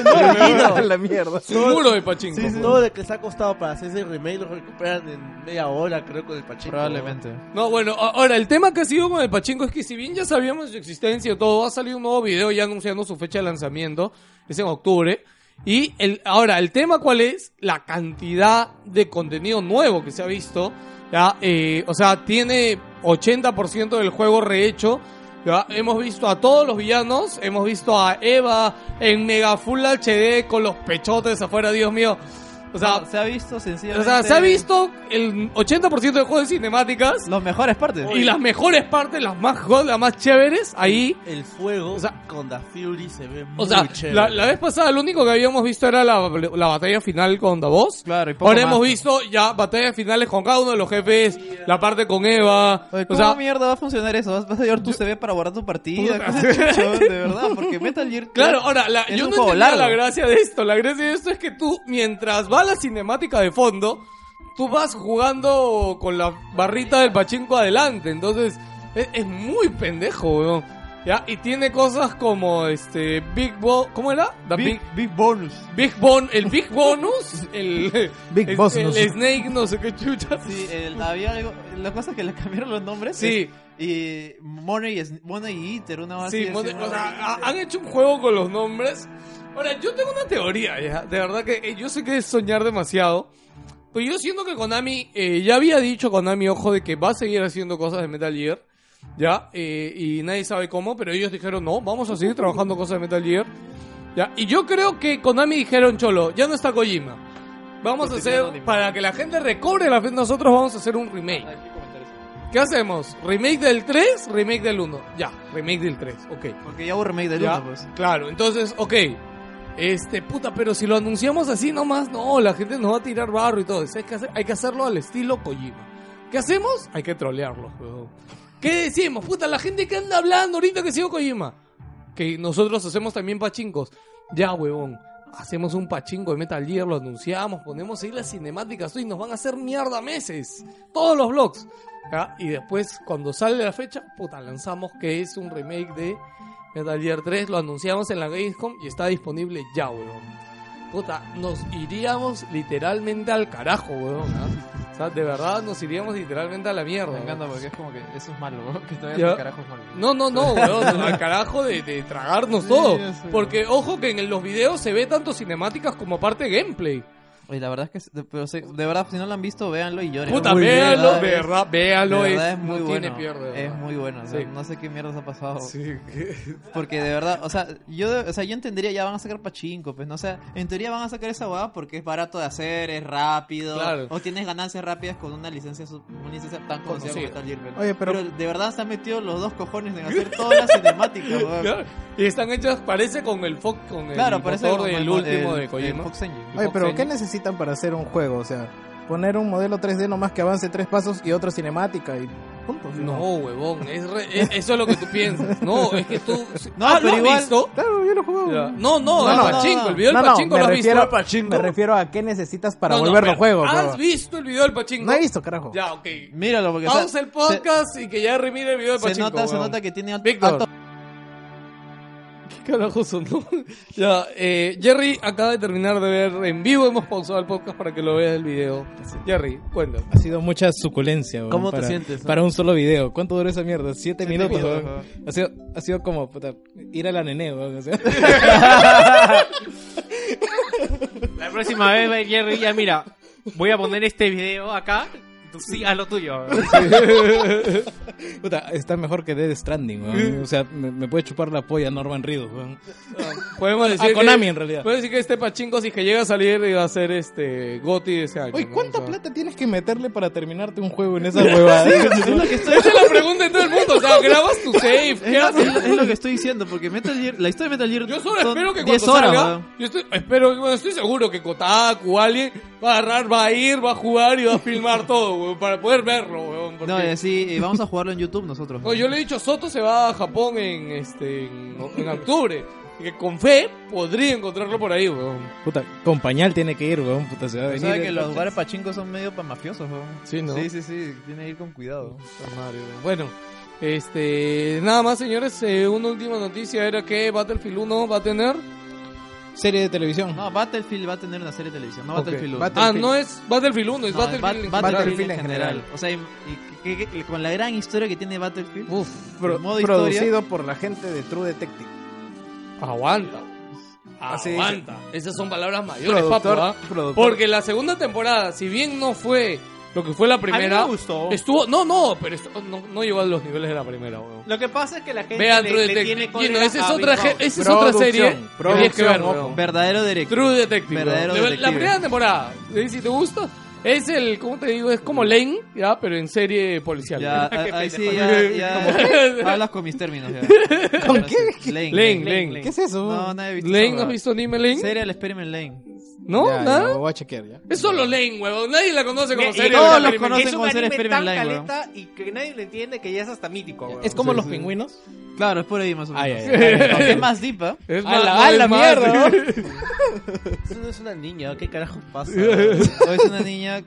[SPEAKER 6] no es
[SPEAKER 4] Gino,
[SPEAKER 8] la mierda.
[SPEAKER 5] es un muro de pachinko.
[SPEAKER 4] Sí, sí, todo lo que les ha costado para hacer ese remake lo recuperan en media hora, creo, con el pachinko.
[SPEAKER 6] Probablemente.
[SPEAKER 5] No, bueno, a- ahora el tema que ha sido con el Pachinko es que si bien ya sabíamos su existencia y todo, ha salido un nuevo video ya anunciando su fecha de lanzamiento, es en octubre. Y el, ahora, el tema cuál es la cantidad de contenido nuevo que se ha visto. ¿ya? Eh, o sea, tiene 80% del juego rehecho. ¿ya? Hemos visto a todos los villanos, hemos visto a Eva en Mega Full HD con los pechotes afuera, Dios mío. O sea,
[SPEAKER 6] No, se ha visto sencillamente.
[SPEAKER 5] o sea, se ha visto el 80% del juego de cinemáticas.
[SPEAKER 6] Los mejores partes.
[SPEAKER 5] Y las mejores partes, las más hot, las más chéveres, ahí.
[SPEAKER 4] El fuego
[SPEAKER 5] O sea-
[SPEAKER 4] con Da Fury se ve muy
[SPEAKER 5] O sea,
[SPEAKER 4] chévere.
[SPEAKER 5] la, la vez pasada lo único que habíamos visto era la, la batalla final con Davos.
[SPEAKER 6] Claro, y poco
[SPEAKER 5] Ahora
[SPEAKER 6] más.
[SPEAKER 5] hemos visto ya batallas finales con cada uno de los jefes, la parte con Eva.
[SPEAKER 6] Oye,
[SPEAKER 5] O
[SPEAKER 6] ¿Cómo
[SPEAKER 5] sea,
[SPEAKER 6] mierda va a funcionar eso? ¿Vas vas a llevar tu CV para guardar tu partida? Chucho, de verdad, porque Metal Gear.
[SPEAKER 5] claro, ahora, la-
[SPEAKER 6] Es
[SPEAKER 5] yo
[SPEAKER 6] un
[SPEAKER 5] no
[SPEAKER 6] juego
[SPEAKER 5] entendía la
[SPEAKER 6] largo.
[SPEAKER 5] gracia de esto. La gracia de esto es que tú, mientras va la cinemática de fondo, tú vas jugando con la barrita del pachinko adelante. Entonces, es, es muy pendejo, weón. Ya, y tiene cosas como este Big Bo, ¿cómo era? The Big,
[SPEAKER 6] bonus.
[SPEAKER 5] Big Bon, el Big Bonus, el,
[SPEAKER 8] Big
[SPEAKER 5] el-
[SPEAKER 8] Bonus.
[SPEAKER 5] el Snake, no sé qué chucha.
[SPEAKER 6] Sí, el- había algo. La cosa es que le cambiaron los nombres.
[SPEAKER 5] Sí.
[SPEAKER 6] Y Money, es- Money Eater, una base.
[SPEAKER 5] Sí, mon- o sea, ah, ha- han hecho un juego con los nombres. Ahora, yo tengo una teoría, ya. De verdad que eh, yo sé que es soñar demasiado. Pero yo siento que Konami, eh, ya había dicho Konami, ojo, de que va a seguir haciendo cosas de Metal Gear. Ya, eh, y nadie sabe cómo, pero ellos dijeron, no, vamos a seguir trabajando cosas de Metal Gear. Ya, y yo creo que Konami dijeron, cholo, ya no está Kojima. Vamos a hacer, para que la gente recobre la fe, nosotros vamos a hacer un remake. ¿Qué hacemos? ¿Remake del 3? ¿Remake del 1? Ya, remake del 3, ok.
[SPEAKER 6] Porque ya hubo remake del
[SPEAKER 5] Ya,
[SPEAKER 6] uno, pues.
[SPEAKER 5] Claro, entonces, ok. Este, puta, pero si lo anunciamos así nomás, no, la gente nos va a tirar barro y todo. Eso Hay que, hacer- hay que hacerlo al estilo Kojima. ¿Qué hacemos? Hay que trolearlo. huevón. ¿Qué decimos? Puta, la gente que anda hablando ahorita que sigo Kojima. Que nosotros hacemos también pachincos. Ya, huevón. Hacemos un pachinko de Metal Gear, lo anunciamos, ponemos ahí las cinemáticas y nos van a hacer mierda meses. Todos los vlogs. ¿Ya? Y después, cuando sale la fecha, puta, lanzamos que es un remake de Metal Gear 3 lo anunciamos en la Gamescom y está disponible ya, weón. Puta, nos iríamos literalmente al carajo, weón. ¿ah? O sea, de verdad nos iríamos literalmente a la mierda.
[SPEAKER 6] Me
[SPEAKER 5] weón.
[SPEAKER 6] encanta porque es como que eso es malo, weón, que todavía
[SPEAKER 5] Ya.
[SPEAKER 6] el carajo es malo.
[SPEAKER 5] No, no, no, weón, al carajo de, de tragarnos todo. Porque ojo que en los videos se ve tanto cinemáticas como parte de gameplay.
[SPEAKER 6] Oye, la verdad es que, se- pero se- de verdad, si no lo han visto, véanlo y lloren.
[SPEAKER 5] Puta,
[SPEAKER 6] Muy bien,
[SPEAKER 5] véalo,
[SPEAKER 6] la
[SPEAKER 5] de
[SPEAKER 6] es-
[SPEAKER 5] verdad, véalo,
[SPEAKER 6] de
[SPEAKER 5] es,
[SPEAKER 6] verdad es muy
[SPEAKER 5] no
[SPEAKER 6] bueno.
[SPEAKER 5] tiene pierde.
[SPEAKER 6] es muy bueno, o sea,
[SPEAKER 5] Sí.
[SPEAKER 6] no sé qué mierda ha pasado.
[SPEAKER 5] Sí, que-
[SPEAKER 6] Porque de verdad, o sea, yo o sea, yo entendería ya van a sacar pachinko, pues no o sea, en teoría van a sacar esa guada porque es barato de hacer, es rápido,
[SPEAKER 5] Claro.
[SPEAKER 6] o tienes ganancias rápidas con una licencia sub- una licencia tan conocida como
[SPEAKER 5] Conocida.
[SPEAKER 6] Metal Gear. pues.
[SPEAKER 8] Oye, pero-
[SPEAKER 6] de verdad se han metido los dos cojones en hacer todas las cinemáticas, weón.
[SPEAKER 5] claro. Y están hechas, parece con el fo- con el
[SPEAKER 6] Claro, parece
[SPEAKER 5] motor
[SPEAKER 6] como
[SPEAKER 5] del
[SPEAKER 6] el-
[SPEAKER 5] último
[SPEAKER 6] el-
[SPEAKER 5] de Kojima.
[SPEAKER 6] el Fox Engine.
[SPEAKER 8] Oye, pero
[SPEAKER 5] Fox
[SPEAKER 8] ¿qué
[SPEAKER 5] Engine.
[SPEAKER 8] necesitan para hacer un juego? O sea, poner un modelo 3D nomás que avance tres pasos y otra cinemática y punto. ¿sí?
[SPEAKER 5] No, huevón, es re- es- eso es lo que tú piensas. No, es que tú.
[SPEAKER 6] No,
[SPEAKER 5] Ah, ¿lo
[SPEAKER 6] pero
[SPEAKER 5] has
[SPEAKER 6] igual-
[SPEAKER 5] visto?
[SPEAKER 8] Claro, yo lo juego.
[SPEAKER 5] Ya. No, no,
[SPEAKER 8] No,
[SPEAKER 5] el
[SPEAKER 8] no,
[SPEAKER 5] pachinko,
[SPEAKER 6] no, no.
[SPEAKER 5] el video del
[SPEAKER 8] no, no,
[SPEAKER 5] pachinko
[SPEAKER 8] me
[SPEAKER 5] lo has
[SPEAKER 8] refiero,
[SPEAKER 5] visto.
[SPEAKER 8] Me refiero a qué necesitas para
[SPEAKER 5] No, no,
[SPEAKER 8] volverlo
[SPEAKER 5] pero,
[SPEAKER 8] juego.
[SPEAKER 5] ¿Has
[SPEAKER 8] huevón.
[SPEAKER 5] visto el video del pachinko?
[SPEAKER 8] No he visto, carajo.
[SPEAKER 5] Ya, ok.
[SPEAKER 6] Míralo porque o sea,
[SPEAKER 5] Pausa el podcast y que ya remire el video del
[SPEAKER 6] se, se
[SPEAKER 5] pachinko.
[SPEAKER 6] nota, se
[SPEAKER 5] huevón.
[SPEAKER 6] nota que tiene alto,
[SPEAKER 5] Víctor.
[SPEAKER 6] alto-
[SPEAKER 5] ¿Qué habla Josu, no? ya, eh, Jerry acaba de terminar de ver en vivo, hemos pausado el podcast para que lo veas el video. Jerry, cuéntame.
[SPEAKER 9] Ha sido mucha suculencia, weón,
[SPEAKER 4] ¿Cómo te
[SPEAKER 9] para,
[SPEAKER 4] sientes?
[SPEAKER 9] Para un solo video. ¿Cuánto duró esa mierda? Siete, minutos, ¿eh?
[SPEAKER 6] minutos,
[SPEAKER 9] weón.
[SPEAKER 6] ajá.
[SPEAKER 9] Ha sido, ha sido como puta, ir a la nené, weón, o sea.
[SPEAKER 1] La próxima vez, va a ir Jerry, ya mira, voy a poner este video acá. Tú sí, haz lo tuyo.
[SPEAKER 9] Puta, está mejor que Dead Stranding, weón. O sea, me, me puede chupar la polla Norman Reedus, weón.
[SPEAKER 5] Ah, Podemos decir
[SPEAKER 9] A Ah, Konami,
[SPEAKER 5] que,
[SPEAKER 9] en realidad.
[SPEAKER 5] Podemos decir que este pachinko, si es que llega a salir, va a ser este Goti de ese año.
[SPEAKER 9] Oye,
[SPEAKER 5] ¿no?
[SPEAKER 9] ¿cuánta
[SPEAKER 5] O sea,
[SPEAKER 9] plata tienes que meterle para terminarte un juego en esa huevada?
[SPEAKER 5] Esa es la pregunta de todo el mundo. O sea, grabas tu save. ¿Qué
[SPEAKER 6] Es,
[SPEAKER 5] haces?
[SPEAKER 6] lo- es lo que estoy diciendo, porque Metal Gear- la historia de Metal Gear
[SPEAKER 5] Yo solo
[SPEAKER 6] son
[SPEAKER 5] espero que
[SPEAKER 6] 10
[SPEAKER 5] cuando
[SPEAKER 6] horas,
[SPEAKER 5] salga,
[SPEAKER 6] weón.
[SPEAKER 5] yo estoy, espero, bueno, estoy seguro que Kotaku, alguien, va a agarrar, va a ir, va a jugar y va a filmar todo, weón, para poder verlo, weón. porque-
[SPEAKER 6] No, y así eh, vamos a jugarlo en YouTube nosotros.
[SPEAKER 5] Oye, yo le he dicho, Soto se va a Japón en, este, en, en octubre. Y que con fe podría encontrarlo por ahí, weón.
[SPEAKER 9] Puta, compañal tiene que ir, weón. Puta, se va a
[SPEAKER 6] Pero
[SPEAKER 9] venir.
[SPEAKER 6] sabe que los lugares pachincos son medio pa mafiosos, weón.
[SPEAKER 5] Sí, ¿no?
[SPEAKER 6] Sí, sí, sí, tiene que ir con cuidado.
[SPEAKER 5] Bueno, este, nada más, señores. eh, una última noticia era que Battlefield 1 va a tener.
[SPEAKER 9] Serie de televisión.
[SPEAKER 6] No, Battlefield va a tener una serie de televisión, no
[SPEAKER 2] Ok,
[SPEAKER 6] Battlefield uno.
[SPEAKER 2] Battlefield.
[SPEAKER 5] Ah, no es Battlefield 1, es
[SPEAKER 6] No,
[SPEAKER 5] Battlefield,
[SPEAKER 6] Bat-
[SPEAKER 5] en general.
[SPEAKER 6] Battlefield en
[SPEAKER 2] en
[SPEAKER 6] general.
[SPEAKER 2] general.
[SPEAKER 6] O sea, y, y que- que- que con la gran historia que tiene Battlefield,
[SPEAKER 5] Uf,
[SPEAKER 2] Pro-
[SPEAKER 6] el modo
[SPEAKER 2] producido
[SPEAKER 6] historia.
[SPEAKER 2] por la gente de True Detective.
[SPEAKER 5] aguanta.
[SPEAKER 2] Así dice.
[SPEAKER 5] aguanta. Esas son palabras mayores, papu,
[SPEAKER 2] Productor,
[SPEAKER 5] ¿ah?
[SPEAKER 2] productor.
[SPEAKER 5] Porque la segunda temporada, si bien no fue lo que fue la primera,
[SPEAKER 1] me gustó.
[SPEAKER 5] estuvo. No, no, pero estu- no, no llegó a los niveles de la primera, weón.
[SPEAKER 1] Lo que pasa es que la gente
[SPEAKER 5] Vean
[SPEAKER 1] le-
[SPEAKER 5] True
[SPEAKER 1] le tiene
[SPEAKER 5] Detective. Y no,
[SPEAKER 1] cólera
[SPEAKER 5] esa es
[SPEAKER 1] a
[SPEAKER 5] otra,
[SPEAKER 1] Big
[SPEAKER 5] ge-
[SPEAKER 1] Mouth.
[SPEAKER 5] esa es otra serie. que
[SPEAKER 2] producción,
[SPEAKER 5] tienes que ver,
[SPEAKER 2] ojo.
[SPEAKER 5] weón.
[SPEAKER 6] verdadero directo.
[SPEAKER 5] True Detective.
[SPEAKER 6] Verdadero
[SPEAKER 5] weón. De- La
[SPEAKER 6] detective.
[SPEAKER 5] primera temporada, ¿sí? si te gusta, es el, ¿cómo te digo? Es como Lane, ya, pero en serie policial.
[SPEAKER 6] Ya,
[SPEAKER 5] Qué
[SPEAKER 6] a- ahí sí,
[SPEAKER 5] pendejo.
[SPEAKER 6] ya, ya hablas con mis términos. Ya. ¿Con qué?
[SPEAKER 5] Lane,
[SPEAKER 6] Lane.
[SPEAKER 5] Lane.
[SPEAKER 6] Lane.
[SPEAKER 5] ¿Qué
[SPEAKER 9] es eso?
[SPEAKER 6] No, nadie ha visto.
[SPEAKER 5] Lane,
[SPEAKER 6] esa
[SPEAKER 5] ¿no has
[SPEAKER 6] huevada.
[SPEAKER 5] visto anime Lane?
[SPEAKER 6] Serial Experiment Lane.
[SPEAKER 5] No,
[SPEAKER 9] Ya, ya,
[SPEAKER 5] nada.
[SPEAKER 9] voy a chequear ya.
[SPEAKER 5] Es solo Lane, huevón. Nadie la conoce como
[SPEAKER 1] Y- y
[SPEAKER 5] serie.
[SPEAKER 6] todos
[SPEAKER 5] de
[SPEAKER 6] los
[SPEAKER 5] crimen.
[SPEAKER 6] conocen
[SPEAKER 1] Es un
[SPEAKER 6] como serie
[SPEAKER 1] anime
[SPEAKER 6] Experiment
[SPEAKER 1] tan
[SPEAKER 6] Line, weón.
[SPEAKER 1] caleta y que nadie le entiende que ya es hasta mítico, weón.
[SPEAKER 9] Es como los pingüinos.
[SPEAKER 6] Claro, es por ahí más o menos.
[SPEAKER 9] Ay, ay,
[SPEAKER 6] Aunque es más deep, ¿eh?
[SPEAKER 5] Es
[SPEAKER 9] A
[SPEAKER 5] más-
[SPEAKER 9] la- a
[SPEAKER 5] es
[SPEAKER 9] la
[SPEAKER 5] más-
[SPEAKER 9] mierda,
[SPEAKER 4] Eso no es una niña, ¿qué carajo pasa?
[SPEAKER 6] O es una niña.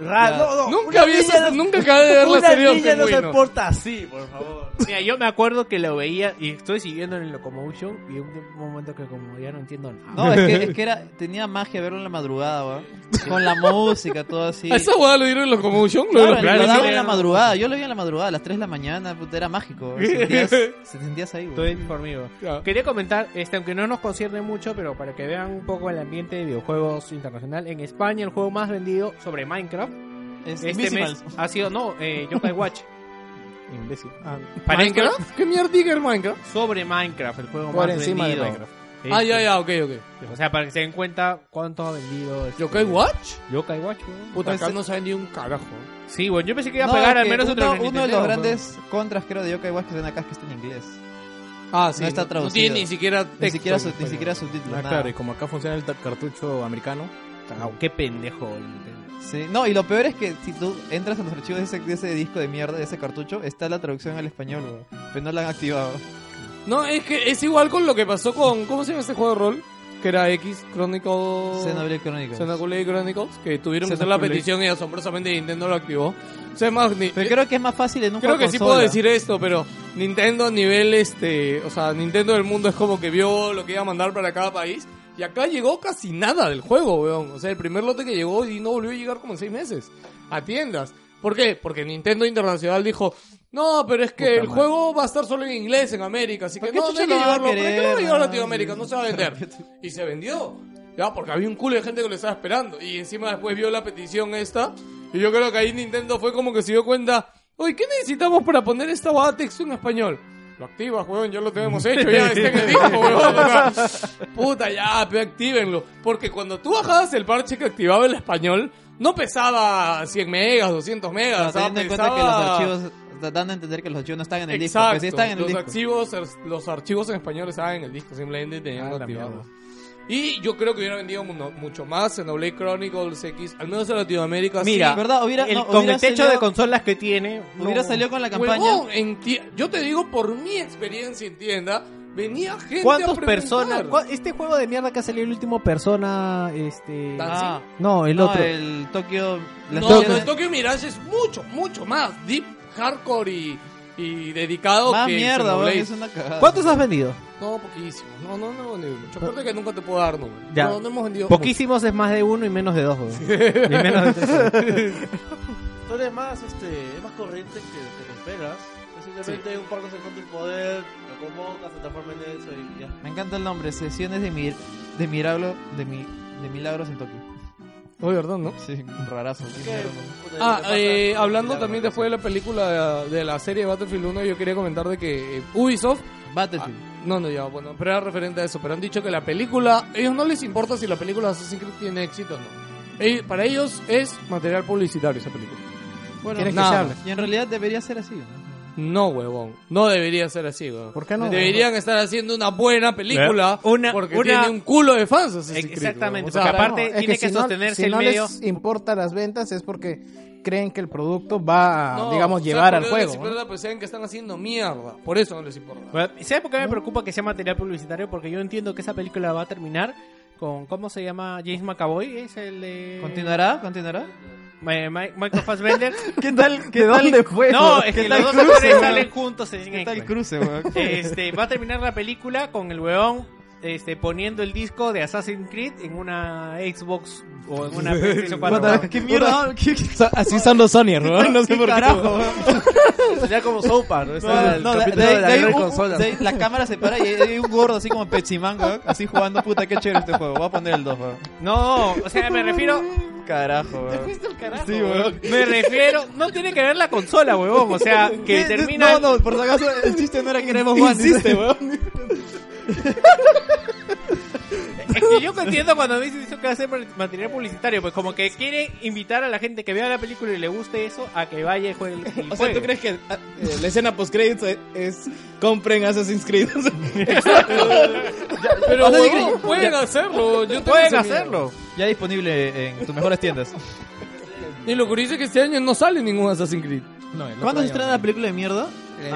[SPEAKER 4] Ra-
[SPEAKER 6] Ya.
[SPEAKER 4] Ah, no, no,
[SPEAKER 5] Nunca
[SPEAKER 4] una
[SPEAKER 5] vi
[SPEAKER 4] niña
[SPEAKER 5] esa-
[SPEAKER 4] no-
[SPEAKER 5] nunca acabé de ver la
[SPEAKER 4] Una
[SPEAKER 5] serie de los
[SPEAKER 4] niña no se
[SPEAKER 5] pingüinos.
[SPEAKER 4] porta así, por favor.
[SPEAKER 1] Mira, yo me acuerdo que lo veía y estoy siguiendo en el Locomotion y un un momento que como ya no entiendo nada.
[SPEAKER 6] No, es que, es que era, tenía magia verlo en la madrugada, weón. Con la música, todo así.
[SPEAKER 5] A esa huevada lo dieron en los Comotion, lo de
[SPEAKER 6] Claro,
[SPEAKER 5] los
[SPEAKER 6] lo
[SPEAKER 5] pingüinos.
[SPEAKER 6] daban en la madrugada. Yo lo vi en la madrugada, a las 3 de la mañana, puta, era mágico. weón. Sentías, sentías ahí,
[SPEAKER 1] Estoy
[SPEAKER 6] güey.
[SPEAKER 1] conmigo.
[SPEAKER 5] Ya.
[SPEAKER 1] Quería comentar, este, aunque no nos concierne mucho, pero para que vean un poco el ambiente de videojuegos internacional, en España el juego más vendido sobre Minecraft
[SPEAKER 6] Es
[SPEAKER 1] este mes ha sido, no, eh, Yokai Watch.
[SPEAKER 9] Imbécil.
[SPEAKER 1] Para
[SPEAKER 5] ¿Minecraft? ¿Qué mierda era Minecraft?
[SPEAKER 1] sobre Minecraft, el juego
[SPEAKER 9] Por
[SPEAKER 1] más
[SPEAKER 9] encima de
[SPEAKER 1] vendido.
[SPEAKER 9] Minecraft.
[SPEAKER 1] Este,
[SPEAKER 5] Ah, ya, ya, ok, ok.
[SPEAKER 1] O sea, para que se den cuenta cuánto ha vendido. este,
[SPEAKER 5] ¿Yokai Watch?
[SPEAKER 1] Yokai Watch, weón.
[SPEAKER 5] Puta, acá
[SPEAKER 6] Pues-
[SPEAKER 5] no saben ni un carajo.
[SPEAKER 1] Sí, bueno, yo pensé que iba a
[SPEAKER 6] No,
[SPEAKER 1] pegar
[SPEAKER 6] es
[SPEAKER 1] al
[SPEAKER 6] que
[SPEAKER 1] menos
[SPEAKER 6] uno,
[SPEAKER 1] otro
[SPEAKER 6] uno de los grandes contras, creo, de Yokai Watch que ven acá es que está en inglés.
[SPEAKER 5] Ah,
[SPEAKER 6] No está traducido.
[SPEAKER 5] No tiene ni siquiera texto. pues,
[SPEAKER 6] Ni siquiera, su- ni
[SPEAKER 5] Bueno.
[SPEAKER 6] siquiera subtítulos.
[SPEAKER 9] Ah,
[SPEAKER 6] nada.
[SPEAKER 9] claro, y como acá funciona el ta- cartucho americano.
[SPEAKER 1] Qué pendejo.
[SPEAKER 6] Sí. No, y lo peor es que si tú entras a los archivos de ese, de ese disco de mierda, de ese cartucho, está la traducción al español, güey. Pero no la han activado.
[SPEAKER 5] No, es que es igual con lo que pasó con... ¿Cómo se llama ese juego de rol? Que era X Chronicle...
[SPEAKER 6] Xenoblade Chronicles.
[SPEAKER 5] Oh. Xenoblade Chronicles. Que tuvieron que hacer la
[SPEAKER 6] Xenoblade.
[SPEAKER 5] petición y asombrosamente Nintendo lo activó. O sea, más... Ni...
[SPEAKER 6] Pero creo que es más fácil en un
[SPEAKER 5] Creo
[SPEAKER 6] juego
[SPEAKER 5] que sí
[SPEAKER 6] consola.
[SPEAKER 5] puedo decir esto, pero Nintendo a nivel este, o sea, Nintendo del mundo es como que vio lo que iba a mandar para cada país y acá llegó casi nada del juego, weón. O sea, el primer lote que llegó y no volvió a llegar como en seis meses a tiendas. ¿Por qué? Porque Nintendo Internacional dijo, no, pero es que el juego va a estar solo en inglés en América, así que
[SPEAKER 6] qué
[SPEAKER 5] no, no
[SPEAKER 6] chucha
[SPEAKER 5] hay que
[SPEAKER 6] lo va a
[SPEAKER 5] llevarlo, ¿para qué
[SPEAKER 6] querer,
[SPEAKER 5] lo va a llevar a
[SPEAKER 6] no?
[SPEAKER 5] Latinoamérica? No se va a vender. Y se vendió. Ya, porque había un culo de gente que lo estaba esperando. Y encima después vio la petición esta. Y yo creo que ahí Nintendo fue como que se dio cuenta. Oye, ¿qué necesitamos para poner esta guada texto en español? Lo activas, weón, ya lo tenemos hecho, ya está en el disco, weón. o sea, puta, ya, pe, actívenlo. Porque cuando tú bajabas el parche que activaba el español, no pesaba 100 megas, 200 megas.
[SPEAKER 6] Pero
[SPEAKER 5] o sea,
[SPEAKER 6] teniendo en cuenta
[SPEAKER 5] pesaba...
[SPEAKER 6] que los archivos dan a entender que los archivos no están en el disco,
[SPEAKER 5] Exacto.
[SPEAKER 6] pero sí están en el
[SPEAKER 5] los
[SPEAKER 6] disco.
[SPEAKER 5] archivos er, los archivos en español estaban en el disco, simplemente tenían
[SPEAKER 1] Ah,
[SPEAKER 5] que
[SPEAKER 1] la
[SPEAKER 5] activarlo.
[SPEAKER 1] mierda.
[SPEAKER 5] Y yo creo que hubiera vendido mu- mucho más en Blade Chronicles X, al menos en Latinoamérica.
[SPEAKER 1] Mira,
[SPEAKER 6] ¿Verdad? Hubiera,
[SPEAKER 1] El-
[SPEAKER 6] no,
[SPEAKER 1] con
[SPEAKER 6] hubiera
[SPEAKER 1] el techo
[SPEAKER 6] salido-
[SPEAKER 1] de consolas que tiene,
[SPEAKER 6] Hubiera
[SPEAKER 1] no.
[SPEAKER 6] salido con la
[SPEAKER 5] sí.
[SPEAKER 6] campaña.
[SPEAKER 5] Huevón, en ti- yo te digo por mi experiencia en tienda, venía gente a
[SPEAKER 1] ¿Cuántas
[SPEAKER 5] preguntar.
[SPEAKER 1] personas? cua- Este juego de mierda que ha salido el último persona, este,
[SPEAKER 6] Ah,
[SPEAKER 1] no, el
[SPEAKER 6] no,
[SPEAKER 1] otro.
[SPEAKER 6] el Tokio. la
[SPEAKER 5] No,
[SPEAKER 6] Tokio-
[SPEAKER 5] pero el Tokyo Mirage es mucho, mucho más deep, hardcore y y dedicado
[SPEAKER 6] Más
[SPEAKER 5] que
[SPEAKER 6] mierda, weón,
[SPEAKER 5] Xenoblade.
[SPEAKER 6] es una cagada.
[SPEAKER 1] ¿Cuántos has vendido?
[SPEAKER 5] No, poquísimo. No, no, no hemos vendido mucho. Aparte que nunca te puedo dar número.
[SPEAKER 1] Ya.
[SPEAKER 5] No, no hemos vendido
[SPEAKER 1] Poquísimos es más de uno y menos de dos, weón. Y menos de tres.
[SPEAKER 4] Tú eres más, este, es más corriente que lo que te esperas. Es simplemente un parco se encuentra el poder, lo convocas, se transforma en eso y ya.
[SPEAKER 6] Me encanta el nombre, sesiones de, mi, de, milagro, de, mi, de milagros en Tokio.
[SPEAKER 5] Oye, ¿verdad, no?
[SPEAKER 6] Sí, rarazo. sí,
[SPEAKER 4] ¿Qué?
[SPEAKER 6] raro.
[SPEAKER 4] Puta,
[SPEAKER 5] Ah,
[SPEAKER 4] ¿qué pasa?
[SPEAKER 5] eh, hablando
[SPEAKER 4] Milagro,
[SPEAKER 5] también
[SPEAKER 4] no
[SPEAKER 5] después de la película de, de la serie Battlefield 1, yo quería comentar de que eh, Ubisoft ah,
[SPEAKER 6] Battlefield.
[SPEAKER 5] No, no, ya, bueno, pero era referente a eso. Pero han dicho que la película, ellos no les importa si la película de Assassin's Creed tiene éxito o no. Ellos- para ellos es material publicitario esa película.
[SPEAKER 6] Bueno,
[SPEAKER 5] ¿Quieres que nada. se hable?
[SPEAKER 6] Y en realidad debería ser así. ¿no?
[SPEAKER 5] No, huevón. No debería ser así, huevón.
[SPEAKER 8] ¿Por qué no?
[SPEAKER 5] Deberían estar haciendo una buena película.
[SPEAKER 1] ¿Eh? Una-
[SPEAKER 5] porque
[SPEAKER 1] una-
[SPEAKER 5] tiene un culo de fans. Assassin's Creed,
[SPEAKER 1] Exactamente,
[SPEAKER 5] huevón. O sea,
[SPEAKER 1] porque aparte
[SPEAKER 8] No, es
[SPEAKER 1] tiene que,
[SPEAKER 8] si no-
[SPEAKER 1] sostenerse
[SPEAKER 8] si
[SPEAKER 1] el
[SPEAKER 8] no
[SPEAKER 1] medio.
[SPEAKER 8] les importa las ventas es porque creen que el producto va a,
[SPEAKER 5] no,
[SPEAKER 8] Ah, digamos,
[SPEAKER 5] o sea,
[SPEAKER 8] llevar
[SPEAKER 5] porque
[SPEAKER 8] al
[SPEAKER 5] no
[SPEAKER 8] juego.
[SPEAKER 5] Les importa, pues saben que están haciendo mierda. Por eso no les importa.
[SPEAKER 1] Bueno, ¿Sabes por qué me preocupa que sea material publicitario? Porque yo entiendo que esa película va a terminar con. ¿Cómo se llama? James McAvoy. Es el de.
[SPEAKER 6] ¿Continuará? ¿Continuará?
[SPEAKER 1] Eh, Mi- Michael Fassbender.
[SPEAKER 6] ¿Qué tal? ¿Qué tal de juego?
[SPEAKER 1] no, es
[SPEAKER 6] ¿Qué
[SPEAKER 1] que
[SPEAKER 6] tal
[SPEAKER 1] los dos
[SPEAKER 6] cruce,
[SPEAKER 1] actores
[SPEAKER 6] weón?
[SPEAKER 1] salen juntos en
[SPEAKER 6] ¿Qué tal
[SPEAKER 1] X-Men.
[SPEAKER 6] cruce, weón?
[SPEAKER 1] Este, va a terminar la película con el weón este, poniendo el disco de Assassin's Creed en una Xbox o en una PlayStation 4.
[SPEAKER 6] Puta, ¿Qué mierda? ¿Qué, qué-
[SPEAKER 9] Así son los Sony, ¿no? No sé
[SPEAKER 6] qué
[SPEAKER 9] por qué.
[SPEAKER 6] carajo, weón?
[SPEAKER 4] Sería como Sopa, ¿no? Está el
[SPEAKER 6] No, de-
[SPEAKER 4] capítulo
[SPEAKER 6] de-
[SPEAKER 4] de la
[SPEAKER 6] de ahí
[SPEAKER 4] guerra de
[SPEAKER 6] un-
[SPEAKER 4] consolas.
[SPEAKER 6] de ahí la cámara se para y hay hay un gordo así como Pepsimanga, así jugando, puta, qué chévere este juego. Voy a poner el 2, weón.
[SPEAKER 1] No, o sea, me refiero.
[SPEAKER 6] Carajo, weón.
[SPEAKER 1] Sí, weón. Me refiero. No tiene que ver la consola, huevón. O sea, que
[SPEAKER 6] ¿Qué?
[SPEAKER 1] termina.
[SPEAKER 6] No, no, por si acaso el chiste no era que éramos One. dice.
[SPEAKER 1] Es que yo entiendo cuando me dicen eso que hacer material publicitario, pues como que quiere invitar a la gente que vea la película y le guste eso a que vaya y juegue el, el
[SPEAKER 9] O sea, ¿tú
[SPEAKER 1] juego.
[SPEAKER 9] crees que ah, eh, la escena post-credits es, es compren Assassin's Creed? O sea,
[SPEAKER 5] Pero,
[SPEAKER 6] O sea,
[SPEAKER 5] huevón,
[SPEAKER 6] digo-
[SPEAKER 5] pueden hacerlo. Yo tengo
[SPEAKER 1] Pueden
[SPEAKER 5] esa mierda.
[SPEAKER 1] hacerlo.
[SPEAKER 6] Ya disponible en tus mejores tiendas.
[SPEAKER 5] Y lo curioso es que este año no sale ningún Assassin's Creed.
[SPEAKER 6] ¿Cuándo se estrena la película de mierda?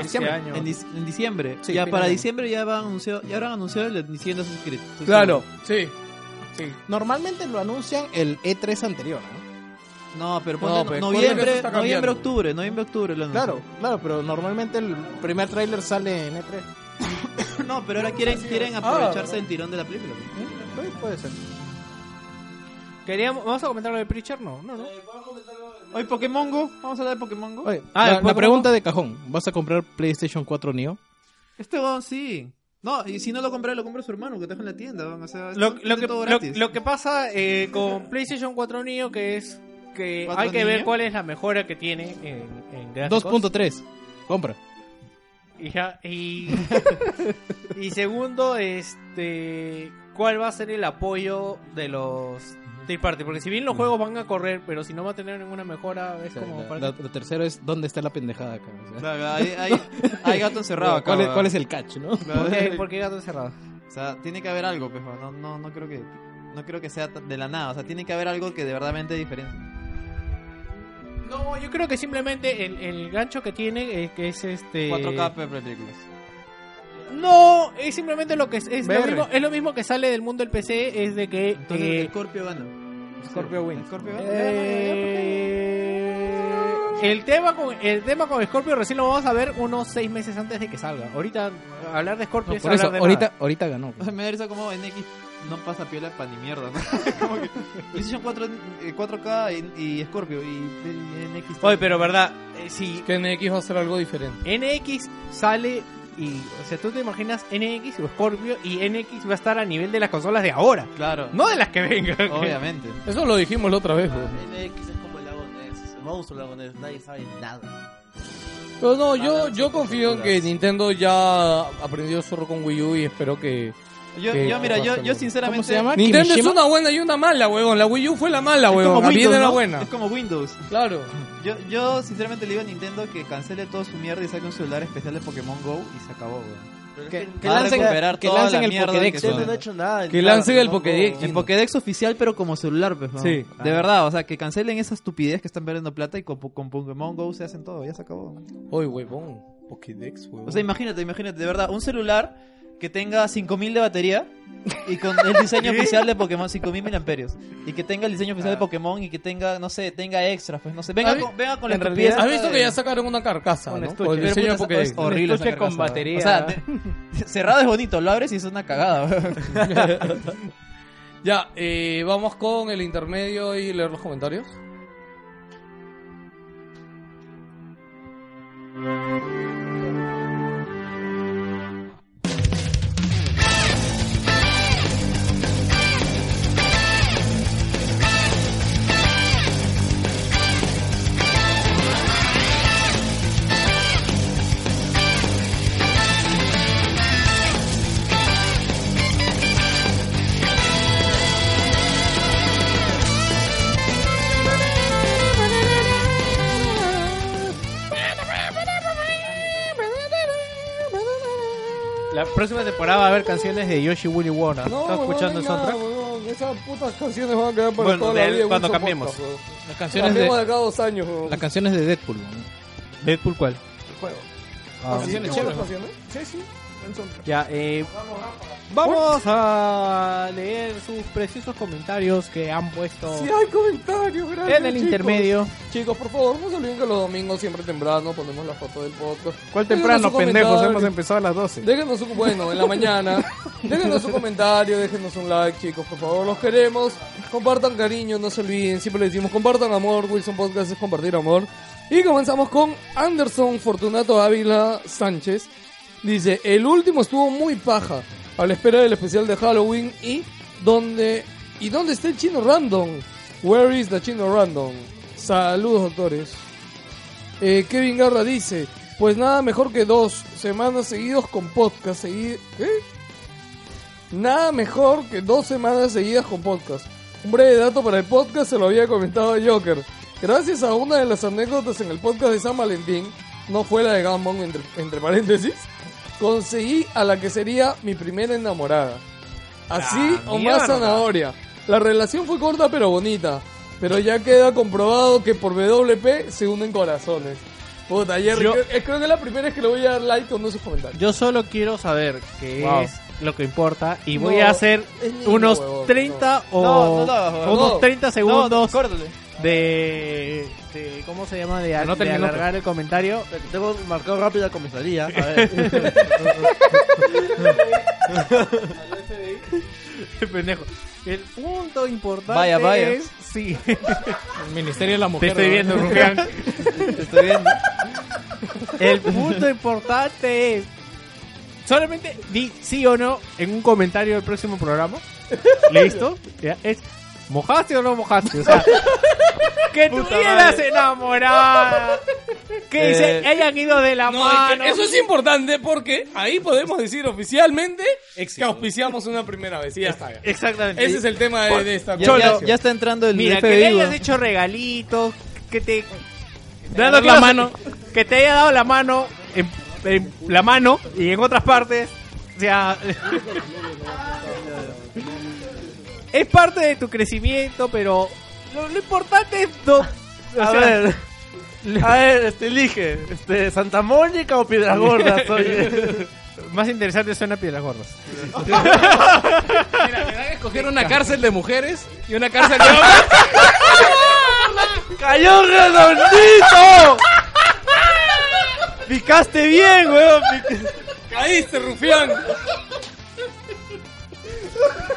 [SPEAKER 1] Este año.
[SPEAKER 6] En, dis- en diciembre.
[SPEAKER 9] Sí,
[SPEAKER 6] ya
[SPEAKER 9] fin
[SPEAKER 6] para
[SPEAKER 9] de año.
[SPEAKER 6] diciembre ya, va anunciado, ya habrán anunciado el diciendo Assassin's Creed. Estoy
[SPEAKER 5] Claro, sí.
[SPEAKER 8] Ah,
[SPEAKER 5] sí.
[SPEAKER 8] Normalmente lo anuncian el E3 anterior,
[SPEAKER 6] seguro.
[SPEAKER 8] ¿no?
[SPEAKER 6] No, pero
[SPEAKER 5] No,
[SPEAKER 6] ponte
[SPEAKER 5] pues, ponle que eso
[SPEAKER 6] noviembre,
[SPEAKER 5] está cambiando.
[SPEAKER 6] noviembre, octubre. Noviembre, octubre lo anuncian.
[SPEAKER 8] Claro, claro, pero normalmente el primer tráiler sale en E E3.
[SPEAKER 6] No, pero ahora quieren, quieren aprovecharse del tirón de la película.
[SPEAKER 8] puede ser.
[SPEAKER 1] Queríamos, ¿Vamos a comentar lo de Preacher? No, no, no.
[SPEAKER 6] Pues Hoy Pokémon Go. Vamos a hablar de Pokémon Go.
[SPEAKER 8] Oye,
[SPEAKER 1] Ah,
[SPEAKER 8] la-
[SPEAKER 1] el
[SPEAKER 8] la,
[SPEAKER 1] juego-
[SPEAKER 8] pregunta de cajón, ¿vas a comprar PlayStation 4 Neo?
[SPEAKER 6] Este weón sí. No, y si no lo compré, lo compra su hermano que te deja en la tienda. weón. O
[SPEAKER 1] Lo,
[SPEAKER 6] sea, esto
[SPEAKER 1] lo
[SPEAKER 6] es
[SPEAKER 1] que,
[SPEAKER 6] todo
[SPEAKER 1] lo,
[SPEAKER 6] gratis.
[SPEAKER 1] lo que pasa eh, con PlayStation 4 Neo que es que
[SPEAKER 6] ¿Cuatro
[SPEAKER 1] hay que ver
[SPEAKER 6] Neo?
[SPEAKER 1] cuál es la mejora que tiene en, en gráficos.
[SPEAKER 8] 2.3, compra.
[SPEAKER 1] Y, ya- y, y segundo, este, ¿cuál va a ser el apoyo de los third party? Porque si bien los juegos van a correr, pero si no va a tener ninguna mejora, es como...
[SPEAKER 2] La,
[SPEAKER 1] para-
[SPEAKER 2] la- la tercera es ¿dónde está la pendejada acá? O sea,
[SPEAKER 6] Claro, hay, hay- hay gato encerrado acá.
[SPEAKER 2] ¿cuál, es,
[SPEAKER 6] weón.
[SPEAKER 2] cuál es el catch, no?
[SPEAKER 1] ¿Por qué- por qué gato encerrado?
[SPEAKER 6] O sea, tiene que haber algo, pejo. No, no, no creo que no creo que sea ta- de la nada. O sea, tiene que haber algo que de verdaderamente diferencia.
[SPEAKER 1] No, yo creo que simplemente el, el gancho que tiene, eh, que es este...
[SPEAKER 6] 4K per películas.
[SPEAKER 1] No, es simplemente lo que es. Es lo,
[SPEAKER 6] VR.
[SPEAKER 1] mismo, es lo mismo que sale del mundo del PC, es de que...
[SPEAKER 6] Entonces,
[SPEAKER 1] eh,
[SPEAKER 6] Scorpio gana.
[SPEAKER 1] Scorpio wins.
[SPEAKER 6] Scorpio gana.
[SPEAKER 1] Eh, El tema con el tema con Scorpio recién lo vamos a ver unos seis meses antes de que salga. Ahorita hablar de Scorpio
[SPEAKER 2] No,
[SPEAKER 1] es
[SPEAKER 2] por eso,
[SPEAKER 1] hablar de
[SPEAKER 2] ahorita,
[SPEAKER 1] nada.
[SPEAKER 2] ahorita ganó.
[SPEAKER 6] O sea, me da risa como en X no pasa piola pa' ni mierda, ¿no? como que PlayStation 4, eh, 4K y, y Scorpio y, y en X.
[SPEAKER 1] Oye, pero verdad, eh, si
[SPEAKER 5] Que NX va a ser algo diferente.
[SPEAKER 1] NX sale y o sea, tú te imaginas NX o Scorpio y NX va a estar a nivel de las consolas de ahora,
[SPEAKER 6] Claro.
[SPEAKER 1] no de las que vengan.
[SPEAKER 6] Obviamente.
[SPEAKER 5] Eso lo dijimos la otra vez, weón.
[SPEAKER 4] NX es como el lago Ness, el monstruo del lago Ness, nadie sabe nada.
[SPEAKER 5] Pero no, yo, yo confío en que Nintendo ya aprendió zorro con Wii U y espero que...
[SPEAKER 6] Yo,
[SPEAKER 5] ¿Qué?
[SPEAKER 6] yo mira, yo, yo
[SPEAKER 5] ¿Cómo
[SPEAKER 6] sinceramente
[SPEAKER 9] se
[SPEAKER 2] Ah,
[SPEAKER 9] llama?
[SPEAKER 5] Nintendo es
[SPEAKER 9] ¿Kimishima?
[SPEAKER 5] una buena y una mala, weón. La Wii U fue la mala, weón. La
[SPEAKER 6] Windows,
[SPEAKER 5] bien era
[SPEAKER 6] ¿no?
[SPEAKER 5] buena.
[SPEAKER 6] Es como Windows.
[SPEAKER 5] Claro.
[SPEAKER 6] Yo, yo sinceramente le digo a Nintendo que cancele todo su mierda y saque un celular especial de Pokémon Go y se acabó, weón.
[SPEAKER 4] Pero es
[SPEAKER 8] Que-
[SPEAKER 4] que
[SPEAKER 8] que
[SPEAKER 6] Va a
[SPEAKER 8] lancen-
[SPEAKER 6] recuperar
[SPEAKER 8] que
[SPEAKER 6] toda
[SPEAKER 8] lancen
[SPEAKER 6] la
[SPEAKER 8] el
[SPEAKER 6] mierda
[SPEAKER 8] Pokédex,
[SPEAKER 6] que-
[SPEAKER 4] Nintendo no ha hecho nada.
[SPEAKER 5] Que
[SPEAKER 4] claro,
[SPEAKER 5] lancen el
[SPEAKER 4] no, no.
[SPEAKER 5] Pokédex.
[SPEAKER 6] En Pokédex oficial, pero como celular, pues. ¿no?
[SPEAKER 5] Sí. Ah.
[SPEAKER 6] De verdad, o sea, que cancelen esas estupideces que están perdiendo plata y con, po- con Pokémon Go se hacen todo, ya se acabó.
[SPEAKER 5] Oye, weón. Pokédex, weón.
[SPEAKER 6] O sea, imagínate, imagínate, de verdad, un celular que tenga 5000 de batería y con el diseño oficial de Pokémon, 5000 mil amperios. Y que tenga el diseño
[SPEAKER 5] Ah.
[SPEAKER 6] oficial de Pokémon y que tenga, no sé, tenga extras, pues no sé. Venga
[SPEAKER 5] ¿Has vi-
[SPEAKER 6] con, venga con la
[SPEAKER 5] en realidad, ¿Has
[SPEAKER 6] estupidez.
[SPEAKER 5] visto
[SPEAKER 6] esta
[SPEAKER 5] que
[SPEAKER 6] de-
[SPEAKER 5] ya sacaron una carcasa?
[SPEAKER 9] Un
[SPEAKER 5] ¿no?
[SPEAKER 9] estuche.
[SPEAKER 5] Con el
[SPEAKER 9] Pero
[SPEAKER 5] diseño de
[SPEAKER 6] puta,
[SPEAKER 5] Pokémon.
[SPEAKER 6] es Pues horrible esa
[SPEAKER 9] estuche con
[SPEAKER 6] carcasa.
[SPEAKER 9] batería.
[SPEAKER 6] O sea, de- cerrado es bonito, lo abres y es una cagada. weón.
[SPEAKER 5] Ya, eh, vamos con el intermedio y leer los comentarios.
[SPEAKER 1] La próxima temporada va a haber canciones de Yoshi Willy Warner. ¿Estás escuchando el soundtrack?
[SPEAKER 5] Esas putas canciones van a quedar para
[SPEAKER 1] Bueno,
[SPEAKER 5] toda
[SPEAKER 1] de-
[SPEAKER 5] la vida. en
[SPEAKER 1] cuando
[SPEAKER 5] Wilson
[SPEAKER 1] cambiemos.
[SPEAKER 5] Podcast, weón.
[SPEAKER 9] Las canciones
[SPEAKER 5] Cambiemos
[SPEAKER 9] de,
[SPEAKER 5] de cada dos años. weón.
[SPEAKER 9] las canciones de Deadpool. ¿no?
[SPEAKER 1] Deadpool cuál?
[SPEAKER 5] Juego.
[SPEAKER 9] sí,
[SPEAKER 5] ¿Canciones
[SPEAKER 9] sí,
[SPEAKER 5] chéveres?
[SPEAKER 9] sí.
[SPEAKER 5] canciones? Ah, Sí, sí. buen soundtrack.
[SPEAKER 1] Ya, eh, vamos a leer sus preciosos comentarios que han puesto
[SPEAKER 5] Sí, hay comentarios, gracias.
[SPEAKER 1] en el
[SPEAKER 5] chicos.
[SPEAKER 1] intermedio.
[SPEAKER 5] Chicos, por favor, no se olviden que los domingos siempre temprano ponemos la foto del podcast.
[SPEAKER 8] ¿Cuál
[SPEAKER 5] Déjenos
[SPEAKER 8] temprano,
[SPEAKER 5] su
[SPEAKER 8] pendejos?
[SPEAKER 5] comentario.
[SPEAKER 8] Hemos empezado a las 12.
[SPEAKER 5] Déjenos un, bueno, en la mañana. Déjenos su comentario, déjenos un like, chicos, por favor, los queremos. Compartan cariño, no se olviden, siempre les decimos compartan amor, Wilson Podcast es compartir amor. Y comenzamos con Anderson Fortunato Ávila Sánchez. Dice, el último estuvo muy paja, a la espera del especial de Halloween y donde... ¿Y dónde está el chino random? Where is the chino random? Saludos, doctores. Eh, Kevin Garra dice, pues nada mejor que dos semanas seguidos con podcast. Segui ¿Qué? Nada mejor que dos semanas seguidas con podcast. Un breve dato para el podcast se lo había comentado a Joker. Gracias a una de las anécdotas en el podcast de San Valentín, no fue la de Gammon entre, entre paréntesis, conseguí a la que sería mi primera enamorada. Así o más zanahoria. La relación fue corta pero bonita. Pero ya queda comprobado que por WP se unen corazones. Puta, ayer
[SPEAKER 1] Yo-
[SPEAKER 5] creo, creo que la primera es que le voy a dar like con sus comentarios.
[SPEAKER 1] Yo solo quiero saber qué
[SPEAKER 5] Wow.
[SPEAKER 1] es lo que importa y
[SPEAKER 5] No,
[SPEAKER 1] voy a hacer
[SPEAKER 5] es niño,
[SPEAKER 1] unos
[SPEAKER 5] huevón,
[SPEAKER 1] 30
[SPEAKER 6] No,
[SPEAKER 1] o
[SPEAKER 6] no lo hagas, huevón.
[SPEAKER 1] unos
[SPEAKER 5] No,
[SPEAKER 1] 30
[SPEAKER 6] No, no,
[SPEAKER 1] segundos
[SPEAKER 6] córtale.
[SPEAKER 1] de, de- ¿cómo se llama? De,
[SPEAKER 2] Anota
[SPEAKER 1] de
[SPEAKER 2] el minuto.
[SPEAKER 1] alargar el comentario.
[SPEAKER 4] Tengo marcado rápido la comisaría. A ver.
[SPEAKER 1] Pendejo. El punto importante
[SPEAKER 6] Vaya, vaya.
[SPEAKER 1] es sí.
[SPEAKER 9] El Ministerio de la
[SPEAKER 1] Te
[SPEAKER 9] Mujer.
[SPEAKER 1] estoy viendo, Rufián.
[SPEAKER 6] Te estoy viendo.
[SPEAKER 1] El punto importante es. Solamente di sí o no en un comentario del próximo programa. ¿Listo? Ya, es. ¿Mojaste o no mojaste? O sea, que tuvieras enamorada. Que
[SPEAKER 6] Eh,
[SPEAKER 1] se hayan ido de la
[SPEAKER 5] No, es que
[SPEAKER 1] mano.
[SPEAKER 5] eso es importante porque ahí podemos decir oficialmente que auspiciamos una primera vez. Y ya está. ya.
[SPEAKER 1] Exactamente.
[SPEAKER 5] Ese es el tema de, de esta
[SPEAKER 6] Ya, ya,
[SPEAKER 5] conversación.
[SPEAKER 6] ya está entrando el
[SPEAKER 1] Mira, que
[SPEAKER 6] FBI,
[SPEAKER 1] le hayas
[SPEAKER 6] weón.
[SPEAKER 1] hecho regalitos. Que te. Dando la mano. Que te haya dado la mano. En, en la mano y en otras partes. O sea. es parte de tu crecimiento, pero lo, lo importante es. do- o
[SPEAKER 4] A
[SPEAKER 1] sea,
[SPEAKER 4] ver. A ver, este, elige. Este, ¿Santa Mónica o Piedras Gordas? Oye.
[SPEAKER 1] Más interesante suena Piedras Gordas.
[SPEAKER 9] Mira, me van a escoger una cárcel de mujeres y una cárcel de hombres.
[SPEAKER 4] ¡Cayó redondito! Picaste bien, weón.
[SPEAKER 5] Caíste, Rufián.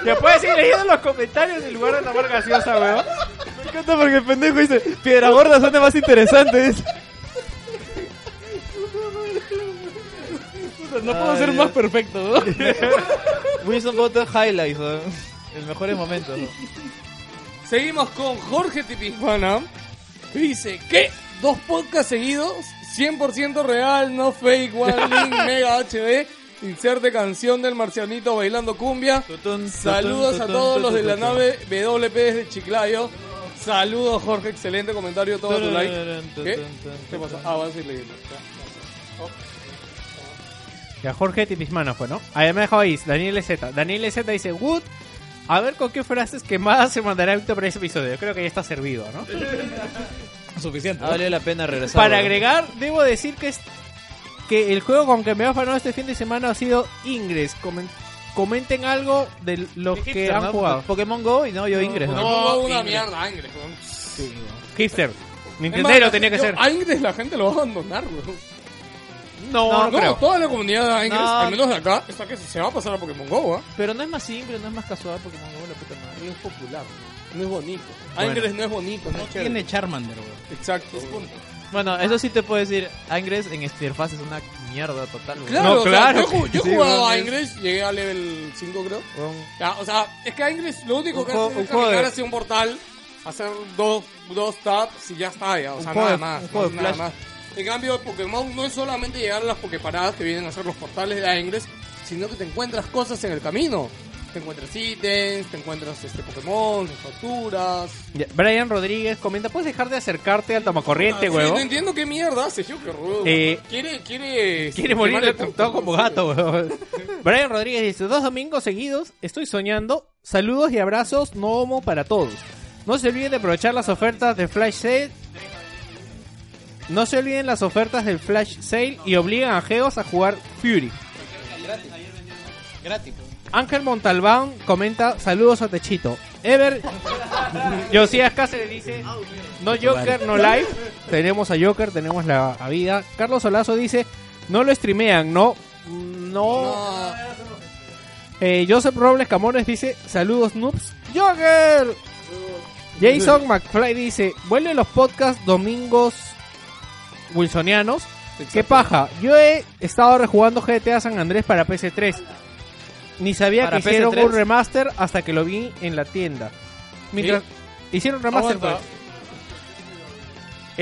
[SPEAKER 1] Ya puedes ir leyendo los comentarios en lugar de la marca gaseosa, weón.
[SPEAKER 4] Me encanta porque el pendejo dice: Piedras Gordas son más interesantes.
[SPEAKER 9] No puedo ser más perfecto. ¿no?
[SPEAKER 6] Wilson Bottle Highlights, weón. El mejor momento. ¿no?
[SPEAKER 5] Seguimos con Jorge Tipijuana. que Dice que dos podcasts seguidos, 100% real, no fake, one link, mega HD. Inserte canción del marcianito bailando cumbia. Saludos a todos los de la nave WP desde Chiclayo. Saludos, Jorge. Excelente comentario. Todo tu like. ¿Qué? ¿Qué pasó? Ah, vas a ir leyendo.
[SPEAKER 1] Ya, Jorge Tipismana fue, ¿no? Ahí me dejó ahí, Daniel Z. Daniel Z dice, Wood, a ver con qué frases quemadas se mandará Víctor para ese este episodio. Creo que ya está servido, ¿no?
[SPEAKER 9] Suficiente.
[SPEAKER 6] Ha valido la pena regresar.
[SPEAKER 1] Para
[SPEAKER 6] weón.
[SPEAKER 1] agregar, debo decir que es que el juego con que me ha afanado este fin de semana ha sido Ingress. Comen- comenten algo de los que
[SPEAKER 6] Hipster,
[SPEAKER 1] han
[SPEAKER 6] ¿no?
[SPEAKER 1] jugado.
[SPEAKER 6] Pokémon Go y no, yo Ingress. ¿no?
[SPEAKER 5] No, una mierda, Ingres.
[SPEAKER 1] Hipster. Nintendero tenía que ser.
[SPEAKER 5] Ingres la gente lo va a abandonar, weón.
[SPEAKER 1] No, no, creo.
[SPEAKER 5] toda la comunidad de Ingres,
[SPEAKER 6] No.
[SPEAKER 5] al menos de acá, está que se va a pasar a Pokémon GO, ¿ah?
[SPEAKER 6] Pero no es más simple, no es más casual Pokémon Go, la puta madre.
[SPEAKER 5] es popular, no es bonito. Ingres no es bonito, no es chévere.
[SPEAKER 9] Tiene Charmander, weón.
[SPEAKER 5] Exacto. weón.
[SPEAKER 6] Bueno, eso sí te puedo decir, Ingress en interfaz es una mierda total. weón.
[SPEAKER 5] Claro,
[SPEAKER 1] No,
[SPEAKER 5] o sea,
[SPEAKER 1] claro
[SPEAKER 5] yo, ju-
[SPEAKER 1] que
[SPEAKER 5] yo
[SPEAKER 1] sí,
[SPEAKER 5] jugaba a
[SPEAKER 1] weón, es-
[SPEAKER 5] Ingress, llegué a level 5 creo.
[SPEAKER 6] Weón.
[SPEAKER 5] Ya, o sea, es que a Ingress lo único
[SPEAKER 6] Un
[SPEAKER 5] que
[SPEAKER 6] juego-
[SPEAKER 5] hace
[SPEAKER 6] un
[SPEAKER 5] es
[SPEAKER 6] juego de-
[SPEAKER 5] caminar hacia un portal, hacer dos, dos taps y ya está, ya. O sea,
[SPEAKER 6] juego
[SPEAKER 5] nada
[SPEAKER 6] de-
[SPEAKER 5] más.
[SPEAKER 6] un juego de
[SPEAKER 5] no, nada
[SPEAKER 6] Flash.
[SPEAKER 5] más. En cambio, Pokémon no es solamente llegar a las Poképaradas que vienen a ser los portales de Ingress, sino que te encuentras cosas en el camino. Te encuentras ítems, te encuentras este Pokémon, facturas.
[SPEAKER 1] Ya, Brian Rodríguez comenta, ¿puedes dejar de acercarte al tomacorriente,
[SPEAKER 5] Ah, sí,
[SPEAKER 1] huevo?
[SPEAKER 5] No entiendo qué mierda hace yo, qué rudo.
[SPEAKER 1] Eh,
[SPEAKER 5] quiere, quiere. este,
[SPEAKER 1] Quiere morir electrocutado como gato, huevón. Brian Rodríguez dice, dos domingos seguidos, estoy soñando. Saludos y abrazos, no homo para todos. No se olviden de aprovechar las ofertas de Flash Sale. No se olviden las ofertas del Flash Sale y obligan a Geos a jugar Fury. Ángel Montalbán comenta, saludos a Techito. Ever Josías Cáceres dice, no Joker, no live. Tenemos a Joker, tenemos la a vida. Carlos Solazo dice, no lo streamean, no. No.
[SPEAKER 5] Ah.
[SPEAKER 1] Eh, Joseph Robles Camones dice, saludos noobs. Joker. Jason McFly dice, vuelven los podcasts domingos wilsonianos. ¿Qué paja? Yo he estado rejugando GTA San Andrés para PC3. Ni sabía
[SPEAKER 6] ¿Para
[SPEAKER 1] que hicieron
[SPEAKER 6] PS3?
[SPEAKER 1] un remaster hasta que lo vi en la tienda. Mientras hicieron remaster
[SPEAKER 5] Aguanta.
[SPEAKER 1] pues.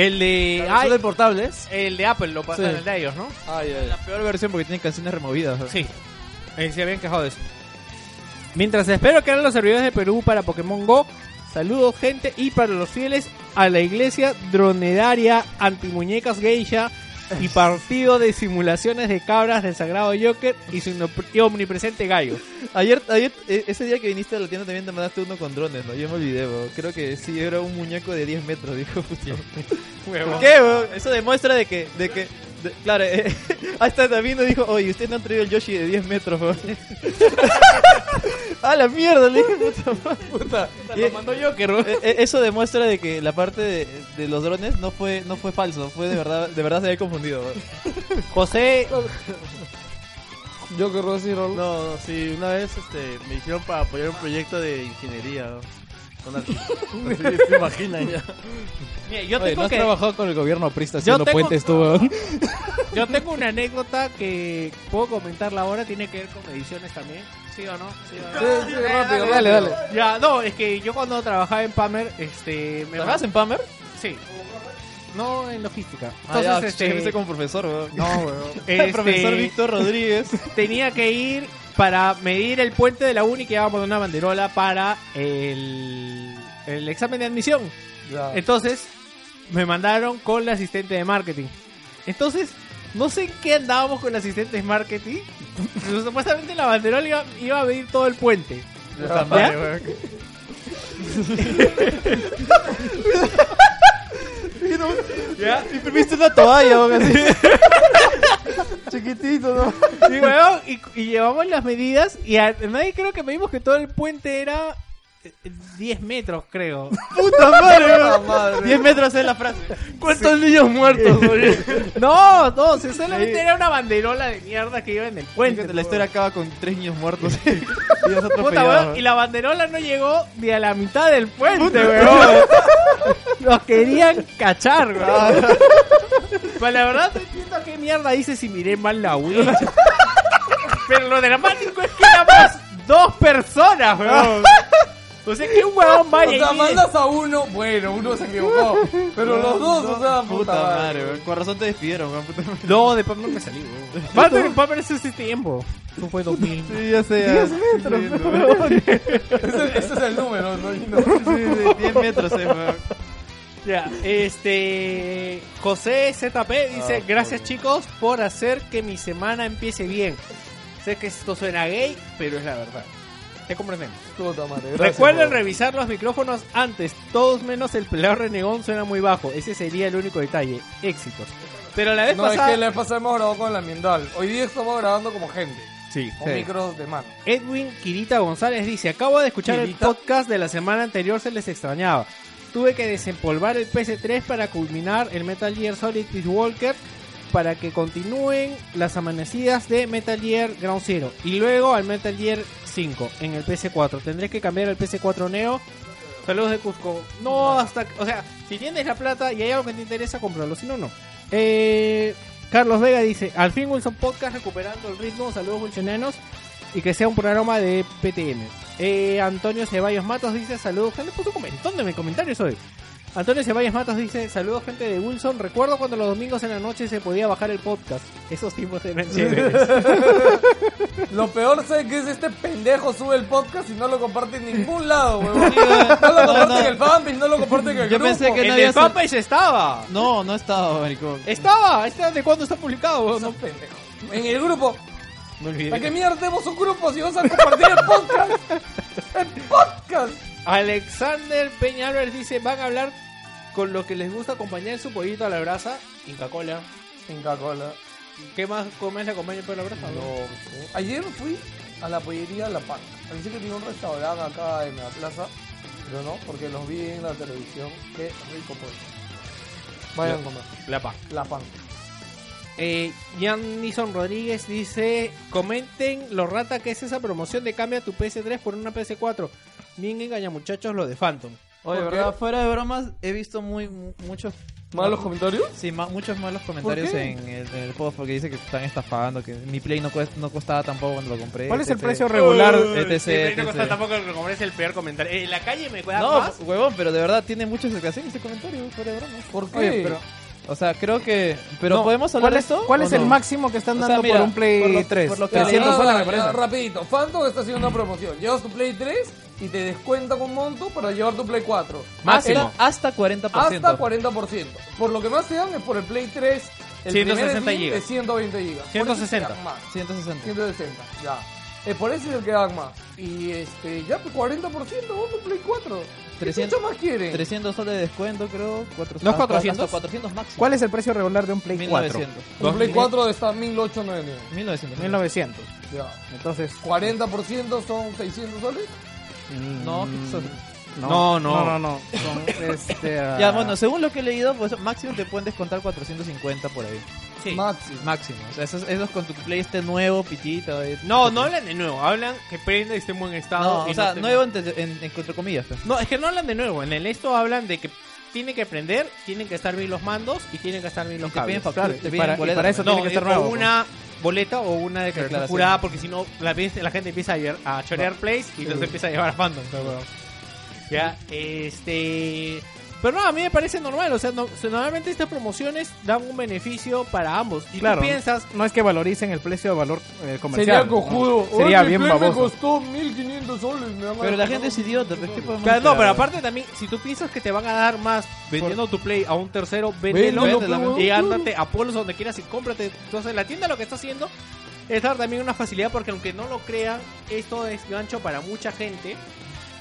[SPEAKER 1] el de
[SPEAKER 6] Ay,
[SPEAKER 1] ay,
[SPEAKER 6] de portables?
[SPEAKER 1] el de Apple lo pasaron
[SPEAKER 6] Sí.
[SPEAKER 1] el de ellos, ¿no?
[SPEAKER 5] Ay, ay.
[SPEAKER 6] La peor versión porque tiene canciones removidas. weón.
[SPEAKER 1] Sí. Eh, se habían quejado de eso. Mientras espero que eran los servidores de Perú para Pokémon Go, saludos gente y para los fieles a la iglesia dronedaria antimuñecas geisha y partido de simulaciones de cabras del sagrado Joker y su inop- y omnipresente gallo.
[SPEAKER 6] Ayer, ayer, e- ese día que viniste a la tienda también te mandaste uno con drones, ¿no? Yo me olvidé, weón. Creo que sí, era un muñeco de 10 metros, dijo. ¿Por qué, weón? Eso demuestra de que... De que de- claro, eh, hasta David nos dijo, oye, usted no han traído el Yoshi de 10 metros, weón. ¡A la mierda! Le dije, puta madre. Y- eh, eh, Eso demuestra de que la parte de, de los drones no fue, no fue falso. Fue de verdad, de verdad se había confundido, weón.
[SPEAKER 1] José
[SPEAKER 5] Yo que Rosy Roll.
[SPEAKER 4] No, no, sí, una vez este, me hicieron para apoyar un proyecto de ingeniería. ¿no? Con arqu- no sé si se imaginan ya.
[SPEAKER 1] Mira, yo
[SPEAKER 9] Oye,
[SPEAKER 1] tengo
[SPEAKER 9] ¿no has
[SPEAKER 1] que-
[SPEAKER 9] trabajado con el gobierno aprista
[SPEAKER 1] Yo
[SPEAKER 9] haciendo
[SPEAKER 1] tengo-
[SPEAKER 9] puentes tú, weón?
[SPEAKER 1] Yo tengo una anécdota que puedo comentarla ahora, tiene que ver con ediciones también. ¿Sí o no? ¿Sí o no?
[SPEAKER 9] rápido, Eh, dale, dale.
[SPEAKER 1] Ya, no, es que yo cuando trabajaba en Pamer, este. Me
[SPEAKER 6] ¿Trabajabas en Pamer?
[SPEAKER 1] Sí. No en logística.
[SPEAKER 6] Ah,
[SPEAKER 1] Entonces,
[SPEAKER 6] ya,
[SPEAKER 1] este,
[SPEAKER 6] yo pensé como profesor, weón.
[SPEAKER 1] No, weón.
[SPEAKER 6] El profesor
[SPEAKER 1] Este,
[SPEAKER 6] Víctor Rodríguez.
[SPEAKER 1] tenía que ir para medir el puente de la uni que llevábamos una banderola para el, el examen de admisión. Entonces, me mandaron con la asistente de marketing. Entonces, no sé en qué andábamos con la asistente de marketing. pero supuestamente la banderola iba, iba a medir todo el puente. ¿Ya?
[SPEAKER 6] Imprimiste una toalla, weón. así.
[SPEAKER 1] Y, weón, y- y llevamos las medidas y a nadie creo que medimos que todo el puente era eh, 10 metros, creo.
[SPEAKER 6] Puta madre, weón. 10 metros es la frase. ¿Cuántos niños muertos,
[SPEAKER 1] No, no, o sea, solamente era una banderola de mierda que iba en el puente.
[SPEAKER 6] La historia acaba con tres niños muertos. y dos
[SPEAKER 1] Puta,
[SPEAKER 6] atropellados,
[SPEAKER 1] weón,
[SPEAKER 6] weón.
[SPEAKER 1] y la banderola no llegó ni a la mitad del puente, weón. Los querían cachar, weón.
[SPEAKER 6] Ah.
[SPEAKER 1] Pero la verdad no entiendo qué mierda hice si miré mal la Wii. Pero lo dramático es que éramos dos personas, weón. O sea, que un weón
[SPEAKER 5] O
[SPEAKER 1] vaya y
[SPEAKER 5] sea,
[SPEAKER 1] mide-
[SPEAKER 5] mandas a uno, bueno, uno se equivocó. Pero los dos, o sea, puta,
[SPEAKER 6] Puta
[SPEAKER 5] madre.
[SPEAKER 6] madre, weón. Con razón te despidieron, weón. Puta madre.
[SPEAKER 1] No, de Pamper me salí, weón. Pamper, Pamper es ese este tiempo. No fue 2000.
[SPEAKER 6] Sí, ya sé. 10 metros, weón.
[SPEAKER 5] Ese, ese es el número, ¿no? Y no.
[SPEAKER 6] 10 metros, eh, weón.
[SPEAKER 1] Ya, este. José ZP dice:
[SPEAKER 5] Ah,
[SPEAKER 1] Gracias chicos por hacer que mi semana empiece bien. Sé que esto suena gay, pero es la verdad. Te comprendemos.
[SPEAKER 6] Puta madre, gracias,
[SPEAKER 1] Recuerden
[SPEAKER 6] weón.
[SPEAKER 1] revisar los micrófonos antes, todos menos el pelado renegón suena muy bajo. Ese sería el único detalle. Éxitos. Pero la vez
[SPEAKER 5] No, es
[SPEAKER 1] pasada.
[SPEAKER 5] que la vez pasada hemos grabado con la ambiental. Hoy día estamos grabando como gente.
[SPEAKER 1] Sí.
[SPEAKER 5] Con micros de mano.
[SPEAKER 1] Edwin Quirita González dice: Acabo de escuchar
[SPEAKER 5] Quirita.
[SPEAKER 1] el podcast de la semana anterior, se les extrañaba. Tuve que desempolvar el PS3 para culminar el Metal Gear Solid Peace Walker para que continúen las amanecidas de Metal Gear Ground Zero y luego al Metal Gear 5 en el PS4. Tendré que cambiar el PS4 Neo. Saludos de Cusco. No, hasta. O sea, si tienes la plata y hay algo que te interesa, comprarlo. Si no, no. Eh, Carlos Vega dice: Al fin Wilson Podcast recuperando el ritmo. Saludos, Wilsonianos y que sea un programa de PTM. Eh, Antonio Ceballos Matos dice saludos. gente puso montón de comentarios hoy? Antonio Ceballos Matos dice saludos gente de Wilson. Recuerdo cuando los domingos en la noche se podía bajar el podcast. Esos tiempos eran chéveres.
[SPEAKER 5] Lo peor, ¿sabes qué es? Este pendejo sube el podcast y no lo comparte en ningún lado, huevón. No lo comparte en el fanpage, no lo comparte en el
[SPEAKER 6] Yo
[SPEAKER 5] grupo.
[SPEAKER 6] pensé que no
[SPEAKER 1] en el
[SPEAKER 6] había... sal-
[SPEAKER 1] fanpage estaba.
[SPEAKER 6] No, no estaba, maricón.
[SPEAKER 1] Estaba. ¿Está de cuándo está publicado? weón?
[SPEAKER 5] Esos
[SPEAKER 1] No,
[SPEAKER 5] pendejos. En el grupo.
[SPEAKER 1] me
[SPEAKER 5] ¿Para qué
[SPEAKER 1] olvidé.
[SPEAKER 5] mierda tenemos un grupo si vas a compartir el podcast? ¡El podcast!
[SPEAKER 1] Alexander Peña Álvarez dice van a hablar con lo que les gusta acompañar su pollito a la brasa. Inca Cola.
[SPEAKER 5] Inca Cola.
[SPEAKER 1] ¿Qué más comes la compañía para la brasa?
[SPEAKER 5] No, sí. Ayer fui a la pollería La Panca. Pensé que tenía un restaurante acá en la plaza, pero no, porque los vi en la televisión. Qué rico pollo. Vayan a comer.
[SPEAKER 1] La pa.
[SPEAKER 5] La Panca.
[SPEAKER 1] Eh, Janison Rodríguez dice: Comenten lo rata que es esa promoción de cambia tu PS3 por una PS4. Bien engaña, muchachos, lo de Phantom.
[SPEAKER 6] Oye,
[SPEAKER 5] ¿Por qué?
[SPEAKER 6] verdad, fuera de bromas, he visto muy mu- muchos
[SPEAKER 5] ¿Malos comentarios?
[SPEAKER 6] Sí, ma- muchos malos comentarios
[SPEAKER 5] qué?
[SPEAKER 6] en el, en el post porque dice que te están estafando, que mi Play no, cuest- no costaba tampoco cuando lo compré.
[SPEAKER 8] ¿Cuál es el
[SPEAKER 6] etc.
[SPEAKER 8] precio regular?
[SPEAKER 6] etc, etc.
[SPEAKER 1] tampoco es el peor comentario. Eh, En la calle me cuesta
[SPEAKER 6] No, huevón, pero de verdad tiene mucha explicación ese comentario, fuera de bromas.
[SPEAKER 5] ¿Por qué?
[SPEAKER 6] Oye, pero- o sea, creo que... ¿Pero podemos hablar
[SPEAKER 8] ¿Cuál
[SPEAKER 6] de
[SPEAKER 8] es,
[SPEAKER 6] esto?
[SPEAKER 8] cuál
[SPEAKER 6] o
[SPEAKER 8] es
[SPEAKER 6] no?
[SPEAKER 8] el máximo que
[SPEAKER 6] O
[SPEAKER 8] están
[SPEAKER 6] sea,
[SPEAKER 8] dando
[SPEAKER 6] mira,
[SPEAKER 8] por un Play
[SPEAKER 6] por lo-
[SPEAKER 8] 3?
[SPEAKER 6] por lo que-
[SPEAKER 8] 300
[SPEAKER 5] Ya,
[SPEAKER 8] soles me
[SPEAKER 5] ya,
[SPEAKER 8] parece.
[SPEAKER 5] Rapidito, Phantom está haciendo una promoción. Llevas tu Play 3 y te descuentan un monto para llevar tu Play 4.
[SPEAKER 6] Máximo.
[SPEAKER 5] Era
[SPEAKER 6] Hasta 40%.
[SPEAKER 5] Hasta 40%. Por lo que más te dan es por el Play 3, el
[SPEAKER 1] 160
[SPEAKER 5] primer
[SPEAKER 1] gigas.
[SPEAKER 5] de 120 gigas. Por eso te
[SPEAKER 1] 160.
[SPEAKER 5] dan más.
[SPEAKER 6] 160.
[SPEAKER 5] 160, ya. Eh, por eso es el que dan más. Y este, ya, pues 40%, vos tu Play 4. ¿Qué
[SPEAKER 6] 300,
[SPEAKER 5] mucho más quieres?
[SPEAKER 6] 300 soles de descuento, creo. 400,
[SPEAKER 1] ¿No es 400?
[SPEAKER 6] Hasta 400 máximo.
[SPEAKER 8] ¿Cuál es el precio regular de un Play 4?
[SPEAKER 6] 1900.
[SPEAKER 5] Un Play 4 está 1899.
[SPEAKER 6] 1900.
[SPEAKER 8] 1900.
[SPEAKER 5] Ya.
[SPEAKER 8] Entonces,
[SPEAKER 5] 40% son 600 soles.
[SPEAKER 6] No, son-
[SPEAKER 1] No, no.
[SPEAKER 8] No, no, no. Son, este, ah,
[SPEAKER 6] Ya, bueno, según lo que he leído, pues máximo te pueden descontar 450 por ahí.
[SPEAKER 5] Máximo.
[SPEAKER 6] Máximo. O sea, eso, es- eso es con tu play este nuevo, pitita. eh.
[SPEAKER 1] No, no hablan de nuevo. Hablan que prenda y esté en buen estado.
[SPEAKER 6] No,
[SPEAKER 1] y
[SPEAKER 6] o sea,
[SPEAKER 1] esté-
[SPEAKER 6] nuevo entre, en, en- entre comillas. pues.
[SPEAKER 1] No, es que no hablan de nuevo. En el esto hablan de que tiene que prender, tienen que estar bien los mandos y tienen que estar bien los
[SPEAKER 6] Te piden
[SPEAKER 1] cables.
[SPEAKER 6] factura,
[SPEAKER 8] claro,
[SPEAKER 6] te
[SPEAKER 8] y
[SPEAKER 6] piden
[SPEAKER 8] para- y
[SPEAKER 6] boleto.
[SPEAKER 8] para eso-
[SPEAKER 1] No,
[SPEAKER 8] tiene que estar
[SPEAKER 1] o
[SPEAKER 8] nuevo,
[SPEAKER 1] una boleta o una declaración,
[SPEAKER 6] Declaración.
[SPEAKER 1] jurada, porque si no, la, pe- la gente empieza a, llorar- a chorear plays y los empieza a llevar a fandom. pero bueno. Ya, este. Pero no, a mí me parece normal. O sea, no- so- normalmente estas promociones dan un beneficio para ambos. Y
[SPEAKER 8] Claro.
[SPEAKER 1] tú piensas,
[SPEAKER 8] no es que valoricen el precio de valor eh, comercial.
[SPEAKER 5] Sería cojudo.
[SPEAKER 8] ¿no? Sería
[SPEAKER 5] Oye,
[SPEAKER 8] bien
[SPEAKER 5] mi Play Me
[SPEAKER 8] baboso.
[SPEAKER 5] costó 1500 soles. Me van a
[SPEAKER 6] Pero la
[SPEAKER 5] descontar
[SPEAKER 6] gente es idiota. pues, ¿qué podemos
[SPEAKER 1] Claro, no,
[SPEAKER 6] esperar,
[SPEAKER 1] pero
[SPEAKER 6] weón?
[SPEAKER 1] aparte también, si tú piensas que te van a dar más vendiendo tu play a un tercero, véndelo,
[SPEAKER 5] Véndelo,
[SPEAKER 1] véndelo,
[SPEAKER 5] pero,
[SPEAKER 1] y
[SPEAKER 5] claro.
[SPEAKER 1] ándate a polos donde quieras y cómprate. Entonces, la tienda lo que está haciendo es dar también una facilidad porque aunque no lo crean, esto es gancho para mucha gente,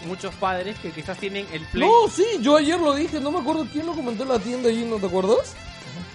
[SPEAKER 1] muchos padres que quizás tienen el play.
[SPEAKER 5] No, sí, yo ayer lo dije, no me acuerdo quién lo comentó en la tienda allí, ¿no te acuerdas?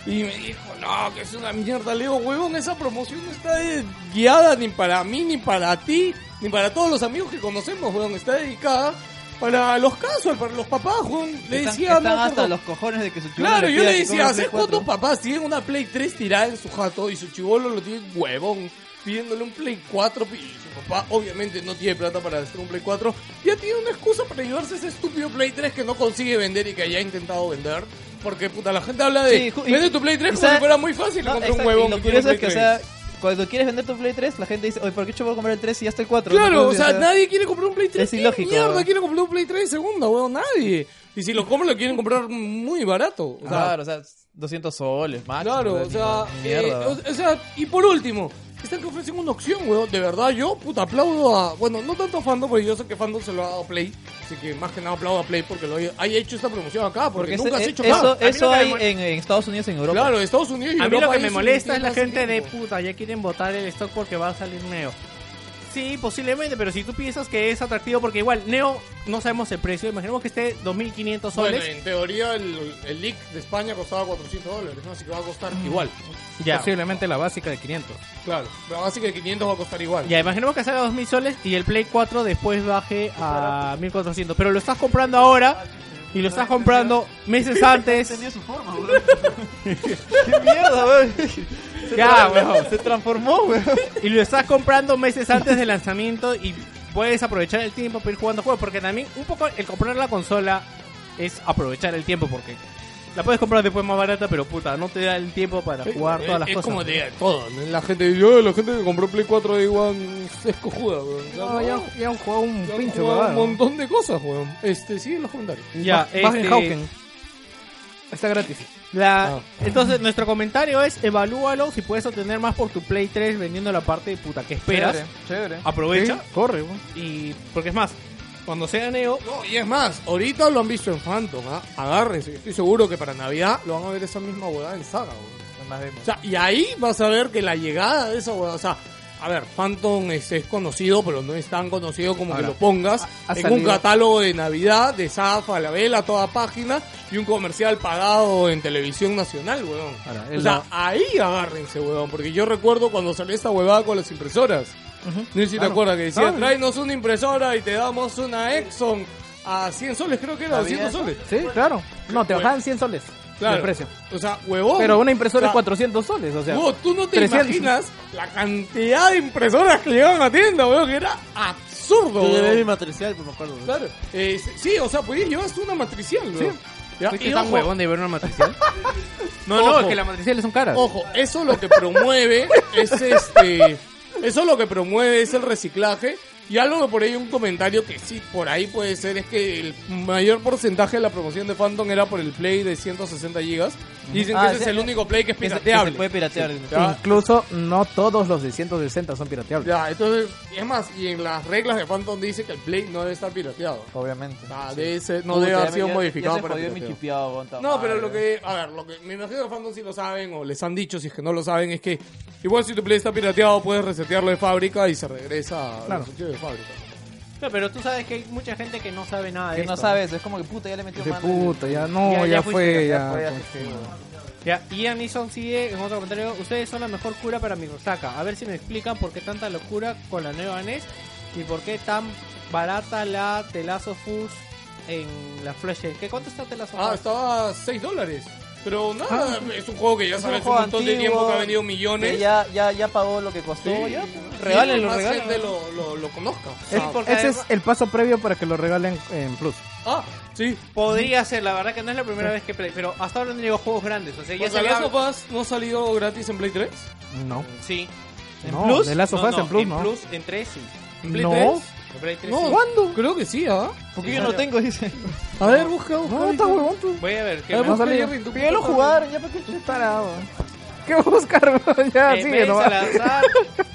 [SPEAKER 5] Y me dijo, no, que es una mierda. Le digo, huevón, esa promoción no está eh, guiada ni para mí, ni para ti, ni para todos los amigos que conocemos, huevón. Está dedicada para los casos, para los papás, huevón. Le
[SPEAKER 6] Están-
[SPEAKER 5] decía,
[SPEAKER 6] están
[SPEAKER 5] no,
[SPEAKER 6] hasta
[SPEAKER 5] por-
[SPEAKER 6] los cojones de que su chibolo
[SPEAKER 5] Claro, yo
[SPEAKER 6] pida
[SPEAKER 5] le
[SPEAKER 6] que
[SPEAKER 5] decía,
[SPEAKER 6] compre
[SPEAKER 5] ¿hace
[SPEAKER 6] Play 4?
[SPEAKER 5] cuántos papás tienen una Play 3 tirada en su jato y su chivolo lo tiene huevón pidiéndole un Play 4 y su papá obviamente no tiene plata para hacer un Play 4? Ya tiene una excusa para llevarse ese estúpido Play 3 que no consigue vender y que haya intentado vender. Porque puta, la gente habla de
[SPEAKER 6] Sí, ju- y-
[SPEAKER 5] vende tu Play 3
[SPEAKER 6] y
[SPEAKER 5] como
[SPEAKER 6] sabe-
[SPEAKER 5] si fuera muy fácil
[SPEAKER 6] No,
[SPEAKER 5] encontrar un
[SPEAKER 6] exacto,
[SPEAKER 5] huevón.
[SPEAKER 6] y lo
[SPEAKER 5] tiene un
[SPEAKER 6] curioso
[SPEAKER 5] Play
[SPEAKER 6] es que, o
[SPEAKER 5] 3.
[SPEAKER 6] sea, cuando quieres vender tu Play 3, la gente dice, oye, ¿por qué yo puedo comprar el 3 si ya está el 4?
[SPEAKER 5] Claro, o
[SPEAKER 6] Entonces,
[SPEAKER 5] sea, nadie quiere comprar un Play 3.
[SPEAKER 6] Es
[SPEAKER 5] ¿Quién
[SPEAKER 6] ilógico,
[SPEAKER 5] mierda
[SPEAKER 6] weón.
[SPEAKER 5] quiere comprar un Play 3 de segunda, huevón? Nadie. Y si lo compran, lo quieren comprar muy barato. O sea,
[SPEAKER 6] Claro, o sea, 200 soles,
[SPEAKER 1] Ah,
[SPEAKER 6] máximo.
[SPEAKER 5] Claro, o sea,
[SPEAKER 6] ni- ni
[SPEAKER 5] eh,
[SPEAKER 6] mierda,
[SPEAKER 5] o, o sea, y por último, están que ofrecen una opción, weón. De verdad, yo, puta, aplaudo a. Bueno, no tanto a Fandom, porque yo sé que Fandom se lo ha dado Play. Así que más que nada aplaudo a Play porque lo hay, hay hecho esta promoción acá, porque,
[SPEAKER 6] Porque
[SPEAKER 5] nunca
[SPEAKER 6] ese-
[SPEAKER 5] has hecho
[SPEAKER 6] eh,
[SPEAKER 5] nada.
[SPEAKER 6] eso,
[SPEAKER 1] mí lo
[SPEAKER 6] eso
[SPEAKER 1] que me
[SPEAKER 6] hay
[SPEAKER 1] mol-
[SPEAKER 6] en, en Estados Unidos y en Europa.
[SPEAKER 5] Claro, Estados Unidos
[SPEAKER 1] A
[SPEAKER 5] y
[SPEAKER 1] mí
[SPEAKER 5] Europa
[SPEAKER 1] lo que
[SPEAKER 5] ahí
[SPEAKER 1] me
[SPEAKER 5] sí
[SPEAKER 1] molesta es la
[SPEAKER 5] tienen
[SPEAKER 1] gente
[SPEAKER 5] más
[SPEAKER 1] de
[SPEAKER 5] tiempo.
[SPEAKER 1] puta, ya quieren botar el stock porque va a salir nuevo. Sí, posiblemente, pero si tú piensas que es atractivo, porque igual Neo no sabemos el precio, imaginemos que esté 2.500
[SPEAKER 5] Bueno,
[SPEAKER 1] soles.
[SPEAKER 5] en teoría el, el leak de España costaba 400 dólares, ¿no? Así que va a costar
[SPEAKER 1] Mm.
[SPEAKER 5] igual.
[SPEAKER 1] ya.
[SPEAKER 9] Posiblemente la básica de 500.
[SPEAKER 5] Claro. Pero así que 500 va a costar igual.
[SPEAKER 1] Ya, imaginemos que salga 2.000 soles y el Play 4 después baje a 1.400. Pero lo estás comprando ahora y lo estás comprando meses antes.
[SPEAKER 6] Tenía su forma, weón. ¡Qué mierda, weón!
[SPEAKER 1] Ya, weón.
[SPEAKER 6] Se transformó, weón.
[SPEAKER 1] Y lo estás comprando meses antes del lanzamiento y puedes aprovechar el tiempo para ir jugando juegos. Porque también un poco el comprar la consola es aprovechar el tiempo porque la puedes comprar después más barata, pero puta, no te da el tiempo para jugar todas las
[SPEAKER 5] Eh, es, es
[SPEAKER 1] cosas.
[SPEAKER 5] como de todo. ¿no? La gente, yo, la gente que compró Play 4 de One es cojuda, weón.
[SPEAKER 10] No, ya, han- ya han jugado un
[SPEAKER 5] Ya han
[SPEAKER 10] pinche
[SPEAKER 5] jugado
[SPEAKER 10] huevada.
[SPEAKER 5] un montón de cosas, weón. Este, sigue en los comentarios.
[SPEAKER 1] Ya, este,
[SPEAKER 10] Hauken. Está gratis.
[SPEAKER 1] La,
[SPEAKER 5] Ah.
[SPEAKER 1] Entonces, nuestro comentario es: evalúalo si puedes obtener más por tu Play 3 vendiendo la parte de puta que esperas.
[SPEAKER 6] chévere.
[SPEAKER 1] Aprovecha.
[SPEAKER 10] Corre, weón.
[SPEAKER 1] Y porque es más, cuando sea Neo,
[SPEAKER 5] No, y es más, ahorita lo han visto en Phantom, ¿ah? agárrense. Yo estoy seguro que para Navidad lo van a ver esa misma huevada en Saga, weón.
[SPEAKER 6] Más vemos.
[SPEAKER 5] O sea, y ahí vas a ver que la llegada de esa huevada, o sea, a ver, Phantom es, es conocido, pero no es tan conocido como que lo pongas
[SPEAKER 10] ha
[SPEAKER 5] en un
[SPEAKER 10] salido-
[SPEAKER 5] catálogo de Navidad, de Zafa, la vela, toda página, y un comercial pagado en televisión nacional, weón.
[SPEAKER 9] Ahora,
[SPEAKER 5] o
[SPEAKER 9] el-
[SPEAKER 5] sea, ahí agárrense, huevón, porque yo recuerdo cuando salió esta huevada con las impresoras. No sé si te acuerdas que decía, tráenos una impresora y te damos una Exxon a 100 soles, creo que era, 200 soles.
[SPEAKER 10] Sí, claro. No, te bajaban 100 soles
[SPEAKER 5] Claro.
[SPEAKER 10] de precio.
[SPEAKER 5] O sea, huevón.
[SPEAKER 10] Pero una impresora
[SPEAKER 5] O sea,
[SPEAKER 10] es 400 soles, o sea.
[SPEAKER 5] huevón, tú no te
[SPEAKER 10] 300.
[SPEAKER 5] imaginas la cantidad de impresoras que llegaban a tienda, huevón, que era absurdo,
[SPEAKER 4] Yo llevé mi
[SPEAKER 5] huevón.
[SPEAKER 4] matricial, pues me acuerdo.
[SPEAKER 5] Claro. Eh, sí, o sea, podías llevarse una matricial, huevón. Ya, y ojo,
[SPEAKER 1] de ver una matricial? no, no,
[SPEAKER 5] Ojo.
[SPEAKER 1] es que las matriciales son caras.
[SPEAKER 5] Ojo, eso lo que promueve es este. Eso lo que promueve es el reciclaje. Y algo que por ahí un comentario que sí, por ahí puede ser, es que el mayor porcentaje de la promoción de Phantom era por el Play de 160 gigas. Y dicen
[SPEAKER 6] Ah,
[SPEAKER 5] que ese es
[SPEAKER 6] sí,
[SPEAKER 5] el único Play que es
[SPEAKER 6] Que se- que
[SPEAKER 5] pirateable.
[SPEAKER 6] se puede piratear.
[SPEAKER 5] Ya,
[SPEAKER 10] Incluso no todos los de 160 son pirateables.
[SPEAKER 5] ya, entonces, y es más, y en las reglas de Phantom dice que el Play no debe estar pirateado.
[SPEAKER 6] Obviamente.
[SPEAKER 5] Ah, debe ser- no debe haber sido modificado
[SPEAKER 6] para
[SPEAKER 5] para
[SPEAKER 6] mi
[SPEAKER 5] pirateo.
[SPEAKER 6] chipeado, weón, ta
[SPEAKER 5] No, pero
[SPEAKER 6] madre,
[SPEAKER 5] lo que. A ver, lo que. Me imagino que los fans sí lo saben o les han dicho, si es que no lo saben, es que. Igual si tu play está pirateado, puedes resetearlo de fábrica y se regresa a los archivos de fábrica.
[SPEAKER 1] No, pero tú sabes que hay mucha gente que no sabe nada de
[SPEAKER 6] Que no
[SPEAKER 1] esto.
[SPEAKER 6] sabes, es como que puta, ya le metió
[SPEAKER 10] De
[SPEAKER 6] mano.
[SPEAKER 10] puta, ya no,
[SPEAKER 1] Ya-
[SPEAKER 10] ya,
[SPEAKER 1] ya fuiste,
[SPEAKER 10] fue,
[SPEAKER 1] ya
[SPEAKER 10] ya.
[SPEAKER 6] Fue
[SPEAKER 10] pues.
[SPEAKER 6] así, weón.
[SPEAKER 1] Ya, Ian Neeson sigue en otro comentario. Ustedes son la mejor cura para mi resaca. A ver si me explican por qué tanta locura con la nueva NES y por qué tan barata la Telazo Fus en la Flash. Arcade. ¿Qué cuánto está Telazo
[SPEAKER 5] Ah,
[SPEAKER 1] Fus?
[SPEAKER 5] estaba a 6 dólares. Pero nada, es un juego que ya
[SPEAKER 6] Es un
[SPEAKER 5] sabes un
[SPEAKER 6] juego
[SPEAKER 5] montón de
[SPEAKER 6] antiguo,
[SPEAKER 5] tiempo que ha vendido
[SPEAKER 6] Que
[SPEAKER 5] millones.
[SPEAKER 6] ya, ya, ya pagó lo que costó.
[SPEAKER 5] Sí.
[SPEAKER 6] Ya,
[SPEAKER 5] Y
[SPEAKER 6] regálenlo,
[SPEAKER 5] más
[SPEAKER 6] regálenlo.
[SPEAKER 5] gente lo, lo, lo conozca. O
[SPEAKER 10] Es-
[SPEAKER 5] sea,
[SPEAKER 10] ese es el paso previo para que lo regalen en Plus.
[SPEAKER 5] Ah, sí.
[SPEAKER 1] Podría ser, la verdad que no es la primera vez que play, pero hasta ahora no llegó juegos grandes. O sea, ya
[SPEAKER 5] Pues
[SPEAKER 1] se
[SPEAKER 5] The
[SPEAKER 1] había-
[SPEAKER 5] Last of Us no salió gratis en Play 3.
[SPEAKER 10] No.
[SPEAKER 1] Sí.
[SPEAKER 10] No, The Last of Us en Plus, ¿no?
[SPEAKER 1] en 3 sí.
[SPEAKER 5] ¿En Play
[SPEAKER 10] No.
[SPEAKER 5] 3?
[SPEAKER 1] En Play 3 sí.
[SPEAKER 5] No,
[SPEAKER 10] ¿Cuándo?
[SPEAKER 5] creo que sí, ¿ah?
[SPEAKER 6] Porque yo no tengo, dice.
[SPEAKER 5] A ver, busca, busca.
[SPEAKER 10] No, está huevón tú.
[SPEAKER 1] Voy a ver. ¿qué
[SPEAKER 5] A ver,
[SPEAKER 1] más?
[SPEAKER 10] No
[SPEAKER 5] busca,
[SPEAKER 10] salió.
[SPEAKER 5] Jerry, tú
[SPEAKER 10] Pero ya lo
[SPEAKER 5] busca.
[SPEAKER 6] Jugar, ya para qué chucha.
[SPEAKER 10] Pará, weón. ¿Qué va a buscar, weón? Ya, ah,
[SPEAKER 1] Eh,
[SPEAKER 10] sigue
[SPEAKER 1] Ben
[SPEAKER 10] nomás.
[SPEAKER 1] Salazar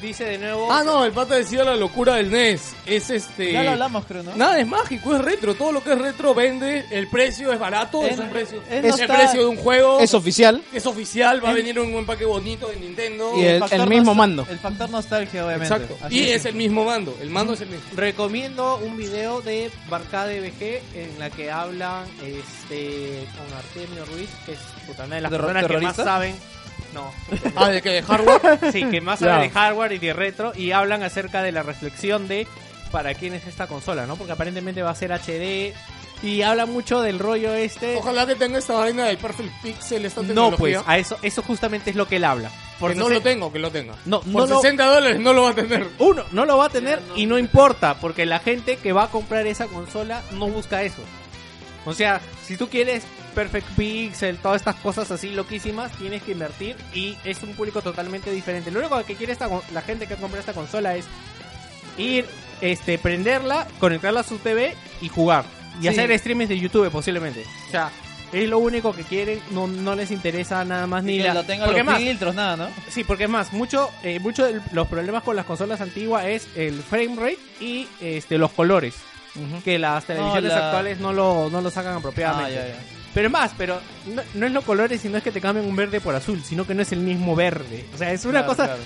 [SPEAKER 1] dice de nuevo.
[SPEAKER 5] Ah, no, el pata decía la locura del NES. Es este.
[SPEAKER 6] Ya lo hablamos, creo, ¿no?
[SPEAKER 5] Nada es mágico, es retro. Todo lo que es retro vende. El precio es barato, es,
[SPEAKER 6] Es-
[SPEAKER 5] un precio.
[SPEAKER 6] es
[SPEAKER 5] Es el
[SPEAKER 6] nostal-
[SPEAKER 5] precio de un juego.
[SPEAKER 2] Es oficial.
[SPEAKER 5] Es oficial, va a venir en un empaque bonito de Nintendo.
[SPEAKER 2] Y el-
[SPEAKER 6] factor
[SPEAKER 2] mismo
[SPEAKER 6] nostal-
[SPEAKER 2] mando.
[SPEAKER 6] El factor nostalgia, obviamente.
[SPEAKER 5] Exacto.
[SPEAKER 6] Así
[SPEAKER 5] Y es el mismo mando. El mando es el mismo.
[SPEAKER 1] Recomiendo un video de Barcade BG en la que hablan este con Artemio Ruiz, que es puta, una de las
[SPEAKER 6] ¿Terro-
[SPEAKER 1] personas que más
[SPEAKER 6] terrorista?
[SPEAKER 1] saben. No.
[SPEAKER 5] Ah, de que de hardware.
[SPEAKER 1] Sí, que más sabe de hardware y de retro y hablan acerca de la reflexión de para quién es esta consola, ¿no? Porque aparentemente va a ser HD y habla mucho del rollo este.
[SPEAKER 5] Ojalá que tenga esta vaina del Perfect Pixel, esta tecnología.
[SPEAKER 1] No, pues, a eso eso justamente es lo que él habla.
[SPEAKER 5] Porque no
[SPEAKER 1] sesen-
[SPEAKER 5] lo tengo, que lo tenga.
[SPEAKER 1] No,
[SPEAKER 5] Por
[SPEAKER 1] no lo-
[SPEAKER 5] 60 dólares no lo va a tener.
[SPEAKER 1] Uno, no lo va a tener y no importa, porque la gente que va a comprar esa consola no busca eso. O sea, si tú quieres Perfect Pixel, todas estas cosas así loquísimas, tienes que invertir y es un público totalmente diferente. Lo único que quiere esta, con- la gente que compra esta consola es ir, este, prenderla, conectarla a su TV y jugar. Y
[SPEAKER 6] Sí.
[SPEAKER 1] hacer streamings de YouTube posiblemente. O sea, es lo único que quieren, no, no les interesa nada más ni
[SPEAKER 6] que
[SPEAKER 1] la...
[SPEAKER 6] lo tenga
[SPEAKER 1] porque
[SPEAKER 6] los
[SPEAKER 1] más,
[SPEAKER 6] filtros, nada, ¿no?
[SPEAKER 1] Sí, porque es más, mucho, eh, mucho de los problemas con las consolas antiguas es el frame rate y este los colores. Que las televisiones
[SPEAKER 6] la-
[SPEAKER 1] actuales no lo, no lo sacan apropiadamente.
[SPEAKER 6] Ah, ya, ya.
[SPEAKER 1] Pero es más, pero no, no es los colores, sino es que te cambian un verde por azul, sino que no es el mismo verde. O sea, es una cosa.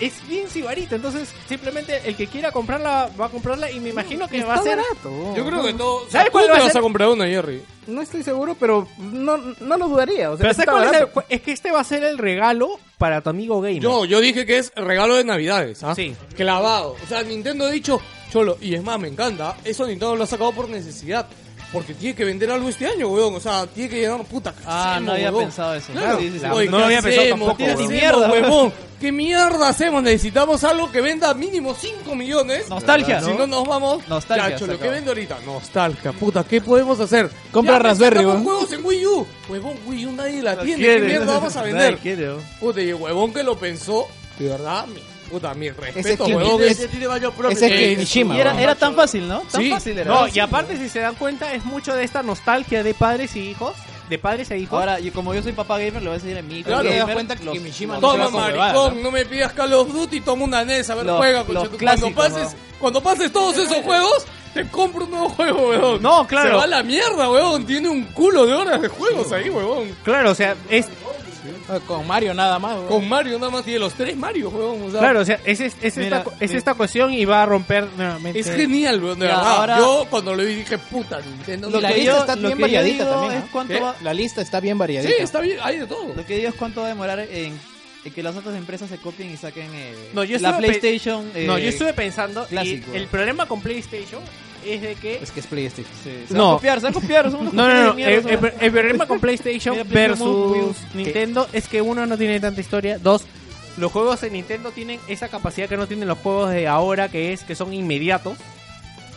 [SPEAKER 1] Es bien sibarita, entonces simplemente el que quiera comprarla va a comprarla y me imagino que va a ser.
[SPEAKER 10] barato.
[SPEAKER 5] Yo creo que todo.
[SPEAKER 1] ¿Sabes
[SPEAKER 5] ¿Tú
[SPEAKER 1] cuál
[SPEAKER 5] te
[SPEAKER 1] va a
[SPEAKER 5] vas
[SPEAKER 1] ser?
[SPEAKER 5] a comprar una, Jerry?
[SPEAKER 10] No estoy seguro, pero no, no lo dudaría. O sea,
[SPEAKER 1] Pero
[SPEAKER 10] está
[SPEAKER 1] ¿sabes cuál es,
[SPEAKER 10] barato.
[SPEAKER 1] el- cu- es que este va a ser el regalo para tu amigo gamer.
[SPEAKER 5] Yo, yo dije que es regalo de Navidades, ¿ah?
[SPEAKER 1] Sí.
[SPEAKER 5] Clavado. O sea, Nintendo ha dicho, cholo, y es más, me encanta, ¿ah? eso Nintendo lo ha sacado por necesidad. Porque tiene que vender algo este año, weón. O sea, tiene que llenar puta. ¿qué
[SPEAKER 6] Ah,
[SPEAKER 5] hacemos,
[SPEAKER 6] no había
[SPEAKER 5] huevón?
[SPEAKER 6] pensado eso.
[SPEAKER 5] Claro.
[SPEAKER 6] Sí, sí, sí.
[SPEAKER 5] Oye,
[SPEAKER 1] No
[SPEAKER 5] ¿qué
[SPEAKER 1] lo había pensado
[SPEAKER 5] hacemos?
[SPEAKER 1] tampoco,
[SPEAKER 5] ¿Qué
[SPEAKER 1] huevón.
[SPEAKER 5] hacemos, huevón? ¿Qué mierda hacemos? Necesitamos algo que venda mínimo 5 millones.
[SPEAKER 6] Nostalgia.
[SPEAKER 5] Si no nos vamos.
[SPEAKER 6] Nostalgia,
[SPEAKER 5] Ya,
[SPEAKER 6] se
[SPEAKER 5] cholo, ¿qué
[SPEAKER 6] acabó.
[SPEAKER 5] vende ahorita? Nostalgia, puta. ¿Qué podemos hacer?
[SPEAKER 8] Compra
[SPEAKER 5] Ya,
[SPEAKER 8] Raspberry,
[SPEAKER 5] sacamos
[SPEAKER 8] huevón.
[SPEAKER 5] juegos en Wii U. Huevón, Wii U nadie la tiene. ¿Qué
[SPEAKER 6] quiere.
[SPEAKER 5] mierda vamos a
[SPEAKER 6] Nadie
[SPEAKER 5] vender?
[SPEAKER 6] quiere, ¿no?
[SPEAKER 5] Puta, y el huevón que lo pensó, de verdad, mi, puta, mi respeto,
[SPEAKER 8] que-
[SPEAKER 5] huevón.
[SPEAKER 8] ese-
[SPEAKER 5] es-
[SPEAKER 4] tiene baño propio.
[SPEAKER 8] Ese es
[SPEAKER 5] Eh,
[SPEAKER 8] Kirishima.
[SPEAKER 6] Y era,
[SPEAKER 8] weón.
[SPEAKER 6] era tan fácil, ¿no? Tan
[SPEAKER 5] Sí.
[SPEAKER 6] fácil era.
[SPEAKER 1] No, y aparte, si se dan cuenta, es mucho de esta nostalgia de padres y hijos. De padres e hijos.
[SPEAKER 6] Ahora, yo, como yo soy papá gamer, le voy a decir a mi hijo.
[SPEAKER 5] Claro,
[SPEAKER 6] gamer,
[SPEAKER 5] te das
[SPEAKER 8] cuenta que
[SPEAKER 6] los-
[SPEAKER 8] Kimishima
[SPEAKER 6] los-
[SPEAKER 8] no se
[SPEAKER 5] Toma,
[SPEAKER 8] va a
[SPEAKER 5] maricón,
[SPEAKER 8] sobrevalorar,
[SPEAKER 5] ¿no? me pidas Call of Duty, toma una NES, a ver,
[SPEAKER 6] Los-
[SPEAKER 5] juega,
[SPEAKER 6] los
[SPEAKER 5] conchetu-
[SPEAKER 6] clásicos,
[SPEAKER 5] Cuando pases, cuando pases todos esos juegos, te compro un nuevo juego, huevón.
[SPEAKER 1] No, claro.
[SPEAKER 5] Se va a la mierda, huevón. Tiene un culo de horas de juegos ahí, huevón.
[SPEAKER 1] Claro, o sea, es
[SPEAKER 8] Con Mario nada más. weón.
[SPEAKER 5] Con Mario nada más tiene los tres Mario, huevón. O sea,
[SPEAKER 1] claro, o sea, es, es- es
[SPEAKER 6] Mira,
[SPEAKER 1] esta, cu- es esta cuestión y va a romper nuevamente.
[SPEAKER 5] Es genial, huevón, de
[SPEAKER 6] Ya,
[SPEAKER 5] verdad.
[SPEAKER 6] ahora-
[SPEAKER 5] Yo cuando lo vi dije, puta, Nintendo.
[SPEAKER 8] Lo
[SPEAKER 5] mira,
[SPEAKER 8] que
[SPEAKER 6] que
[SPEAKER 8] lista
[SPEAKER 6] yo-
[SPEAKER 8] está
[SPEAKER 6] lo
[SPEAKER 8] bien
[SPEAKER 6] que yo
[SPEAKER 8] variadita
[SPEAKER 6] digo
[SPEAKER 8] también.
[SPEAKER 6] es
[SPEAKER 8] ¿ah?
[SPEAKER 6] cuánto
[SPEAKER 8] ¿Qué?
[SPEAKER 6] va-
[SPEAKER 8] La lista está bien
[SPEAKER 5] Sí,
[SPEAKER 8] variadita.
[SPEAKER 5] está bien, hay de todo.
[SPEAKER 6] Lo que digo es cuánto va a demorar en, en que las otras empresas se copien y saquen eh,
[SPEAKER 1] No, yo
[SPEAKER 6] la
[SPEAKER 1] estuve pe-
[SPEAKER 6] PlayStation. eh,
[SPEAKER 1] No, yo estuve pensando, y
[SPEAKER 6] clásico.
[SPEAKER 1] el problema con PlayStation es de que...
[SPEAKER 8] Es que es PlayStation.
[SPEAKER 6] sí, se va
[SPEAKER 1] no.
[SPEAKER 6] a copiar, se va a copiar. Son unos
[SPEAKER 1] No, no, no,
[SPEAKER 6] copiadores de
[SPEAKER 1] el,
[SPEAKER 6] mierda, son-
[SPEAKER 1] el- el problema con PlayStation
[SPEAKER 6] Mira, PlayStation Move,
[SPEAKER 1] versus
[SPEAKER 6] Wii U.
[SPEAKER 1] Nintendo es que uno no tiene tanta historia, dos, los juegos de Nintendo tienen esa capacidad que no tienen los juegos de ahora, que es que son inmediatos,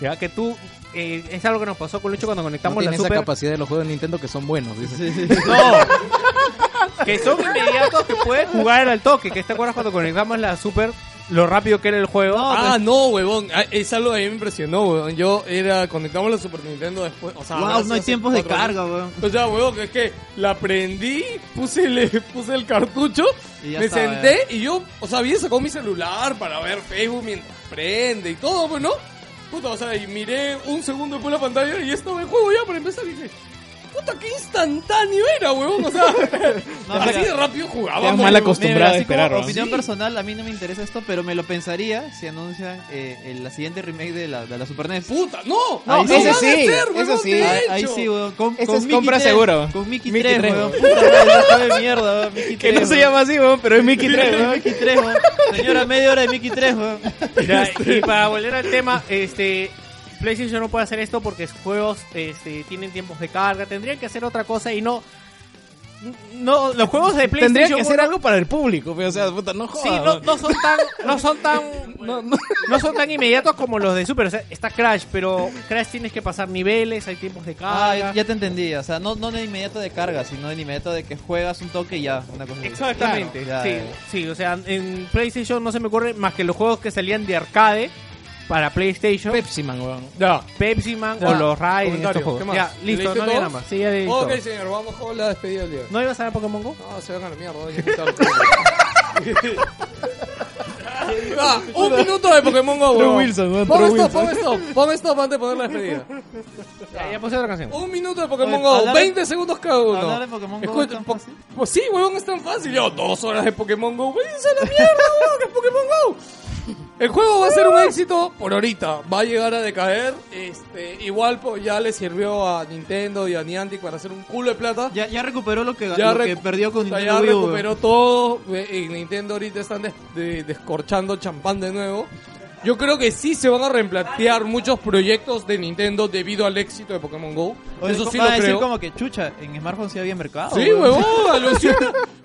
[SPEAKER 1] ya que tú... eh, es algo que nos pasó con Lucho cuando
[SPEAKER 2] No
[SPEAKER 1] conectamos
[SPEAKER 2] tiene
[SPEAKER 1] la
[SPEAKER 2] esa
[SPEAKER 1] Super...
[SPEAKER 2] capacidad de los juegos de Nintendo que son buenos. dice.
[SPEAKER 1] No. que son inmediatos que puedes jugar al toque. Que te acuerdas cuando conectamos la Super, lo rápido que era el juego.
[SPEAKER 6] pues.
[SPEAKER 5] Ah, no, huevón. Ah, Es algo que a mí me impresionó, huevón. Yo era. Conectamos la Super Nintendo después. O sea, ahora
[SPEAKER 6] Wow,
[SPEAKER 5] sí
[SPEAKER 6] no hay
[SPEAKER 5] hace
[SPEAKER 6] tiempos de
[SPEAKER 5] cuatro años.
[SPEAKER 6] carga, weón.
[SPEAKER 5] O sea, huevón, que es que la prendí, puse el, puse el cartucho,
[SPEAKER 6] Y ya
[SPEAKER 5] me
[SPEAKER 6] estaba,
[SPEAKER 5] senté y yo, o sea, había sacado mi celular para ver Facebook mientras prende y todo, pues, ¿no? Puta, o sea, y miré un segundo después la pantalla y estaba el juego ya para empezar y dije... Puta, qué instantáneo era, huevón. O sea, así de rápido jugaba.
[SPEAKER 8] Te has
[SPEAKER 5] huevón.
[SPEAKER 8] mal acostumbrado a
[SPEAKER 6] así como
[SPEAKER 8] esperar. ¿no?
[SPEAKER 6] opinión personal, a mí no me interesa esto, pero me lo pensaría si anuncian eh, el- la siguiente remake de la, de la Super NES.
[SPEAKER 5] Puta, no. no
[SPEAKER 6] No,
[SPEAKER 8] ese
[SPEAKER 5] van a
[SPEAKER 8] sí,
[SPEAKER 5] hacer,
[SPEAKER 8] ese
[SPEAKER 5] huevón,
[SPEAKER 8] sí.
[SPEAKER 5] de
[SPEAKER 6] Ahí, ahí
[SPEAKER 5] hecho.
[SPEAKER 6] sí, weón. Con,
[SPEAKER 8] Ese
[SPEAKER 6] con
[SPEAKER 8] es
[SPEAKER 6] Mickey
[SPEAKER 8] compra
[SPEAKER 6] 3,
[SPEAKER 8] seguro.
[SPEAKER 6] Con Mickey,
[SPEAKER 8] Mickey
[SPEAKER 6] 3,
[SPEAKER 8] 3,
[SPEAKER 6] weón. Puta madre, esa fue de mierda, weón. Mickey
[SPEAKER 8] Que
[SPEAKER 6] 3,
[SPEAKER 8] no se
[SPEAKER 6] weón.
[SPEAKER 8] llama así, weón, pero es Mickey
[SPEAKER 6] Mickey
[SPEAKER 8] 3.
[SPEAKER 6] 3, weón. Mickey 3, weón. Señora, media hora de Mickey 3, weón.
[SPEAKER 1] Ya, y para volver al tema, este PlayStation no puede hacer esto porque sus juegos este, tienen tiempos de carga. Tendrían que hacer otra cosa y no. No, los juegos de PlayStation.
[SPEAKER 8] Tendría que hacer
[SPEAKER 1] uno-
[SPEAKER 8] algo para el público, pero, o sea, puta, no jodas.
[SPEAKER 1] Sí, no, no son tan, no son tan, no, no- no son tan inmediatos como los de Super. O sea, está Crash, pero Crash tienes que pasar niveles, hay tiempos de
[SPEAKER 6] Ah,
[SPEAKER 1] carga.
[SPEAKER 6] ya te entendí. O sea, no, no de inmediato de carga, sino de inmediato de que juegas un toque y ya. Una cosa así.
[SPEAKER 1] Exactamente.
[SPEAKER 6] Claro, ya, ya.
[SPEAKER 1] sí, sí, o sea, en PlayStation no se me ocurre más que los juegos que salían de arcade para PlayStation,
[SPEAKER 8] Pepsi Man, weón.
[SPEAKER 5] Ya.
[SPEAKER 1] Pepsi Man
[SPEAKER 5] Ya.
[SPEAKER 1] o los Raiden,
[SPEAKER 5] Comentarios,
[SPEAKER 1] estos juegos.
[SPEAKER 5] ¿qué más?
[SPEAKER 1] Ya,
[SPEAKER 5] ¿Leíste
[SPEAKER 1] listo, no había
[SPEAKER 5] todos?
[SPEAKER 1] nada más. Sí, ya leí
[SPEAKER 5] Ok,
[SPEAKER 1] todo.
[SPEAKER 5] señor, vamos con la despedida del día.
[SPEAKER 1] ¿No ibas a ver Pokémon Go?
[SPEAKER 5] No, se van a la mierda. voy a quitar todo. Va, Ah, un minuto de Pokémon Go.
[SPEAKER 8] True
[SPEAKER 5] weón.
[SPEAKER 8] Wilson, weón,
[SPEAKER 5] Pon
[SPEAKER 8] True
[SPEAKER 5] esto,
[SPEAKER 8] Wilson.
[SPEAKER 5] pon esto, pon esto antes de poner la despedida.
[SPEAKER 1] Ya, ya puse otra canción.
[SPEAKER 5] Un minuto de Pokémon
[SPEAKER 6] Oye,
[SPEAKER 5] Go,
[SPEAKER 6] hablar de-
[SPEAKER 5] 20 segundos cada uno.
[SPEAKER 6] hablar de Pokémon Go
[SPEAKER 5] Escucha,
[SPEAKER 6] es tan
[SPEAKER 5] po-
[SPEAKER 6] fácil.
[SPEAKER 5] Pues sí, weón, es tan fácil. Yo, dos horas de Pokémon Go. Váyanse a la mierda, weón, que es Pokémon Go. El juego va a ser un éxito por ahorita. Va a llegar a decaer. Este, igual pues, ya le sirvió a Nintendo y a Niantic para hacer un culo de plata.
[SPEAKER 6] Ya, ya recuperó lo que,
[SPEAKER 5] Ya
[SPEAKER 6] lo que
[SPEAKER 5] recu-
[SPEAKER 6] perdió con
[SPEAKER 5] o sea, ya
[SPEAKER 6] Nintendo Wii U, weón.
[SPEAKER 5] recuperó todo. eh, Y Nintendo ahorita están des- de- descorchando champán de nuevo. Yo creo que sí se van a replantear muchos proyectos de Nintendo debido al éxito de Pokémon Go.
[SPEAKER 6] Oye,
[SPEAKER 5] Eso sí
[SPEAKER 6] va
[SPEAKER 5] lo
[SPEAKER 6] a decir
[SPEAKER 5] creo.
[SPEAKER 6] como que, chucha, en smartphone sí había mercado.
[SPEAKER 5] Sí,
[SPEAKER 6] weón.
[SPEAKER 5] huevón, alucina.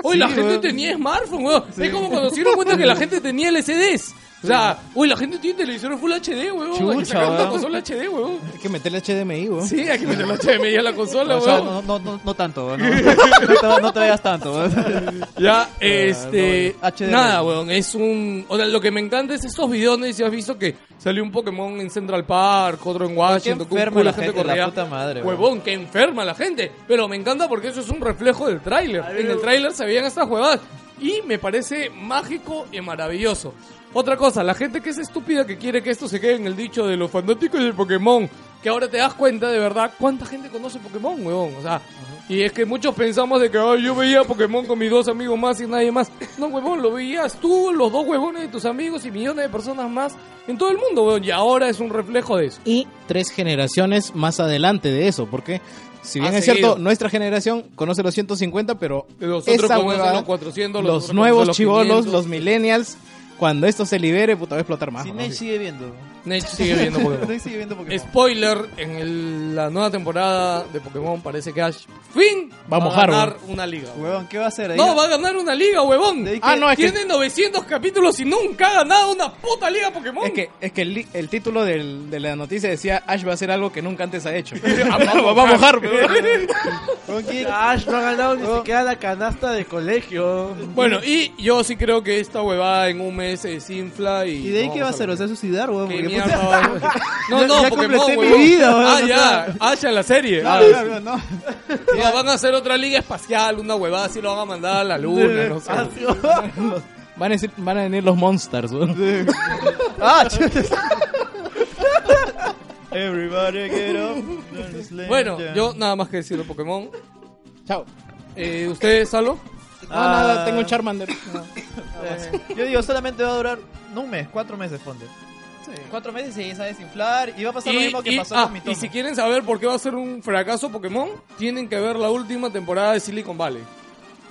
[SPEAKER 5] Uy, la
[SPEAKER 6] Sí,
[SPEAKER 5] gente
[SPEAKER 6] huevón.
[SPEAKER 5] tenía smartphone, huevón. Es como cuando se dieron cuenta que la gente tenía LCDs. O sea, uy, la gente tiene televisores full HD, huevón. Hay que
[SPEAKER 6] Chucha,
[SPEAKER 5] sacar una
[SPEAKER 6] huevón.
[SPEAKER 5] consola HD, huevón.
[SPEAKER 8] Hay que meterle HDMI, weón.
[SPEAKER 5] Sí, hay que meter la HDMI a la consola,
[SPEAKER 6] O sea,
[SPEAKER 5] huevón.
[SPEAKER 6] no, no, no, no tanto, weón, no, no, te, va- no te vayas tanto. weón.
[SPEAKER 5] Ya, este.
[SPEAKER 6] Ah, no, HDMI.
[SPEAKER 5] nada, weón. Es un. O sea, lo que me encanta es estos videones. Si has visto que salió un Pokémon en Central Park, otro en Washington. que un
[SPEAKER 6] enferma
[SPEAKER 5] culo
[SPEAKER 6] la
[SPEAKER 5] de
[SPEAKER 6] gente, la puta madre, weón.
[SPEAKER 5] Huevón, que enferma la gente. Pero me encanta porque eso es un reflejo del tráiler. En el tráiler se veían estas huevadas. Y me parece mágico y maravilloso. Otra cosa, la gente que es estúpida que quiere que esto se quede en el dicho de los fanáticos del Pokémon, que ahora te das cuenta de verdad cuánta gente conoce Pokémon, weón. O sea, y es que muchos pensamos de que "Ay, yo veía Pokémon con mis dos amigos más y nadie más. No, huevón, lo veías tú, los dos huevones de tus amigos y millones de personas más en todo el mundo, weón. Y ahora es un reflejo de eso.
[SPEAKER 2] y tres generaciones más adelante de eso, porque si bien
[SPEAKER 5] Ha
[SPEAKER 2] es
[SPEAKER 5] seguido.
[SPEAKER 2] cierto, nuestra generación conoce los 150, pero
[SPEAKER 5] Los otros
[SPEAKER 2] esa
[SPEAKER 5] conocen
[SPEAKER 2] huevada,
[SPEAKER 5] los 400, los
[SPEAKER 2] los,
[SPEAKER 5] otros
[SPEAKER 2] nuevos
[SPEAKER 5] conocen los
[SPEAKER 2] chivolos,
[SPEAKER 5] 500.
[SPEAKER 2] los millennials, cuando esto se libere, puta, va a explotar más.
[SPEAKER 6] Si
[SPEAKER 2] ¿no?
[SPEAKER 6] Nate sigue viendo.
[SPEAKER 5] Nech sigue viendo Pokémon.
[SPEAKER 6] Nate sigue viendo Pokémon.
[SPEAKER 5] Spoiler, en el- la nueva temporada de Pokémon parece que Ash fin
[SPEAKER 2] Va a mojar,
[SPEAKER 5] ganar una liga.
[SPEAKER 6] Huevón, ¿qué va a hacer?
[SPEAKER 5] No, va a ganar una liga, huevón.
[SPEAKER 6] De ahí que- Ah, no,
[SPEAKER 2] es que-
[SPEAKER 5] Tiene 900 capítulos y nunca ha ganado una puta liga Pokémon.
[SPEAKER 2] Es que, es que el, li- el título del- de la noticia decía Ash va a hacer algo que nunca antes ha hecho.
[SPEAKER 5] va a mojar.
[SPEAKER 4] Ash no ha ganado ni siquiera la canasta de colegio.
[SPEAKER 5] bueno, y yo sí creo que esta huevada en un mes se desinfla y...
[SPEAKER 6] ¿Y de ahí
[SPEAKER 5] no
[SPEAKER 6] qué va a
[SPEAKER 5] vamos
[SPEAKER 6] hacer?
[SPEAKER 5] ver.
[SPEAKER 6] ¿O sea, suicidar, huevón?
[SPEAKER 5] ¿Qué
[SPEAKER 6] Porque
[SPEAKER 5] mierda,
[SPEAKER 6] puta-
[SPEAKER 5] huevón? No, no,
[SPEAKER 6] ya
[SPEAKER 5] Pokémon,
[SPEAKER 6] completé mi
[SPEAKER 5] huevón.
[SPEAKER 6] vida, huevón,
[SPEAKER 5] Ah,
[SPEAKER 6] o
[SPEAKER 5] ya, Ash en la serie.
[SPEAKER 6] Claro, claro, Ah, no.
[SPEAKER 5] Ah, no, van a hacer otra liga espacial, una huevada así lo van a mandar a la luna, no
[SPEAKER 6] Ah,
[SPEAKER 5] sé.
[SPEAKER 2] Van a, decir- van a venir los Monsters. ¿no?
[SPEAKER 6] Ah, Everybody get up.
[SPEAKER 5] Bueno, yo nada más que decir de Pokémon.
[SPEAKER 2] Chao.
[SPEAKER 5] Eh, ¿Ustedes, Salo?
[SPEAKER 2] No, nada, Ah, tengo un Charmander. No.
[SPEAKER 6] Ah, eh, Yo digo, solamente va a durar no un mes, cuatro meses, ponte. Cuatro meses y se va a desinflar y va a pasar lo mismo que pasó
[SPEAKER 5] ah,
[SPEAKER 6] con mi
[SPEAKER 5] y
[SPEAKER 6] tomo.
[SPEAKER 5] si quieren saber por qué va a ser un fracaso Pokémon, tienen que ver la última temporada de Silicon Valley.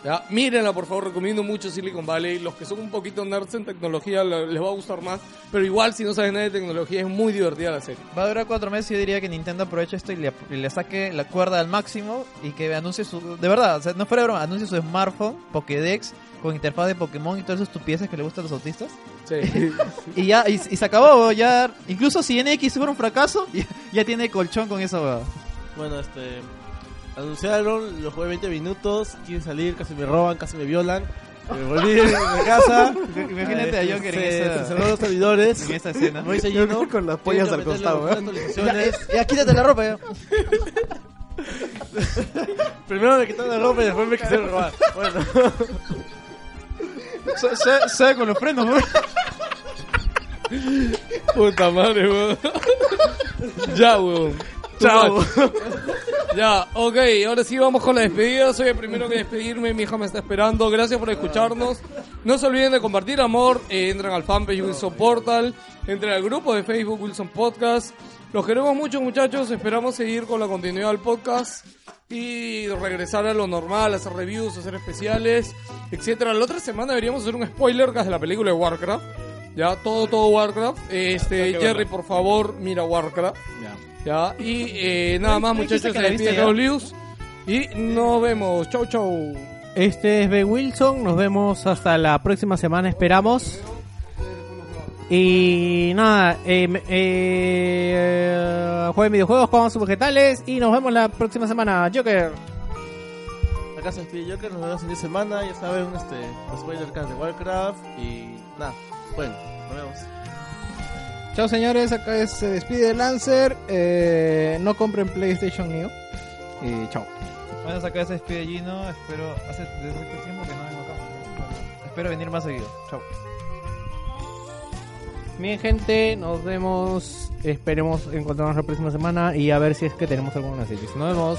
[SPEAKER 5] Ya, mírenla, por favor, recomiendo mucho Silicon Valley. Los que son un poquito nerds en tecnología la- les va a gustar más. Pero igual, si no saben nada de tecnología, es muy divertida la serie.
[SPEAKER 6] Va a durar cuatro meses y yo diría que Nintendo aproveche esto y le, y le saque la cuerda al máximo y que anuncie su... De verdad, o sea, no fuera broma, anuncie su smartphone, Pokédex, con interfaz de Pokémon y todas esas estupideces que le gustan a los autistas.
[SPEAKER 5] Sí.
[SPEAKER 6] Y ya, y, y se acabó, ya... Incluso si NX fuera un fracaso, ya, ya tiene colchón con esa huevada.
[SPEAKER 4] Bueno, este. Anunciaron, lo jugué 20 minutos, quise salir, casi me roban, casi me violan. Me volví de casa. Este,
[SPEAKER 6] Imagínate a Joker en
[SPEAKER 4] Se-
[SPEAKER 6] esa-
[SPEAKER 4] se cerraron los servidores.
[SPEAKER 6] En esa escena.
[SPEAKER 4] No hice lleno.
[SPEAKER 10] Con las pollas
[SPEAKER 4] Tienen
[SPEAKER 10] al
[SPEAKER 4] que meterle
[SPEAKER 10] costado,
[SPEAKER 4] algunas
[SPEAKER 10] ¿eh?
[SPEAKER 4] actualizaciones.
[SPEAKER 6] Ya, quítate la ropa, ya.
[SPEAKER 4] Primero me quitaron la ropa y después me quisieron robar. Bueno,
[SPEAKER 6] Sale con los frenos, huevón.
[SPEAKER 5] Puta madre, weón. ya, weón. Chao. ya, ok, ahora sí vamos con la despedida. Soy el primero que despedirme, mi hija me está esperando. Gracias por escucharnos. No se olviden de compartir, amor. Eh, entren al fanpage Wilson Portal, entren al grupo de Facebook Wilson Podcast. Los queremos mucho, muchachos. Esperamos seguir con la continuidad del podcast y regresar a lo normal, hacer reviews, hacer especiales, etcétera. La otra semana deberíamos hacer un spoiler de la película de Warcraft. Ya, todo, todo Warcraft. Este, Jerry, por favor, mira Warcraft. Ya. Y eh, nada más, muchachos, se despide Carlos Lius. Y nos vemos. Chau, chau.
[SPEAKER 1] Este es B. Wilson, nos vemos hasta la próxima semana, esperamos. Y nada, eh, me- eh, jueguen videojuegos, coman sus vegetales y nos vemos la próxima semana, Joker.
[SPEAKER 4] acá se despide Joker, nos vemos en 10 semanas. Ya saben, un, este, los spoiler cast de Warcraft. Y nada, bueno, nos vemos.
[SPEAKER 8] Chao señores, acá es- se despide Lancer. Eh, no compren PlayStation Neo. Y chao.
[SPEAKER 6] Bueno, acá se despide Gino. Espero. Hace desde hace tiempo que no vengo acá. Espero venir más seguido. Chao.
[SPEAKER 1] Bien, gente, nos vemos. Esperemos encontrarnos la próxima semana y a ver si es que tenemos alguna series. Nos vemos.